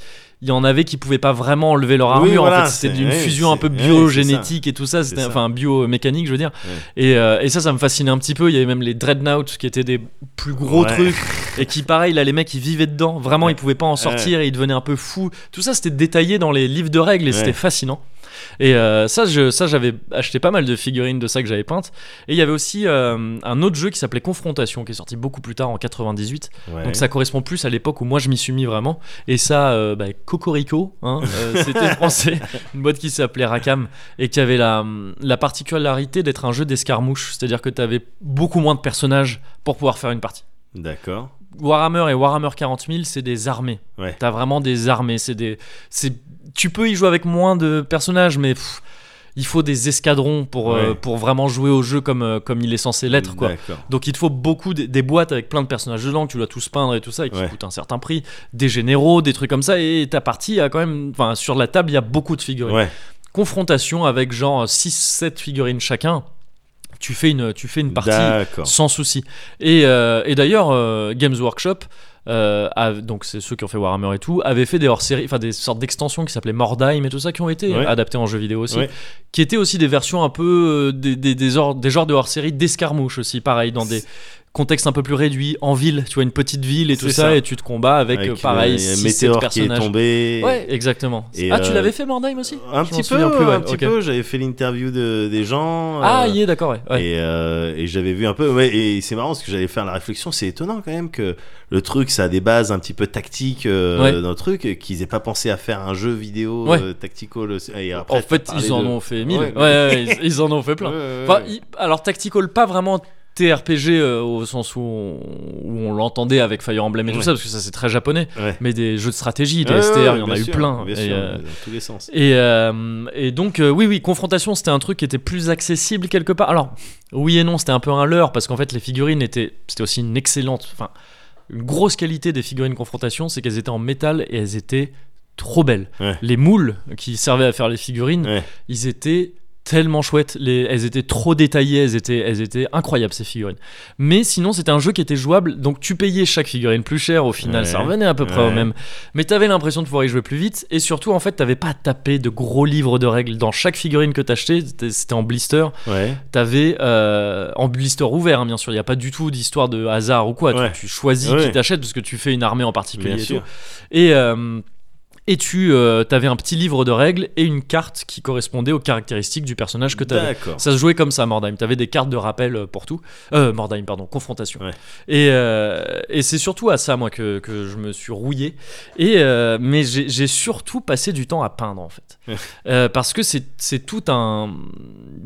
[SPEAKER 1] il y en avait qui pouvaient pas vraiment enlever leur armure
[SPEAKER 2] Oui, voilà,
[SPEAKER 1] en fait c'était
[SPEAKER 2] c'est-
[SPEAKER 1] une
[SPEAKER 2] ouais,
[SPEAKER 1] fusion un
[SPEAKER 2] c'est-
[SPEAKER 1] peu
[SPEAKER 2] ouais,
[SPEAKER 1] biogénétique et tout ça c'était
[SPEAKER 2] ça.
[SPEAKER 1] enfin biomécanique je veux dire
[SPEAKER 2] Ouais.
[SPEAKER 1] et, euh, et ça ça me fascinait un petit peu il y avait même les dreadnoughts qui étaient des plus gros
[SPEAKER 2] Ouais.
[SPEAKER 1] trucs et qui pareil là les mecs ils vivaient dedans vraiment ils pouvaient pas en sortir et ils devenaient un peu fous tout ça c'était détaillé dans les livres de règles et
[SPEAKER 2] Ouais.
[SPEAKER 1] c'était fascinant et euh, ça je- ça j'avais acheté pas mal de figurines de ça que j'avais peintes et il y avait aussi euh, un autre jeu qui s'appelait Confrontation qui est sorti beaucoup plus tard en 98
[SPEAKER 2] Ouais.
[SPEAKER 1] donc ça correspond plus à l'époque où moi je m'y suis mis vraiment. Et ça, euh, bah, Cocorico, hein, euh, c'était français, une boîte qui s'appelait Rakam et qui avait la, la particularité d'être un jeu d'escarmouche, c'est-à-dire que tu avais beaucoup moins de personnages pour pouvoir faire une partie.
[SPEAKER 2] D'accord.
[SPEAKER 1] Warhammer et Warhammer 40 000, c'est des armées.
[SPEAKER 2] Ouais.
[SPEAKER 1] T'as vraiment des armées. C'est des, c'est, tu peux y jouer avec moins de personnages, mais pff, il faut des escadrons pour, euh,
[SPEAKER 2] Ouais.
[SPEAKER 1] pour vraiment jouer au jeu comme, euh, comme il est censé l'être, quoi.
[SPEAKER 2] D'accord.
[SPEAKER 1] Donc il te faut beaucoup des, des boîtes avec plein de personnages dedans que tu dois tous peindre et tout ça et qui
[SPEAKER 2] Ouais.
[SPEAKER 1] coûtent un certain prix, des généraux, des trucs comme ça et ta partie a quand même enfin sur la table, il y a beaucoup de figurines.
[SPEAKER 2] Ouais.
[SPEAKER 1] confrontation avec genre 6-7 figurines chacun. Tu fais une, tu fais une partie
[SPEAKER 2] D'accord.
[SPEAKER 1] sans souci. Et, euh, et d'ailleurs, euh, Games Workshop, euh, a- donc c'est ceux qui ont fait Warhammer et tout, avaient fait des hors-séries, enfin des sortes d'extensions qui s'appelaient Mordheim et tout ça, qui ont été
[SPEAKER 2] Ouais.
[SPEAKER 1] adaptées en jeux vidéo aussi,
[SPEAKER 2] Ouais.
[SPEAKER 1] qui étaient aussi des versions un peu euh, des, des, des, hors- des genres de hors-série d'escarmouches aussi, pareil, dans des contextes un peu plus réduits, en ville, tu vois, une petite ville et tout
[SPEAKER 2] C'est
[SPEAKER 1] ça,
[SPEAKER 2] ça.
[SPEAKER 1] et tu te combats avec, euh,
[SPEAKER 2] Avec,
[SPEAKER 1] pareil,
[SPEAKER 2] euh,
[SPEAKER 1] six,
[SPEAKER 2] un
[SPEAKER 1] sept
[SPEAKER 2] météore qui est
[SPEAKER 1] personnages.
[SPEAKER 2] tombé.
[SPEAKER 1] Ouais, exactement.
[SPEAKER 2] Et,
[SPEAKER 1] ah, tu
[SPEAKER 2] euh,
[SPEAKER 1] l'avais fait Mordheim aussi
[SPEAKER 2] Un
[SPEAKER 1] Je m'en
[SPEAKER 2] petit peu,
[SPEAKER 1] souviens plus, ouais,
[SPEAKER 2] un petit
[SPEAKER 1] ok.
[SPEAKER 2] peu. J'avais fait l'interview de, des gens.
[SPEAKER 1] Ah,
[SPEAKER 2] euh,
[SPEAKER 1] y est, d'accord, ouais. ouais.
[SPEAKER 2] Et, euh, et j'avais vu un peu, ouais, et c'est marrant parce que j'allais faire la réflexion, c'est étonnant quand même que le truc, ça a des bases un petit peu tactiques euh,
[SPEAKER 1] Ouais.
[SPEAKER 2] dans le truc, et qu'ils aient pas pensé à faire un jeu vidéo
[SPEAKER 1] Ouais.
[SPEAKER 2] euh, tactico. le- et après,
[SPEAKER 1] en
[SPEAKER 2] t'as
[SPEAKER 1] fait,
[SPEAKER 2] parlé
[SPEAKER 1] ils en
[SPEAKER 2] de-
[SPEAKER 1] ont fait mille. Ouais,
[SPEAKER 2] Ouais, mais-
[SPEAKER 1] ouais, ils, ils en ont fait plein.
[SPEAKER 2] Ouais, ouais,
[SPEAKER 1] Enfin,
[SPEAKER 2] ouais.
[SPEAKER 1] il- alors Tactical, pas vraiment TRPG euh, au sens où on, où on l'entendait avec Fire Emblem et tout
[SPEAKER 2] Ouais.
[SPEAKER 1] ça, parce que ça c'est très japonais,
[SPEAKER 2] Ouais.
[SPEAKER 1] mais des jeux de stratégie, des
[SPEAKER 2] Ouais,
[SPEAKER 1] STR,
[SPEAKER 2] ouais,
[SPEAKER 1] il y en
[SPEAKER 2] bien
[SPEAKER 1] a eu
[SPEAKER 2] sûr,
[SPEAKER 1] plein.
[SPEAKER 2] bien
[SPEAKER 1] et,
[SPEAKER 2] sûr,
[SPEAKER 1] euh,
[SPEAKER 2] dans tous les sens.
[SPEAKER 1] et, euh, et donc, euh, oui, oui, Confrontation, c'était un truc qui était plus accessible quelque part. Alors, oui et non, c'était un peu un leurre, parce qu'en fait, les figurines étaient. C'était aussi une excellente. Enfin, une grosse qualité des figurines Confrontation, c'est qu'elles étaient en métal et elles étaient trop belles.
[SPEAKER 2] Ouais.
[SPEAKER 1] Les moules qui servaient à faire les figurines,
[SPEAKER 2] Ouais.
[SPEAKER 1] ils étaient tellement chouettes. Les, elles étaient trop détaillées, elles étaient, elles étaient incroyables, ces figurines. Mais sinon, c'était un jeu qui était jouable, donc tu payais chaque figurine plus cher au final,
[SPEAKER 2] Ouais.
[SPEAKER 1] ça revenait à peu près au
[SPEAKER 2] Ouais.
[SPEAKER 1] même. Mais t'avais l'impression de pouvoir y jouer plus vite, et surtout, en fait, t'avais pas à taper de gros livres de règles dans chaque figurine que t'achetais, c'était c'était en blister,
[SPEAKER 2] Ouais.
[SPEAKER 1] t'avais euh, en blister ouvert, hein, bien sûr, il n'y a pas du tout d'histoire de hasard ou quoi, Tu-
[SPEAKER 2] Ouais.
[SPEAKER 1] tu, choisis
[SPEAKER 2] Ouais.
[SPEAKER 1] qui t'achète, parce que tu fais une armée en particulier.
[SPEAKER 2] Bien
[SPEAKER 1] et tout.
[SPEAKER 2] sûr.
[SPEAKER 1] Et, euh, et tu euh, avais un petit livre de règles et une carte qui correspondait aux caractéristiques du personnage que tu avais.
[SPEAKER 2] D'accord.
[SPEAKER 1] Ça se jouait comme ça, Mordheim. Tu avais des cartes de rappel euh, pour tout. Euh, Mordheim, pardon, confrontation.
[SPEAKER 2] Ouais.
[SPEAKER 1] Et, euh, et c'est surtout à ça, moi, que, que je me suis rouillé. Et, euh, mais j'ai j'ai surtout passé du temps à peindre, en fait. Euh, parce que c'est c'est tout un.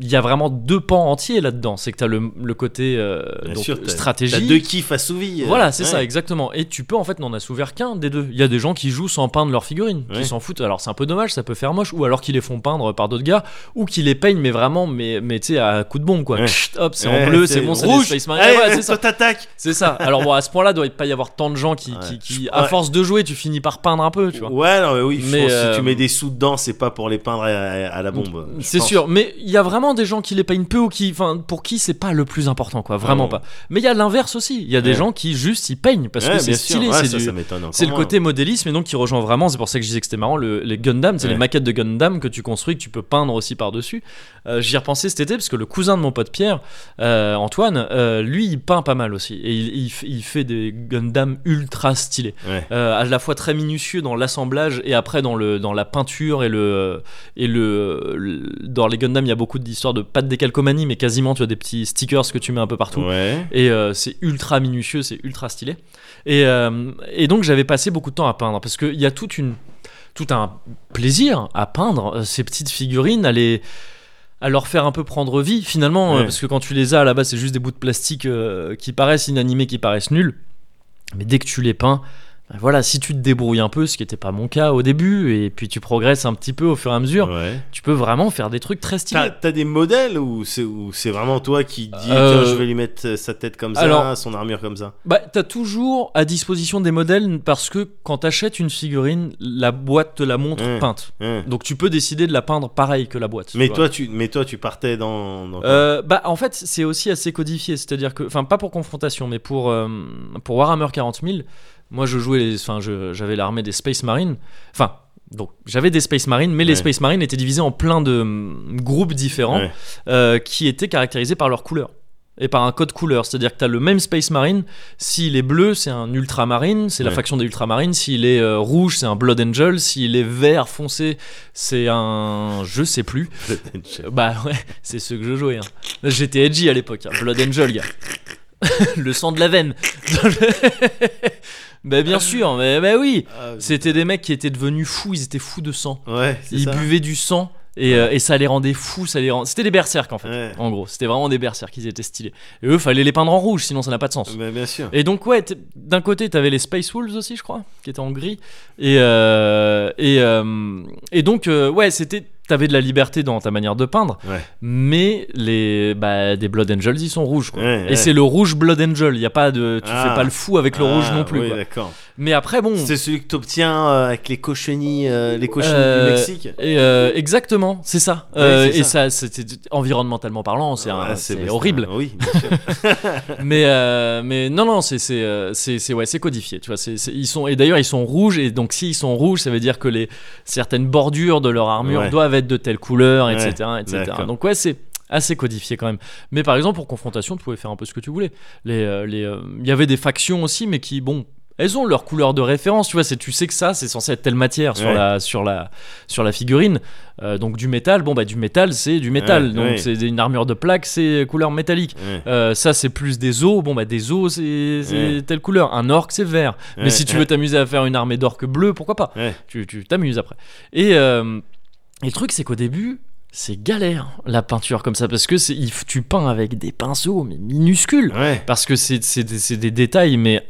[SPEAKER 1] Il y a vraiment deux pans entiers là-dedans. C'est que tu as le, le côté euh,
[SPEAKER 2] Bien
[SPEAKER 1] donc,
[SPEAKER 2] sûr, t'as-
[SPEAKER 1] stratégie.
[SPEAKER 2] T'as deux kiffs assouvis. euh,
[SPEAKER 1] Voilà, c'est ça,
[SPEAKER 2] ouais.
[SPEAKER 1] exactement. Et tu peux en fait n'en assouvir qu'un des deux. Il y a des gens qui jouent sans peindre leurs figurines,
[SPEAKER 2] Ouais.
[SPEAKER 1] qui s'en foutent. Alors c'est un peu dommage, ça peut faire moche, ou alors qu'ils les font peindre par d'autres gars, ou qu'ils les peignent, mais vraiment, mais, mais tu sais, à coup de bombe quoi.
[SPEAKER 2] Ouais.
[SPEAKER 1] Chut, hop, c'est
[SPEAKER 2] Ouais,
[SPEAKER 1] en bleu, c'est bon, c'est des
[SPEAKER 2] rouge.
[SPEAKER 1] Space Marine.
[SPEAKER 2] Allez,
[SPEAKER 1] Ouais, c'est ça.
[SPEAKER 2] toi, t'attaques.
[SPEAKER 1] C'est ça. Alors bon, à ce point-là, doit pas y avoir tant de gens qui, qui,
[SPEAKER 2] Ouais.
[SPEAKER 1] qui,
[SPEAKER 2] Je-
[SPEAKER 1] à
[SPEAKER 2] ouais.
[SPEAKER 1] force de jouer, tu finis par peindre un peu, tu vois.
[SPEAKER 2] Ouais, non, mais oui, je
[SPEAKER 1] Mais,
[SPEAKER 2] pense que
[SPEAKER 1] euh,
[SPEAKER 2] si tu mets des sous dedans, c'est pas pour les peindre à, à- à la bombe. je
[SPEAKER 1] C'est
[SPEAKER 2] pense.
[SPEAKER 1] sûr, mais il y a vraiment des gens qui les peignent peu ou qui, enfin, pour qui c'est pas le plus important, quoi, vraiment
[SPEAKER 2] Ah bon.
[SPEAKER 1] pas. Mais il y a l'inverse aussi. Il y a des
[SPEAKER 2] Ouais.
[SPEAKER 1] gens qui juste ils peignent parce
[SPEAKER 2] Ouais,
[SPEAKER 1] que c'est
[SPEAKER 2] bien sûr.
[SPEAKER 1] stylé,
[SPEAKER 2] Ouais,
[SPEAKER 1] c'est
[SPEAKER 2] ça,
[SPEAKER 1] du-
[SPEAKER 2] ça m'étonne encore
[SPEAKER 1] C'est le
[SPEAKER 2] moins.
[SPEAKER 1] côté modélisme et donc qui rejoint vraiment, c'est pour ça que je disais que c'était marrant, le- les Gundam, c'est
[SPEAKER 2] Ouais.
[SPEAKER 1] les maquettes de Gundam que tu construis, que tu peux peindre aussi par-dessus. Euh, J'y ai repensé cet été parce que le cousin de mon pote Pierre, euh, Antoine, euh, lui il peint pas mal aussi et il, il f- il fait des Gundam ultra stylés,
[SPEAKER 2] hein. Ouais.
[SPEAKER 1] Euh, à la fois très minutieux dans l'assemblage et après dans, le, dans la peinture et le... Et le, le- dans les Gundam il y a beaucoup d'histoires de, pas de décalcomanie mais quasiment tu as des petits stickers que tu mets un peu partout.
[SPEAKER 2] Ouais.
[SPEAKER 1] Et euh, c'est ultra minutieux, c'est ultra stylé. Et, euh, et donc j'avais passé beaucoup de temps à peindre hein, parce qu'il y a toute une, tout un plaisir à peindre euh, ces petites figurines, à, les, à leur faire un peu prendre vie finalement. euh,
[SPEAKER 2] Ouais.
[SPEAKER 1] Parce que quand tu les as à la base, c'est juste des bouts de plastique euh, qui paraissent inanimés, qui paraissent nuls. Mais dès que tu les peins, ben voilà, si tu te débrouilles un peu, ce qui n'était pas mon cas au début, et puis tu progresses un petit peu au fur et à mesure,
[SPEAKER 2] Ouais.
[SPEAKER 1] tu peux vraiment faire des trucs très stylés.
[SPEAKER 2] T'as t'as des modèles ou c'est ou c'est vraiment toi qui dis
[SPEAKER 1] Euh,
[SPEAKER 2] tiens je vais lui mettre euh, sa tête comme ça,
[SPEAKER 1] alors-
[SPEAKER 2] son armure comme ça.
[SPEAKER 1] Bah, t'as toujours à disposition des modèles parce que quand t'achètes une figurine, la boîte te la montre
[SPEAKER 2] Ouais.
[SPEAKER 1] peinte.
[SPEAKER 2] Hein.
[SPEAKER 1] Donc tu peux décider de la peindre pareil que la boîte. tu
[SPEAKER 2] Mais
[SPEAKER 1] vois.
[SPEAKER 2] toi tu mais toi tu partais dans, dans-
[SPEAKER 1] Euh, bah, en fait, c'est aussi assez codifié, c'est-à-dire que, enfin, pas pour confrontation, mais pour, euh, pour Warhammer 40 000, moi je jouais, les- enfin, je- j'avais l'armée des Space Marines, enfin, donc j'avais des Space Marines, mais les
[SPEAKER 2] Ouais.
[SPEAKER 1] Space Marines étaient divisés en plein de hum, groupes différents
[SPEAKER 2] Ouais.
[SPEAKER 1] euh, qui étaient caractérisés par leur couleur et par un code couleur, c'est-à-dire que tu as le même Space Marine, s'il est bleu, c'est un Ultramarine, c'est la
[SPEAKER 2] Ouais.
[SPEAKER 1] faction des Ultramarines, s'il est euh, rouge, c'est un Blood Angel, s'il est vert foncé, c'est un je sais plus. Bah ouais, c'est ce que je jouais. hein. J'étais edgy à l'époque, hein. Blood Angel, gars. le sang de la veine. bah bien sûr, mais bah oui.
[SPEAKER 2] Ah,
[SPEAKER 1] C'était des mecs qui étaient devenus fous, ils étaient fous de sang.
[SPEAKER 2] ouais, c'est
[SPEAKER 1] Ils
[SPEAKER 2] ça.
[SPEAKER 1] buvaient du sang et, euh, et ça les rendait fous, ça les rend- C'était des berserk en fait.
[SPEAKER 2] Ouais.
[SPEAKER 1] En gros, c'était vraiment des berserk, ils étaient stylés. Et eux, fallait les peindre en rouge, sinon ça n'a pas de sens.
[SPEAKER 2] Bah, bien sûr.
[SPEAKER 1] Et donc ouais, t'es- d'un côté t'avais les Space Wolves aussi, je crois, qui étaient en gris. Et euh, et, euh, et donc euh, ouais, c'était t'avais de la liberté dans ta manière de peindre.
[SPEAKER 2] Ouais.
[SPEAKER 1] Mais les bah, des Blood Angels ils sont rouges. Quoi.
[SPEAKER 2] Ouais,
[SPEAKER 1] et
[SPEAKER 2] ouais.
[SPEAKER 1] c'est le rouge Blood Angel. Il y a pas de tu
[SPEAKER 2] Ah.
[SPEAKER 1] fais pas le fou avec le rouge
[SPEAKER 2] Ah,
[SPEAKER 1] non plus.
[SPEAKER 2] oui,
[SPEAKER 1] quoi. Hmm.
[SPEAKER 2] d'accord.
[SPEAKER 1] Mais après, bon.
[SPEAKER 2] C'est celui que t'obtiens euh, avec les cochenilles, euh, les cochenilles
[SPEAKER 1] euh,
[SPEAKER 2] du Mexique.
[SPEAKER 1] et, euh, exactement, c'est ça.
[SPEAKER 2] Ouais,
[SPEAKER 1] Euh,
[SPEAKER 2] c'est
[SPEAKER 1] et ça, c'est- c'est- environnementalement parlant, c'est un-
[SPEAKER 2] Ah,
[SPEAKER 1] c'est
[SPEAKER 2] bah,
[SPEAKER 1] horrible.
[SPEAKER 2] un- oui.
[SPEAKER 1] mais euh, mais non non c'est c'est euh, c'est c'est- ouais c'est codifié tu vois c'est c'est- ils sont et d'ailleurs ils sont rouges et donc s'ils sont rouges ça veut dire que les certaines bordures de leur armure
[SPEAKER 2] Ouais.
[SPEAKER 1] doivent être de telle couleur
[SPEAKER 2] Ouais,
[SPEAKER 1] etc etc
[SPEAKER 2] d'accord.
[SPEAKER 1] donc ouais c'est assez codifié quand même mais par exemple pour confrontation tu pouvais faire un peu ce que tu voulais les euh, les euh, il y avait des factions aussi mais qui bon elles ont leur couleur de référence, tu vois. C'est, tu sais que ça, c'est censé être telle matière sur
[SPEAKER 2] Ouais.
[SPEAKER 1] la sur la sur la figurine. Euh, donc du métal, bon bah du métal, c'est du métal.
[SPEAKER 2] Ouais,
[SPEAKER 1] donc
[SPEAKER 2] ouais.
[SPEAKER 1] c'est une armure de plaque, c'est couleur métallique.
[SPEAKER 2] Ouais.
[SPEAKER 1] Euh, ça c'est plus des os, bon bah des os c'est c'est
[SPEAKER 2] Ouais.
[SPEAKER 1] telle couleur, un orc c'est vert.
[SPEAKER 2] Ouais,
[SPEAKER 1] Mais si tu veux t'amuser à faire une armée d'orques bleus, pourquoi pas
[SPEAKER 2] Ouais.
[SPEAKER 1] Tu tu t'amuses après. Et, euh, et le truc c'est qu'au début c'est galère la peinture comme ça parce que c'est il f- tu peins avec des pinceaux mais minuscules.
[SPEAKER 2] Ouais.
[SPEAKER 1] Parce que c'est c'est des, c'est des détails mais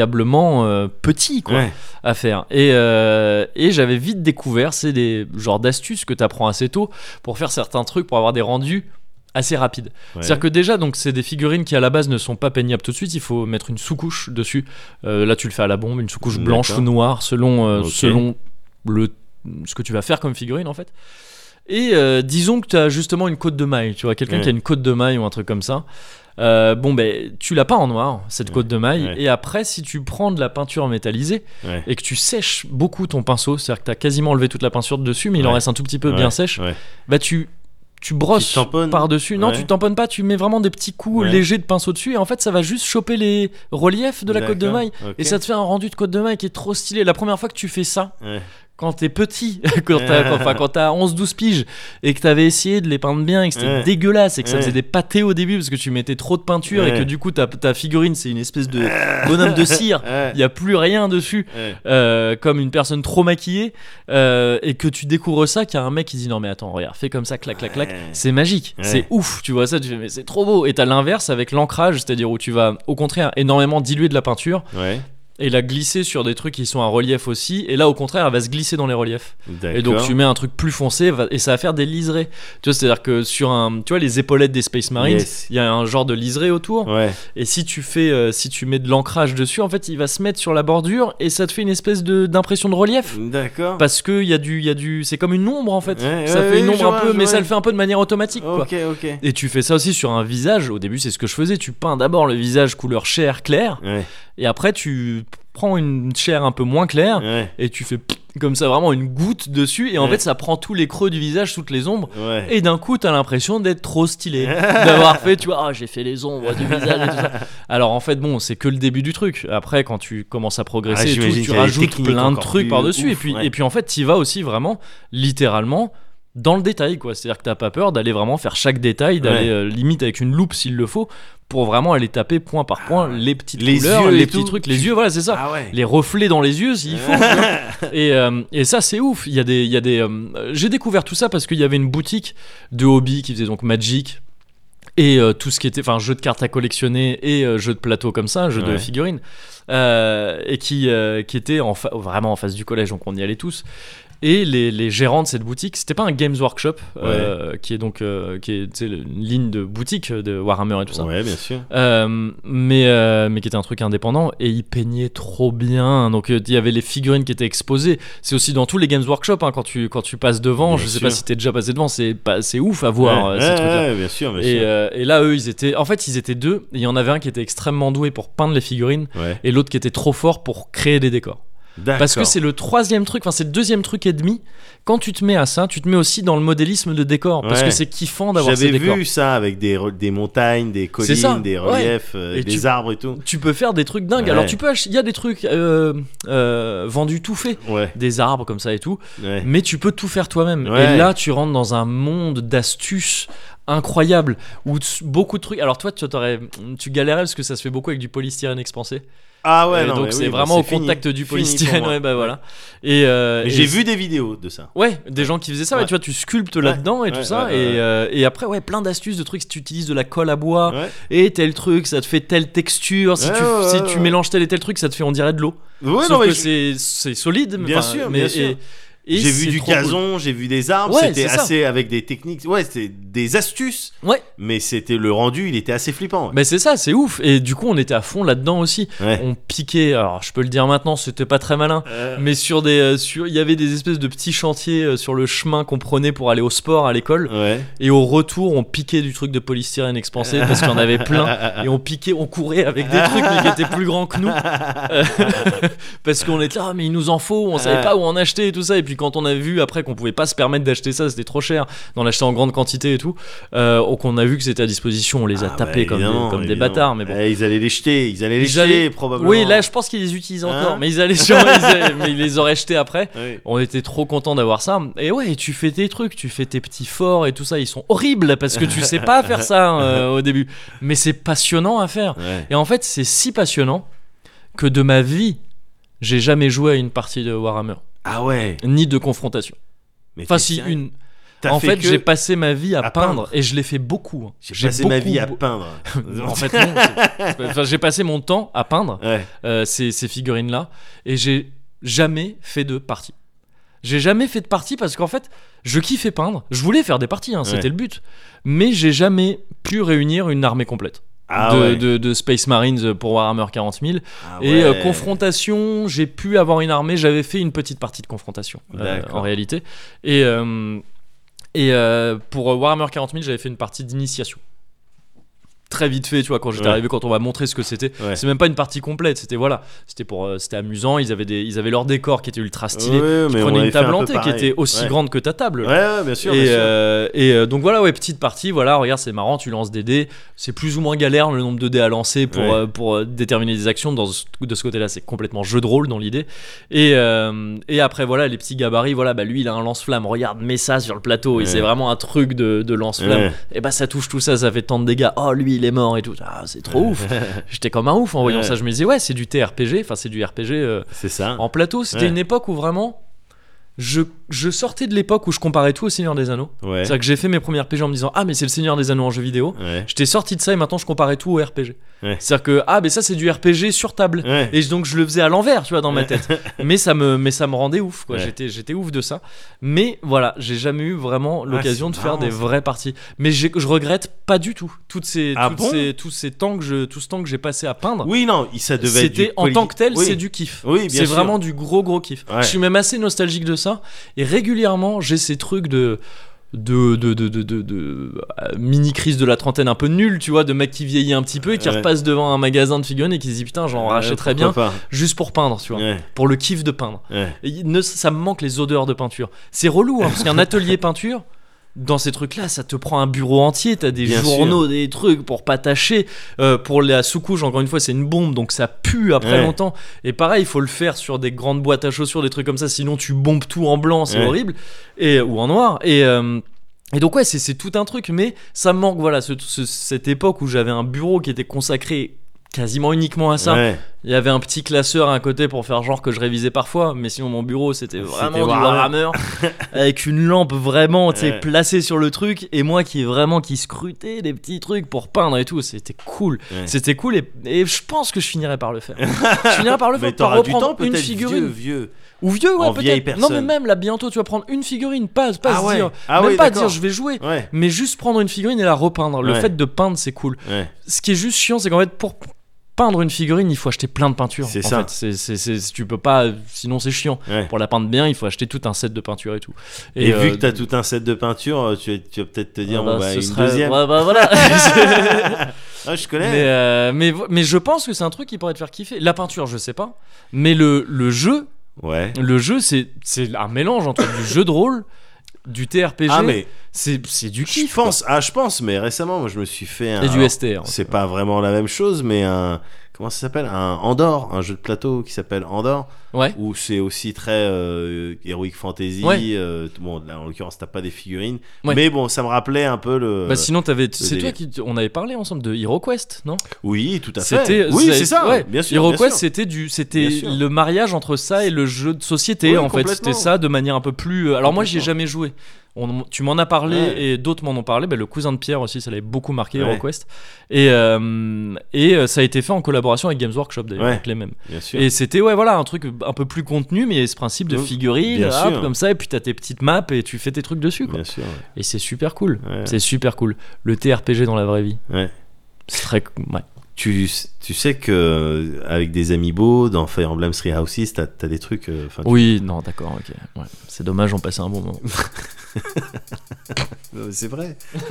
[SPEAKER 1] incroyablement euh, petits quoi
[SPEAKER 2] Ouais.
[SPEAKER 1] à faire. Et, euh, et j'avais vite découvert, c'est des genres d'astuces que tu apprends assez tôt pour faire certains trucs, pour avoir des rendus assez rapides.
[SPEAKER 2] Ouais.
[SPEAKER 1] C'est-à-dire que déjà, donc c'est des figurines qui à la base ne sont pas peignables tout de suite, il faut mettre une sous-couche dessus. Euh, là, tu le fais à la bombe, une sous-couche blanche ou
[SPEAKER 2] D'accord.
[SPEAKER 1] noire, selon, euh,
[SPEAKER 2] Ok.
[SPEAKER 1] selon le, ce que tu vas faire comme figurine en fait. Et euh, disons que tu as justement une côte de maille, tu vois, quelqu'un
[SPEAKER 2] Ouais.
[SPEAKER 1] qui a une côte de maille ou un truc comme ça. Euh, bon, ben, tu l'as pas en noir, cette côte de maille.
[SPEAKER 2] Ouais.
[SPEAKER 1] Et après, si tu prends de la peinture métallisée,
[SPEAKER 2] Ouais.
[SPEAKER 1] et que tu sèches beaucoup ton pinceau, c'est-à-dire que tu as quasiment enlevé toute la peinture de dessus, mais il en
[SPEAKER 2] Ouais.
[SPEAKER 1] reste un tout petit peu
[SPEAKER 2] Ouais.
[SPEAKER 1] bien sèche,
[SPEAKER 2] Ouais.
[SPEAKER 1] bah tu, tu brosses
[SPEAKER 2] Tu tamponnes.
[SPEAKER 1] par-dessus. Non,
[SPEAKER 2] Ouais.
[SPEAKER 1] tu tamponnes pas, tu mets vraiment des petits coups
[SPEAKER 2] Ouais.
[SPEAKER 1] légers de pinceau dessus, et en fait, ça va juste choper les reliefs de la côte de
[SPEAKER 2] D'accord,
[SPEAKER 1] maille.
[SPEAKER 2] ok.
[SPEAKER 1] Et ça te fait un rendu de côte de maille qui est trop stylé. La première fois que tu fais ça,
[SPEAKER 2] Ouais.
[SPEAKER 1] quand t'es petit, quand t'as quand- enfin, quand t'as 11-12 piges, et que t'avais essayé de les peindre bien, et que c'était
[SPEAKER 2] Ouais.
[SPEAKER 1] dégueulasse, et que ça
[SPEAKER 2] Ouais.
[SPEAKER 1] faisait des pâtés au début parce que tu mettais trop de peinture, et
[SPEAKER 2] Ouais.
[SPEAKER 1] que du coup ta, ta figurine c'est une espèce de bonhomme de cire,
[SPEAKER 2] Ouais.
[SPEAKER 1] il y a plus rien dessus,
[SPEAKER 2] Ouais.
[SPEAKER 1] euh, comme une personne trop maquillée, euh, et que tu découvres ça, qu'il y a un mec qui dit non mais attends, regarde, fais comme ça, clac, clac, clac,
[SPEAKER 2] Ouais.
[SPEAKER 1] c'est magique,
[SPEAKER 2] Ouais.
[SPEAKER 1] c'est ouf, tu vois ça, tu fais mais c'est trop beau, et t'as l'inverse avec l'ancrage, c'est-à-dire où tu vas au contraire énormément diluer de la peinture,
[SPEAKER 2] Ouais.
[SPEAKER 1] et la glisser sur des trucs qui sont à relief aussi, et là au contraire elle va se glisser dans les reliefs.
[SPEAKER 2] D'accord.
[SPEAKER 1] Et donc tu mets un truc plus foncé, va- et ça va faire des liserés. Tu vois, c'est-à-dire que sur un, tu vois les épaulettes des Space Marines, il
[SPEAKER 2] Yes.
[SPEAKER 1] y a un genre de liseré autour.
[SPEAKER 2] Ouais.
[SPEAKER 1] Et si tu fais, euh, si tu mets de l'ancrage dessus, en fait, il va se mettre sur la bordure et ça te fait une espèce de d'impression de relief.
[SPEAKER 2] D'accord.
[SPEAKER 1] Parce que il y a du, il y a du, c'est comme une ombre en fait.
[SPEAKER 2] Ouais,
[SPEAKER 1] ça
[SPEAKER 2] ouais,
[SPEAKER 1] fait une
[SPEAKER 2] ouais,
[SPEAKER 1] ombre
[SPEAKER 2] je
[SPEAKER 1] un
[SPEAKER 2] vois,
[SPEAKER 1] peu,
[SPEAKER 2] je
[SPEAKER 1] mais ça
[SPEAKER 2] vois.
[SPEAKER 1] le fait un peu de manière automatique. quoi.
[SPEAKER 2] Ok, ok.
[SPEAKER 1] Et tu fais ça aussi sur un visage. Au début, c'est ce que je faisais. Tu peins d'abord le visage couleur chair claire,
[SPEAKER 2] Ouais.
[SPEAKER 1] et après tu prends une chair un peu moins claire
[SPEAKER 2] Ouais.
[SPEAKER 1] et tu fais comme ça vraiment une goutte dessus. Et en
[SPEAKER 2] Ouais.
[SPEAKER 1] fait, ça prend tous les creux du visage, toutes les ombres.
[SPEAKER 2] Ouais.
[SPEAKER 1] Et d'un coup, t'as l'impression d'être trop stylé, d'avoir fait, tu vois, Ah, j'ai fait les ombres du visage et tout ça. Alors en fait, bon, c'est que le début du truc. Après, quand tu commences à
[SPEAKER 2] Ah,
[SPEAKER 1] progresser, et
[SPEAKER 2] j'imagine
[SPEAKER 1] tout,
[SPEAKER 2] qu'il
[SPEAKER 1] tu
[SPEAKER 2] y a des
[SPEAKER 1] rajoutes
[SPEAKER 2] techniques
[SPEAKER 1] plein de
[SPEAKER 2] encore
[SPEAKER 1] trucs
[SPEAKER 2] plus
[SPEAKER 1] par-dessus.
[SPEAKER 2] ouf,
[SPEAKER 1] Et puis,
[SPEAKER 2] ouais.
[SPEAKER 1] et puis en fait, t'y vas aussi vraiment, littéralement, dans le détail, quoi. C'est-à-dire que t'as pas peur d'aller vraiment faire chaque détail, d'aller
[SPEAKER 2] Ouais.
[SPEAKER 1] euh, limite avec une loupe s'il le faut, pour vraiment aller taper point par point les petites
[SPEAKER 2] Ah, Les
[SPEAKER 1] couleurs,
[SPEAKER 2] yeux
[SPEAKER 1] les
[SPEAKER 2] et
[SPEAKER 1] petits
[SPEAKER 2] tout.
[SPEAKER 1] trucs, les yeux, voilà, c'est ça
[SPEAKER 2] Ah ouais.
[SPEAKER 1] les reflets dans les yeux s'il faut. tu vois. et, euh, et ça, c'est ouf. Il y a des, il y a des. euh, J'ai découvert tout ça parce qu'il y avait une boutique de hobby qui faisait donc Magic et euh, tout ce qui était, enfin, jeux de cartes à collectionner et euh, jeux de plateau comme ça, jeux de
[SPEAKER 2] Ouais.
[SPEAKER 1] figurines, euh, et qui, euh, qui était en fa- vraiment en face du collège, donc on y allait tous. Et les, les gérants de cette boutique, c'était pas un Games Workshop, euh, qui est donc euh, qui est, tu sais, une ligne de boutique de Warhammer et tout ça.
[SPEAKER 2] Ouais, bien sûr.
[SPEAKER 1] Euh, mais, euh, mais qui était un truc indépendant et il peignait trop bien. Donc euh, il y avait les figurines qui étaient exposées. C'est aussi dans tous les Games Workshop hein, quand, tu, quand tu passes devant.
[SPEAKER 2] Bien
[SPEAKER 1] je sais
[SPEAKER 2] sûr.
[SPEAKER 1] pas si t'es déjà passé devant, c'est pas- c'est ouf à voir
[SPEAKER 2] ouais,
[SPEAKER 1] euh, ces
[SPEAKER 2] ouais,
[SPEAKER 1] trucs-là.
[SPEAKER 2] ouais, bien sûr, bien
[SPEAKER 1] Et,
[SPEAKER 2] sûr.
[SPEAKER 1] euh, et là, eux, ils étaient. En fait, ils étaient deux. et Il y en avait un qui était extrêmement doué pour peindre les figurines
[SPEAKER 2] ouais.
[SPEAKER 1] et l'autre qui était trop fort pour créer des décors.
[SPEAKER 2] D'accord.
[SPEAKER 1] euh, Parce que c'est le troisième truc, enfin c'est le deuxième truc et demi. Quand tu te mets à ça, tu te mets aussi dans le modélisme de décor. Parce
[SPEAKER 2] Ouais.
[SPEAKER 1] que c'est kiffant d'avoir ces
[SPEAKER 2] J'avais
[SPEAKER 1] décors.
[SPEAKER 2] vu ça avec des, re- des montagnes, des collines,
[SPEAKER 1] ça, ouais.
[SPEAKER 2] des reliefs, euh,
[SPEAKER 1] Et
[SPEAKER 2] des
[SPEAKER 1] tu-
[SPEAKER 2] arbres et tout.
[SPEAKER 1] tu peux faire des trucs dingues.
[SPEAKER 2] Ouais.
[SPEAKER 1] Alors tu peux, ach- il y a des trucs euh, euh, vendus tout fait,
[SPEAKER 2] Ouais,
[SPEAKER 1] des arbres comme ça et tout,
[SPEAKER 2] ouais.
[SPEAKER 1] mais tu peux tout faire toi-même.
[SPEAKER 2] Ouais.
[SPEAKER 1] Et là, tu rentres dans un monde d'astuces incroyables où t- beaucoup de trucs. Alors toi, tu t'aurais- tu galérais parce que ça se fait beaucoup avec du polystyrène expansé.
[SPEAKER 2] Ah ouais,
[SPEAKER 1] Et
[SPEAKER 2] non,
[SPEAKER 1] donc
[SPEAKER 2] mais
[SPEAKER 1] c'est
[SPEAKER 2] oui, bah,
[SPEAKER 1] vraiment au
[SPEAKER 2] fini.
[SPEAKER 1] contact du
[SPEAKER 2] Fini pour
[SPEAKER 1] polystyrène.
[SPEAKER 2] moi.
[SPEAKER 1] Ouais, bah voilà. Et, euh,
[SPEAKER 2] Mais
[SPEAKER 1] et
[SPEAKER 2] J'ai
[SPEAKER 1] c'est-
[SPEAKER 2] vu des vidéos de ça.
[SPEAKER 1] Ouais, des gens qui faisaient ça,
[SPEAKER 2] Ouais.
[SPEAKER 1] mais tu vois, tu sculptes
[SPEAKER 2] Ouais.
[SPEAKER 1] là-dedans et tout
[SPEAKER 2] Ouais,
[SPEAKER 1] ça,
[SPEAKER 2] ouais, ouais,
[SPEAKER 1] et,
[SPEAKER 2] ouais.
[SPEAKER 1] euh, et après, ouais, plein d'astuces, de trucs, si tu utilises de la colle à bois,
[SPEAKER 2] Ouais.
[SPEAKER 1] et Eh, tel truc, ça te fait telle texture, si,
[SPEAKER 2] Ouais,
[SPEAKER 1] tu,
[SPEAKER 2] ouais,
[SPEAKER 1] si
[SPEAKER 2] ouais,
[SPEAKER 1] tu
[SPEAKER 2] ouais.
[SPEAKER 1] mélanges tel et tel truc, ça te fait, on dirait de l'eau.
[SPEAKER 2] Ouais,
[SPEAKER 1] Sauf
[SPEAKER 2] non, mais
[SPEAKER 1] que
[SPEAKER 2] je-
[SPEAKER 1] c'est- c'est solide, mais
[SPEAKER 2] Bien
[SPEAKER 1] enfin,
[SPEAKER 2] sûr,
[SPEAKER 1] mais-
[SPEAKER 2] bien sûr.
[SPEAKER 1] et- et
[SPEAKER 2] j'ai vu
[SPEAKER 1] c'est
[SPEAKER 2] du
[SPEAKER 1] trop cool.
[SPEAKER 2] gazon, j'ai vu des arbres,
[SPEAKER 1] Ouais,
[SPEAKER 2] c'était
[SPEAKER 1] c'est ça.
[SPEAKER 2] assez avec des techniques. Ouais, c'est des astuces,
[SPEAKER 1] Ouais.
[SPEAKER 2] mais c'était le rendu, il était assez flippant.
[SPEAKER 1] Mais c'est ça, c'est ouf. Et du coup, on était à fond là-dedans aussi.
[SPEAKER 2] Ouais.
[SPEAKER 1] On piquait, alors je peux le dire maintenant, c'était pas très malin,
[SPEAKER 2] Euh,
[SPEAKER 1] mais sur des, euh, sur, il y avait des espèces de petits chantiers euh, sur le chemin qu'on prenait pour aller au sport à l'école.
[SPEAKER 2] ouais.
[SPEAKER 1] Et au retour, on piquait du truc de polystyrène expansé parce qu'il y en avait plein. Et on piquait, on courait avec des trucs mais qui étaient plus grands que nous. Euh, parce qu'on était là, Ah, mais il nous en faut, on savait pas où en acheter et tout ça. Et puis quand on a vu après qu'on pouvait pas se permettre d'acheter ça, c'était trop cher, d'en acheter en grande quantité et tout, euh, qu'on a vu que c'était à disposition, on les a
[SPEAKER 2] Ah,
[SPEAKER 1] tapés
[SPEAKER 2] bah,
[SPEAKER 1] comme, des,
[SPEAKER 2] évidemment,
[SPEAKER 1] comme des
[SPEAKER 2] évidemment.
[SPEAKER 1] bâtards. Mais bon.
[SPEAKER 2] Eh, ils allaient les jeter, ils allaient les
[SPEAKER 1] Ils
[SPEAKER 2] jeter
[SPEAKER 1] allaient-
[SPEAKER 2] probablement.
[SPEAKER 1] Oui, là je pense qu'ils les utilisent encore,
[SPEAKER 2] Hein
[SPEAKER 1] mais ils allaient sûrement- ils allaient- mais ils les auraient jetés après.
[SPEAKER 2] Ouais.
[SPEAKER 1] On était trop content d'avoir ça. Et ouais, tu fais tes trucs, tu fais tes petits forts et tout ça. Ils sont horribles parce que tu sais pas faire ça euh, au début. Mais c'est passionnant à faire.
[SPEAKER 2] Ouais.
[SPEAKER 1] Et en fait, c'est si passionnant que de ma vie, j'ai jamais joué à une partie de Warhammer,
[SPEAKER 2] Ah ouais.
[SPEAKER 1] ni de confrontation.
[SPEAKER 2] Mais
[SPEAKER 1] Enfin,
[SPEAKER 2] t'es
[SPEAKER 1] si
[SPEAKER 2] sérieux
[SPEAKER 1] une.
[SPEAKER 2] T'as
[SPEAKER 1] En fait,
[SPEAKER 2] que-
[SPEAKER 1] j'ai passé ma vie à,
[SPEAKER 2] à
[SPEAKER 1] peindre,
[SPEAKER 2] peindre.
[SPEAKER 1] et je l'ai fait beaucoup. hein.
[SPEAKER 2] j'ai passé ma
[SPEAKER 1] beaucoup-
[SPEAKER 2] vie à peindre.
[SPEAKER 1] en fait, non. c'est- c'est pas- enfin, j'ai passé mon temps à peindre
[SPEAKER 2] ouais.
[SPEAKER 1] euh, ces, ces figurines-là, et j'ai jamais fait de partie. J'ai jamais fait de partie parce qu'en fait, je kiffais peindre. Je voulais faire des parties, hein, c'était
[SPEAKER 2] Ouais.
[SPEAKER 1] le but. Mais j'ai jamais pu réunir une armée complète
[SPEAKER 2] Ah
[SPEAKER 1] de,
[SPEAKER 2] ouais.
[SPEAKER 1] de- de Space Marines pour Warhammer 40 000.
[SPEAKER 2] Ah
[SPEAKER 1] Et euh,
[SPEAKER 2] ouais.
[SPEAKER 1] confrontation, j'ai pu avoir une armée. J'avais fait une petite partie de confrontation euh,
[SPEAKER 2] D'accord.
[SPEAKER 1] en réalité. Et, euh, et euh, pour Warhammer 40 000, j'avais fait une partie d'initiation. Très vite fait, tu vois, quand j'étais
[SPEAKER 2] Ouais.
[SPEAKER 1] arrivé, quand on m'a montré ce que c'était.
[SPEAKER 2] Ouais.
[SPEAKER 1] C'est même pas une partie complète. C'était voilà, c'était pour, euh, c'était amusant. Ils avaient des, ils avaient leur décor qui était ultra stylé.
[SPEAKER 2] Ouais, mais
[SPEAKER 1] Ils
[SPEAKER 2] on
[SPEAKER 1] prenaient
[SPEAKER 2] avait
[SPEAKER 1] une
[SPEAKER 2] fait un
[SPEAKER 1] table
[SPEAKER 2] peu
[SPEAKER 1] en T qui
[SPEAKER 2] pareil.
[SPEAKER 1] était aussi
[SPEAKER 2] Ouais.
[SPEAKER 1] grande que ta table
[SPEAKER 2] Ouais, ouais, bien sûr.
[SPEAKER 1] et,
[SPEAKER 2] bien sûr.
[SPEAKER 1] euh, et, euh, donc voilà, ouais, petite partie. Voilà, regarde, c'est marrant, tu lances des dés. C'est plus ou moins galère le nombre de dés à lancer pour,
[SPEAKER 2] Ouais.
[SPEAKER 1] euh, pour euh, déterminer des actions. Dans ce- de ce côté-là, c'est complètement jeu de rôle dans l'idée. Et, euh, et après, voilà, les petits gabarits. Voilà, bah lui, il a un lance-flamme. Regarde, mets ça sur le plateau. Et
[SPEAKER 2] Ouais.
[SPEAKER 1] c'est vraiment un truc de, de lance-flamme.
[SPEAKER 2] Ouais.
[SPEAKER 1] Et bah, ça touche tout ça, ça fait tant de dégâts. Oh, lui, il est mort et tout. Ah, c'est trop ouf. J'étais comme un ouf en voyant
[SPEAKER 2] Ouais.
[SPEAKER 1] ça. Je me disais, ouais, c'est du TRPG. Enfin, c'est du RPG. euh,
[SPEAKER 2] C'est ça.
[SPEAKER 1] en plateau, c'était
[SPEAKER 2] Ouais.
[SPEAKER 1] une époque où vraiment. Je, je sortais de l'époque où je comparais tout au Seigneur des Anneaux.
[SPEAKER 2] Ouais.
[SPEAKER 1] C'est-à-dire que j'ai fait mes premiers RPG en me disant Ah, mais c'est le Seigneur des Anneaux en jeu vidéo.
[SPEAKER 2] Ouais.
[SPEAKER 1] J'étais sorti de ça et maintenant je comparais tout au RPG.
[SPEAKER 2] Ouais.
[SPEAKER 1] C'est-à-dire que Ah, mais ça c'est du RPG sur table.
[SPEAKER 2] Ouais.
[SPEAKER 1] Et donc je le faisais à l'envers, tu vois, dans ma tête. mais, ça me, mais ça me rendait ouf, quoi.
[SPEAKER 2] Ouais.
[SPEAKER 1] J'étais, j'étais ouf de ça. Mais voilà, j'ai jamais eu vraiment l'occasion
[SPEAKER 2] Ah, c'est
[SPEAKER 1] de faire
[SPEAKER 2] marrant,
[SPEAKER 1] des
[SPEAKER 2] ça.
[SPEAKER 1] vraies parties. Mais j'ai- je regrette pas du tout toutes ces,
[SPEAKER 2] Ah
[SPEAKER 1] toutes
[SPEAKER 2] bon
[SPEAKER 1] ces- tous ces temps que je, tout ce temps que j'ai passé à peindre.
[SPEAKER 2] Oui, non, il- ça devait être
[SPEAKER 1] C'était
[SPEAKER 2] du
[SPEAKER 1] en
[SPEAKER 2] poli-
[SPEAKER 1] tant que tel,
[SPEAKER 2] Oui.
[SPEAKER 1] c'est du kiff.
[SPEAKER 2] Oui, bien
[SPEAKER 1] c'est
[SPEAKER 2] sûr.
[SPEAKER 1] vraiment du gros gros kiff.
[SPEAKER 2] Ouais.
[SPEAKER 1] Je suis même assez nostalgique de ça et régulièrement j'ai ces trucs de de de de de, de- de- euh, mini crise de la trentaine un peu nulle, tu vois, de mec qui vieillit un petit peu et qui
[SPEAKER 2] Ouais.
[SPEAKER 1] repasse devant un magasin de figurines et qui se dit putain j'en
[SPEAKER 2] Ouais,
[SPEAKER 1] rachèterais bien
[SPEAKER 2] pourquoi pas.
[SPEAKER 1] juste pour peindre, tu vois,
[SPEAKER 2] Ouais,
[SPEAKER 1] pour le kiff de peindre.
[SPEAKER 2] ouais.
[SPEAKER 1] Et il ne- ça me manque les odeurs de peinture. C'est relou hein, parce qu'un atelier peinture. Dans ces trucs-là, ça te prend un bureau entier, t'as des
[SPEAKER 2] Bien
[SPEAKER 1] journaux, des trucs pour pas tâcher. Euh, pour la sous-couche, encore une fois, c'est une bombe, donc ça pue après
[SPEAKER 2] Ouais.
[SPEAKER 1] longtemps. Et pareil, il faut le faire sur des grandes boîtes à chaussures, des trucs comme ça, sinon tu bombes tout en blanc, c'est
[SPEAKER 2] Ouais.
[SPEAKER 1] horrible, et, ou en noir. Et, euh, et donc ouais, c'est- c'est tout un truc, mais ça me manque, voilà, ce- ce- cette époque où j'avais un bureau qui était consacré quasiment uniquement à ça.
[SPEAKER 2] Ouais.
[SPEAKER 1] Il y avait un petit classeur à un côté pour faire genre que je révisais parfois, mais sinon mon bureau c'était vraiment du
[SPEAKER 2] Warhammer.
[SPEAKER 1] Warhammer avec une lampe vraiment tu sais,
[SPEAKER 2] Ouais.
[SPEAKER 1] placée sur le truc et moi qui vraiment qui scrutais les petits trucs pour peindre et tout, c'était cool.
[SPEAKER 2] Ouais.
[SPEAKER 1] C'était cool et, et je pense que je finirais par le faire. je finirais par le faire
[SPEAKER 2] Mais
[SPEAKER 1] par
[SPEAKER 2] t'auras du
[SPEAKER 1] reprendre
[SPEAKER 2] temps
[SPEAKER 1] une
[SPEAKER 2] peut-être
[SPEAKER 1] figurine
[SPEAKER 2] vieux, vieux.
[SPEAKER 1] ou vieux ouais
[SPEAKER 2] en vieille
[SPEAKER 1] peut-être. Non mais
[SPEAKER 2] personne.
[SPEAKER 1] même là bientôt tu vas prendre une figurine, pas pas
[SPEAKER 2] Ah
[SPEAKER 1] se
[SPEAKER 2] ouais.
[SPEAKER 1] dire
[SPEAKER 2] Ah
[SPEAKER 1] même
[SPEAKER 2] oui,
[SPEAKER 1] pas
[SPEAKER 2] d'accord.
[SPEAKER 1] dire je vais jouer.
[SPEAKER 2] Ouais,
[SPEAKER 1] Mais juste prendre une figurine et la repeindre. Le
[SPEAKER 2] Ouais.
[SPEAKER 1] fait de peindre, c'est cool
[SPEAKER 2] ouais.
[SPEAKER 1] ce qui est juste chiant, c'est qu'en fait, pour peindre une figurine, il faut acheter plein de peintures.
[SPEAKER 2] C'est
[SPEAKER 1] En
[SPEAKER 2] ça.
[SPEAKER 1] fait, c'est- c'est- c'est- tu peux pas, sinon c'est chiant.
[SPEAKER 2] ouais.
[SPEAKER 1] Pour la peindre bien, il faut acheter tout un set de peinture et tout.
[SPEAKER 2] Et,
[SPEAKER 1] euh,
[SPEAKER 2] vu que t'as tout un set de peinture, euh, tu, vas- tu vas peut-être te dire,
[SPEAKER 1] ah
[SPEAKER 2] bon,
[SPEAKER 1] bah,
[SPEAKER 2] bah,
[SPEAKER 1] ce
[SPEAKER 2] une
[SPEAKER 1] serait-
[SPEAKER 2] deuxième.
[SPEAKER 1] ouais, bah, voilà.
[SPEAKER 2] Ah, je
[SPEAKER 1] mais,
[SPEAKER 2] connais.
[SPEAKER 1] euh, mais, vo- mais je pense que c'est un truc qui pourrait te faire kiffer. La peinture, je sais pas. Mais le, le jeu,
[SPEAKER 2] Ouais.
[SPEAKER 1] le jeu c'est c'est un mélange entre du jeu de rôle, du TRPG.
[SPEAKER 2] Ah, mais
[SPEAKER 1] c'est c'est du
[SPEAKER 2] je
[SPEAKER 1] kiff. quoi.
[SPEAKER 2] pense, ah, je pense, mais récemment, moi, je me suis fait un.
[SPEAKER 1] Et du STR.
[SPEAKER 2] C'est pas vraiment la même chose, mais un. Comment ça s'appelle Un Andorre, un jeu de plateau qui s'appelle Andorre,
[SPEAKER 1] Ouais.
[SPEAKER 2] où c'est aussi très euh, heroic fantasy.
[SPEAKER 1] Ouais.
[SPEAKER 2] euh, bon, là, en l'occurrence, t'as pas des figurines.
[SPEAKER 1] Ouais.
[SPEAKER 2] Mais bon, ça me rappelait un peu le.
[SPEAKER 1] Bah sinon t'avais, c'est toi
[SPEAKER 2] délire.
[SPEAKER 1] qui, on avait parlé ensemble de HeroQuest, non
[SPEAKER 2] Oui, tout à fait.
[SPEAKER 1] C'était
[SPEAKER 2] oui, c'est ça.
[SPEAKER 1] ouais.
[SPEAKER 2] Bien sûr.
[SPEAKER 1] HeroQuest,
[SPEAKER 2] bien sûr.
[SPEAKER 1] c'était du c'était
[SPEAKER 2] Bien sûr.
[SPEAKER 1] le mariage entre ça et le jeu de société
[SPEAKER 2] Oui,
[SPEAKER 1] en fait,
[SPEAKER 2] complètement.
[SPEAKER 1] c'était ça de manière un peu plus euh, alors moi j'y ai
[SPEAKER 2] Complètement.
[SPEAKER 1] jamais joué. on- tu m'en as parlé
[SPEAKER 2] Ouais.
[SPEAKER 1] et d'autres m'en ont parlé. Ben, le cousin de Pierre aussi, ça l'avait beaucoup marqué,
[SPEAKER 2] Ouais.
[SPEAKER 1] Request. Et, euh, et euh, ça a été fait en collaboration avec Games Workshop, d'ailleurs,
[SPEAKER 2] Ouais.
[SPEAKER 1] avec les mêmes.
[SPEAKER 2] Bien sûr.
[SPEAKER 1] Et c'était, ouais, voilà, un truc un peu plus contenu, mais il y a ce principe de
[SPEAKER 2] Mmh,
[SPEAKER 1] figurine,
[SPEAKER 2] bien
[SPEAKER 1] hop,
[SPEAKER 2] sûr.
[SPEAKER 1] comme ça, et puis t'as tes petites maps et tu fais tes trucs dessus, quoi.
[SPEAKER 2] Bien sûr. ouais.
[SPEAKER 1] Et c'est super cool.
[SPEAKER 2] Ouais.
[SPEAKER 1] C'est super cool. Le TRPG dans la vraie vie.
[SPEAKER 2] Ouais.
[SPEAKER 1] C'est très. Ouais.
[SPEAKER 2] Tu, tu sais que euh, avec des amiibo dans Fire Emblem Three Houses, t'as as des trucs. euh, enfin, tu-
[SPEAKER 1] Oui, non, d'accord, ok. Ouais. C'est dommage, on passait un bon moment.
[SPEAKER 2] Non, mais Euh, C'est vrai.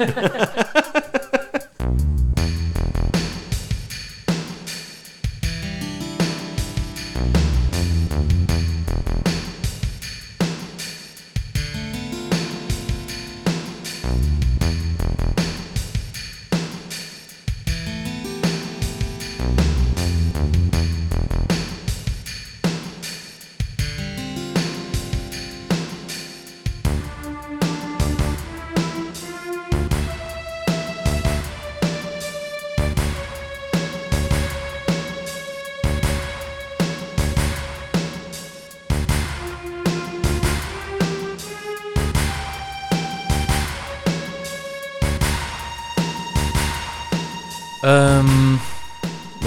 [SPEAKER 1] Euh,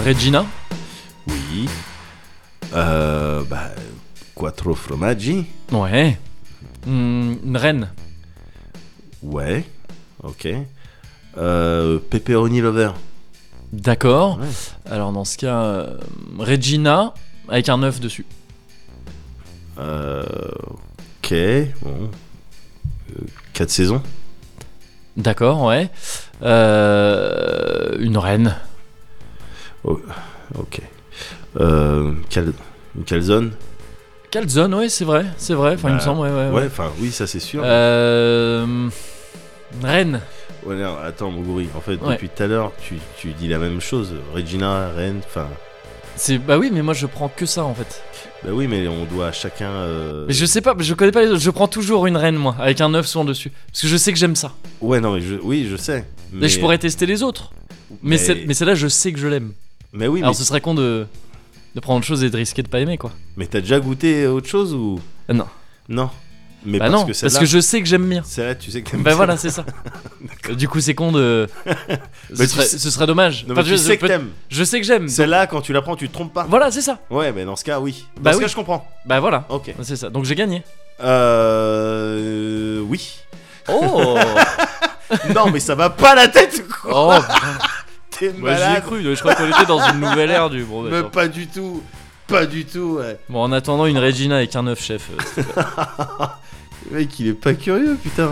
[SPEAKER 1] Regina
[SPEAKER 2] Oui. Euh, bah, Quattro Formaggi.
[SPEAKER 1] Ouais. Hmm, une reine
[SPEAKER 2] Ouais. Ok. Euh, Pepperoni Lover.
[SPEAKER 1] D'accord.
[SPEAKER 2] Ouais.
[SPEAKER 1] Alors, dans ce cas, euh, Regina avec un œuf dessus.
[SPEAKER 2] Euh, ok. Bon. Euh, Quatre saisons.
[SPEAKER 1] D'accord, ouais. Euh, une reine.
[SPEAKER 2] Ok. Euh, cal- une calzone.
[SPEAKER 1] Calzone, ouais, c'est vrai, c'est vrai. Enfin, il me
[SPEAKER 2] Bah,
[SPEAKER 1] semble, ouais, Euh, ouais.
[SPEAKER 2] Ouais,
[SPEAKER 1] ouais.
[SPEAKER 2] enfin, oui, ça c'est sûr.
[SPEAKER 1] Euh, une reine.
[SPEAKER 2] Ouais, non, attends, Moguri, en fait,
[SPEAKER 1] Ouais.
[SPEAKER 2] depuis tout à l'heure, tu, tu dis la même chose. Regina, Ren, enfin.
[SPEAKER 1] C'est bah oui, mais moi je prends que ça en fait.
[SPEAKER 2] Bah oui, mais on doit à chacun. euh,
[SPEAKER 1] Mais je sais pas, je connais pas les autres. Je prends toujours une reine moi, avec un œuf souvent dessus, parce que je sais que j'aime ça.
[SPEAKER 2] Ouais, non, mais je... oui, je sais. Mais,
[SPEAKER 1] Là, je pourrais tester les autres. Mais,
[SPEAKER 2] Mais-
[SPEAKER 1] celle- mais celle-là, je sais que je l'aime.
[SPEAKER 2] Mais oui,
[SPEAKER 1] Alors
[SPEAKER 2] mais,
[SPEAKER 1] ce serait con de de prendre autre chose et de risquer de pas aimer quoi.
[SPEAKER 2] mais t'as déjà goûté autre chose ou.
[SPEAKER 1] Ah, non.
[SPEAKER 2] Non. Mais
[SPEAKER 1] bah
[SPEAKER 2] parce
[SPEAKER 1] non,
[SPEAKER 2] que
[SPEAKER 1] parce
[SPEAKER 2] celle-là.
[SPEAKER 1] que je sais que j'aime bien.
[SPEAKER 2] Celle-là, tu sais que t'aimes
[SPEAKER 1] Bah
[SPEAKER 2] bien.
[SPEAKER 1] voilà, c'est ça. Euh, du coup, c'est con de. ce,
[SPEAKER 2] Mais tu
[SPEAKER 1] serait,
[SPEAKER 2] sais-
[SPEAKER 1] ce serait dommage.
[SPEAKER 2] Non, mais
[SPEAKER 1] Enfin,
[SPEAKER 2] tu sais que
[SPEAKER 1] je,
[SPEAKER 2] t'aimes.
[SPEAKER 1] je sais que j'aime.
[SPEAKER 2] Celle-là, quand tu la prends, tu te trompes pas.
[SPEAKER 1] Voilà, c'est ça.
[SPEAKER 2] Ouais, mais dans ce cas, oui. Dans
[SPEAKER 1] Bah
[SPEAKER 2] ce
[SPEAKER 1] oui.
[SPEAKER 2] cas, je comprends.
[SPEAKER 1] Bah voilà,
[SPEAKER 2] Ok.
[SPEAKER 1] c'est ça. Donc j'ai gagné.
[SPEAKER 2] Euh. Oui.
[SPEAKER 1] Oh,
[SPEAKER 2] non, mais ça va pas la tête, quoi.
[SPEAKER 1] oh
[SPEAKER 2] T'es
[SPEAKER 1] bah, j'y ai
[SPEAKER 2] malade.
[SPEAKER 1] cru. Je crois qu'on était dans une nouvelle ère du. Bon, bah,
[SPEAKER 2] Mais
[SPEAKER 1] tant
[SPEAKER 2] pas du tout. Pas du tout, ouais.
[SPEAKER 1] Bon, en attendant, une Regina avec un œuf, chef. euh, c'est-
[SPEAKER 2] Le mec, il est pas curieux, putain.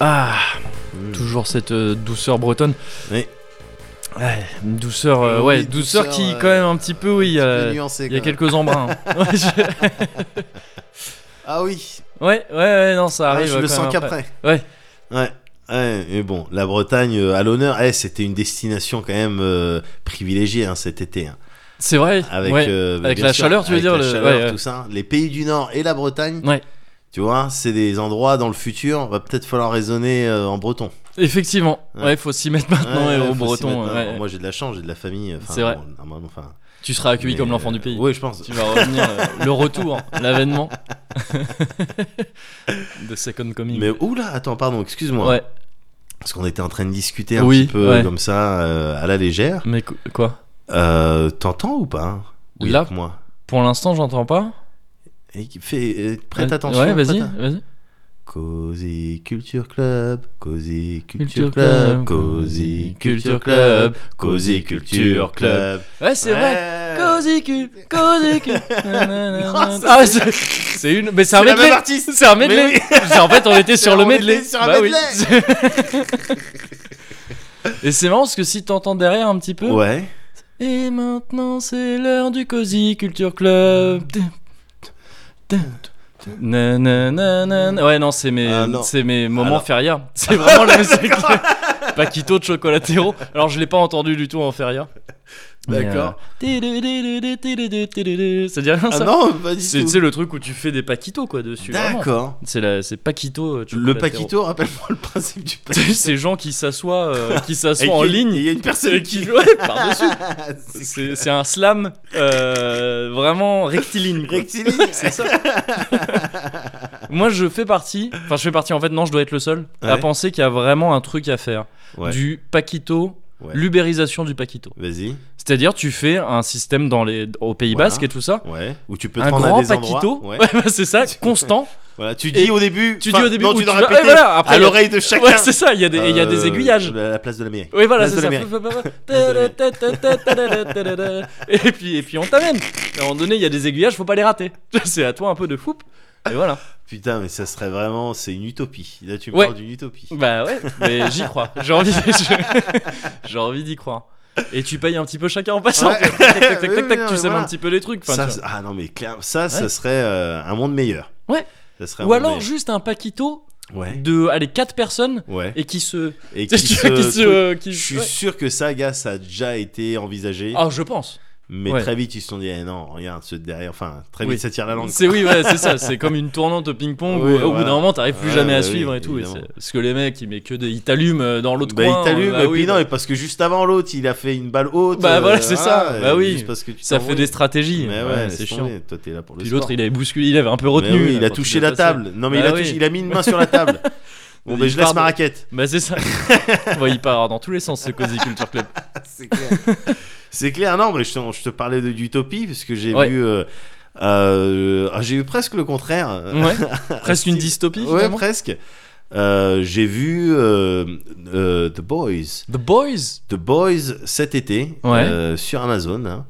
[SPEAKER 1] Ah, toujours cette euh, douceur bretonne.
[SPEAKER 2] Oui.
[SPEAKER 1] Ouais, une douceur, euh,
[SPEAKER 2] Oui,
[SPEAKER 1] ouais,
[SPEAKER 2] douceur,
[SPEAKER 1] douceur, qui,
[SPEAKER 2] euh,
[SPEAKER 1] quand même, un petit peu, oui.
[SPEAKER 2] Un
[SPEAKER 1] euh,
[SPEAKER 2] petit peu nuancé,
[SPEAKER 1] Il y a
[SPEAKER 2] quand même.
[SPEAKER 1] quelques embruns. hein. ouais, je-
[SPEAKER 2] Ah oui.
[SPEAKER 1] ouais, ouais, ouais, non, ça
[SPEAKER 2] Ah,
[SPEAKER 1] arrive.
[SPEAKER 2] je le
[SPEAKER 1] quand
[SPEAKER 2] sens
[SPEAKER 1] même
[SPEAKER 2] qu'après.
[SPEAKER 1] Ouais.
[SPEAKER 2] Ouais. Ouais, mais bon, la Bretagne euh, à l'honneur, eh, c'était une destination quand même euh, privilégiée hein, cet été. hein.
[SPEAKER 1] C'est vrai.
[SPEAKER 2] Avec,
[SPEAKER 1] ouais.
[SPEAKER 2] euh, bah,
[SPEAKER 1] Avec
[SPEAKER 2] bien
[SPEAKER 1] la chaleur, tu veux
[SPEAKER 2] avec
[SPEAKER 1] dire,
[SPEAKER 2] la
[SPEAKER 1] le-
[SPEAKER 2] chaleur,
[SPEAKER 1] ouais, ouais.
[SPEAKER 2] tout ça. Les pays du Nord et la Bretagne,
[SPEAKER 1] Ouais.
[SPEAKER 2] tu vois, c'est des endroits dans le futur, va peut-être falloir raisonner euh, en breton.
[SPEAKER 1] Effectivement. Ouais,
[SPEAKER 2] Ouais.
[SPEAKER 1] faut s'y mettre maintenant
[SPEAKER 2] Ouais,
[SPEAKER 1] et
[SPEAKER 2] ouais,
[SPEAKER 1] au
[SPEAKER 2] faut s'y
[SPEAKER 1] breton.
[SPEAKER 2] mettre,
[SPEAKER 1] Ah ouais.
[SPEAKER 2] hein. Moi, j'ai de la chance, j'ai de la famille. enfin,
[SPEAKER 1] C'est vrai.
[SPEAKER 2] bon, normalement, enfin,
[SPEAKER 1] Tu seras accueilli
[SPEAKER 2] mais,
[SPEAKER 1] comme l'enfant du
[SPEAKER 2] euh,
[SPEAKER 1] pays.
[SPEAKER 2] Oui, je pense.
[SPEAKER 1] Tu vas revenir euh, le retour, l'avènement. de Second Coming.
[SPEAKER 2] Mais hein. oula, attends, pardon, excuse-moi.
[SPEAKER 1] ouais.
[SPEAKER 2] Parce qu'on était en train de discuter un
[SPEAKER 1] Oui,
[SPEAKER 2] petit peu
[SPEAKER 1] ouais.
[SPEAKER 2] comme ça, euh, à la légère.
[SPEAKER 1] Mais qu- quoi
[SPEAKER 2] Euh, T'entends ou pas Oui,
[SPEAKER 1] Là.
[SPEAKER 2] avec moi.
[SPEAKER 1] Pour l'instant, j'entends pas.
[SPEAKER 2] Et qui- fais, euh, prête
[SPEAKER 1] Ouais,
[SPEAKER 2] attention.
[SPEAKER 1] Ouais, vas-y,
[SPEAKER 2] prête à-
[SPEAKER 1] vas-y.
[SPEAKER 2] Cozy Culture Club, Cozy Culture
[SPEAKER 1] Culture
[SPEAKER 2] Club,
[SPEAKER 1] Club,
[SPEAKER 2] Cozy
[SPEAKER 1] Cozy
[SPEAKER 2] Culture
[SPEAKER 1] Culture Club,
[SPEAKER 2] Club, Cozy Culture Club.
[SPEAKER 1] Ouais, c'est vrai.
[SPEAKER 2] Ouais.
[SPEAKER 1] Cozy cul, cozy cul.
[SPEAKER 2] Non, ça,
[SPEAKER 1] Ah, c'est c'est une. Mais c'est un
[SPEAKER 2] C'est la
[SPEAKER 1] medley.
[SPEAKER 2] même artiste.
[SPEAKER 1] C'est un
[SPEAKER 2] Mais oui.
[SPEAKER 1] medley. C'est- En fait, on était sur
[SPEAKER 2] on
[SPEAKER 1] le
[SPEAKER 2] était
[SPEAKER 1] medley.
[SPEAKER 2] sur un
[SPEAKER 1] Bah oui.
[SPEAKER 2] medley.
[SPEAKER 1] Et c'est marrant parce que si t'entends derrière un petit peu.
[SPEAKER 2] Ouais.
[SPEAKER 1] Et maintenant, c'est l'heure du Cozy Culture Club.
[SPEAKER 2] Ah.
[SPEAKER 1] Na, na, na, na, na. Ouais, non, c'est mes,
[SPEAKER 2] Ah, non.
[SPEAKER 1] c'est mes moments
[SPEAKER 2] Alors.
[SPEAKER 1] Feria. C'est vraiment la musique. Paquito de Chocolatero. Alors, je l'ai pas entendu du tout en Feria. Mais,
[SPEAKER 2] D'accord.
[SPEAKER 1] euh, Ça dit rien,
[SPEAKER 2] Ah
[SPEAKER 1] ça
[SPEAKER 2] non, pas du
[SPEAKER 1] C'est
[SPEAKER 2] tout.
[SPEAKER 1] tu sais, le truc où tu fais des Paquito, quoi, dessus. vraiment.
[SPEAKER 2] D'accord.
[SPEAKER 1] C'est la- c'est Paquito. euh,
[SPEAKER 2] Le
[SPEAKER 1] Chocolatero.
[SPEAKER 2] paquito, rappelle-moi le principe
[SPEAKER 1] Tu
[SPEAKER 2] du
[SPEAKER 1] sais,
[SPEAKER 2] paquito.
[SPEAKER 1] Ces gens qui s'assoient euh, qui
[SPEAKER 2] Et
[SPEAKER 1] s'assoient
[SPEAKER 2] qu'il y
[SPEAKER 1] en
[SPEAKER 2] a-
[SPEAKER 1] ligne.
[SPEAKER 2] Il y a une
[SPEAKER 1] C'est
[SPEAKER 2] personne
[SPEAKER 1] qui
[SPEAKER 2] qui.
[SPEAKER 1] ouais, par-dessus. C'est c'est un slam euh, vraiment rectiligne. quoi.
[SPEAKER 2] Rectiligne.
[SPEAKER 1] C'est ça. Moi, je fais partie. Enfin, je fais partie. En fait, non, je dois être le seul à
[SPEAKER 2] Ouais.
[SPEAKER 1] penser qu'il y a vraiment un truc à faire
[SPEAKER 2] Ouais.
[SPEAKER 1] du paquito,
[SPEAKER 2] Ouais.
[SPEAKER 1] l'ubérisation du paquito.
[SPEAKER 2] Vas-y.
[SPEAKER 1] C'est-à-dire, tu fais un système dans les au Pays
[SPEAKER 2] Voilà.
[SPEAKER 1] Basque et tout ça.
[SPEAKER 2] Ouais. Ou tu peux te
[SPEAKER 1] Un
[SPEAKER 2] rendre à
[SPEAKER 1] grand
[SPEAKER 2] des endroits.
[SPEAKER 1] paquito,
[SPEAKER 2] Ouais.
[SPEAKER 1] Ouais, bah, c'est ça, constant.
[SPEAKER 2] Voilà. Tu
[SPEAKER 1] Et
[SPEAKER 2] dis au début.
[SPEAKER 1] tu
[SPEAKER 2] enfin,
[SPEAKER 1] dis au début
[SPEAKER 2] Non,
[SPEAKER 1] où
[SPEAKER 2] tu dois
[SPEAKER 1] vas- ouais,
[SPEAKER 2] répéter
[SPEAKER 1] voilà, après,
[SPEAKER 2] à
[SPEAKER 1] il y a-
[SPEAKER 2] l'oreille de chacun.
[SPEAKER 1] Ouais, c'est ça. Il y a des, il y a des
[SPEAKER 2] Euh,
[SPEAKER 1] aiguillages.
[SPEAKER 2] À la place de la mairie.
[SPEAKER 1] Oui, voilà,
[SPEAKER 2] Place
[SPEAKER 1] c'est
[SPEAKER 2] de
[SPEAKER 1] ça.
[SPEAKER 2] l'Amérique.
[SPEAKER 1] Et puis, et puis on t'amène. À un moment donné, il y a des aiguillages, faut pas les rater. C'est à toi un peu de foupe. Et voilà.
[SPEAKER 2] Putain, mais ça serait vraiment. C'est une utopie. Là, tu me
[SPEAKER 1] Ouais.
[SPEAKER 2] parles d'une utopie.
[SPEAKER 1] Bah ouais, mais j'y crois. J'ai envie, je- j'ai envie d'y croire. Et tu payes un petit peu chacun en passant.
[SPEAKER 2] Ouais.
[SPEAKER 1] Tac, tac, tac, tac,
[SPEAKER 2] Oui,
[SPEAKER 1] tac,
[SPEAKER 2] oui,
[SPEAKER 1] tac,
[SPEAKER 2] non,
[SPEAKER 1] tu
[SPEAKER 2] mais
[SPEAKER 1] sèmes
[SPEAKER 2] voilà.
[SPEAKER 1] un petit peu les trucs. enfin,
[SPEAKER 2] Ça,
[SPEAKER 1] tu
[SPEAKER 2] c'est-
[SPEAKER 1] vois.
[SPEAKER 2] ah non, mais clair, ça, ça serait euh, un monde meilleur.
[SPEAKER 1] Ouais.
[SPEAKER 2] Ça serait un
[SPEAKER 1] Ou
[SPEAKER 2] monde
[SPEAKER 1] alors
[SPEAKER 2] meilleur.
[SPEAKER 1] juste un paquito
[SPEAKER 2] Ouais.
[SPEAKER 1] de, allez, 4 personnes
[SPEAKER 2] Ouais.
[SPEAKER 1] et qui se.
[SPEAKER 2] Et
[SPEAKER 1] tu
[SPEAKER 2] qui
[SPEAKER 1] sais,
[SPEAKER 2] se-
[SPEAKER 1] qui se, euh, qui-
[SPEAKER 2] Je suis
[SPEAKER 1] ouais.
[SPEAKER 2] sûr que ça, gars, ça a déjà été envisagé.
[SPEAKER 1] Ah, je pense.
[SPEAKER 2] Mais
[SPEAKER 1] Ouais.
[SPEAKER 2] très vite, ils se sont dit, eh non, regarde, ceux de derrière, enfin, très
[SPEAKER 1] Oui.
[SPEAKER 2] vite, ça tire la langue.
[SPEAKER 1] C'est oui, ouais, c'est ça. C'est comme une tournante au ping-pong
[SPEAKER 2] Oui,
[SPEAKER 1] où, au bout
[SPEAKER 2] voilà.
[SPEAKER 1] d'un moment, t'arrives plus
[SPEAKER 2] Ouais,
[SPEAKER 1] jamais à
[SPEAKER 2] bah oui,
[SPEAKER 1] suivre et tout. et
[SPEAKER 2] évidemment.
[SPEAKER 1] c'est- parce que les mecs, ils, mettent que des, ils t'allument euh, dans l'autre
[SPEAKER 2] Bah,
[SPEAKER 1] coin.
[SPEAKER 2] il t'allume,
[SPEAKER 1] bah
[SPEAKER 2] et
[SPEAKER 1] oui,
[SPEAKER 2] puis non,
[SPEAKER 1] bah-
[SPEAKER 2] et parce que juste avant, l'autre, il a fait une balle haute. euh, ah,
[SPEAKER 1] Bah voilà, c'est ça,
[SPEAKER 2] et
[SPEAKER 1] bah oui.
[SPEAKER 2] juste parce que tu
[SPEAKER 1] ça
[SPEAKER 2] t'en
[SPEAKER 1] fait
[SPEAKER 2] voulais.
[SPEAKER 1] des stratégies. hein.
[SPEAKER 2] Mais
[SPEAKER 1] Ouais,
[SPEAKER 2] ouais,
[SPEAKER 1] c'est
[SPEAKER 2] c'est
[SPEAKER 1] chiant.
[SPEAKER 2] Toi, t'es là pour le
[SPEAKER 1] Puis l'autre,
[SPEAKER 2] sport.
[SPEAKER 1] il avait bousculé, il avait un peu retenu.
[SPEAKER 2] Mais oui,
[SPEAKER 1] là,
[SPEAKER 2] il a
[SPEAKER 1] quand
[SPEAKER 2] touché
[SPEAKER 1] il
[SPEAKER 2] la
[SPEAKER 1] passé.
[SPEAKER 2] table. Non, mais
[SPEAKER 1] Bah
[SPEAKER 2] il a
[SPEAKER 1] oui.
[SPEAKER 2] touché- il a mis une main sur la table. Bon,
[SPEAKER 1] Il
[SPEAKER 2] ben, je
[SPEAKER 1] part
[SPEAKER 2] laisse ma
[SPEAKER 1] de-
[SPEAKER 2] raquette.
[SPEAKER 1] Bah c'est ça. bah, il part dans tous les sens ce Cozy Culture Club.
[SPEAKER 2] C'est clair. C'est clair, non, mais je te, je te parlais de d'utopie, parce que j'ai
[SPEAKER 1] Ouais.
[SPEAKER 2] vu. euh, euh, ah, j'ai eu presque le contraire.
[SPEAKER 1] Ouais. Presque une dystopie.
[SPEAKER 2] ouais,
[SPEAKER 1] finalement.
[SPEAKER 2] presque. Euh, j'ai vu euh, euh, The Boys.
[SPEAKER 1] The Boys.
[SPEAKER 2] The Boys cet été
[SPEAKER 1] Ouais.
[SPEAKER 2] euh, sur Amazon. hein.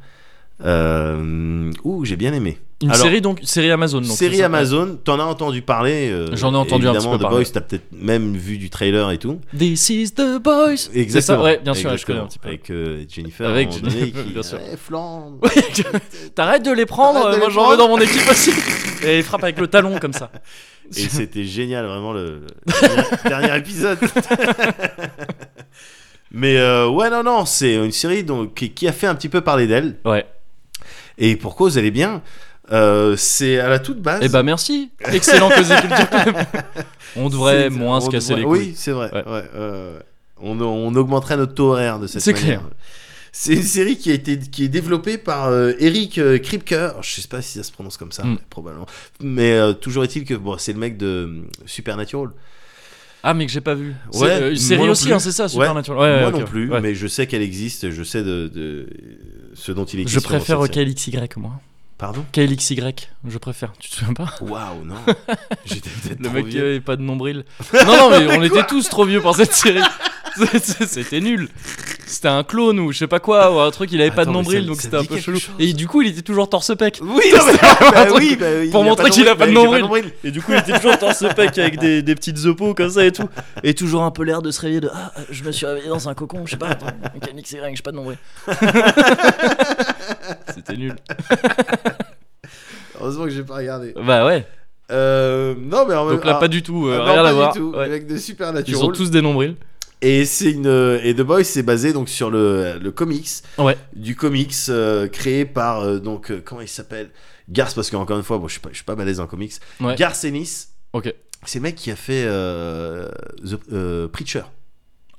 [SPEAKER 2] Euh, ouh, j'ai bien aimé.
[SPEAKER 1] Une
[SPEAKER 2] Alors,
[SPEAKER 1] série donc série Amazon. Donc, c'est
[SPEAKER 2] série
[SPEAKER 1] ça.
[SPEAKER 2] Amazon, t'en as entendu parler. euh,
[SPEAKER 1] J'en ai entendu un petit
[SPEAKER 2] évidemment,
[SPEAKER 1] peu
[SPEAKER 2] The
[SPEAKER 1] parler.
[SPEAKER 2] Boys, t'as peut-être même vu du trailer et tout.
[SPEAKER 1] This is the Boys. C'est ça,
[SPEAKER 2] Exactement.
[SPEAKER 1] ouais, bien sûr, je connais
[SPEAKER 2] Exactement.
[SPEAKER 1] un petit peu.
[SPEAKER 2] Avec euh, Jennifer. à un
[SPEAKER 1] Avec
[SPEAKER 2] moment donné,
[SPEAKER 1] Jennifer,
[SPEAKER 2] qui-
[SPEAKER 1] bien sûr.
[SPEAKER 2] Eh, Flandre.
[SPEAKER 1] T'arrêtes de les prendre, euh,
[SPEAKER 2] T'arrêtes de
[SPEAKER 1] moi
[SPEAKER 2] les
[SPEAKER 1] j'en veux
[SPEAKER 2] prendre.
[SPEAKER 1] dans mon équipe aussi. Et il frappe avec le talon comme ça.
[SPEAKER 2] Et c'était génial, vraiment, le, le dernier, dernier épisode. Mais euh, ouais, non, non, c'est une série donc, qui, qui a fait un petit peu parler d'elle.
[SPEAKER 1] Ouais.
[SPEAKER 2] Et pour cause, elle est bien. Euh, c'est à la toute base.
[SPEAKER 1] Eh bah merci. Excellent Cozy Culture Club. On devrait
[SPEAKER 2] C'est-
[SPEAKER 1] moins se
[SPEAKER 2] on
[SPEAKER 1] casser les
[SPEAKER 2] devrait-
[SPEAKER 1] couilles.
[SPEAKER 2] Oui, c'est vrai.
[SPEAKER 1] Ouais.
[SPEAKER 2] ouais, euh, on, on augmenterait notre taux horaire de cette
[SPEAKER 1] C'est
[SPEAKER 2] manière.
[SPEAKER 1] clair.
[SPEAKER 2] C'est une série qui, a été, qui est développée par euh, Eric euh, Kripke. Je sais pas si ça se prononce comme ça,
[SPEAKER 1] Mm.
[SPEAKER 2] mais probablement. Mais euh, toujours est-il que bon, c'est le mec de euh, Supernatural.
[SPEAKER 1] Ah mais que j'ai pas vu. C'est,
[SPEAKER 2] Ouais,
[SPEAKER 1] euh, une
[SPEAKER 2] moi
[SPEAKER 1] série
[SPEAKER 2] non
[SPEAKER 1] aussi,
[SPEAKER 2] plus.
[SPEAKER 1] hein, c'est ça,
[SPEAKER 2] Ouais.
[SPEAKER 1] Supernatural. Ouais,
[SPEAKER 2] Moi
[SPEAKER 1] ouais,
[SPEAKER 2] non
[SPEAKER 1] ok.
[SPEAKER 2] plus,
[SPEAKER 1] Ouais.
[SPEAKER 2] mais je sais qu'elle existe, je sais de, de ce dont il est
[SPEAKER 1] Je
[SPEAKER 2] question.
[SPEAKER 1] préfère
[SPEAKER 2] dans cette série.
[SPEAKER 1] KLXY moi.
[SPEAKER 2] Pardon
[SPEAKER 1] KLXY, je préfère. Tu te souviens pas
[SPEAKER 2] Waouh, non J'étais peut-être
[SPEAKER 1] Le
[SPEAKER 2] trop
[SPEAKER 1] mec euh, qui
[SPEAKER 2] vieux.
[SPEAKER 1] avait pas de nombril. Non, non, mais on était tous trop vieux pour cette série. C'est- c'est- C'était nul. C'était un clone ou je sais pas quoi, ou un truc, il avait pas de
[SPEAKER 2] Attends, mais
[SPEAKER 1] nombril,
[SPEAKER 2] ça-
[SPEAKER 1] donc
[SPEAKER 2] ça
[SPEAKER 1] c'était
[SPEAKER 2] me
[SPEAKER 1] un
[SPEAKER 2] dit
[SPEAKER 1] peu
[SPEAKER 2] quelque
[SPEAKER 1] chelou.
[SPEAKER 2] chose.
[SPEAKER 1] Et du coup, il était toujours torse-pec.
[SPEAKER 2] Oui, non, mais- bah oui, bah oui,
[SPEAKER 1] pour
[SPEAKER 2] il
[SPEAKER 1] montrer qu'il a pas de
[SPEAKER 2] nombril.
[SPEAKER 1] Et du coup, il était toujours torse-pec avec des, des petites opos comme ça et tout. Et toujours un peu l'air de se réveiller de Ah, je me suis réveillé dans un cocon, je sais pas, attends, mécanique, c'est rien, j'ai pas de nombril. c'était nul.
[SPEAKER 2] Heureusement que j'ai pas regardé.
[SPEAKER 1] Bah ouais,
[SPEAKER 2] Euh, non, mais en même
[SPEAKER 1] donc là,
[SPEAKER 2] ah,
[SPEAKER 1] pas du tout, euh,
[SPEAKER 2] ah, non,
[SPEAKER 1] rien
[SPEAKER 2] pas
[SPEAKER 1] à
[SPEAKER 2] du
[SPEAKER 1] voir.
[SPEAKER 2] tout,
[SPEAKER 1] Ouais.
[SPEAKER 2] Le mec de
[SPEAKER 1] Ils ont
[SPEAKER 2] Supernatural.
[SPEAKER 1] tous des nombrils.
[SPEAKER 2] Et c'est une euh, et The Boys c'est basé donc sur le, le comics
[SPEAKER 1] Ouais.
[SPEAKER 2] du comics euh, créé par euh, donc euh, comment il s'appelle Garth parce qu'encore une fois bon je suis pas je suis pas balèze en comics
[SPEAKER 1] Ouais.
[SPEAKER 2] Garth Ennis
[SPEAKER 1] Ok.
[SPEAKER 2] c'est le mec qui a fait euh, The euh, Preacher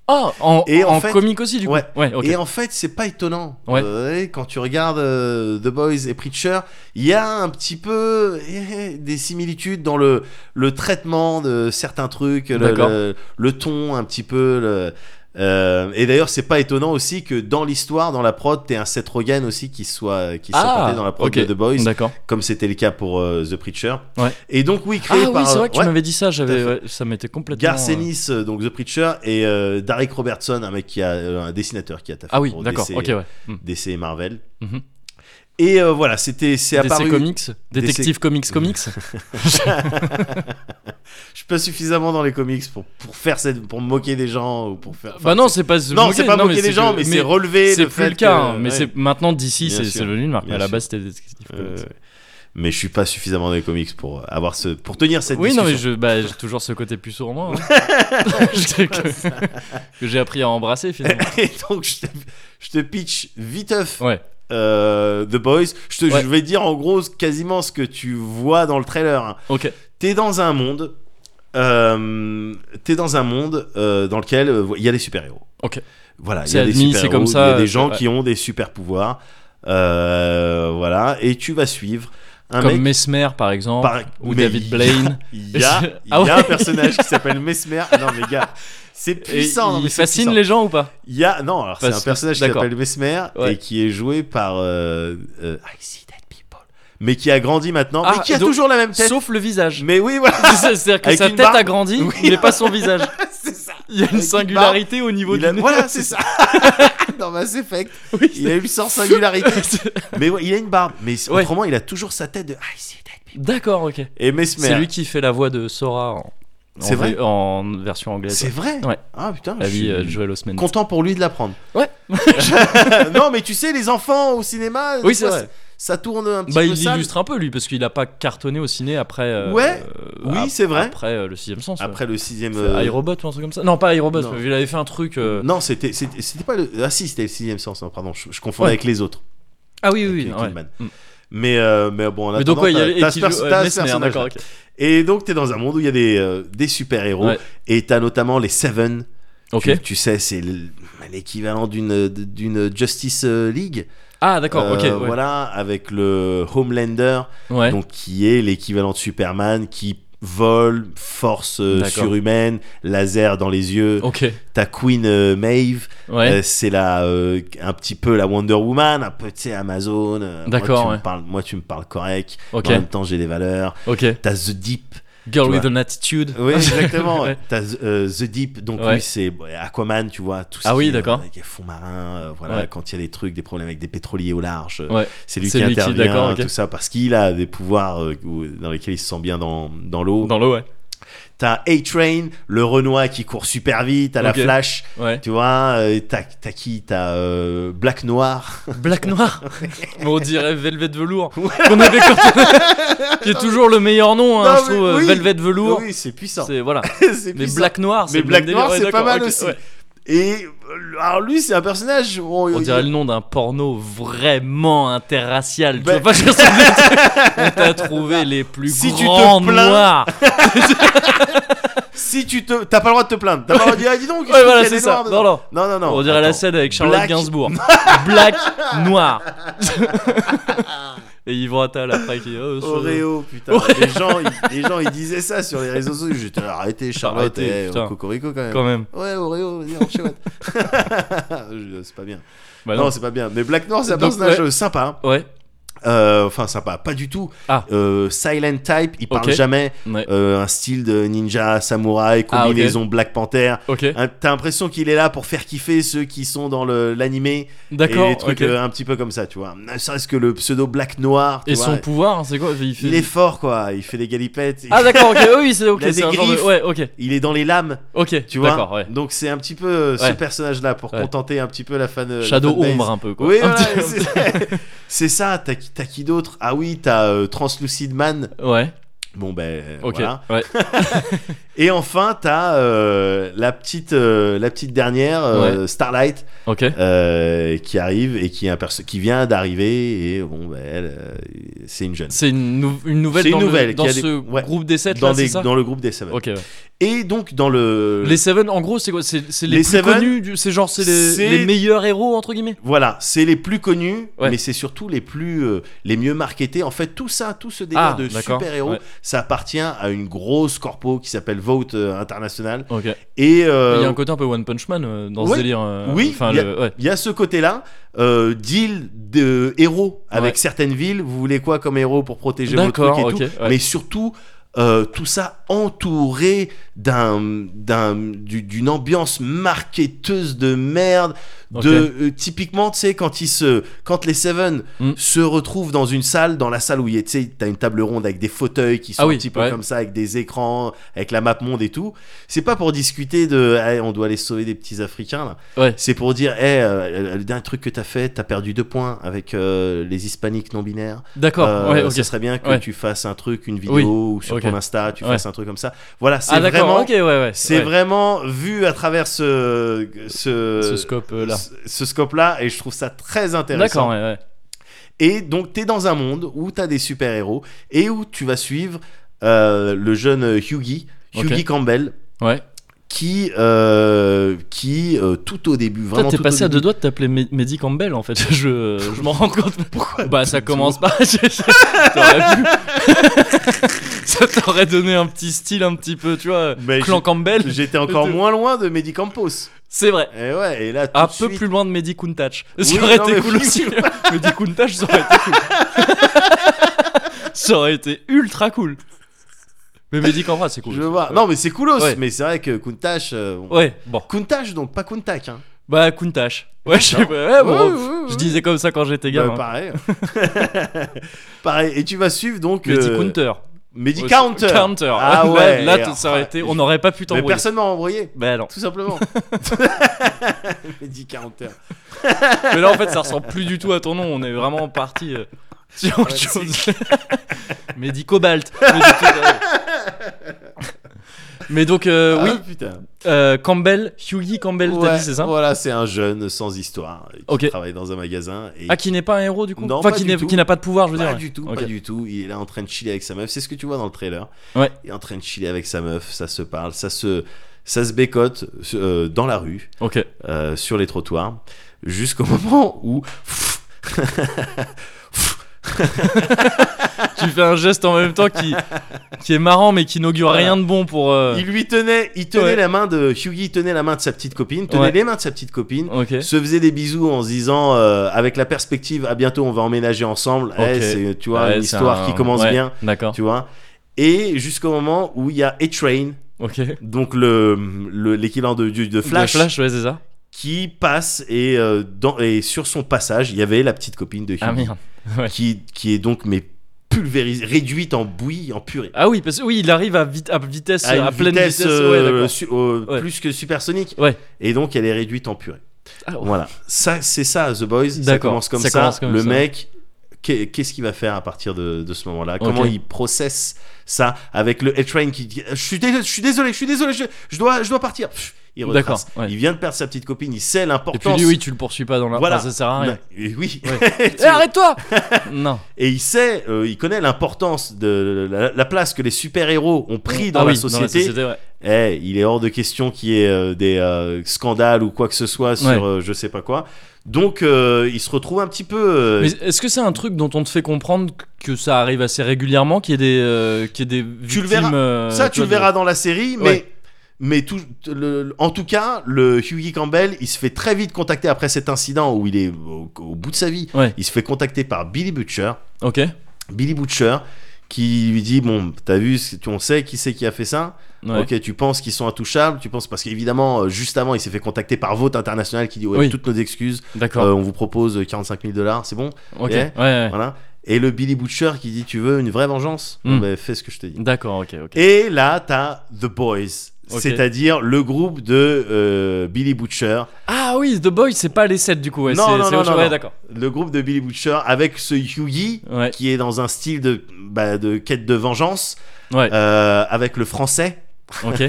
[SPEAKER 1] Ah, en,
[SPEAKER 2] Et en
[SPEAKER 1] en
[SPEAKER 2] fait-
[SPEAKER 1] comique aussi, du coup.
[SPEAKER 2] Ouais.
[SPEAKER 1] ok.
[SPEAKER 2] et en fait c'est pas étonnant
[SPEAKER 1] Ouais.
[SPEAKER 2] Euh, quand tu regardes euh, The Boys et Preacher il y a un petit peu eh, eh, des similitudes dans le le traitement de certains trucs le,
[SPEAKER 1] D'accord.
[SPEAKER 2] le, le ton un petit peu le- euh, et d'ailleurs, c'est pas étonnant aussi que dans l'histoire, dans la prod, t'aies un Seth Rogen aussi qui soit qui soit
[SPEAKER 1] Ah,
[SPEAKER 2] porté dans la prod
[SPEAKER 1] ok.
[SPEAKER 2] de The Boys,
[SPEAKER 1] D'accord.
[SPEAKER 2] comme c'était le cas pour euh, The Preacher.
[SPEAKER 1] Ouais.
[SPEAKER 2] Et donc oui,
[SPEAKER 1] Ah
[SPEAKER 2] créé
[SPEAKER 1] oui,
[SPEAKER 2] par
[SPEAKER 1] c'est vrai que tu
[SPEAKER 2] ouais,
[SPEAKER 1] m'avais dit ça, j'avais,
[SPEAKER 2] Tout à
[SPEAKER 1] ouais, ça m'était complètement.
[SPEAKER 2] Garth
[SPEAKER 1] euh,
[SPEAKER 2] Ennis, euh, donc The Preacher, et euh, Derek Robertson, un mec qui a euh, un dessinateur qui a taffé
[SPEAKER 1] Ah oui,
[SPEAKER 2] pour
[SPEAKER 1] d'accord,
[SPEAKER 2] DC,
[SPEAKER 1] ok, ouais. Hmm.
[SPEAKER 2] DC et Marvel.
[SPEAKER 1] Mhm.
[SPEAKER 2] Et euh, voilà, c'était c'est
[SPEAKER 1] DC
[SPEAKER 2] apparu.
[SPEAKER 1] Comics, Détective Comics
[SPEAKER 2] Mm.
[SPEAKER 1] Comics.
[SPEAKER 2] Je suis pas suffisamment dans les comics pour pour faire cette pour me moquer des gens ou pour faire.
[SPEAKER 1] bah non, c'est pas. se
[SPEAKER 2] non, c'est pas moquer
[SPEAKER 1] c'est
[SPEAKER 2] des gens,
[SPEAKER 1] que-
[SPEAKER 2] mais c'est relever.
[SPEAKER 1] C'est
[SPEAKER 2] le
[SPEAKER 1] plus
[SPEAKER 2] fait
[SPEAKER 1] le cas,
[SPEAKER 2] que-
[SPEAKER 1] hein, mais
[SPEAKER 2] ouais.
[SPEAKER 1] c'est maintenant d'ici,
[SPEAKER 2] Bien
[SPEAKER 1] c'est
[SPEAKER 2] sûr,
[SPEAKER 1] c'est devenu une marque.
[SPEAKER 2] bien
[SPEAKER 1] À la
[SPEAKER 2] sûr.
[SPEAKER 1] base, c'était Détective Comics.
[SPEAKER 2] Euh, mais je suis pas suffisamment dans les comics pour avoir ce pour tenir cette
[SPEAKER 1] Oui, non,
[SPEAKER 2] discussion.
[SPEAKER 1] mais je- bah, j'ai toujours ce côté puceau en moi. hein. Je- que que j'ai appris à embrasser finalement.
[SPEAKER 2] Et donc je te, je te pitch viteuf
[SPEAKER 1] Ouais,
[SPEAKER 2] euh, The Boys. Je, te,
[SPEAKER 1] Ouais.
[SPEAKER 2] je vais dire en gros quasiment ce que tu vois dans le trailer. hein.
[SPEAKER 1] ok.
[SPEAKER 2] T'es dans un monde. euh, T'es dans un monde euh, dans lequel euh, il y a des super héros.
[SPEAKER 1] Ok.
[SPEAKER 2] Voilà, il y
[SPEAKER 1] C'est
[SPEAKER 2] a des
[SPEAKER 1] admis, c'est
[SPEAKER 2] super héros,
[SPEAKER 1] comme
[SPEAKER 2] il y
[SPEAKER 1] ça,
[SPEAKER 2] a des
[SPEAKER 1] euh,
[SPEAKER 2] gens
[SPEAKER 1] ouais.
[SPEAKER 2] qui ont des super pouvoirs. euh, voilà, et tu vas suivre un
[SPEAKER 1] Comme
[SPEAKER 2] mec.
[SPEAKER 1] Mesmer par exemple,
[SPEAKER 2] Par-
[SPEAKER 1] ou
[SPEAKER 2] mais
[SPEAKER 1] David
[SPEAKER 2] il-
[SPEAKER 1] Blaine.
[SPEAKER 2] Il y a, il
[SPEAKER 1] Ah
[SPEAKER 2] y a un
[SPEAKER 1] ouais.
[SPEAKER 2] personnage qui s'appelle Mesmer. Ah Non mais gars, c'est
[SPEAKER 1] Et
[SPEAKER 2] puissant. non,
[SPEAKER 1] il
[SPEAKER 2] mais c'est
[SPEAKER 1] fascine
[SPEAKER 2] puissant.
[SPEAKER 1] les gens ou pas
[SPEAKER 2] Il y a non, alors c'est
[SPEAKER 1] Parce
[SPEAKER 2] un
[SPEAKER 1] que-
[SPEAKER 2] personnage qui
[SPEAKER 1] d'accord.
[SPEAKER 2] s'appelle Mesmer et
[SPEAKER 1] Ouais.
[SPEAKER 2] qui est joué par euh, euh, I see dead people, mais qui a grandi maintenant,
[SPEAKER 1] Ah,
[SPEAKER 2] mais qui a
[SPEAKER 1] donc-
[SPEAKER 2] toujours la même tête.
[SPEAKER 1] Sauf le visage.
[SPEAKER 2] Mais oui, voilà,
[SPEAKER 1] C'est ça, C'est-à-dire que
[SPEAKER 2] Avec
[SPEAKER 1] sa
[SPEAKER 2] une
[SPEAKER 1] tête
[SPEAKER 2] barbe.
[SPEAKER 1] a grandi,
[SPEAKER 2] Oui.
[SPEAKER 1] mais pas son visage.
[SPEAKER 2] c'est ça.
[SPEAKER 1] Il y a une
[SPEAKER 2] Avec une
[SPEAKER 1] singularité au niveau
[SPEAKER 2] Il
[SPEAKER 1] du
[SPEAKER 2] a-
[SPEAKER 1] nez.
[SPEAKER 2] voilà, c'est ça. Dans Mass Effect,
[SPEAKER 1] Oui,
[SPEAKER 2] il a eu sans singularité. mais ouais, il a une barbe, mais
[SPEAKER 1] Ouais.
[SPEAKER 2] autrement, il a toujours sa tête de I see dead people.
[SPEAKER 1] D'accord, ok.
[SPEAKER 2] Et Mesmer,
[SPEAKER 1] C'est lui qui fait la voix de Sora en, en
[SPEAKER 2] C'est vrai
[SPEAKER 1] v- en version anglaise.
[SPEAKER 2] c'est
[SPEAKER 1] ouais.
[SPEAKER 2] vrai.
[SPEAKER 1] Ouais.
[SPEAKER 2] Ah putain,
[SPEAKER 1] La
[SPEAKER 2] je
[SPEAKER 1] vie
[SPEAKER 2] suis-
[SPEAKER 1] euh, de Joel Osment.
[SPEAKER 2] content pour lui de l'apprendre.
[SPEAKER 1] Ouais.
[SPEAKER 2] non, mais tu sais, les enfants au cinéma,
[SPEAKER 1] Oui,
[SPEAKER 2] des
[SPEAKER 1] c'est
[SPEAKER 2] fois,
[SPEAKER 1] vrai.
[SPEAKER 2] Ça tourne un petit
[SPEAKER 1] Bah,
[SPEAKER 2] peu
[SPEAKER 1] il
[SPEAKER 2] sale.
[SPEAKER 1] illustre un peu lui parce qu'il a pas cartonné au ciné après. euh,
[SPEAKER 2] Ouais.
[SPEAKER 1] euh,
[SPEAKER 2] Oui,
[SPEAKER 1] ap-
[SPEAKER 2] c'est vrai.
[SPEAKER 1] Après euh, le sixième sens. ouais.
[SPEAKER 2] Après le sixième.
[SPEAKER 1] C'est
[SPEAKER 2] euh,
[SPEAKER 1] iRobot ou un truc comme ça. Non, pas iRobot.
[SPEAKER 2] Non.
[SPEAKER 1] mais Il avait fait un truc. euh,
[SPEAKER 2] Non, c'était c'était c'était pas le. Ah si, c'était le sixième sens. Non, pardon, je, je confondais
[SPEAKER 1] Ouais.
[SPEAKER 2] avec les autres.
[SPEAKER 1] Ah oui, oui,
[SPEAKER 2] Avec
[SPEAKER 1] oui.
[SPEAKER 2] Little
[SPEAKER 1] ouais.
[SPEAKER 2] Man.
[SPEAKER 1] Mm.
[SPEAKER 2] Mais euh, mais bon, en
[SPEAKER 1] Mais donc
[SPEAKER 2] attendant,
[SPEAKER 1] ouais, il y a
[SPEAKER 2] bah, t'as-
[SPEAKER 1] et
[SPEAKER 2] t'as
[SPEAKER 1] qui
[SPEAKER 2] ce perso-
[SPEAKER 1] joue- ouais,
[SPEAKER 2] t'as ce
[SPEAKER 1] Mesmer,
[SPEAKER 2] personnage-là.
[SPEAKER 1] d'accord, ok.
[SPEAKER 2] Et donc t'es dans un monde où il y a des euh, des super héros
[SPEAKER 1] Ouais.
[SPEAKER 2] et t'as notamment les Seven.
[SPEAKER 1] Ok.
[SPEAKER 2] Tu, tu sais, c'est l- l'équivalent d'une d'une Justice euh, League.
[SPEAKER 1] Ah d'accord, ok.
[SPEAKER 2] Euh,
[SPEAKER 1] ouais.
[SPEAKER 2] Voilà, avec le Homelander.
[SPEAKER 1] Ouais.
[SPEAKER 2] donc qui est l'équivalent de Superman qui vole, force euh,
[SPEAKER 1] D'accord.
[SPEAKER 2] surhumaine, laser dans les yeux.
[SPEAKER 1] Ok.
[SPEAKER 2] T'as Queen euh, Maeve,
[SPEAKER 1] Ouais.
[SPEAKER 2] euh, c'est la euh, un petit peu la Wonder Woman, un peu tu sais Amazon. euh,
[SPEAKER 1] D'accord,
[SPEAKER 2] Moi, tu me
[SPEAKER 1] ouais.
[SPEAKER 2] parles- moi tu me parles correct.
[SPEAKER 1] Ok.
[SPEAKER 2] En même temps j'ai des valeurs.
[SPEAKER 1] Ok.
[SPEAKER 2] T'as The Deep.
[SPEAKER 1] Girl
[SPEAKER 2] tu
[SPEAKER 1] with
[SPEAKER 2] vois.
[SPEAKER 1] an attitude.
[SPEAKER 2] Oui exactement.
[SPEAKER 1] Ouais.
[SPEAKER 2] T'as euh, The Deep donc
[SPEAKER 1] Ouais.
[SPEAKER 2] lui c'est bon, Aquaman tu vois tout. Ce
[SPEAKER 1] Ah oui,
[SPEAKER 2] qui est,
[SPEAKER 1] d'accord.
[SPEAKER 2] euh, qui est fond marin euh, voilà
[SPEAKER 1] Ouais.
[SPEAKER 2] quand il y a des trucs des problèmes avec des pétroliers au large. euh,
[SPEAKER 1] Ouais.
[SPEAKER 2] C'est lui
[SPEAKER 1] C'est
[SPEAKER 2] qui
[SPEAKER 1] lui qui-
[SPEAKER 2] intervient
[SPEAKER 1] d'accord, ok.
[SPEAKER 2] tout ça parce qu'il a des pouvoirs euh, où- dans lesquels il se sent bien dans dans l'eau.
[SPEAKER 1] Dans l'eau, ouais.
[SPEAKER 2] T'as A-Train, le Renoir qui court super vite, t'as
[SPEAKER 1] Ok.
[SPEAKER 2] la Flash,
[SPEAKER 1] Ouais.
[SPEAKER 2] tu vois, euh, t'as, t'as qui T'as euh, Black Noir.
[SPEAKER 1] Black Noir Mais on dirait Velvet Velours qu'on avait quand on- qui est toujours le meilleur nom hein,
[SPEAKER 2] Non,
[SPEAKER 1] je trouve
[SPEAKER 2] mais
[SPEAKER 1] euh,
[SPEAKER 2] oui.
[SPEAKER 1] Velvet Velours
[SPEAKER 2] oui, c'est puissant.
[SPEAKER 1] c'est voilà
[SPEAKER 2] C'est
[SPEAKER 1] mais
[SPEAKER 2] puissant.
[SPEAKER 1] Black Noir
[SPEAKER 2] Mais
[SPEAKER 1] c'est le
[SPEAKER 2] Black
[SPEAKER 1] même délire,
[SPEAKER 2] Noir,
[SPEAKER 1] ouais,
[SPEAKER 2] c'est pas
[SPEAKER 1] d'accord,
[SPEAKER 2] mal
[SPEAKER 1] ok,
[SPEAKER 2] aussi.
[SPEAKER 1] ouais.
[SPEAKER 2] Et euh, alors lui, c'est un personnage. où
[SPEAKER 1] on dirait le nom d'un porno vraiment interracial
[SPEAKER 2] Ben-
[SPEAKER 1] tu vois pas je veux dire, on t'a trouvé les plus
[SPEAKER 2] Si tu te
[SPEAKER 1] grands
[SPEAKER 2] plains-
[SPEAKER 1] noirs
[SPEAKER 2] Si tu te. T'as pas le droit de te plaindre. T'as pas le droit de dire, ah, dis donc, il
[SPEAKER 1] ouais voilà
[SPEAKER 2] y a
[SPEAKER 1] c'est
[SPEAKER 2] des
[SPEAKER 1] ça
[SPEAKER 2] noirs
[SPEAKER 1] non
[SPEAKER 2] dedans.
[SPEAKER 1] non
[SPEAKER 2] Non, non, non.
[SPEAKER 1] on dirait la
[SPEAKER 2] attends.
[SPEAKER 1] scène avec Charlotte
[SPEAKER 2] Black-
[SPEAKER 1] Gainsbourg Black Noir et Yvan Attal après qui oh, ce-
[SPEAKER 2] Oreo, putain. Les, gens, ils, les gens, ils disaient ça sur les réseaux sociaux. J'étais arrêté, Charlotte,
[SPEAKER 1] Arrêtez,
[SPEAKER 2] eh,
[SPEAKER 1] putain.
[SPEAKER 2] Cocorico quand même.
[SPEAKER 1] quand même
[SPEAKER 2] Ouais, Oreo, vas-y, en chouette. Je- c'est pas bien.
[SPEAKER 1] Bah
[SPEAKER 2] non,
[SPEAKER 1] non.
[SPEAKER 2] c'est pas bien. Mais Black Noir, c'est un
[SPEAKER 1] Donc,
[SPEAKER 2] personnage
[SPEAKER 1] ouais.
[SPEAKER 2] euh, sympa. hein.
[SPEAKER 1] ouais
[SPEAKER 2] Euh, enfin, sympa, pas du tout.
[SPEAKER 1] Ah.
[SPEAKER 2] Euh, silent type, il parle
[SPEAKER 1] Ok.
[SPEAKER 2] jamais.
[SPEAKER 1] ouais
[SPEAKER 2] Euh, un style de ninja, samouraï,
[SPEAKER 1] Ah, ok.
[SPEAKER 2] combinaison Black Panther.
[SPEAKER 1] ok
[SPEAKER 2] Un- T'as l'impression qu'il est là pour faire kiffer ceux qui sont dans le- l'animé et
[SPEAKER 1] D'accord.
[SPEAKER 2] les
[SPEAKER 1] ok.
[SPEAKER 2] trucs euh, un petit peu comme ça, tu vois. Ne serait-ce que le pseudo Black Noir, tu
[SPEAKER 1] Et
[SPEAKER 2] vois,
[SPEAKER 1] son pouvoir, c'est quoi Il fait-
[SPEAKER 2] il est fort quoi, il fait des galipettes,
[SPEAKER 1] Ah d'accord, ok, oui, oui, c'est ok.
[SPEAKER 2] Il a
[SPEAKER 1] c'est
[SPEAKER 2] des
[SPEAKER 1] un genre de-
[SPEAKER 2] griffes.
[SPEAKER 1] Ouais, ok,
[SPEAKER 2] il est dans les lames,
[SPEAKER 1] ok.
[SPEAKER 2] tu vois.
[SPEAKER 1] D'accord, ouais.
[SPEAKER 2] Donc c'est un petit peu euh, ce
[SPEAKER 1] Ouais.
[SPEAKER 2] personnage là pour
[SPEAKER 1] Ouais.
[SPEAKER 2] contenter un petit peu la fan. euh, la
[SPEAKER 1] Shadow
[SPEAKER 2] fanbase.
[SPEAKER 1] ombre un peu quoi.
[SPEAKER 2] Oui,
[SPEAKER 1] Un
[SPEAKER 2] voilà,
[SPEAKER 1] petit-
[SPEAKER 2] c'est- c'est ça. T'as qui, t'as qui d'autre Ah oui, t'as euh, Translucid Man.
[SPEAKER 1] Ouais.
[SPEAKER 2] Bon ben,
[SPEAKER 1] Ok.
[SPEAKER 2] voilà.
[SPEAKER 1] Ouais.
[SPEAKER 2] Et enfin, t'as euh, la petite, euh, la petite dernière, euh, Starlight,
[SPEAKER 1] Ok.
[SPEAKER 2] euh, qui arrive et qui est un perso- qui vient d'arriver et bon ben, elle, euh, c'est une jeune.
[SPEAKER 1] C'est une, nou- une nouvelle
[SPEAKER 2] C'est une
[SPEAKER 1] dans, le-
[SPEAKER 2] nouvelle,
[SPEAKER 1] dans
[SPEAKER 2] qu'il y a
[SPEAKER 1] ce
[SPEAKER 2] des- ouais.
[SPEAKER 1] groupe des 7
[SPEAKER 2] Dans,
[SPEAKER 1] là, c'est
[SPEAKER 2] des-
[SPEAKER 1] ça
[SPEAKER 2] dans le euh, groupe des Seven.
[SPEAKER 1] Ok. ouais.
[SPEAKER 2] Et donc dans le
[SPEAKER 1] Les Seven, en gros, c'est quoi C'est c'est les,
[SPEAKER 2] les
[SPEAKER 1] plus
[SPEAKER 2] Seven,
[SPEAKER 1] connus. du- C'est genre, c'est les,
[SPEAKER 2] c'est-
[SPEAKER 1] les meilleurs héros entre guillemets.
[SPEAKER 2] Voilà, c'est les plus connus,
[SPEAKER 1] Ouais.
[SPEAKER 2] mais c'est surtout les plus, euh, les mieux marketés. En fait, tout ça, tout ce délire
[SPEAKER 1] Ah,
[SPEAKER 2] de
[SPEAKER 1] d'accord,
[SPEAKER 2] super héros,
[SPEAKER 1] ouais.
[SPEAKER 2] ça appartient à une grosse corpo qui s'appelle Vote euh, International.
[SPEAKER 1] Ok. Il
[SPEAKER 2] Et
[SPEAKER 1] y a
[SPEAKER 2] euh,
[SPEAKER 1] un côté un peu One Punch Man euh, dans
[SPEAKER 2] ouais.
[SPEAKER 1] ce délire. euh,
[SPEAKER 2] Oui,
[SPEAKER 1] Enfin,
[SPEAKER 2] il y a-
[SPEAKER 1] le- ouais.
[SPEAKER 2] il y, a ce côté-là, euh, deal de héros avec
[SPEAKER 1] Ouais.
[SPEAKER 2] certaines villes. Vous voulez quoi comme héros pour protéger votre truc
[SPEAKER 1] D'accord.
[SPEAKER 2] et
[SPEAKER 1] Ok.
[SPEAKER 2] tout.
[SPEAKER 1] ouais.
[SPEAKER 2] Mais surtout. euh, tout ça entouré d'un, d'un, du- d'une ambiance marketeuse de merde,
[SPEAKER 1] Ok.
[SPEAKER 2] de euh, typiquement tu sais quand ils se quand les Seven
[SPEAKER 1] Mm.
[SPEAKER 2] se retrouvent dans une salle dans la salle où il y a- tu sais t'as une table ronde avec des fauteuils qui sont
[SPEAKER 1] Ah oui,
[SPEAKER 2] un petit peu
[SPEAKER 1] ouais.
[SPEAKER 2] comme ça avec des écrans avec la map monde et tout c'est pas pour discuter de Eh, on doit aller sauver des petits africains là
[SPEAKER 1] Ouais.
[SPEAKER 2] c'est pour dire Eh, euh, le dernier truc que t'as fait t'as perdu deux points avec euh, les hispaniques non binaires
[SPEAKER 1] D'accord.
[SPEAKER 2] Euh,
[SPEAKER 1] ouais, ok.
[SPEAKER 2] ça serait bien que
[SPEAKER 1] Ouais.
[SPEAKER 2] tu fasses un truc une vidéo
[SPEAKER 1] Oui,
[SPEAKER 2] ou sur
[SPEAKER 1] ok.
[SPEAKER 2] ton Insta tu
[SPEAKER 1] Ouais.
[SPEAKER 2] fasses un truc comme ça voilà c'est
[SPEAKER 1] Ah d'accord.
[SPEAKER 2] vraiment
[SPEAKER 1] Ok, ouais, ouais.
[SPEAKER 2] c'est
[SPEAKER 1] ouais.
[SPEAKER 2] vraiment vu à travers ce ce,
[SPEAKER 1] Ce scope euh, là.
[SPEAKER 2] scope là et je trouve ça très intéressant.
[SPEAKER 1] D'accord. Ouais, ouais.
[SPEAKER 2] Et donc t'es dans un monde où t'as des super héros et où tu vas suivre euh, le jeune Hughie,
[SPEAKER 1] Ok.
[SPEAKER 2] Hughie Campbell,
[SPEAKER 1] Ouais.
[SPEAKER 2] qui euh, qui euh, tout au début
[SPEAKER 1] Toi,
[SPEAKER 2] vraiment
[SPEAKER 1] t'es
[SPEAKER 2] tout au
[SPEAKER 1] passé à deux
[SPEAKER 2] début-
[SPEAKER 1] doigts de t'appeler Me- Mehdi Campbell en fait. Je, je m'en rends compte. Pourquoi Bah, ça commence par. je- je- T'aurais pu. ça t'aurait donné un petit style un petit peu, tu vois.
[SPEAKER 2] Mais
[SPEAKER 1] Clan
[SPEAKER 2] je-
[SPEAKER 1] Campbell.
[SPEAKER 2] J'étais encore
[SPEAKER 1] De-
[SPEAKER 2] moins loin de Mehdi Campos.
[SPEAKER 1] C'est vrai.
[SPEAKER 2] Et ouais, et là tout
[SPEAKER 1] Un
[SPEAKER 2] de
[SPEAKER 1] peu
[SPEAKER 2] suite-
[SPEAKER 1] plus loin de Mehdi Kuntach. Ça
[SPEAKER 2] Oui,
[SPEAKER 1] aurait
[SPEAKER 2] non,
[SPEAKER 1] été
[SPEAKER 2] mais
[SPEAKER 1] cool
[SPEAKER 2] oui,
[SPEAKER 1] aussi.
[SPEAKER 2] oui.
[SPEAKER 1] Mehdi Kuntach, ça aurait été cool. ça aurait été ultra cool. Mais Mehdi Campbell, c'est cool.
[SPEAKER 2] je vois. Non mais c'est coolos,
[SPEAKER 1] Ouais.
[SPEAKER 2] mais c'est vrai que Kuntash euh, on-
[SPEAKER 1] Ouais, bon.
[SPEAKER 2] Kuntash donc pas Kuntak hein.
[SPEAKER 1] Bah, Kuntach. Ouais, je sais pas. Ouais, bon, Je disais comme ça quand j'étais
[SPEAKER 2] Bah,
[SPEAKER 1] gamin.
[SPEAKER 2] pareil. pareil. Et tu vas suivre donc.
[SPEAKER 1] Mehdi
[SPEAKER 2] euh,
[SPEAKER 1] Counter.
[SPEAKER 2] Mehdi
[SPEAKER 1] Ouais, c'est-
[SPEAKER 2] Counter.
[SPEAKER 1] Counter.
[SPEAKER 2] Ah
[SPEAKER 1] Là-
[SPEAKER 2] ouais.
[SPEAKER 1] Là,
[SPEAKER 2] et
[SPEAKER 1] t- ça aurait
[SPEAKER 2] enfin,
[SPEAKER 1] été. On n'aurait pas pu
[SPEAKER 2] Mais
[SPEAKER 1] t'envoyer.
[SPEAKER 2] personne m'a envoyé.
[SPEAKER 1] Bah non.
[SPEAKER 2] Tout simplement. Mehdi Counter.
[SPEAKER 1] Mais là, en fait, ça ressemble plus du tout à ton nom. On est vraiment parti euh, sur autre chose. Mehdi Cobalt. Mehdi Cobalt. Mais donc, euh,
[SPEAKER 2] Ah,
[SPEAKER 1] oui,
[SPEAKER 2] putain.
[SPEAKER 1] euh, Campbell, Hughie Campbell, t'as
[SPEAKER 2] Ouais,
[SPEAKER 1] dit, c'est ça
[SPEAKER 2] Voilà, c'est un jeune sans histoire qui
[SPEAKER 1] Ok.
[SPEAKER 2] travaille dans un magasin. Et
[SPEAKER 1] Ah, qui n'est pas un héros du coup
[SPEAKER 2] Non,
[SPEAKER 1] Enfin,
[SPEAKER 2] pas
[SPEAKER 1] qui
[SPEAKER 2] du
[SPEAKER 1] n'est-
[SPEAKER 2] tout.
[SPEAKER 1] qui n'a pas de pouvoir, je veux
[SPEAKER 2] Pas
[SPEAKER 1] dire.
[SPEAKER 2] du tout,
[SPEAKER 1] Ok.
[SPEAKER 2] pas du tout. Il est là en train de chiller avec sa meuf. C'est ce que tu vois dans le trailer.
[SPEAKER 1] Ouais.
[SPEAKER 2] Il est en train de chiller avec sa meuf. Ça se parle, ça se, ça se bécote euh, dans la rue.
[SPEAKER 1] Ok.
[SPEAKER 2] euh, sur les trottoirs jusqu'au moment où
[SPEAKER 1] Tu fais un geste en même temps qui, qui est marrant, mais qui n'augure
[SPEAKER 2] Voilà.
[SPEAKER 1] rien de bon pour. euh,
[SPEAKER 2] il lui tenait il tenait
[SPEAKER 1] Ouais.
[SPEAKER 2] la main de Hughie tenait la main de sa petite copine tenait
[SPEAKER 1] Ouais.
[SPEAKER 2] les mains de sa petite copine
[SPEAKER 1] Ok.
[SPEAKER 2] se faisait des bisous en se disant euh, avec la perspective à bientôt on va emménager ensemble Eh,
[SPEAKER 1] Ok.
[SPEAKER 2] c'est tu vois
[SPEAKER 1] Ouais,
[SPEAKER 2] une
[SPEAKER 1] c'est
[SPEAKER 2] histoire
[SPEAKER 1] un-
[SPEAKER 2] qui commence
[SPEAKER 1] ouais,
[SPEAKER 2] bien
[SPEAKER 1] D'accord.
[SPEAKER 2] tu vois et jusqu'au moment où il y a A-Train
[SPEAKER 1] Ok.
[SPEAKER 2] donc le le- l'équivalent de, du- de Flash,
[SPEAKER 1] De Flash, ouais, c'est ça.
[SPEAKER 2] qui passe et euh, dans et sur son passage il y avait la petite copine de Hughie
[SPEAKER 1] Ah merde.
[SPEAKER 2] qui, qui est donc mais pulvérisée, réduite en bouillie, en purée.
[SPEAKER 1] Ah oui, parce que oui, il arrive à, vite, à vitesse, Ah, à,
[SPEAKER 2] une
[SPEAKER 1] pleine vitesse. ouais,
[SPEAKER 2] euh,
[SPEAKER 1] d'accord.
[SPEAKER 2] su- euh,
[SPEAKER 1] Ouais.
[SPEAKER 2] plus que supersonique.
[SPEAKER 1] Ouais.
[SPEAKER 2] Et donc elle est réduite en purée.
[SPEAKER 1] Ah ouais.
[SPEAKER 2] Voilà. Ça, c'est ça, The Boys. Ça
[SPEAKER 1] D'accord.
[SPEAKER 2] commence comme
[SPEAKER 1] Ça
[SPEAKER 2] ça.
[SPEAKER 1] commence comme
[SPEAKER 2] Le
[SPEAKER 1] ça.
[SPEAKER 2] mec, qu'est- qu'est-ce qu'il va faire à partir de, de ce moment-là Comment il processe ça avec le H-Train qui dit Je suis désolé, je suis désolé, je, suis désolé, je, je dois, je dois partir. Pff, Il
[SPEAKER 1] D'accord,
[SPEAKER 2] retrace.
[SPEAKER 1] ouais.
[SPEAKER 2] Il vient de perdre sa petite copine, il sait
[SPEAKER 1] Et puis
[SPEAKER 2] l'importance.
[SPEAKER 1] lui, oui, tu le poursuis pas dans la.
[SPEAKER 2] Voilà.
[SPEAKER 1] Enfin, ça sert à rien.
[SPEAKER 2] Et oui.
[SPEAKER 1] Eh, arrête-toi Non.
[SPEAKER 2] Et il sait, euh, il connaît l'importance de la, la place que les super-héros ont pris dans,
[SPEAKER 1] Ah
[SPEAKER 2] la
[SPEAKER 1] oui,
[SPEAKER 2] société.
[SPEAKER 1] Dans la société, ouais.
[SPEAKER 2] Eh, il est hors de question qu'il y ait euh, des euh, scandales ou quoi que ce soit sur
[SPEAKER 1] Ouais.
[SPEAKER 2] euh, je sais pas quoi. Donc euh, il se retrouve un petit peu. euh,
[SPEAKER 1] Mais est-ce que c'est un truc dont on te fait comprendre que ça arrive assez régulièrement, qu'il y ait des, euh, qu'il y ait des
[SPEAKER 2] Tu le
[SPEAKER 1] victimes,
[SPEAKER 2] verras.
[SPEAKER 1] euh,
[SPEAKER 2] ça, tu
[SPEAKER 1] vois,
[SPEAKER 2] le verras dans la série, mais.
[SPEAKER 1] Ouais.
[SPEAKER 2] Mais tout, le- le- en tout cas, le Hughie Campbell, il se fait très vite contacter après cet incident où il est au, au bout de sa vie.
[SPEAKER 1] Ouais.
[SPEAKER 2] Il se fait contacter par Billy Butcher.
[SPEAKER 1] de- Ok. Ouais.
[SPEAKER 2] Billy Butcher qui lui dit bon t'as vu ce- tu- on sait qui c'est qui a fait ça ok tu penses qu'ils sont intouchables tu penses parce qu'évidemment euh, juste avant il s'est fait contacter par Vote International qui dit ouais,
[SPEAKER 1] Oui.
[SPEAKER 2] toutes nos excuses
[SPEAKER 1] D'accord.
[SPEAKER 2] euh, on vous propose 45 000 dollars c'est bon
[SPEAKER 1] ok.
[SPEAKER 2] eh,
[SPEAKER 1] Ouais. ouais.
[SPEAKER 2] voilà et le Billy Butcher qui dit tu veux une vraie vengeance
[SPEAKER 1] Mm.
[SPEAKER 2] Bon, ben, fais ce que je te dis
[SPEAKER 1] D'accord. Ok. Ok.
[SPEAKER 2] et là t'as The Boys
[SPEAKER 1] Ok.
[SPEAKER 2] c'est-à-dire le groupe de euh, Billy Butcher
[SPEAKER 1] Ah oui, The Boy, c'est pas les 7 du coup. Ouais,
[SPEAKER 2] Non,
[SPEAKER 1] c'est,
[SPEAKER 2] non,
[SPEAKER 1] c'est
[SPEAKER 2] non,
[SPEAKER 1] autre chose.
[SPEAKER 2] non,
[SPEAKER 1] Ouais,
[SPEAKER 2] non.
[SPEAKER 1] d'accord.
[SPEAKER 2] le groupe de Billy Butcher avec ce Yugi
[SPEAKER 1] Ouais.
[SPEAKER 2] qui est dans un style de, bah, de quête de vengeance
[SPEAKER 1] Ouais.
[SPEAKER 2] euh, avec le français
[SPEAKER 1] ok.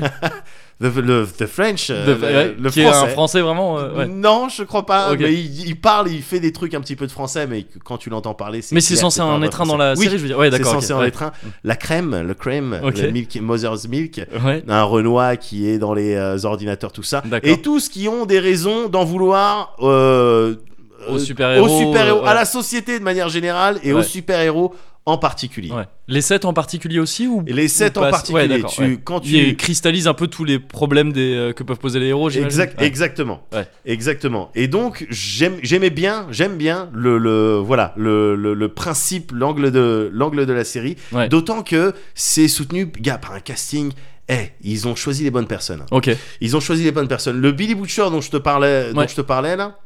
[SPEAKER 2] The, le, the French, euh,
[SPEAKER 1] The-
[SPEAKER 2] le,
[SPEAKER 1] ouais,
[SPEAKER 2] le
[SPEAKER 1] qui est un
[SPEAKER 2] français.
[SPEAKER 1] français vraiment. euh, ouais.
[SPEAKER 2] Non, je crois pas.
[SPEAKER 1] Ok.
[SPEAKER 2] Mais il, il parle, il fait des trucs un petit peu de français, mais que- quand tu l'entends parler, c'est.
[SPEAKER 1] Mais c'est
[SPEAKER 2] clair
[SPEAKER 1] censé
[SPEAKER 2] que
[SPEAKER 1] en
[SPEAKER 2] pas
[SPEAKER 1] être un
[SPEAKER 2] vrai
[SPEAKER 1] dans la
[SPEAKER 2] français.
[SPEAKER 1] série, je veux dire. Ouais,
[SPEAKER 2] Oui, c'est
[SPEAKER 1] Eh, d'accord. ok,
[SPEAKER 2] censé en
[SPEAKER 1] ouais.
[SPEAKER 2] être un. La crème, le crème,
[SPEAKER 1] Ok.
[SPEAKER 2] le milk, mother's milk,
[SPEAKER 1] Ouais.
[SPEAKER 2] un Renoir qui est dans les euh, ordinateurs, tout ça.
[SPEAKER 1] D'accord.
[SPEAKER 2] Et tous qui ont des raisons d'en vouloir. euh,
[SPEAKER 1] Aux
[SPEAKER 2] euh,
[SPEAKER 1] super-héros,
[SPEAKER 2] aux super-héros,
[SPEAKER 1] euh,
[SPEAKER 2] à
[SPEAKER 1] ouais.
[SPEAKER 2] la société de manière générale et aux
[SPEAKER 1] Ouais.
[SPEAKER 2] super-héros en particulier.
[SPEAKER 1] Ouais. Les 7 en particulier aussi ou
[SPEAKER 2] Et les sept
[SPEAKER 1] ou
[SPEAKER 2] en
[SPEAKER 1] pas-
[SPEAKER 2] particulier,
[SPEAKER 1] ouais, d'accord,
[SPEAKER 2] tu-
[SPEAKER 1] ouais.
[SPEAKER 2] quand tu-
[SPEAKER 1] Il cristallise un peu tous les problèmes des, euh, que peuvent poser les héros, j'imagine.
[SPEAKER 2] Exact,
[SPEAKER 1] Ouais.
[SPEAKER 2] Exactement.
[SPEAKER 1] Ouais.
[SPEAKER 2] Exactement. Et donc, j'aime- j'aimais bien, j'aime bien le, le- voilà, le, le- le principe, l'angle de, l'angle de la série.
[SPEAKER 1] Ouais.
[SPEAKER 2] D'autant que c'est soutenu gars, par un casting. Eh, ils ont choisi les bonnes personnes.
[SPEAKER 1] Ok.
[SPEAKER 2] Ils ont choisi les bonnes personnes. Le Billy Butcher dont je te parlais, dont
[SPEAKER 1] Ouais.
[SPEAKER 2] je te parlais là,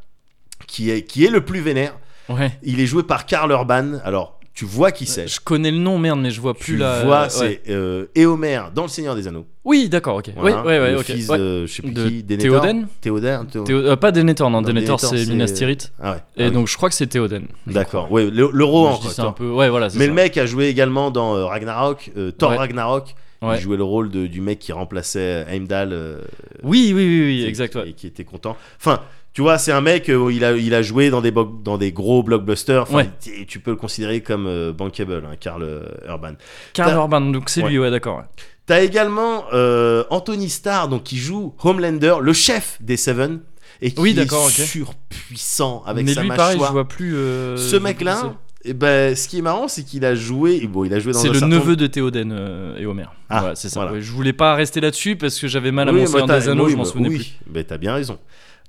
[SPEAKER 2] qui est, qui est le plus vénère.
[SPEAKER 1] Ouais.
[SPEAKER 2] Il est joué par Karl Urban. Alors, tu vois qui c'est.
[SPEAKER 1] Je connais le nom, merde, mais je vois plus
[SPEAKER 2] tu
[SPEAKER 1] la.
[SPEAKER 2] vois,
[SPEAKER 1] ouais.
[SPEAKER 2] c'est euh, Éomer dans Le Seigneur des Anneaux.
[SPEAKER 1] Oui, d'accord, ok.
[SPEAKER 2] Voilà,
[SPEAKER 1] oui, ouais, ouais,
[SPEAKER 2] le
[SPEAKER 1] ok.
[SPEAKER 2] fils
[SPEAKER 1] ouais.
[SPEAKER 2] de, je sais plus
[SPEAKER 1] De
[SPEAKER 2] qui, Denethor.
[SPEAKER 1] Théoden
[SPEAKER 2] Théoden, Théo-
[SPEAKER 1] Théo- euh, pas Denethor, non,
[SPEAKER 2] Non,
[SPEAKER 1] Denethor
[SPEAKER 2] Denethor,
[SPEAKER 1] c'est
[SPEAKER 2] c'est-
[SPEAKER 1] Minas Tirith.
[SPEAKER 2] Ah ouais.
[SPEAKER 1] Et
[SPEAKER 2] ah oui,
[SPEAKER 1] donc je crois que c'est Théoden.
[SPEAKER 2] d'accord. Ouais, le, le Rohan,
[SPEAKER 1] Je
[SPEAKER 2] quoi,
[SPEAKER 1] dis ça
[SPEAKER 2] toi.
[SPEAKER 1] un peu. Ouais, voilà, c'est
[SPEAKER 2] hein. Mais
[SPEAKER 1] ça.
[SPEAKER 2] le mec a joué également dans euh, Ragnarok, euh, Thor
[SPEAKER 1] Ouais.
[SPEAKER 2] Ragnarok.
[SPEAKER 1] Ouais.
[SPEAKER 2] Il jouait le rôle de- du mec qui remplaçait Heimdall. euh,
[SPEAKER 1] Oui, oui, oui, oui,
[SPEAKER 2] qui-
[SPEAKER 1] exact. ouais.
[SPEAKER 2] Et qui était content. Enfin, tu vois, c'est un mec, euh, il, a, il a joué dans des, bo- dans des gros blockbusters. Enfin,
[SPEAKER 1] Ouais.
[SPEAKER 2] tu- Tu peux le considérer comme euh, bankable, hein, Karl euh, Urban.
[SPEAKER 1] Karl
[SPEAKER 2] T'as-
[SPEAKER 1] Urban, donc c'est lui, ouais, d'accord. ouais.
[SPEAKER 2] T'as également euh, Anthony Starr, donc qui joue Homelander, le chef des Seven, et qui
[SPEAKER 1] Oui,
[SPEAKER 2] est
[SPEAKER 1] d'accord, ok.
[SPEAKER 2] surpuissant avec
[SPEAKER 1] Mais
[SPEAKER 2] sa
[SPEAKER 1] lui,
[SPEAKER 2] mâchoire.
[SPEAKER 1] pareil, je vois plus. euh, je
[SPEAKER 2] Ce
[SPEAKER 1] vois plus qui
[SPEAKER 2] mec-là, eh ben, ce qui est marrant, c'est qu'il a joué. Bon, il a joué
[SPEAKER 1] c'est.
[SPEAKER 2] dans
[SPEAKER 1] C'est
[SPEAKER 2] un
[SPEAKER 1] le
[SPEAKER 2] certain
[SPEAKER 1] neveu de Théoden euh, et Homer.
[SPEAKER 2] Ah,
[SPEAKER 1] Voilà, c'est ça.
[SPEAKER 2] voilà.
[SPEAKER 1] Ouais, je voulais pas rester là-dessus parce que j'avais mal à
[SPEAKER 2] Oui,
[SPEAKER 1] mon
[SPEAKER 2] bah,
[SPEAKER 1] Seigneur
[SPEAKER 2] t'as-
[SPEAKER 1] des Anneaux,
[SPEAKER 2] oui,
[SPEAKER 1] je m'en
[SPEAKER 2] bah,
[SPEAKER 1] souvenais
[SPEAKER 2] oui.
[SPEAKER 1] plus.
[SPEAKER 2] Ben, t'as bien raison.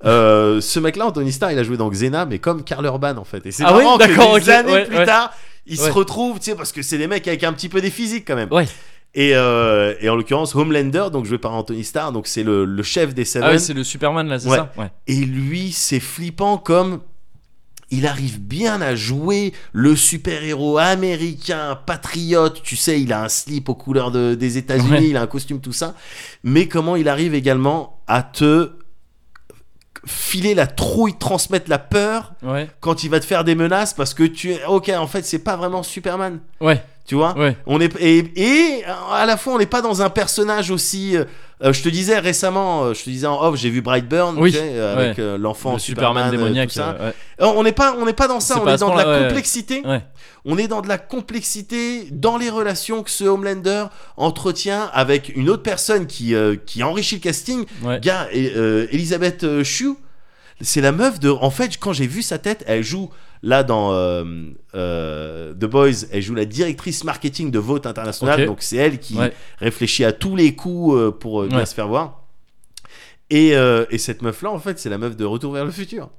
[SPEAKER 2] Euh, ce mec-là, Anthony Starr, il a joué dans Xena, mais comme Karl Urban en fait. Et c'est
[SPEAKER 1] Ah oui,
[SPEAKER 2] marrant que des
[SPEAKER 1] d'accord, ok,
[SPEAKER 2] années
[SPEAKER 1] ouais,
[SPEAKER 2] plus
[SPEAKER 1] ouais.
[SPEAKER 2] tard, ils
[SPEAKER 1] Ouais.
[SPEAKER 2] se retrouvent, tu sais, parce que c'est des mecs avec un petit peu des physiques quand même.
[SPEAKER 1] Ouais.
[SPEAKER 2] Et, euh, et en l'occurrence, Homelander, donc joué par Anthony Starr, donc c'est le, le chef des Seven.
[SPEAKER 1] Ah oui, c'est le Superman là, c'est
[SPEAKER 2] Ouais.
[SPEAKER 1] ça Ouais.
[SPEAKER 2] et lui, c'est flippant comme il arrive bien à jouer le super-héros américain, patriote, tu sais, il a un slip aux couleurs de- des États-Unis,
[SPEAKER 1] Ouais.
[SPEAKER 2] il a un costume, tout ça, mais comment il arrive également à te filer la trouille, transmettre la peur
[SPEAKER 1] Ouais.
[SPEAKER 2] quand il va te faire des menaces parce que tu es OK, en fait, c'est pas vraiment Superman,
[SPEAKER 1] Ouais.
[SPEAKER 2] tu vois
[SPEAKER 1] Ouais.
[SPEAKER 2] on est et, et à la fois on n'est pas dans un personnage aussi. euh, euh, je te disais récemment, euh, je te disais en off, j'ai vu Brightburn,
[SPEAKER 1] Oui,
[SPEAKER 2] tu sais, euh, avec euh, l'enfant
[SPEAKER 1] Le
[SPEAKER 2] Superman,
[SPEAKER 1] Superman
[SPEAKER 2] euh,
[SPEAKER 1] démoniaque.
[SPEAKER 2] tout ça.
[SPEAKER 1] euh,
[SPEAKER 2] Euh, on n'est pas, on n'est pas dans ça.
[SPEAKER 1] C'est
[SPEAKER 2] on
[SPEAKER 1] pas à
[SPEAKER 2] est
[SPEAKER 1] ce
[SPEAKER 2] dans de
[SPEAKER 1] point-là,
[SPEAKER 2] la
[SPEAKER 1] ouais,
[SPEAKER 2] complexité.
[SPEAKER 1] ouais. Ouais.
[SPEAKER 2] On est dans de la complexité dans les relations que ce Homelander entretient avec une autre personne qui euh, qui enrichit le casting.
[SPEAKER 1] Ouais.
[SPEAKER 2] Gars, et, euh, Elisabeth euh, Shue, c'est la meuf de. En fait, quand j'ai vu sa tête, elle joue là dans euh, euh, The Boys, elle joue la directrice marketing de Vote International,
[SPEAKER 1] Ok.
[SPEAKER 2] donc c'est elle qui
[SPEAKER 1] Ouais.
[SPEAKER 2] réfléchit à tous les coups euh, pour euh, bien
[SPEAKER 1] Ouais.
[SPEAKER 2] se faire voir. Et, euh, et cette meuf là, en fait, c'est la meuf de Retour vers le futur.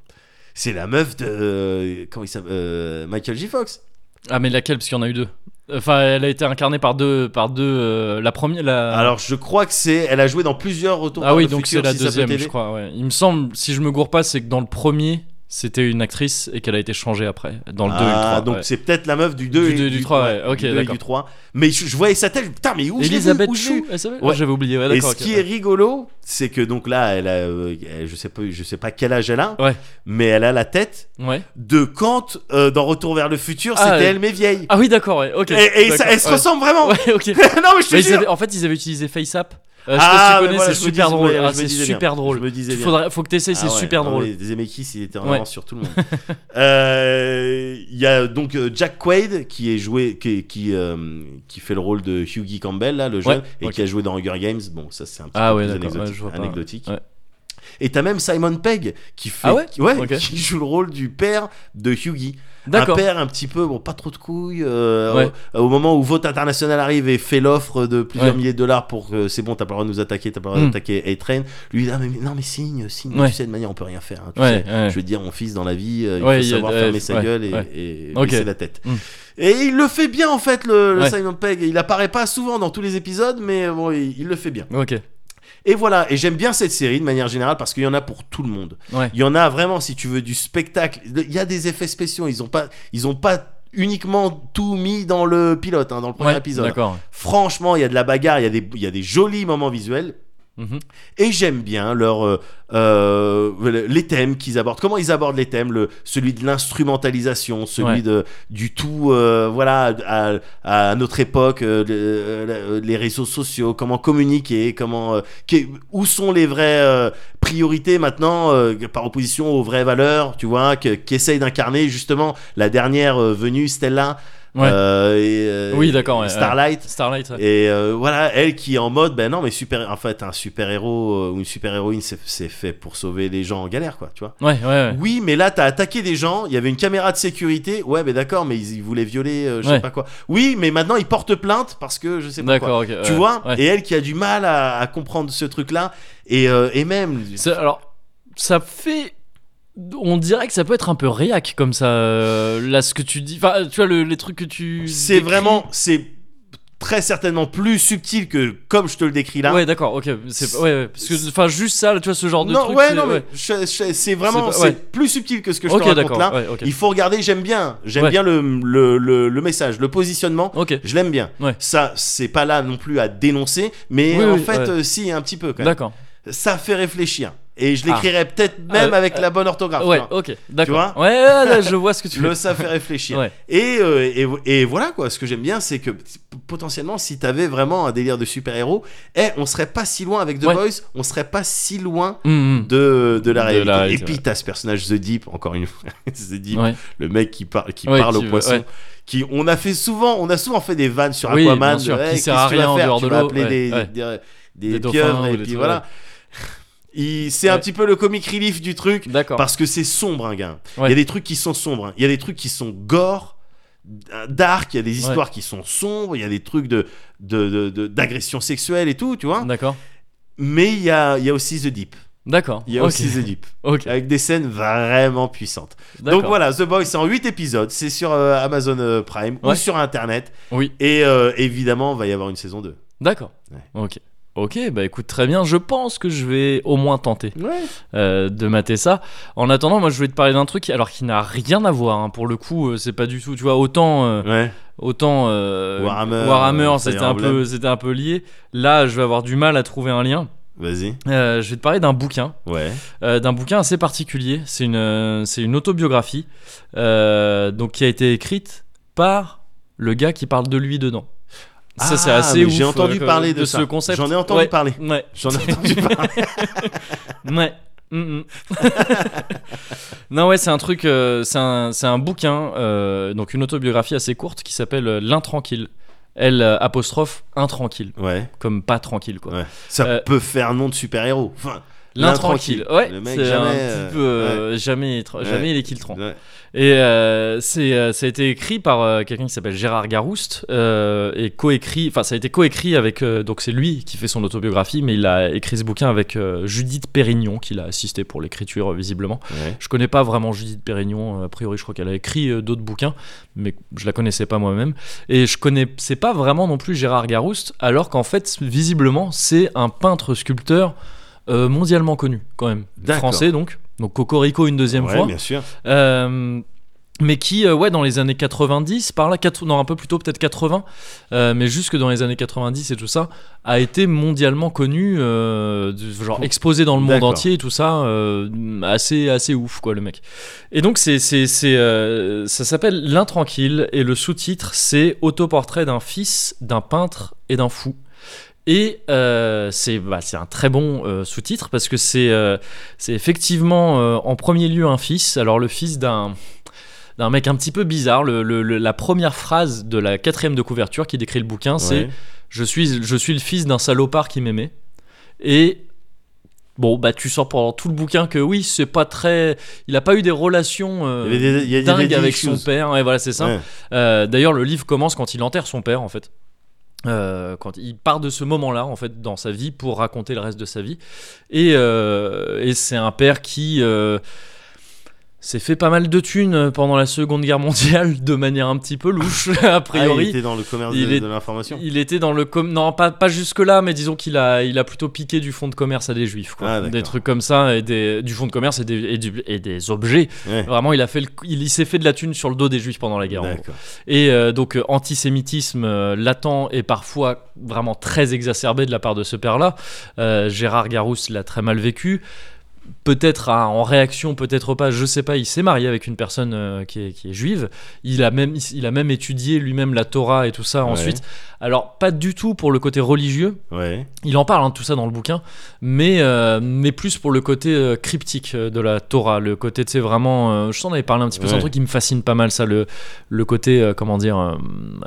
[SPEAKER 2] C'est la meuf de euh, comment il s'appelle euh, Michael J. Fox.
[SPEAKER 1] Ah mais laquelle parce qu'il y en a eu deux. Enfin, elle a été incarnée par deux, par deux. euh, la première, la.
[SPEAKER 2] Alors je crois que c'est, elle a joué dans plusieurs Retour
[SPEAKER 1] ah
[SPEAKER 2] vers
[SPEAKER 1] oui,
[SPEAKER 2] le
[SPEAKER 1] donc
[SPEAKER 2] futur.
[SPEAKER 1] c'est la
[SPEAKER 2] si ça peut
[SPEAKER 1] deuxième,
[SPEAKER 2] t'aider.
[SPEAKER 1] je crois. ouais. Il me semble, si je me gourre pas, c'est que dans le premier, c'était une actrice et qu'elle a été changée après. Dans le 2 et
[SPEAKER 2] Ah,
[SPEAKER 1] le 3.
[SPEAKER 2] donc
[SPEAKER 1] ouais.
[SPEAKER 2] c'est peut-être la meuf du 2
[SPEAKER 1] Du
[SPEAKER 2] et
[SPEAKER 1] deux et du trois, ouais, ok,
[SPEAKER 2] du deux et
[SPEAKER 1] d'accord.
[SPEAKER 2] du 3. Mais je, je voyais sa tête, je- putain, mais où je l'ai vu,
[SPEAKER 1] Elisabeth
[SPEAKER 2] où je l'ai
[SPEAKER 1] Chou,
[SPEAKER 2] vu
[SPEAKER 1] elle savait
[SPEAKER 2] Ouais.
[SPEAKER 1] J'avais oublié, ouais,
[SPEAKER 2] Et
[SPEAKER 1] d'accord.
[SPEAKER 2] ce
[SPEAKER 1] ok,
[SPEAKER 2] qui
[SPEAKER 1] ouais.
[SPEAKER 2] est rigolo, c'est que donc là, elle a, euh, elle- je sais pas, je sais pas quel âge elle a,
[SPEAKER 1] Ouais.
[SPEAKER 2] mais elle a la tête
[SPEAKER 1] Ouais.
[SPEAKER 2] de Kant euh, dans Retour vers le futur.
[SPEAKER 1] Ah,
[SPEAKER 2] C'était
[SPEAKER 1] euh,
[SPEAKER 2] elle mais vieille.
[SPEAKER 1] Ah oui, d'accord, ouais, ok.
[SPEAKER 2] et et ça-
[SPEAKER 1] d'accord,
[SPEAKER 2] elle se
[SPEAKER 1] ouais.
[SPEAKER 2] ressemble vraiment.
[SPEAKER 1] Ouais, ok.
[SPEAKER 2] non mais je te
[SPEAKER 1] Mais ils
[SPEAKER 2] jure.
[SPEAKER 1] avaient- en fait, ils avaient utilisé FaceApp. Euh, je sais
[SPEAKER 2] Ah,
[SPEAKER 1] pas si tu
[SPEAKER 2] mais
[SPEAKER 1] connais,
[SPEAKER 2] voilà, je
[SPEAKER 1] c'est
[SPEAKER 2] me
[SPEAKER 1] super
[SPEAKER 2] disais,
[SPEAKER 1] drôle.
[SPEAKER 2] ouais,
[SPEAKER 1] Ah,
[SPEAKER 2] je me
[SPEAKER 1] c'est
[SPEAKER 2] disais
[SPEAKER 1] super
[SPEAKER 2] bien,
[SPEAKER 1] drôle.
[SPEAKER 2] Je me disais
[SPEAKER 1] Il
[SPEAKER 2] bien.
[SPEAKER 1] faudrait- faut que t'essayes, c'est
[SPEAKER 2] Ah ouais,
[SPEAKER 1] super
[SPEAKER 2] non,
[SPEAKER 1] drôle.
[SPEAKER 2] mais Zemeckis, il était en
[SPEAKER 1] Ouais.
[SPEAKER 2] avance sur tout le monde. Euh, Il y a donc euh, Jack Quaid qui est joué, qui qui, euh, qui fait le rôle de Hughie Campbell là, le jeune,
[SPEAKER 1] Ouais,
[SPEAKER 2] et
[SPEAKER 1] ok.
[SPEAKER 2] qui a joué dans Hunger Games. Bon, ça c'est un petit
[SPEAKER 1] Ah
[SPEAKER 2] peu
[SPEAKER 1] ouais,
[SPEAKER 2] plus
[SPEAKER 1] d'accord,
[SPEAKER 2] anecdotique.
[SPEAKER 1] ouais, je vois pas.
[SPEAKER 2] anecdotique.
[SPEAKER 1] Ouais.
[SPEAKER 2] Et t'as même Simon Pegg qui fait,
[SPEAKER 1] Ah ouais
[SPEAKER 2] qui,
[SPEAKER 1] Ok.
[SPEAKER 2] qui joue le rôle du père de Hughie. Un
[SPEAKER 1] D'accord.
[SPEAKER 2] père un petit peu, bon, pas trop de couilles. euh,
[SPEAKER 1] Ouais.
[SPEAKER 2] au, au moment où Vote International arrive et fait l'offre de plusieurs
[SPEAKER 1] Ouais.
[SPEAKER 2] milliers de dollars pour que c'est bon, t'as pas le droit de nous attaquer, t'as pas le droit
[SPEAKER 1] Mm.
[SPEAKER 2] d'attaquer A-Train. Lui, il dit, ah, mais, mais non, mais signe, signe.
[SPEAKER 1] Ouais.
[SPEAKER 2] Tu sais, de manière, on peut rien faire. hein, tu
[SPEAKER 1] Ouais,
[SPEAKER 2] sais.
[SPEAKER 1] ouais.
[SPEAKER 2] Je veux dire, mon fils dans la vie, euh, il
[SPEAKER 1] Ouais, il y
[SPEAKER 2] faut
[SPEAKER 1] a-
[SPEAKER 2] savoir
[SPEAKER 1] ouais,
[SPEAKER 2] fermer sa
[SPEAKER 1] ouais,
[SPEAKER 2] gueule et,
[SPEAKER 1] ouais.
[SPEAKER 2] et
[SPEAKER 1] Ok.
[SPEAKER 2] baisser la tête.
[SPEAKER 1] Mm.
[SPEAKER 2] Et il le fait bien, en fait, le, le
[SPEAKER 1] Ouais.
[SPEAKER 2] Simon Pegg. Il apparaît pas souvent dans tous les épisodes, mais euh, bon, il, il le fait bien.
[SPEAKER 1] Ok.
[SPEAKER 2] Et voilà, et j'aime bien cette série de manière générale parce qu'il y en a pour tout le monde.
[SPEAKER 1] Ouais.
[SPEAKER 2] Il y en a vraiment, si tu veux, du spectacle. Il y a des effets spéciaux. Ils ont pas, ils ont pas uniquement tout mis dans le pilote, hein, dans le premier
[SPEAKER 1] Ouais,
[SPEAKER 2] épisode.
[SPEAKER 1] D'accord.
[SPEAKER 2] Franchement, il y a de la bagarre, il y, a des- il y a des jolis moments visuels.
[SPEAKER 1] Mhm.
[SPEAKER 2] Et j'aime bien leur, euh, euh, les thèmes qu'ils abordent. Comment ils abordent les thèmes le, Celui de l'instrumentalisation, celui
[SPEAKER 1] Ouais.
[SPEAKER 2] de, du tout, euh, voilà, à, à notre époque, euh, le- euh, les réseaux sociaux, comment communiquer, comment, euh, qu'est- où sont les vraies euh, priorités maintenant euh, par opposition aux vraies valeurs, tu vois, que- qu'essaye d'incarner justement la dernière euh, venue, Stella.
[SPEAKER 1] Ouais.
[SPEAKER 2] euh, et, euh,
[SPEAKER 1] Oui, d'accord, ouais,
[SPEAKER 2] Starlight.
[SPEAKER 1] Starlight. ouais.
[SPEAKER 2] Et euh, voilà, elle qui est en mode, ben non, mais super, en fait, un super héros euh, ou une super héroïne, c'est- c'est fait pour sauver les gens en galère, quoi, tu vois.
[SPEAKER 1] Ouais, ouais, ouais.
[SPEAKER 2] Oui, mais là, t'as attaqué des gens, il y avait une caméra de sécurité, ouais, mais d'accord, mais ils, ils voulaient violer, euh, je
[SPEAKER 1] Ouais.
[SPEAKER 2] sais pas quoi. Oui, mais maintenant, ils portent plainte parce que je sais pas quoi.
[SPEAKER 1] D'accord, ok.
[SPEAKER 2] Tu
[SPEAKER 1] ouais,
[SPEAKER 2] vois
[SPEAKER 1] ouais.
[SPEAKER 2] Et elle qui a du mal à, à comprendre ce truc-là, et, euh, et même.
[SPEAKER 1] Ça- alors, ça fait. On dirait que ça peut être un peu réac comme ça. euh, là, ce que tu dis. Enfin, tu vois, le- les trucs que tu.
[SPEAKER 2] C'est
[SPEAKER 1] décris.
[SPEAKER 2] vraiment. C'est très certainement plus subtil que comme je te le décris là.
[SPEAKER 1] Ouais, d'accord, ok. c'est- Ouais, ouais, parce que, enfin, juste ça, tu vois, ce genre de
[SPEAKER 2] non,
[SPEAKER 1] truc.
[SPEAKER 2] ouais,
[SPEAKER 1] c'est-
[SPEAKER 2] non, mais je- je- c'est vraiment
[SPEAKER 1] C'est pas- ouais.
[SPEAKER 2] c'est plus subtil que ce que je
[SPEAKER 1] Ok,
[SPEAKER 2] te raconte
[SPEAKER 1] d'accord,
[SPEAKER 2] là.
[SPEAKER 1] ouais, ok.
[SPEAKER 2] Il faut regarder, j'aime bien, j'aime
[SPEAKER 1] Ouais.
[SPEAKER 2] bien le, le, le, le message, le positionnement.
[SPEAKER 1] Ok,
[SPEAKER 2] Je l'aime bien.
[SPEAKER 1] Ouais.
[SPEAKER 2] Ça, c'est pas là non plus à dénoncer, mais
[SPEAKER 1] Oui,
[SPEAKER 2] en
[SPEAKER 1] oui,
[SPEAKER 2] fait,
[SPEAKER 1] ouais.
[SPEAKER 2] euh, si, un petit peu quand même.
[SPEAKER 1] d'accord.
[SPEAKER 2] Ça fait réfléchir. Et je
[SPEAKER 1] Ah.
[SPEAKER 2] l'écrirais peut-être même
[SPEAKER 1] Euh,
[SPEAKER 2] avec la bonne orthographe.
[SPEAKER 1] Ouais,
[SPEAKER 2] tu vois.
[SPEAKER 1] ok, d'accord.
[SPEAKER 2] vois
[SPEAKER 1] Ouais, ouais, là, je vois ce que tu veux.
[SPEAKER 2] Le ça fait réfléchir.
[SPEAKER 1] Ouais.
[SPEAKER 2] Et, euh, et, et voilà quoi, ce que j'aime bien, c'est que potentiellement, si t'avais vraiment un délire de super-héros, eh, on serait pas si loin avec The
[SPEAKER 1] Ouais.
[SPEAKER 2] Voice, on serait pas si loin
[SPEAKER 1] Hum, hum.
[SPEAKER 2] de, de la
[SPEAKER 1] De
[SPEAKER 2] réalité.
[SPEAKER 1] la
[SPEAKER 2] et
[SPEAKER 1] réalité,
[SPEAKER 2] puis
[SPEAKER 1] ouais.
[SPEAKER 2] t'as ce personnage The Deep, encore une fois, The Deep,
[SPEAKER 1] Ouais.
[SPEAKER 2] le mec qui, par- qui
[SPEAKER 1] Ouais,
[SPEAKER 2] parle
[SPEAKER 1] qui
[SPEAKER 2] aux
[SPEAKER 1] veut-
[SPEAKER 2] poissons.
[SPEAKER 1] ouais.
[SPEAKER 2] Qui, on a fait souvent, on a souvent fait des vannes sur
[SPEAKER 1] Oui,
[SPEAKER 2] Aquaman,
[SPEAKER 1] bien sûr,
[SPEAKER 2] de,
[SPEAKER 1] qui
[SPEAKER 2] eh,
[SPEAKER 1] sert
[SPEAKER 2] qu'est-ce
[SPEAKER 1] à
[SPEAKER 2] que tu vas
[SPEAKER 1] rien en
[SPEAKER 2] faire
[SPEAKER 1] dehors
[SPEAKER 2] Tu
[SPEAKER 1] de
[SPEAKER 2] vas
[SPEAKER 1] l'eau,
[SPEAKER 2] appeler
[SPEAKER 1] ouais,
[SPEAKER 2] des,
[SPEAKER 1] ouais.
[SPEAKER 2] des- des
[SPEAKER 1] Des dauphins
[SPEAKER 2] pieuvres,
[SPEAKER 1] ou
[SPEAKER 2] et
[SPEAKER 1] des
[SPEAKER 2] puis
[SPEAKER 1] trucs,
[SPEAKER 2] voilà. Il- C'est un
[SPEAKER 1] Ouais.
[SPEAKER 2] petit peu le comic relief du truc,
[SPEAKER 1] D'accord.
[SPEAKER 2] parce que c'est sombre, un gars. Il y
[SPEAKER 1] Ouais.
[SPEAKER 2] a des trucs qui sont sombres, hein. il y a des trucs qui sont gore, dark, il y a des histoires qui sont sombres, il y a des trucs de de- de- de- d'agression sexuelle et tout, tu vois.
[SPEAKER 1] D'accord.
[SPEAKER 2] Mais il y a, il y a aussi The Deep.
[SPEAKER 1] D'accord.
[SPEAKER 2] Il y a
[SPEAKER 1] ok.
[SPEAKER 2] aussi The Deep
[SPEAKER 1] Ok.
[SPEAKER 2] avec des scènes vraiment puissantes.
[SPEAKER 1] d'accord.
[SPEAKER 2] Donc voilà, The Boys, c'est en 8 épisodes, c'est sur euh, Amazon euh, Prime ou
[SPEAKER 1] Ouais.
[SPEAKER 2] sur Internet,
[SPEAKER 1] Oui.
[SPEAKER 2] et euh, évidemment, il va y avoir une saison 2.
[SPEAKER 1] D'accord.
[SPEAKER 2] Ouais.
[SPEAKER 1] Ok. Ok, bah écoute, très bien. Je pense que je vais au moins tenter
[SPEAKER 2] Ouais.
[SPEAKER 1] euh, de mater ça. En attendant, moi, je voulais te parler d'un truc, alors qui n'a rien à voir. hein. Pour le coup, euh, c'est pas du tout. Tu vois, autant, euh,
[SPEAKER 2] Ouais.
[SPEAKER 1] autant euh,
[SPEAKER 2] Warhammer,
[SPEAKER 1] Warhammer,
[SPEAKER 2] euh,
[SPEAKER 1] c'était
[SPEAKER 2] Fire
[SPEAKER 1] un peu,
[SPEAKER 2] Emblem.
[SPEAKER 1] c'était un peu lié. Là, je vais avoir du mal à trouver un lien.
[SPEAKER 2] Vas-y.
[SPEAKER 1] Euh, je vais te parler d'un bouquin,
[SPEAKER 2] Ouais.
[SPEAKER 1] euh, d'un bouquin assez particulier. C'est une, euh, c'est une autobiographie, euh, donc qui a été écrite par le gars qui parle de lui dedans. Ça, c'est
[SPEAKER 2] Ah,
[SPEAKER 1] assez
[SPEAKER 2] mais
[SPEAKER 1] ouf.
[SPEAKER 2] J'ai entendu
[SPEAKER 1] euh,
[SPEAKER 2] parler de,
[SPEAKER 1] ce
[SPEAKER 2] ça.
[SPEAKER 1] concept.
[SPEAKER 2] J'en ai entendu
[SPEAKER 1] Ouais.
[SPEAKER 2] parler.
[SPEAKER 1] Ouais.
[SPEAKER 2] J'en ai entendu parler.
[SPEAKER 1] Ouais. Mm, mm. non ouais c'est un truc euh, c'est un, c'est un bouquin euh, donc une autobiographie assez courte qui s'appelle euh, l'intranquille L euh, apostrophe intranquille
[SPEAKER 2] Ouais.
[SPEAKER 1] comme pas tranquille quoi
[SPEAKER 2] ouais. Ça
[SPEAKER 1] Euh,
[SPEAKER 2] peut faire nom de super-héros. Enfin,
[SPEAKER 1] l'intranquille ouais
[SPEAKER 2] Le mec,
[SPEAKER 1] c'est un
[SPEAKER 2] jamais,
[SPEAKER 1] petit peu
[SPEAKER 2] euh,
[SPEAKER 1] euh, jamais tra-
[SPEAKER 2] Ouais.
[SPEAKER 1] jamais il est kiltran
[SPEAKER 2] ouais.
[SPEAKER 1] et euh, c'est euh, ça a été écrit par euh, quelqu'un qui s'appelle Gérard Garoust euh, et coécrit enfin ça a été coécrit avec euh, donc c'est lui qui fait son autobiographie mais il a écrit ce bouquin avec euh, Judith Pérignon qui l'a assisté pour l'écriture euh, visiblement
[SPEAKER 2] ouais.
[SPEAKER 1] Je connais pas vraiment Judith Pérignon, euh, a priori je crois qu'elle a écrit euh, d'autres bouquins, mais je la connaissais pas moi-même. Et je connaissais pas vraiment non plus Gérard Garoust, alors qu'en fait, visiblement, c'est un peintre-sculpteur euh, mondialement connu, quand même.
[SPEAKER 2] D'accord.
[SPEAKER 1] Français donc. Donc Cocorico une deuxième
[SPEAKER 2] Ouais,
[SPEAKER 1] fois.
[SPEAKER 2] bien sûr.
[SPEAKER 1] Euh, mais qui, euh, ouais, dans les années 90, par là, quatre- non, un peu plus tôt, peut-être 80, euh, mais jusque dans les années 90 et tout ça, a été mondialement connu, euh, de- genre exposé dans le monde
[SPEAKER 2] D'accord.
[SPEAKER 1] entier et tout ça, euh, assez, assez ouf, quoi, le mec. Et donc, c'est, c'est, c'est, euh, ça s'appelle L'intranquille, et le sous-titre, c'est Autoportrait d'un fils, d'un peintre et d'un fou. Et euh, c'est bah, c'est un très bon euh, sous-titre parce que c'est euh, c'est effectivement euh, en premier lieu un fils. Alors le fils d'un d'un mec un petit peu bizarre. Le- le- le- la première phrase de la quatrième de couverture qui décrit le bouquin, c'est
[SPEAKER 2] Ouais.
[SPEAKER 1] je suis je suis le fils d'un salopard qui m'aimait. Et bon bah tu sors pendant tout le bouquin que oui c'est pas très il a pas eu des relations euh,
[SPEAKER 2] Il y a des- il y a des
[SPEAKER 1] dingues
[SPEAKER 2] daddy
[SPEAKER 1] avec
[SPEAKER 2] issues.
[SPEAKER 1] son père. Et voilà c'est ça.
[SPEAKER 2] Ouais.
[SPEAKER 1] Euh, D'ailleurs, le livre commence quand il enterre son père, en fait. Euh, quand il part de ce moment-là, en fait, dans sa vie pour raconter le reste de sa vie. Et, euh, et c'est un père qui euh, s'est fait pas mal de thunes pendant la Seconde Guerre mondiale de manière un petit peu louche, a
[SPEAKER 2] Ah, il
[SPEAKER 1] priori.
[SPEAKER 2] était dans le commerce
[SPEAKER 1] il
[SPEAKER 2] de,
[SPEAKER 1] est-
[SPEAKER 2] de l'information.
[SPEAKER 1] Il était dans le com- non pas pas jusque là mais disons qu'il a il a plutôt piqué du fonds de commerce à des juifs quoi.
[SPEAKER 2] Ah, d'accord.
[SPEAKER 1] des trucs comme ça et des du fonds de commerce et des et, du- et des objets
[SPEAKER 2] Ouais.
[SPEAKER 1] vraiment il a fait le- il, il s'est fait de la thune sur le dos des juifs pendant la guerre en gros.
[SPEAKER 2] D'accord.
[SPEAKER 1] Et euh, donc euh, antisémitisme euh, latent et parfois vraiment très exacerbé de la part de ce père-là. Euh, Gérard Garousse l'a très mal vécu. Peut-être à- en réaction, peut-être pas, je sais pas. Il s'est marié avec une personne euh, qui, est, qui est juive. Il a même, il a même étudié lui-même la Torah et tout ça
[SPEAKER 2] Ouais.
[SPEAKER 1] ensuite. Alors, pas du tout pour le côté religieux,
[SPEAKER 2] Ouais.
[SPEAKER 1] il en parle hein, tout ça dans le bouquin, mais, euh, mais plus pour le côté euh, cryptique euh, de la Torah, le côté, tu sais, vraiment, euh, je t'en avais parlé un petit peu, c'est un
[SPEAKER 2] Ouais.
[SPEAKER 1] truc qui me fascine pas mal, ça, le, le côté, euh, comment dire, euh,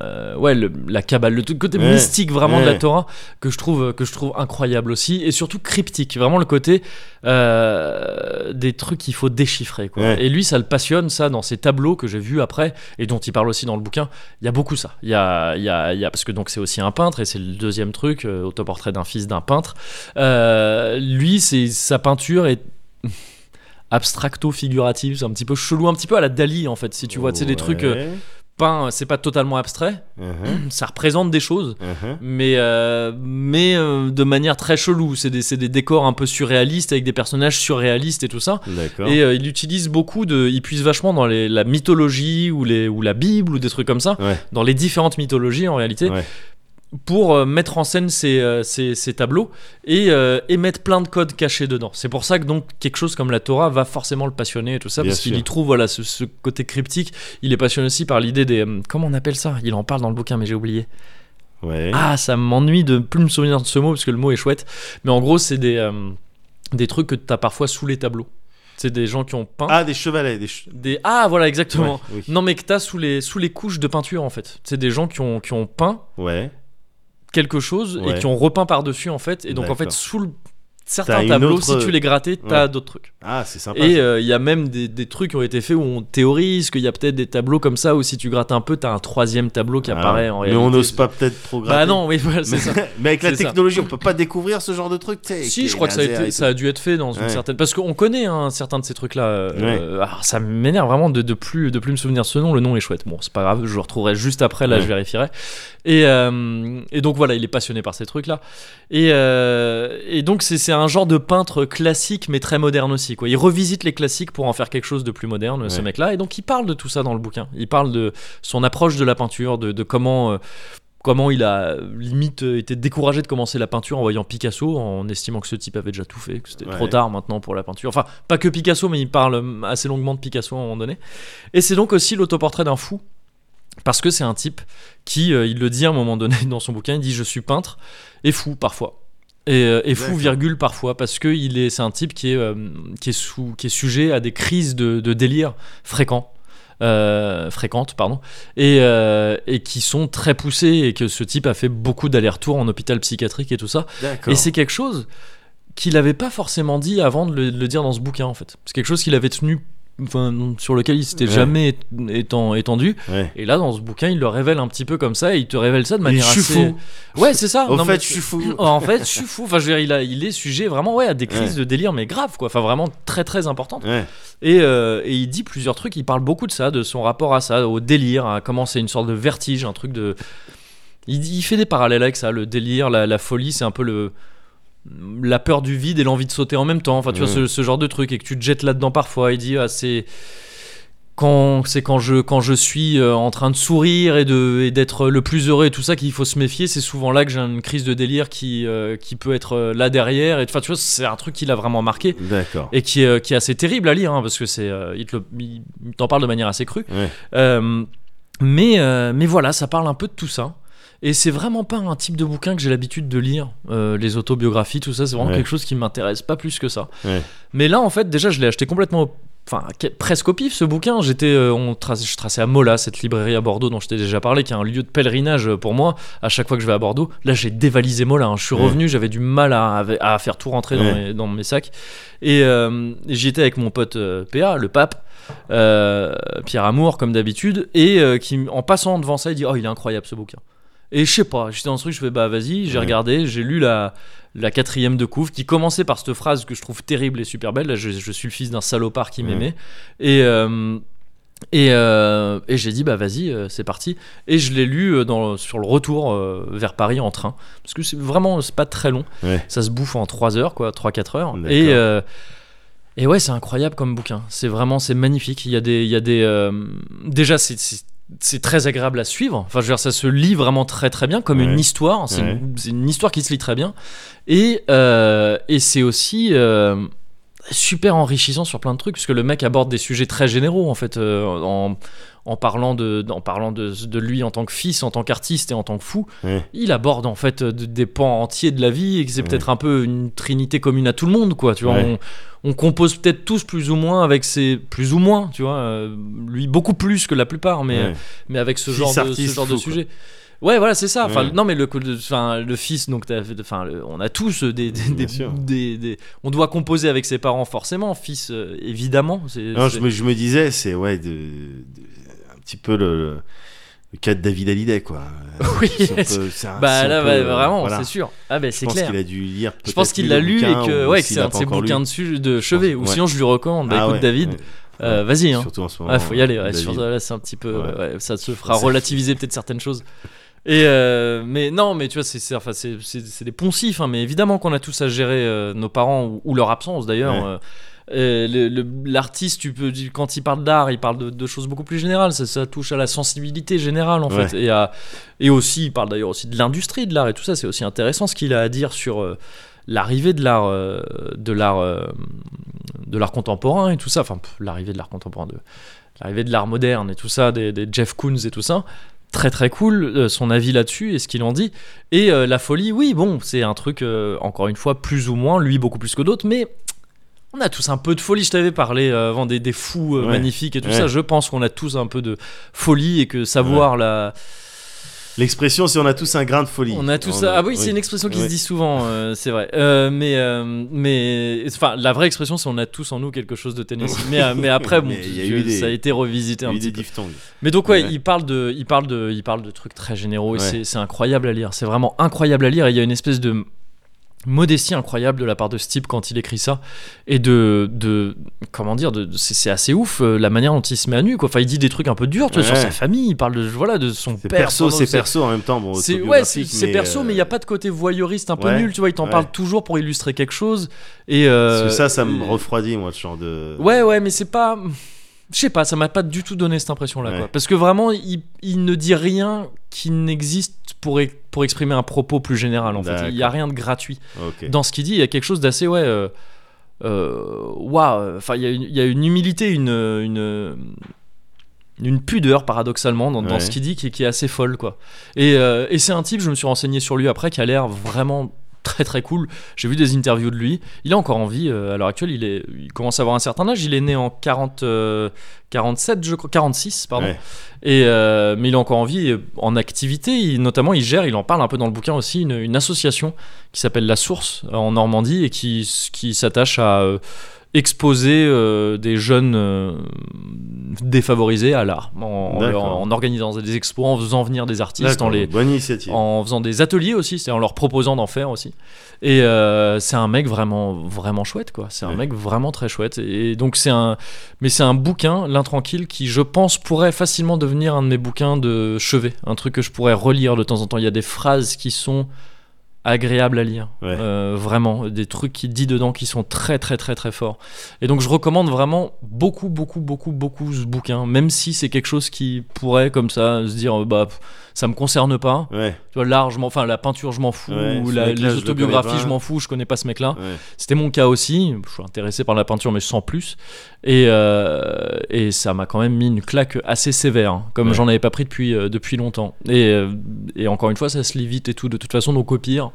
[SPEAKER 1] euh, ouais, le- la Kabbale, le tout- côté
[SPEAKER 2] Ouais.
[SPEAKER 1] mystique vraiment de la
[SPEAKER 2] Ouais.
[SPEAKER 1] Torah, que je, trouve, euh, que je trouve incroyable aussi, et surtout cryptique, vraiment le côté euh, des trucs qu'il faut déchiffrer, quoi.
[SPEAKER 2] Ouais.
[SPEAKER 1] Et lui, ça le passionne, ça, dans ses tableaux que j'ai vus après, et dont il parle aussi dans le bouquin, il y a beaucoup ça. Il y a, il y a- il y a- parce que donc c'est aussi un peintre, et c'est le deuxième truc, euh, autoportrait d'un fils d'un peintre. Euh, lui, c'est sa peinture est abstracto-figurative, c'est un petit peu chelou, un petit peu à la Dali en fait, si tu vois, tu sais, des trucs... euh, peint, c'est pas totalement abstrait,
[SPEAKER 2] Mhm,
[SPEAKER 1] ça représente des choses,
[SPEAKER 2] mhm.
[SPEAKER 1] mais, euh, mais euh, de manière très chelou. C'est des, c'est des décors un peu surréalistes avec des personnages surréalistes et tout ça.
[SPEAKER 2] D'accord.
[SPEAKER 1] Et euh, il utilise beaucoup de. Il puise vachement dans les- la mythologie ou, les, ou la Bible ou des trucs comme ça,
[SPEAKER 2] Ouais.
[SPEAKER 1] dans les différentes mythologies en réalité,
[SPEAKER 2] Ouais.
[SPEAKER 1] pour euh, mettre en scène ces, euh, ces- ces tableaux et, euh, et mettre plein de codes cachés dedans. C'est pour ça que donc quelque chose comme la Torah va forcément le passionner et tout ça,
[SPEAKER 2] Bien
[SPEAKER 1] parce qu'il
[SPEAKER 2] sûr.
[SPEAKER 1] y trouve voilà, ce, ce côté cryptique. Il est passionné aussi par l'idée des. euh, Comment on appelle ça Il en parle dans le bouquin, mais j'ai oublié.
[SPEAKER 2] Ouais.
[SPEAKER 1] Ah, ça m'ennuie de plus me souvenir de ce mot parce que le mot est chouette. Mais en gros, c'est des, euh, des trucs que tu as parfois sous les tableaux. C'est des gens qui ont peint.
[SPEAKER 2] Ah, des chevalets. Des che-
[SPEAKER 1] Des... Ah, voilà, exactement.
[SPEAKER 2] Ouais, oui.
[SPEAKER 1] Non, mais que t'as sous les, sous les couches de peinture, en fait. C'est des gens qui ont, qui ont peint
[SPEAKER 2] Ouais.
[SPEAKER 1] quelque chose
[SPEAKER 2] Ouais.
[SPEAKER 1] et qui ont repeint par-dessus, en fait. Et donc, en fait,
[SPEAKER 2] D'accord.
[SPEAKER 1] sous le-
[SPEAKER 2] T'as
[SPEAKER 1] certains
[SPEAKER 2] une
[SPEAKER 1] tableaux,
[SPEAKER 2] autre-
[SPEAKER 1] si tu les grattais, t'as
[SPEAKER 2] Ouais.
[SPEAKER 1] d'autres trucs.
[SPEAKER 2] Ah, c'est sympa.
[SPEAKER 1] Et
[SPEAKER 2] ça.
[SPEAKER 1] euh, il y a même des, des trucs qui ont été faits où on théorise qu'il y a peut-être des tableaux comme ça où si tu grattes un peu, t'as un troisième tableau qui
[SPEAKER 2] Ah,
[SPEAKER 1] apparaît en
[SPEAKER 2] mais
[SPEAKER 1] réalité.
[SPEAKER 2] on n'ose pas peut-être programmer.
[SPEAKER 1] Bah non, oui, voilà, c'est
[SPEAKER 2] mais,
[SPEAKER 1] ça.
[SPEAKER 2] mais avec la
[SPEAKER 1] C'est ça.
[SPEAKER 2] technologie, on peut pas découvrir ce genre de truc. tu sais, avec
[SPEAKER 1] Si,
[SPEAKER 2] les
[SPEAKER 1] je crois que ça a,
[SPEAKER 2] lasers
[SPEAKER 1] été-
[SPEAKER 2] et
[SPEAKER 1] ça a dû être fait dans une
[SPEAKER 2] Ouais.
[SPEAKER 1] certaine. Parce qu'on connaît hein, certains de ces trucs-là. euh, alors, ça m'énerve vraiment de, de, plus, de plus me souvenir de ce nom. Le nom est chouette. Bon, c'est pas grave, je le retrouverai juste après, là,
[SPEAKER 2] Ouais.
[SPEAKER 1] je vérifierai. Et, euh, et donc voilà, il est passionné par ces trucs-là. Et, euh, et donc, c'est c'est un genre de peintre classique, mais très moderne aussi. Quoi. Il revisite les classiques pour en faire quelque chose de plus moderne, ce
[SPEAKER 2] Ouais.
[SPEAKER 1] mec-là. Et donc, il parle de tout ça dans le bouquin. Il parle de son approche de la peinture, de, de comment. euh, comment il a euh, limite euh, été découragé de commencer la peinture en voyant Picasso, en estimant que ce type avait déjà tout fait, que c'était
[SPEAKER 2] Ouais.
[SPEAKER 1] trop tard maintenant pour la peinture. Enfin, pas que Picasso, mais il parle euh, assez longuement de Picasso à un moment donné. Et c'est donc aussi l'autoportrait d'un fou. Parce que c'est un type qui, euh, il le dit à un moment donné dans son bouquin, il dit je suis peintre et fou parfois. Et, euh, et fou,
[SPEAKER 2] D'accord.
[SPEAKER 1] virgule, parfois, parce que il est- c'est un type qui est, euh, qui, est sous, qui est sujet à des crises de, de délire fréquents. euh, fréquentes, pardon, et, euh, et qui sont très poussées, et que ce type a fait beaucoup d'allers-retours en hôpital psychiatrique et tout ça.
[SPEAKER 2] tout. D'accord.
[SPEAKER 1] Et c'est quelque chose qu'il n'avait pas forcément dit avant de le, de le dire dans ce bouquin, en fait. C'est quelque chose qu'il avait tenu, enfin, sur lequel il s'était
[SPEAKER 2] Ouais.
[SPEAKER 1] jamais ét- étant, étendu.
[SPEAKER 2] Ouais.
[SPEAKER 1] Et là, dans ce bouquin, il le révèle un petit peu comme ça, et il te révèle ça de manière
[SPEAKER 2] je suis
[SPEAKER 1] assez.
[SPEAKER 2] fou.
[SPEAKER 1] Ouais, c'est ça.
[SPEAKER 2] Au
[SPEAKER 1] Non,
[SPEAKER 2] fait,
[SPEAKER 1] mais- Oh,
[SPEAKER 2] je suis fou.
[SPEAKER 1] en fait, je suis fou. Enfin, je veux dire, il, a- il est sujet vraiment ouais, à des crises
[SPEAKER 2] Ouais.
[SPEAKER 1] de délire, mais grave, quoi. Enfin, vraiment très, très importantes.
[SPEAKER 2] Ouais.
[SPEAKER 1] Et, euh, et il dit plusieurs trucs. Il parle beaucoup de ça, de son rapport à ça, au délire, à comment c'est une sorte de vertige, un truc de. Il, dit- il fait des parallèles avec ça, le délire, la, la folie, c'est un peu le la peur du vide et l'envie de sauter en même temps. Enfin, tu vois
[SPEAKER 2] Mm.
[SPEAKER 1] ce, ce genre de truc et que tu te jettes là-dedans parfois. Il dit ah, c'est quand c'est quand je quand je suis euh, en train de sourire et de et d'être le plus heureux et tout ça qu'il faut se méfier. C'est souvent là que j'ai une crise de délire qui euh, qui peut être euh, là derrière. Et enfin, tu vois, c'est un truc qui l'a vraiment marqué
[SPEAKER 2] D'accord.
[SPEAKER 1] et qui, est- euh, qui est assez terrible à lire hein, parce que c'est euh, il te le- il t'en parle de manière assez crue
[SPEAKER 2] Ouais.
[SPEAKER 1] Euh, mais euh, mais voilà ça parle un peu de tout ça et c'est vraiment pas un type de bouquin que j'ai l'habitude de lire euh, les autobiographies tout ça c'est vraiment
[SPEAKER 2] Ouais.
[SPEAKER 1] quelque chose qui m'intéresse pas plus que ça
[SPEAKER 2] Ouais.
[SPEAKER 1] mais là en fait déjà je l'ai acheté complètement au- Enfin, que- presque au pif ce bouquin. J'étais, euh, on trace- je traçais à Mola, cette librairie à Bordeaux dont je t'ai déjà parlé, qui est un lieu de pèlerinage euh, pour moi. À chaque fois que je vais à Bordeaux, là j'ai dévalisé Mola. hein. Je suis
[SPEAKER 2] Ouais.
[SPEAKER 1] revenu, j'avais du mal à, à faire tout rentrer dans,
[SPEAKER 2] Ouais.
[SPEAKER 1] mes, dans mes sacs. Et euh, j'y étais avec mon pote euh, PA, le pape, euh, Pierre Amour, comme d'habitude, et euh, qui, en passant devant ça, il dit Oh, il est incroyable ce bouquin. Et je sais pas, j'étais dans ce truc, je fais Bah, vas-y, j'ai
[SPEAKER 2] Ouais.
[SPEAKER 1] regardé, j'ai lu la, la quatrième de couvre qui commençait par cette phrase que je trouve terrible et super belle Là, je, je suis le fils d'un salopard qui
[SPEAKER 2] Ouais.
[SPEAKER 1] m'aimait. Et. euh, et, euh, et j'ai dit bah vas-y euh, c'est parti et je l'ai lu euh, dans, sur le retour euh, vers Paris en train parce que c'est vraiment c'est pas très long
[SPEAKER 2] Ouais.
[SPEAKER 1] ça se bouffe en 3 heures quoi 3-4 heures
[SPEAKER 2] D'accord.
[SPEAKER 1] et euh, et ouais, c'est incroyable comme bouquin. C'est vraiment, c'est magnifique. Il y a des, il y a des. euh, déjà, c'est- c'est c'est très agréable à suivre. Enfin, je veux dire, ça se lit vraiment très très bien, comme
[SPEAKER 2] Ouais.
[SPEAKER 1] une histoire. C'est
[SPEAKER 2] Ouais.
[SPEAKER 1] une, c'est une histoire qui se lit très bien. Et, euh, et c'est aussi euh, super enrichissant sur plein de trucs, puisque le mec aborde des sujets très généraux, en fait, euh, en, en parlant, de, en parlant de, de lui en tant que fils, en tant qu'artiste et en tant que fou.
[SPEAKER 2] Ouais.
[SPEAKER 1] Il aborde, en fait, de- des pans entiers de la vie, et que c'est peut-être un peu une trinité commune à tout le monde, quoi. Tu vois,
[SPEAKER 2] Ouais.
[SPEAKER 1] on- on compose peut-être tous plus ou moins avec ses plus ou moins tu vois euh, lui beaucoup plus que la plupart mais
[SPEAKER 2] Ouais.
[SPEAKER 1] mais avec ce
[SPEAKER 2] Fils
[SPEAKER 1] genre de ce
[SPEAKER 2] artiste
[SPEAKER 1] genre de
[SPEAKER 2] fou, quoi.
[SPEAKER 1] sujet ouais voilà c'est ça enfin
[SPEAKER 2] Ouais.
[SPEAKER 1] non mais le le- enfin le fils donc t'as- enfin le- on a tous des des, des,
[SPEAKER 2] Bien sûr.
[SPEAKER 1] des- des- on doit composer avec ses parents forcément fils euh, évidemment c'est
[SPEAKER 2] Non,
[SPEAKER 1] c'est-
[SPEAKER 2] je me, je me disais, c'est ouais, de, de- un petit peu le, le cas de David Hallyday, quoi. Euh,
[SPEAKER 1] Oui.
[SPEAKER 2] si on peut- c'est un- si
[SPEAKER 1] Bah
[SPEAKER 2] on
[SPEAKER 1] là,
[SPEAKER 2] peut,
[SPEAKER 1] bah,
[SPEAKER 2] euh,
[SPEAKER 1] vraiment,
[SPEAKER 2] voilà.
[SPEAKER 1] c'est sûr. Ah bah
[SPEAKER 2] Je
[SPEAKER 1] c'est
[SPEAKER 2] pense
[SPEAKER 1] clair.
[SPEAKER 2] qu'il a dû lire.
[SPEAKER 1] Je pense
[SPEAKER 2] peut-être
[SPEAKER 1] qu'il l'a
[SPEAKER 2] le
[SPEAKER 1] lu et
[SPEAKER 2] bouquin,
[SPEAKER 1] que
[SPEAKER 2] ou
[SPEAKER 1] ouais, que
[SPEAKER 2] s'il
[SPEAKER 1] c'est
[SPEAKER 2] l'a
[SPEAKER 1] un de
[SPEAKER 2] pas
[SPEAKER 1] ses
[SPEAKER 2] encore lu.
[SPEAKER 1] bouquins de, su- de chevet. Ou
[SPEAKER 2] Ouais.
[SPEAKER 1] sinon, je lui recommande. Bah
[SPEAKER 2] Ah
[SPEAKER 1] écoute,
[SPEAKER 2] ouais,
[SPEAKER 1] David,
[SPEAKER 2] ouais.
[SPEAKER 1] euh, vas-y. Hein.
[SPEAKER 2] Surtout en ce moment.
[SPEAKER 1] Ouais, faut y aller. ouais,
[SPEAKER 2] David.
[SPEAKER 1] sur- euh, là, c'est un petit peu.
[SPEAKER 2] Ouais.
[SPEAKER 1] ouais, ça se fera
[SPEAKER 2] Ça-
[SPEAKER 1] relativiser peut-être certaines choses. Et euh, mais non, mais tu vois, c'est c'est- enfin, c'est- c'est- c'est des poncifs. hein, mais évidemment qu'on a tous à gérer euh, nos parents ou, ou leur absence d'ailleurs.
[SPEAKER 2] Ouais.
[SPEAKER 1] euh, euh, le- le- L'artiste, tu peux dire- quand il parle d'art, il parle de, de choses beaucoup plus générales. Ça, ça touche à la sensibilité générale en
[SPEAKER 2] Ouais.
[SPEAKER 1] fait, et, à- et aussi il parle d'ailleurs aussi de l'industrie de l'art et tout ça. C'est aussi intéressant ce qu'il a à dire sur euh, l'arrivée de l'art, euh, de l'art, euh, de l'art contemporain et tout ça. Enfin, pff, l'arrivée de l'art contemporain, de l'arrivée de l'art moderne et tout ça, des, des Jeff Koons et tout ça. Très très cool euh, son avis là-dessus et ce qu'il en dit. Et euh, la folie, oui, bon, c'est un truc, euh, encore une fois, plus ou moins, lui beaucoup plus que d'autres, mais on a tous un peu de folie. Je t'avais parlé euh, avant des, des fous euh,
[SPEAKER 2] Ouais.
[SPEAKER 1] magnifiques et tout
[SPEAKER 2] Ouais.
[SPEAKER 1] ça. Je pense qu'on a tous un peu de folie et que savoir la.
[SPEAKER 2] L'expression, c'est on a tous un grain de folie.
[SPEAKER 1] On a tout ça. Ah oui, c'est une expression qui se dit souvent, euh, c'est vrai. Euh, mais, euh, mais enfin, la vraie expression, c'est on a tous en nous quelque chose de Tennessee. mais, euh, mais après, bon,
[SPEAKER 2] Mais il y a
[SPEAKER 1] je-
[SPEAKER 2] eu des-
[SPEAKER 1] ça a été revisité un
[SPEAKER 2] Il y a eu
[SPEAKER 1] petit
[SPEAKER 2] des
[SPEAKER 1] peu.
[SPEAKER 2] diphtongues.
[SPEAKER 1] Mais donc ouais,
[SPEAKER 2] Ouais.
[SPEAKER 1] il parle de, il parle de, il parle de trucs très généraux et
[SPEAKER 2] Ouais.
[SPEAKER 1] c'est- c'est incroyable à lire. C'est vraiment incroyable à lire. Et il y a une espèce de modestie incroyable de la part de Steve quand il écrit ça et de, de comment dire, de, de- c'est c'est assez ouf euh, la manière dont il se met à nu. Quoi. Enfin, il dit des trucs un peu durs tu vois, sur
[SPEAKER 2] Ouais.
[SPEAKER 1] sa famille. Il parle de voilà de son
[SPEAKER 2] C'est
[SPEAKER 1] père.
[SPEAKER 2] perso,
[SPEAKER 1] pendant-
[SPEAKER 2] c'est perso en même temps. Bon,
[SPEAKER 1] c'est ouais, c'est
[SPEAKER 2] autobiographique,
[SPEAKER 1] c'est
[SPEAKER 2] mais,
[SPEAKER 1] perso,
[SPEAKER 2] euh,
[SPEAKER 1] mais il n'y a pas de côté voyeuriste un peu
[SPEAKER 2] ouais,
[SPEAKER 1] nul, tu vois. Il t'en
[SPEAKER 2] ouais.
[SPEAKER 1] parle toujours pour illustrer quelque chose. Et euh,
[SPEAKER 2] parce que ça, ça me
[SPEAKER 1] euh,
[SPEAKER 2] refroidit, moi, ce genre de.
[SPEAKER 1] Ouais, ouais, mais c'est pas. Je sais pas, ça m'a pas du tout donné cette impression-là.
[SPEAKER 2] Ouais.
[SPEAKER 1] quoi. Parce que vraiment, il, il ne dit rien qui n'existe pour, e- pour exprimer un propos plus général, en fait. Il n'y a
[SPEAKER 2] D'accord.
[SPEAKER 1] rien de gratuit
[SPEAKER 2] Ok.
[SPEAKER 1] dans ce qu'il dit, il y a quelque chose d'assez ouais. euh, euh, waouh, enfin il y, a une- il y a une humilité, une une une pudeur paradoxalement dans, dans
[SPEAKER 2] Ouais.
[SPEAKER 1] ce qu'il dit qui, qui est assez folle quoi. Et, euh, et c'est un type, je me suis renseigné sur lui après, qui a l'air vraiment très très cool. J'ai vu des interviews de lui. Il est encore en vie euh, à l'heure actuelle. Il est, il commence à avoir un certain âge. Il est né en 40, euh, 47, je crois, 46 pardon.
[SPEAKER 2] Ouais.
[SPEAKER 1] Et euh, mais il est encore en vie, et en activité. Il- notamment, il gère, il en parle un peu dans le bouquin aussi, une, une association qui s'appelle La Source euh, en Normandie et qui, s- qui s'attache à euh, exposer euh, des jeunes euh, défavorisés à l'art en, en leur-
[SPEAKER 2] D'accord.
[SPEAKER 1] en organisant des expos, en faisant venir des artistes, en
[SPEAKER 2] D'accord,
[SPEAKER 1] les,
[SPEAKER 2] Bonne initiative.
[SPEAKER 1] en faisant des ateliers aussi, c'est en leur proposant d'en faire aussi. Et euh, c'est un mec vraiment vraiment chouette quoi. C'est un
[SPEAKER 2] Ouais.
[SPEAKER 1] mec vraiment très chouette. Et donc c'est un, mais c'est un bouquin, l'intranquille, qui je pense pourrait facilement devenir un de mes bouquins de chevet, un truc que je pourrais relire de temps en temps. Il y a des phrases qui sont agréables à lire,
[SPEAKER 2] Ouais.
[SPEAKER 1] Euh, vraiment des trucs qu'il dit dedans qui sont très très très très forts. Et donc je recommande vraiment beaucoup beaucoup beaucoup beaucoup ce bouquin, même si c'est quelque chose qui pourrait comme ça se dire bah pff, ça me concerne pas.
[SPEAKER 2] Ouais,
[SPEAKER 1] Tu vois, l'art, je m'en- enfin, la peinture, je m'en fous,
[SPEAKER 2] Ouais,
[SPEAKER 1] ou
[SPEAKER 2] ce
[SPEAKER 1] la-
[SPEAKER 2] mec-là,
[SPEAKER 1] les
[SPEAKER 2] je le
[SPEAKER 1] autobiographies,
[SPEAKER 2] connais pas.
[SPEAKER 1] je m'en fous, je connais pas ce mec-là.
[SPEAKER 2] ouais.
[SPEAKER 1] C'était mon cas aussi, je suis intéressé par la peinture, mais sans plus. Et, euh, et ça m'a quand même mis une claque assez sévère, hein, comme
[SPEAKER 2] Ouais.
[SPEAKER 1] j'en avais pas pris depuis, euh, depuis longtemps. Et, euh, et encore une fois, ça se lit vite et tout, de toute façon, donc au pire,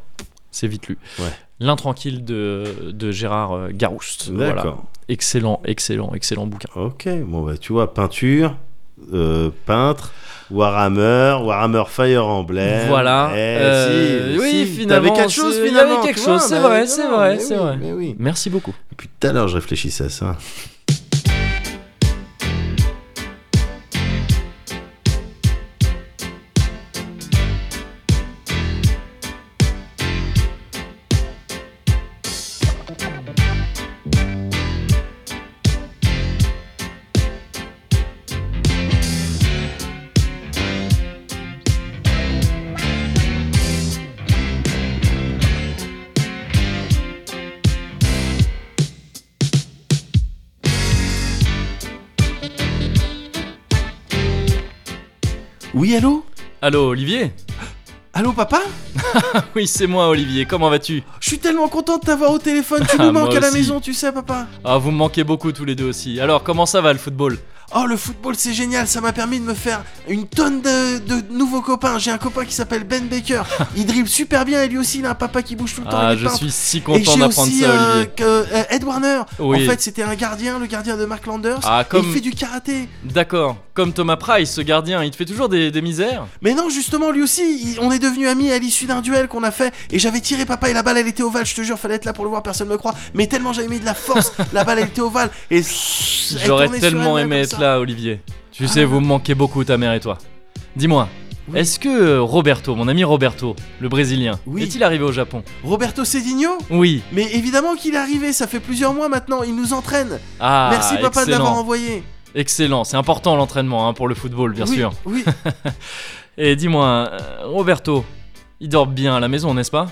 [SPEAKER 1] c'est vite lu.
[SPEAKER 2] Ouais.
[SPEAKER 1] L'intranquille de, de Gérard euh, Garouste. Voilà.
[SPEAKER 2] D'accord.
[SPEAKER 1] Excellent, excellent, excellent bouquin.
[SPEAKER 2] Ok. Bon, bah, tu vois, peinture, euh, peintre. Warhammer, Warhammer Fire Emblem.
[SPEAKER 1] Voilà.
[SPEAKER 2] Eh,
[SPEAKER 1] Euh,
[SPEAKER 2] si,
[SPEAKER 1] oui,
[SPEAKER 2] si,
[SPEAKER 1] finalement,
[SPEAKER 2] T'avais quelque
[SPEAKER 1] c'est-
[SPEAKER 2] chose
[SPEAKER 1] il y avait
[SPEAKER 2] finalement.
[SPEAKER 1] quelque
[SPEAKER 2] tu vois,
[SPEAKER 1] chose, c'est
[SPEAKER 2] bah,
[SPEAKER 1] vrai,
[SPEAKER 2] non,
[SPEAKER 1] c'est vrai,
[SPEAKER 2] mais
[SPEAKER 1] c'est
[SPEAKER 2] oui,
[SPEAKER 1] vrai.
[SPEAKER 2] Mais oui.
[SPEAKER 1] Merci beaucoup.
[SPEAKER 2] Depuis tout à l'heure, je réfléchissais à ça. Oui, allô
[SPEAKER 1] Allô, Olivier
[SPEAKER 2] Allô, papa
[SPEAKER 1] Oui, c'est moi, Olivier, comment vas-tu
[SPEAKER 2] Je suis tellement content de t'avoir au téléphone. Tu
[SPEAKER 1] Ah,
[SPEAKER 2] nous
[SPEAKER 1] moi
[SPEAKER 2] manques à la
[SPEAKER 1] aussi.
[SPEAKER 2] maison, tu sais, papa.
[SPEAKER 1] Ah, vous me manquez beaucoup tous les deux aussi. Alors, comment ça va le football
[SPEAKER 2] Oh, le football, c'est génial. Ça m'a permis de me faire une tonne de, de nouveaux copains. J'ai un copain qui s'appelle Ben Baker. Il dribble super bien et lui aussi, il a un papa qui bouge tout le temps.
[SPEAKER 1] Ah,
[SPEAKER 2] il est
[SPEAKER 1] je
[SPEAKER 2] peintre.
[SPEAKER 1] suis si
[SPEAKER 2] Et
[SPEAKER 1] content
[SPEAKER 2] j'ai
[SPEAKER 1] d'apprendre
[SPEAKER 2] aussi,
[SPEAKER 1] ça,
[SPEAKER 2] euh,
[SPEAKER 1] Olivier.
[SPEAKER 2] que, euh, Ed Warner.
[SPEAKER 1] Oui.
[SPEAKER 2] En fait, c'était un gardien, le gardien de Mark Landers.
[SPEAKER 1] Ah,
[SPEAKER 2] Et
[SPEAKER 1] comme-
[SPEAKER 2] Il fait du karaté.
[SPEAKER 1] D'accord, comme Thomas Price, ce gardien, il te fait toujours des, des misères
[SPEAKER 2] Mais non, justement, lui aussi, il- on est devenus amis à l'issue d'un duel qu'on a fait. Et j'avais tiré papa et la balle, elle était ovale. Je te jure, fallait être là pour le voir, personne me croit. Mais tellement j'avais mis de la force, la balle, elle était ovale. Et elle
[SPEAKER 1] J'aurais
[SPEAKER 2] tournait sur
[SPEAKER 1] tellement
[SPEAKER 2] elle-même
[SPEAKER 1] aimé
[SPEAKER 2] comme
[SPEAKER 1] être
[SPEAKER 2] ça. Ah
[SPEAKER 1] là, Olivier. Tu sais, vous me manquez beaucoup, ta mère et toi. Dis-moi,
[SPEAKER 2] Oui.
[SPEAKER 1] est-ce que euh, Roberto, mon ami Roberto, le Brésilien,
[SPEAKER 2] Oui.
[SPEAKER 1] est-il arrivé au Japon
[SPEAKER 2] Roberto Cedinho
[SPEAKER 1] Oui.
[SPEAKER 2] Mais évidemment qu'il est arrivé, ça fait plusieurs mois maintenant, il nous entraîne.
[SPEAKER 1] Ah,
[SPEAKER 2] Merci papa de
[SPEAKER 1] excellent.
[SPEAKER 2] l'avoir envoyé.
[SPEAKER 1] Excellent, c'est important l'entraînement hein, pour le football, bien
[SPEAKER 2] Oui,
[SPEAKER 1] sûr.
[SPEAKER 2] Oui.
[SPEAKER 1] Et dis-moi, euh, Roberto, il dort bien à la maison, n'est-ce pas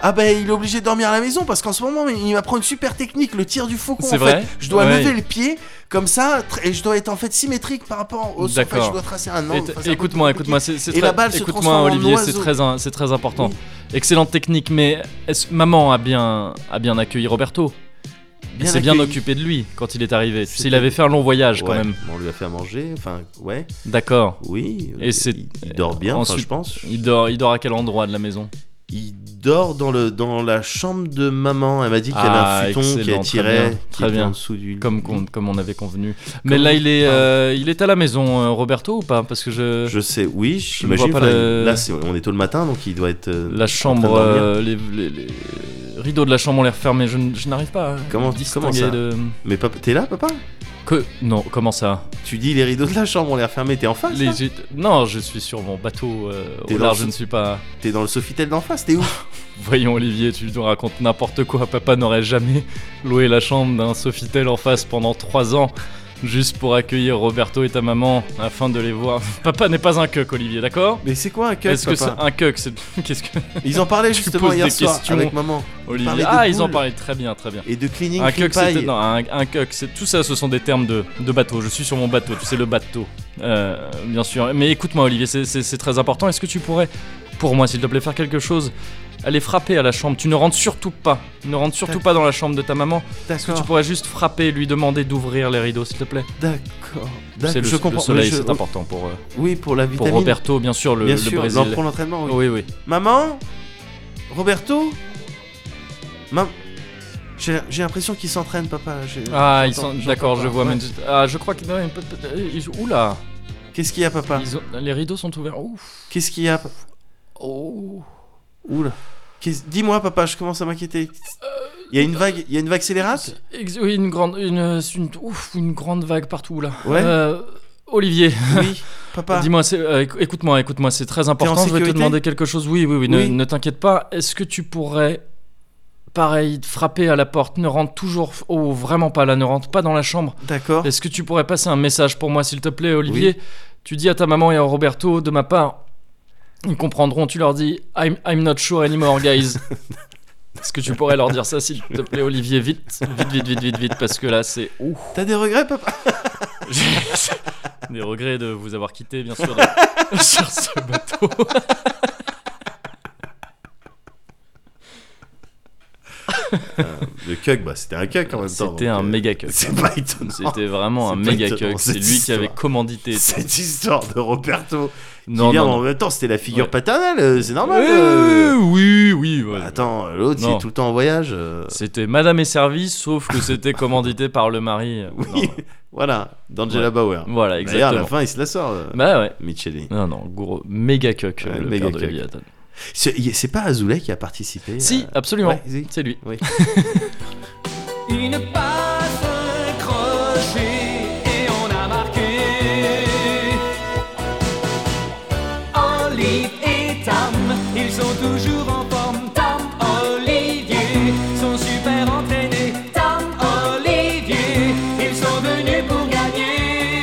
[SPEAKER 2] Ah bah il est obligé de dormir à la maison parce qu'en ce moment il m'apprend une super technique, le tir du faucon.
[SPEAKER 1] C'est
[SPEAKER 2] en
[SPEAKER 1] vrai
[SPEAKER 2] fait. Je dois
[SPEAKER 1] Ouais.
[SPEAKER 2] lever le pied comme ça tr- et je dois être en fait symétrique par rapport au. en fait,
[SPEAKER 1] D'accord.
[SPEAKER 2] je dois tracer un
[SPEAKER 1] Et-
[SPEAKER 2] angle. enfin, c'est un peu
[SPEAKER 1] Écoute-moi,
[SPEAKER 2] compliqué.
[SPEAKER 1] écoute-moi, c'est c'est
[SPEAKER 2] Et la balle se
[SPEAKER 1] écoute-moi
[SPEAKER 2] transforme en
[SPEAKER 1] Olivier, c'est
[SPEAKER 2] oiseau.
[SPEAKER 1] très, un- c'est très important. Excellente technique, mais est-ce- maman a bien, a bien accueilli Roberto Il s'est bien
[SPEAKER 2] accueilli.
[SPEAKER 1] occupé de lui quand il est arrivé. Tu
[SPEAKER 2] C'était-
[SPEAKER 1] sais, il avait fait un long voyage quand
[SPEAKER 2] Ouais,
[SPEAKER 1] même.
[SPEAKER 2] On lui a fait à manger, enfin ouais,
[SPEAKER 1] D'accord.
[SPEAKER 2] oui.
[SPEAKER 1] Et
[SPEAKER 2] euh,
[SPEAKER 1] c'est-
[SPEAKER 2] il, il dort bien, enfin,
[SPEAKER 1] ensuite-
[SPEAKER 2] je pense.
[SPEAKER 1] Il dort, il dort à quel endroit de la maison
[SPEAKER 2] Il dort dans le dans la chambre de maman. Elle m'a dit qu'il y avait
[SPEAKER 1] Ah,
[SPEAKER 2] un futon qui
[SPEAKER 1] excellent, très
[SPEAKER 2] attirait,
[SPEAKER 1] bien,
[SPEAKER 2] qui
[SPEAKER 1] très
[SPEAKER 2] était
[SPEAKER 1] bien.
[SPEAKER 2] en dessous du.
[SPEAKER 1] comme, qu'on- comme on avait convenu. Mais là,
[SPEAKER 2] Mm. on-
[SPEAKER 1] il est,
[SPEAKER 2] Ah.
[SPEAKER 1] euh, il est à la maison, euh, Roberto, ou pas Parce que je,
[SPEAKER 2] Je sais, oui,
[SPEAKER 1] ne
[SPEAKER 2] j'imagine.
[SPEAKER 1] vois pas
[SPEAKER 2] enfin,
[SPEAKER 1] le-
[SPEAKER 2] Là, c'est- on est tôt le matin, donc il doit être. euh,
[SPEAKER 1] la chambre,
[SPEAKER 2] train de dormir.
[SPEAKER 1] euh, les, les- les rideaux de la chambre ont l'air fermés. Je, n- je n'arrive pas. à
[SPEAKER 2] Comment- comment
[SPEAKER 1] distinguer
[SPEAKER 2] ça
[SPEAKER 1] de...
[SPEAKER 2] Mais papa, t'es là, papa
[SPEAKER 1] Que non, comment ça
[SPEAKER 2] Tu dis les rideaux de la chambre ont l'air fermés, t'es en face
[SPEAKER 1] Les
[SPEAKER 2] là
[SPEAKER 1] gîtes- Non, je suis sur mon bateau. euh,
[SPEAKER 2] T'es
[SPEAKER 1] au
[SPEAKER 2] dans
[SPEAKER 1] large,
[SPEAKER 2] le-
[SPEAKER 1] je ne suis pas.
[SPEAKER 2] T'es dans le Sofitel d'en face, t'es où
[SPEAKER 1] Voyons, Olivier, tu nous racontes n'importe quoi. Papa n'aurait jamais loué la chambre d'un Sofitel en face pendant 3 ans, juste pour accueillir Roberto et ta maman, afin de les voir. Papa n'est pas un cuck, Olivier, d'accord
[SPEAKER 2] Mais c'est quoi un cup,
[SPEAKER 1] Est-ce que c'est
[SPEAKER 2] papa
[SPEAKER 1] un cuck c'est- Qu'est-ce que.
[SPEAKER 2] Ils en parlaient justement
[SPEAKER 1] poses
[SPEAKER 2] hier
[SPEAKER 1] des
[SPEAKER 2] soir
[SPEAKER 1] questions.
[SPEAKER 2] avec maman. parlaient
[SPEAKER 1] Olivier.
[SPEAKER 2] de
[SPEAKER 1] Ah, ils en
[SPEAKER 2] boules.
[SPEAKER 1] parlaient très bien, très bien.
[SPEAKER 2] Et de cleaning
[SPEAKER 1] Un
[SPEAKER 2] clean
[SPEAKER 1] cuck, c'était.
[SPEAKER 2] pie.
[SPEAKER 1] Non, un, un cuck, c'est. Tout ça, ce sont des termes de, de bateau. Je suis sur mon bateau, tu sais, le bateau. Euh, bien sûr. Mais écoute-moi, Olivier, c'est- c'est c'est très important. Est-ce que tu pourrais, pour moi, s'il te plaît, faire quelque chose Aller frapper à la chambre. Tu ne rentres surtout pas. Ne rentre surtout pas dans la chambre de ta maman. Tu
[SPEAKER 2] D'accord,
[SPEAKER 1] pourrais juste frapper et lui demander d'ouvrir les rideaux, s'il te plaît.
[SPEAKER 2] d'accord.
[SPEAKER 1] C'est
[SPEAKER 2] D'accord,
[SPEAKER 1] le,
[SPEAKER 2] je
[SPEAKER 1] le
[SPEAKER 2] comprends.
[SPEAKER 1] soleil,
[SPEAKER 2] Mais je-
[SPEAKER 1] c'est important pour, euh,
[SPEAKER 2] Oui, pour la
[SPEAKER 1] pour
[SPEAKER 2] vitamine.
[SPEAKER 1] Roberto, bien sûr, le,
[SPEAKER 2] Bien
[SPEAKER 1] le
[SPEAKER 2] sûr,
[SPEAKER 1] Brésil. Oh.
[SPEAKER 2] non, pour l'entraînement, oui.
[SPEAKER 1] oui, oui.
[SPEAKER 2] Maman Roberto Maman J'ai j'ai l'impression qu'il s'entraîne, papa. J'ai-
[SPEAKER 1] Ah, ils
[SPEAKER 2] j'entends-
[SPEAKER 1] sont.
[SPEAKER 2] j'entends
[SPEAKER 1] D'accord,
[SPEAKER 2] pas.
[SPEAKER 1] je vois.
[SPEAKER 2] Ouais.
[SPEAKER 1] Mais je- ah, je crois que. non, peut- peut- ils- Oula
[SPEAKER 2] Qu'est-ce qu'il y a, papa
[SPEAKER 1] Ils ont- Les rideaux sont ouverts. Ouf
[SPEAKER 2] Qu'est-ce qu'il y a pa-
[SPEAKER 1] Oh.
[SPEAKER 2] Oula. Qu'est-ce- Dis-moi, papa, je commence à m'inquiéter. Il y a une vague, il y a une vague scélérate
[SPEAKER 1] Ex- Oui, une grande, une, euh, une- ouf, une grande vague partout là.
[SPEAKER 2] Ouais.
[SPEAKER 1] Euh, Olivier,
[SPEAKER 2] Oui, papa.
[SPEAKER 1] dis-moi, c'est- euh, éc- écoute-moi, écoute-moi, c'est très important. Je vais te
[SPEAKER 2] sécurité
[SPEAKER 1] demander quelque chose. Oui, oui, oui. Ne,
[SPEAKER 2] Oui.
[SPEAKER 1] ne t'inquiète pas. Est-ce que tu pourrais, pareil, frapper à la porte Ne rentre toujours, oh, vraiment pas là. Ne rentre pas dans la chambre.
[SPEAKER 2] D'accord.
[SPEAKER 1] Est-ce que tu pourrais passer un message pour moi, s'il te plaît, Olivier Tu dis à ta maman et à Roberto, de ma part, ils comprendront. Tu leur dis, I'm, I'm not sure anymore, guys. Est-ce que tu pourrais leur dire ça, s'il te plaît, Olivier, vite, vite, vite, vite, vite, vite, parce que là, c'est ouf.
[SPEAKER 2] T'as des regrets, papa
[SPEAKER 1] J'ai des regrets de vous avoir quitté, bien sûr, de- sur ce bateau.
[SPEAKER 2] Le cuck, bah c'était un cuck en même temps.
[SPEAKER 1] C'était
[SPEAKER 2] donc,
[SPEAKER 1] un
[SPEAKER 2] euh,
[SPEAKER 1] méga cuck.
[SPEAKER 2] C'est pas étonnant.
[SPEAKER 1] C'était vraiment
[SPEAKER 2] C'est
[SPEAKER 1] un
[SPEAKER 2] pas
[SPEAKER 1] méga
[SPEAKER 2] étonnant,
[SPEAKER 1] cuck. C'est
[SPEAKER 2] cette
[SPEAKER 1] lui qui avait
[SPEAKER 2] histoire.
[SPEAKER 1] commandité.
[SPEAKER 2] Cette histoire de Roberto.
[SPEAKER 1] Non,
[SPEAKER 2] qui vient,
[SPEAKER 1] non,
[SPEAKER 2] mais
[SPEAKER 1] non.
[SPEAKER 2] En même temps, c'était la figure
[SPEAKER 1] Ouais.
[SPEAKER 2] paternelle, euh, c'est normal. euh. Bah,
[SPEAKER 1] Oui, oui, oui. ouais.
[SPEAKER 2] Attends, l'autre, il
[SPEAKER 1] Non.
[SPEAKER 2] est tout le temps en voyage. euh.
[SPEAKER 1] C'était Madame et Service, sauf que c'était commandité par le mari.
[SPEAKER 2] Oui,
[SPEAKER 1] Non,
[SPEAKER 2] voilà, d'Angela Bauer.
[SPEAKER 1] non. Voilà,
[SPEAKER 2] D'ailleurs, à la
[SPEAKER 1] exactement.
[SPEAKER 2] fin, il se la sort, euh,
[SPEAKER 1] Bah ouais.
[SPEAKER 2] Michelin.
[SPEAKER 1] Non, non, gros, méga cuck,
[SPEAKER 2] Ouais,
[SPEAKER 1] le
[SPEAKER 2] méga
[SPEAKER 1] père de
[SPEAKER 2] cuck.
[SPEAKER 1] Léviathan.
[SPEAKER 2] C'est il- c'est pas Azoulay qui a participé euh,
[SPEAKER 1] Si, absolument.
[SPEAKER 2] ouais, si.
[SPEAKER 1] C'est lui.
[SPEAKER 2] Oui.
[SPEAKER 4] Une passe, un crochet et on a marqué. Olive et Tam, ils sont toujours en forme. Tam, Olivier, sont super entraînés. Tam, Olivier, ils sont venus pour gagner.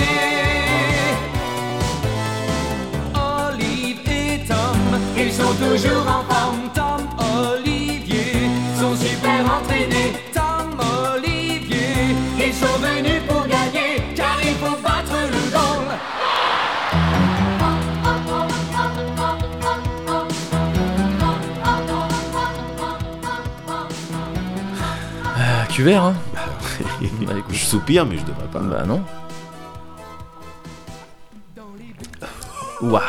[SPEAKER 4] Olive et Tom, ils sont toujours en forme. Tom, Olivier, sont super entraînés. Tom, Olivier, ils sont venus pour gagner, car il faut battre le goal.
[SPEAKER 1] Ah, cuvert, hein Bah, écoute.
[SPEAKER 2] je soupire, mais je devrais pas.
[SPEAKER 1] Bah non. Ouah.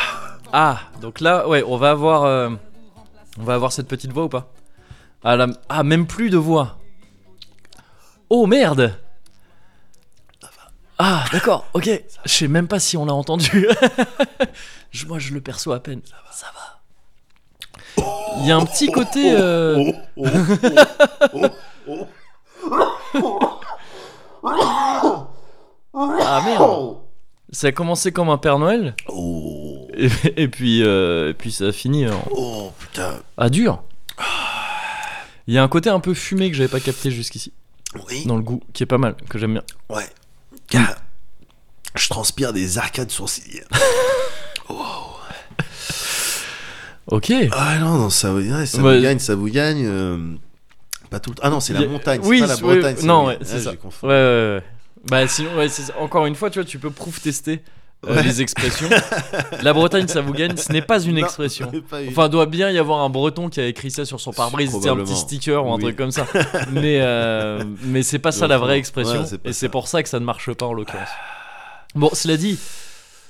[SPEAKER 1] Ah, donc là, ouais, on va avoir, euh, on va avoir cette petite voix ou pas ah, la- ah, même plus de voix. Oh merde. Ah, d'accord, ok. Je sais même pas si on l'a entendu. Je- Moi, je le perçois à peine. Ça va. Il y a un petit côté. euh,
[SPEAKER 2] Oh, oh,
[SPEAKER 1] Ah merde. Ça a commencé comme un Père Noël.
[SPEAKER 2] oh.
[SPEAKER 1] Et, et puis, euh, et puis ça a fini en-
[SPEAKER 2] Oh putain.
[SPEAKER 1] à dur. Il y a un côté un peu fumé que j'avais pas capté jusqu'ici,
[SPEAKER 2] Oui.
[SPEAKER 1] dans le goût, qui est pas mal, que j'aime bien.
[SPEAKER 2] Ouais. Car je transpire des arcades sourcilières.
[SPEAKER 1] Ok.
[SPEAKER 2] ah non, non, ça, ouais, ça
[SPEAKER 1] Ouais.
[SPEAKER 2] vous gagne, ça vous gagne. euh, Pas tout le temps. Ah non, c'est
[SPEAKER 1] Il
[SPEAKER 2] la
[SPEAKER 1] y a-
[SPEAKER 2] montagne, c'est
[SPEAKER 1] oui,
[SPEAKER 2] pas la
[SPEAKER 1] c'est- oui,
[SPEAKER 2] Bretagne.
[SPEAKER 1] non,
[SPEAKER 2] vous
[SPEAKER 1] ouais,
[SPEAKER 2] gagne.
[SPEAKER 1] c'est
[SPEAKER 2] Ah,
[SPEAKER 1] ça.
[SPEAKER 2] j'ai confondu.
[SPEAKER 1] Ouais, ouais, ouais. Bah sinon, ouais, c'est ça. encore une fois, tu vois, tu peux proof tester euh,
[SPEAKER 2] Ouais.
[SPEAKER 1] les expressions. la Bretagne, ça vous gagne, ce n'est pas une
[SPEAKER 2] Non,
[SPEAKER 1] expression.
[SPEAKER 2] pas eu.
[SPEAKER 1] Enfin, doit bien y avoir un Breton qui a écrit ça sur son
[SPEAKER 2] C'est
[SPEAKER 1] pare-brise, tu sais, un
[SPEAKER 2] probablement.
[SPEAKER 1] petit sticker ou un
[SPEAKER 2] Oui.
[SPEAKER 1] truc comme ça. mais euh, mais c'est pas ça la vraie
[SPEAKER 2] Ouais,
[SPEAKER 1] expression,
[SPEAKER 2] c'est pas
[SPEAKER 1] et
[SPEAKER 2] ça.
[SPEAKER 1] c'est pour ça que ça ne marche pas en l'occurrence. Bon, cela dit,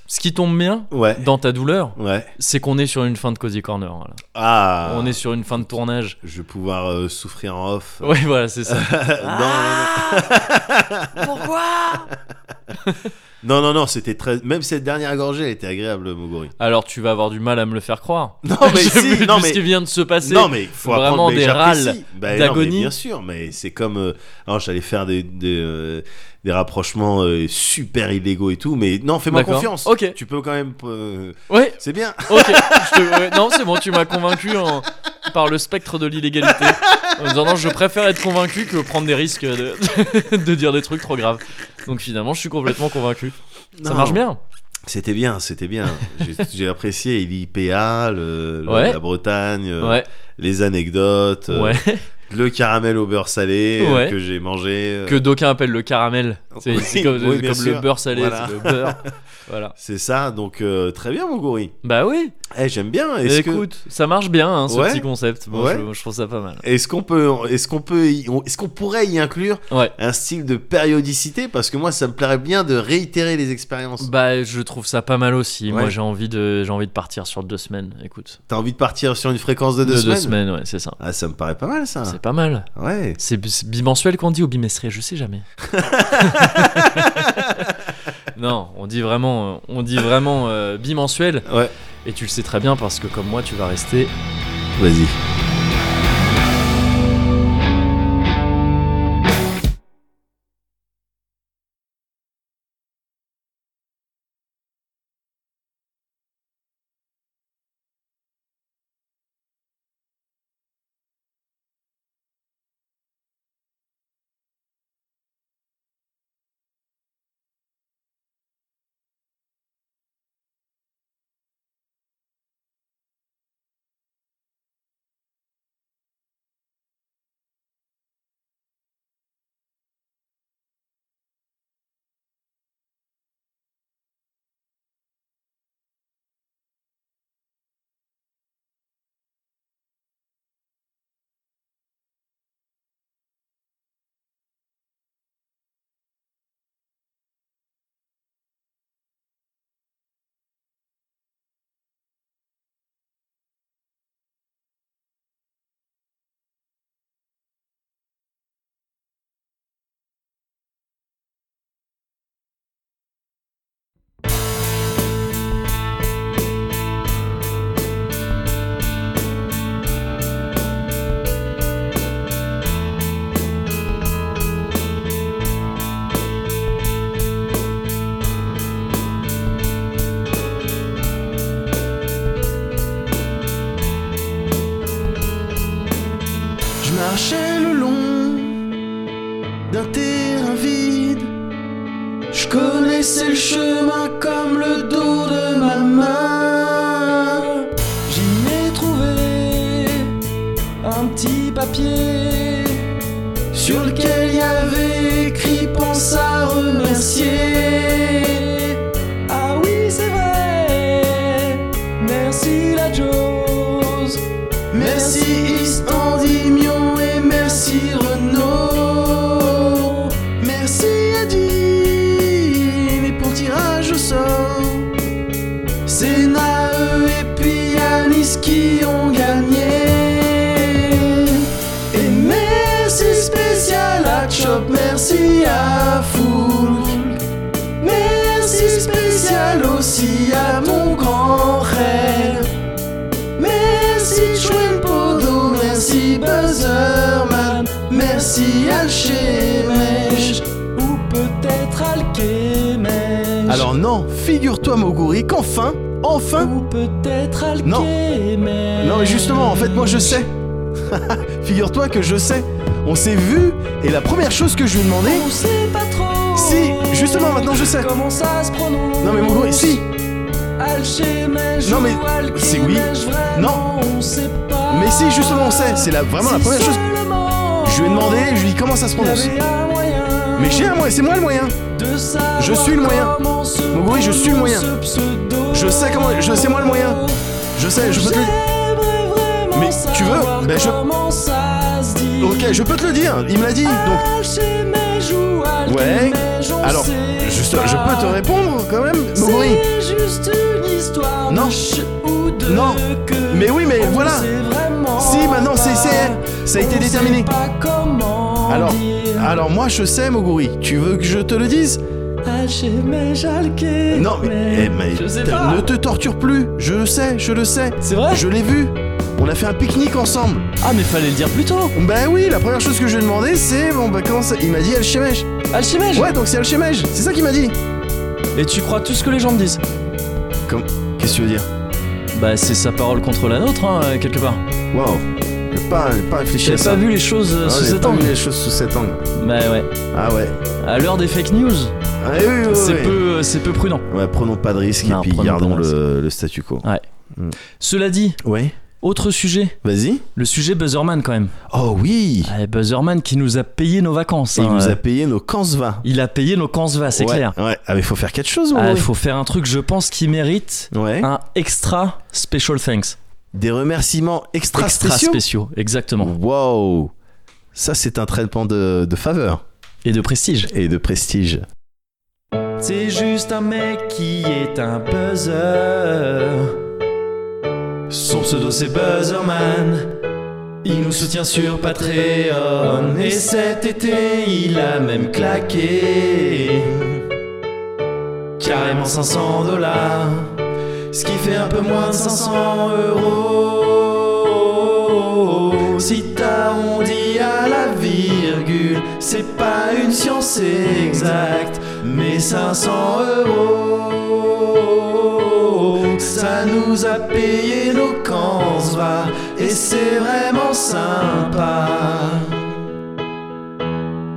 [SPEAKER 1] ce qui tombe bien
[SPEAKER 2] Ouais.
[SPEAKER 1] dans ta douleur,
[SPEAKER 2] Ouais.
[SPEAKER 1] c'est qu'on est sur une fin de Cozy Corner. voilà.
[SPEAKER 2] Ah.
[SPEAKER 1] On est sur une fin de tournage.
[SPEAKER 2] Je vais pouvoir euh, souffrir en off.
[SPEAKER 1] Ouais, voilà, c'est ça.
[SPEAKER 2] Non, non, non, c'était très. Même cette dernière gorgée, elle était agréable, Mogori.
[SPEAKER 1] Alors, tu vas avoir du mal à me le faire croire.
[SPEAKER 2] Non, mais
[SPEAKER 1] J'ai
[SPEAKER 2] si,
[SPEAKER 1] vu
[SPEAKER 2] non,
[SPEAKER 1] tout ce
[SPEAKER 2] mais-
[SPEAKER 1] qui vient de se passer.
[SPEAKER 2] Non, mais faut
[SPEAKER 1] vraiment
[SPEAKER 2] apprendre, mais
[SPEAKER 1] des
[SPEAKER 2] j'apprécie.
[SPEAKER 1] râles
[SPEAKER 2] Bah, non, mais
[SPEAKER 1] d'agonie.
[SPEAKER 2] Bien sûr, mais c'est comme. euh, Alors, j'allais faire des, des, euh, des rapprochements euh, super illégaux et tout, mais non, fais-moi
[SPEAKER 1] D'accord.
[SPEAKER 2] confiance.
[SPEAKER 1] Ok.
[SPEAKER 2] Tu peux quand même. euh,
[SPEAKER 1] Ouais,
[SPEAKER 2] C'est bien.
[SPEAKER 1] ok. Je te- ouais, non, c'est bon, tu m'as convaincu en- par le spectre de l'illégalité. En disant, non, je préfère être convaincu que prendre des risques de, de dire des trucs trop graves. Donc finalement, je suis complètement convaincu. Ça
[SPEAKER 2] Non.
[SPEAKER 1] marche bien.
[SPEAKER 2] C'était bien, c'était bien. J'ai- J'ai apprécié l'IPA, le, le-
[SPEAKER 1] Ouais.
[SPEAKER 2] la Bretagne, euh,
[SPEAKER 1] Ouais,
[SPEAKER 2] les anecdotes, euh,
[SPEAKER 1] ouais.
[SPEAKER 2] le caramel au beurre salé euh,
[SPEAKER 1] Ouais.
[SPEAKER 2] que j'ai mangé. euh,
[SPEAKER 1] Que d'aucuns appellent le caramel. C'est
[SPEAKER 2] Oui,
[SPEAKER 1] c'est comme,
[SPEAKER 2] oui, bien
[SPEAKER 1] comme le
[SPEAKER 2] sûr.
[SPEAKER 1] beurre salé,
[SPEAKER 2] Voilà.
[SPEAKER 1] c'est le beurre. Voilà.
[SPEAKER 2] C'est ça, donc euh, très bien, Mogori.
[SPEAKER 1] Bah oui.
[SPEAKER 2] Eh, j'aime bien. Est-ce que-
[SPEAKER 1] Bah, Écoute, ça marche bien hein, ce
[SPEAKER 2] Ouais.
[SPEAKER 1] petit concept. Moi,
[SPEAKER 2] Ouais.
[SPEAKER 1] je, je trouve ça pas mal.
[SPEAKER 2] Est-ce qu'on peut, est-ce qu'on peut, y- on- est-ce qu'on pourrait y inclure
[SPEAKER 1] Ouais.
[SPEAKER 2] un style de périodicité Parce que moi, ça me plairait bien de réitérer les expériences.
[SPEAKER 1] Bah, je trouve ça pas mal aussi. Moi,
[SPEAKER 2] Ouais.
[SPEAKER 1] j'ai envie de, j'ai envie de partir sur deux semaines. Écoute,
[SPEAKER 2] T'as envie de partir sur une fréquence de deux,
[SPEAKER 1] De-
[SPEAKER 2] semaines,
[SPEAKER 1] ouais, c'est ça.
[SPEAKER 2] Ah, ça me paraît pas mal, ça.
[SPEAKER 1] C'est pas mal.
[SPEAKER 2] Ouais.
[SPEAKER 1] C'est b- c'est bimensuel qu'on dit ou bimestriel, je sais jamais. non, on dit vraiment, euh, on dit vraiment euh, bimensuel.
[SPEAKER 2] Ouais.
[SPEAKER 1] Et tu le sais très bien parce que comme moi, tu vas rester
[SPEAKER 2] Vas-y.
[SPEAKER 5] Je marchais le long d'un terrain vide. Je connaissais le chemin comme le dos de ma main. J'y ai trouvé un petit papier sur lequel il y avait écrit pense à remercier. Ah oui, c'est vrai. Merci la Jose. Merci Istandimion et merci Renaud. Merci Adine et pour tirage au sort. C'est Nae et Pianis qui ont gagné. Et merci spécial à Chop, merci à Foulk. Merci spécial aussi à mon grand rêve. Merci Chouin Podo, merci Buzzerman, merci Alchemège, ou peut-être Alchemège.
[SPEAKER 2] Alors non, figure-toi Moguri qu'enfin,
[SPEAKER 5] Enfin
[SPEAKER 4] Ou peut-être alqué,
[SPEAKER 5] Non.
[SPEAKER 4] mais.
[SPEAKER 5] Non, mais justement, en fait, moi je sais. Figure-toi que je sais. On s'est vu et la première chose que je lui ai demandé.
[SPEAKER 4] On sait pas trop.
[SPEAKER 5] Si, justement, maintenant je sais.
[SPEAKER 4] Comment ça se prononce
[SPEAKER 5] Non, mais mon gros, si.
[SPEAKER 4] Alchemège
[SPEAKER 5] Non, mais
[SPEAKER 4] ou alchimège,
[SPEAKER 5] c'est oui.
[SPEAKER 4] vraiment, On sait pas.
[SPEAKER 5] Mais si, justement, on sait. C'est la, vraiment la
[SPEAKER 4] Si
[SPEAKER 5] première chose.
[SPEAKER 4] seulement
[SPEAKER 5] Je lui ai demandé, je lui ai dit comment ça se
[SPEAKER 4] il y
[SPEAKER 5] prononce.
[SPEAKER 4] avait un moyen
[SPEAKER 5] Mais j'ai un moyen, c'est moi le moyen.
[SPEAKER 4] de savoir
[SPEAKER 5] je suis le moyen.
[SPEAKER 4] comment se
[SPEAKER 5] Mon gros, je suis le moyen.
[SPEAKER 4] prononce ce pseudo.
[SPEAKER 5] Je sais comment, je sais moi le moyen. Je sais, je peux te le dire.
[SPEAKER 4] J'aimerais vraiment
[SPEAKER 5] Mais tu veux
[SPEAKER 4] savoir
[SPEAKER 5] Ben, je-
[SPEAKER 4] Comment ça se dit
[SPEAKER 5] Ok, je peux te le dire. Il me l'a dit. Donc,
[SPEAKER 4] Alchemège ou
[SPEAKER 5] ouais.
[SPEAKER 4] alchimège, on
[SPEAKER 5] Alors,
[SPEAKER 4] sait
[SPEAKER 5] je, je
[SPEAKER 4] pas.
[SPEAKER 5] peux te répondre quand même, mon gros.
[SPEAKER 4] C'est juste une histoire
[SPEAKER 5] Non.
[SPEAKER 4] de ch ou de
[SPEAKER 5] Non.
[SPEAKER 4] que.
[SPEAKER 5] Mais oui, mais
[SPEAKER 4] On
[SPEAKER 5] voilà.
[SPEAKER 4] sait vraiment
[SPEAKER 5] Si, maintenant, c'est,
[SPEAKER 4] pas.
[SPEAKER 5] c'est, ça a été
[SPEAKER 4] On
[SPEAKER 5] déterminé.
[SPEAKER 4] sait pas comment
[SPEAKER 5] Alors, ah.
[SPEAKER 4] dire.
[SPEAKER 5] alors moi je sais, Moguri. Tu veux que je te le dise
[SPEAKER 4] Alchemège, alchimège,
[SPEAKER 5] Non, mais, eh, mais
[SPEAKER 4] je sais
[SPEAKER 5] t'as-
[SPEAKER 4] pas.
[SPEAKER 5] ne te torture plus. Je le sais, je le sais.
[SPEAKER 1] C'est vrai
[SPEAKER 5] Je l'ai vu. On a fait un pique-nique ensemble.
[SPEAKER 1] Ah, mais fallait le dire plus tôt
[SPEAKER 5] Bah oui, la première chose que je lui ai demandé, c'est bon, bah comment ça Il m'a dit Alchemège.
[SPEAKER 1] Alchimège
[SPEAKER 5] Ouais, donc c'est Alchemège. C'est ça qu'il m'a dit.
[SPEAKER 1] Et tu crois tout ce que les gens me disent
[SPEAKER 5] Qu'est-ce que tu veux dire
[SPEAKER 1] Bah, c'est sa parole contre la nôtre, hein, euh, quelque part.
[SPEAKER 5] Waouh. J'ai pas, j'ai pas réfléchi
[SPEAKER 1] J'ai
[SPEAKER 5] à
[SPEAKER 1] pas
[SPEAKER 5] ça.
[SPEAKER 1] vu les choses euh,
[SPEAKER 5] Ah,
[SPEAKER 1] sous
[SPEAKER 5] j'ai
[SPEAKER 1] cet
[SPEAKER 5] pas vu
[SPEAKER 1] angle.
[SPEAKER 5] les choses sous cet angle.
[SPEAKER 1] Bah ouais.
[SPEAKER 5] Ah ouais.
[SPEAKER 1] À l'heure des fake news,
[SPEAKER 5] Ah oui, oui, oui,
[SPEAKER 1] c'est
[SPEAKER 5] oui.
[SPEAKER 1] peu, euh, c'est peu prudent.
[SPEAKER 5] Ouais, prenons pas de risque
[SPEAKER 1] Non,
[SPEAKER 5] et puis
[SPEAKER 1] prenons pas
[SPEAKER 5] gardons
[SPEAKER 1] de
[SPEAKER 5] le, le statu quo.
[SPEAKER 1] Cela dit,
[SPEAKER 5] Ouais.
[SPEAKER 1] autre sujet,
[SPEAKER 5] Vas-y.
[SPEAKER 1] le sujet Buzzerman quand même.
[SPEAKER 5] Oh oui.
[SPEAKER 1] Ah, et Buzzerman qui nous a payé nos vacances.
[SPEAKER 5] Et il
[SPEAKER 1] hein,
[SPEAKER 5] nous
[SPEAKER 1] euh.
[SPEAKER 5] a payé nos 15 20.
[SPEAKER 1] Il a payé nos cansevas, c'est
[SPEAKER 5] ouais,
[SPEAKER 1] clair.
[SPEAKER 5] Ouais, ah, mais faut faire quelque chose, mon
[SPEAKER 1] Ah, Il
[SPEAKER 5] Maurice.
[SPEAKER 1] faut faire un truc, je pense, qui mérite
[SPEAKER 5] Ouais.
[SPEAKER 1] un extra special thanks.
[SPEAKER 5] Des remerciements extra,
[SPEAKER 1] extra
[SPEAKER 5] spéciaux.
[SPEAKER 1] spéciaux, exactement.
[SPEAKER 5] Wow. Ça, c'est un traitement de, de faveur
[SPEAKER 1] Et de prestige.
[SPEAKER 5] et de prestige.
[SPEAKER 1] C'est juste un mec qui est un buzzer. Son pseudo c'est Buzzerman. Il nous soutient sur Patreon. Et cet été, il a même claqué. Carrément 500 dollars. Ce qui fait un peu moins de 500 euros. Si t'arrondis à la virgule, c'est pas une science exacte, mais 500 euros. Ça nous a payé nos va et c'est vraiment sympa.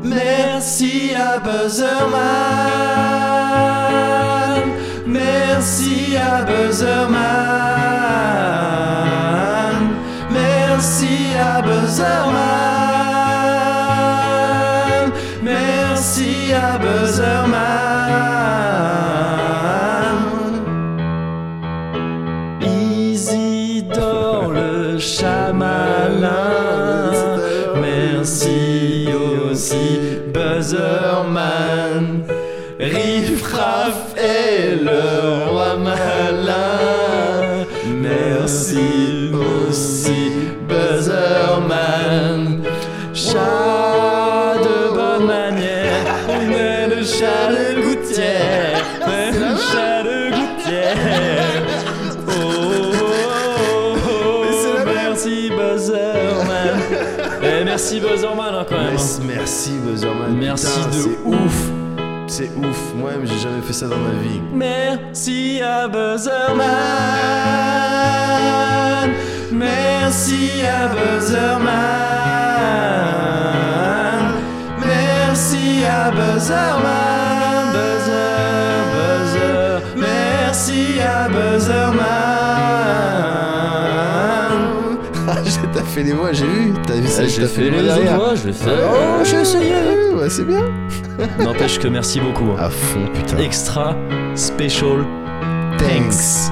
[SPEAKER 1] Merci à Buzzerman. Merci à Buzzerman. Merci à Buzzerman. Merci à Buzzerman. Isidore le chamalin. Merci aussi Buzzerman. Riffraff et le roi malin. Merci aussi Buzzerman. Chat de bonne manière, on est le chat de gouttière. On est le chat de gouttière. Oh, oh, oh, oh, merci Buzzerman. Eh, merci Buzzerman hein, quand même. hein.
[SPEAKER 5] Merci, Buzzerman.
[SPEAKER 1] Merci de
[SPEAKER 5] Putain, c'est ouf. C'est ouf. Moi-même, j'ai jamais fait ça dans ma vie.
[SPEAKER 1] Merci à Buzzerman. Merci à Buzzerman. Merci à Buzzerman. Buzzer, buzzer. Merci à Buzzerman.
[SPEAKER 5] Ah, je- t'as fait les voix, j'ai vu. T'as vu ça,
[SPEAKER 1] je Ah,
[SPEAKER 5] t'as
[SPEAKER 1] le fais
[SPEAKER 5] les voix
[SPEAKER 1] Eh, les autres
[SPEAKER 5] derrière.
[SPEAKER 1] voix, je le fais.
[SPEAKER 5] Oh, j'ai essayé. Ah, Ouais, c'est bien.
[SPEAKER 1] N'empêche que merci beaucoup. hein.
[SPEAKER 5] À fond, putain.
[SPEAKER 1] Extra, special, thanks.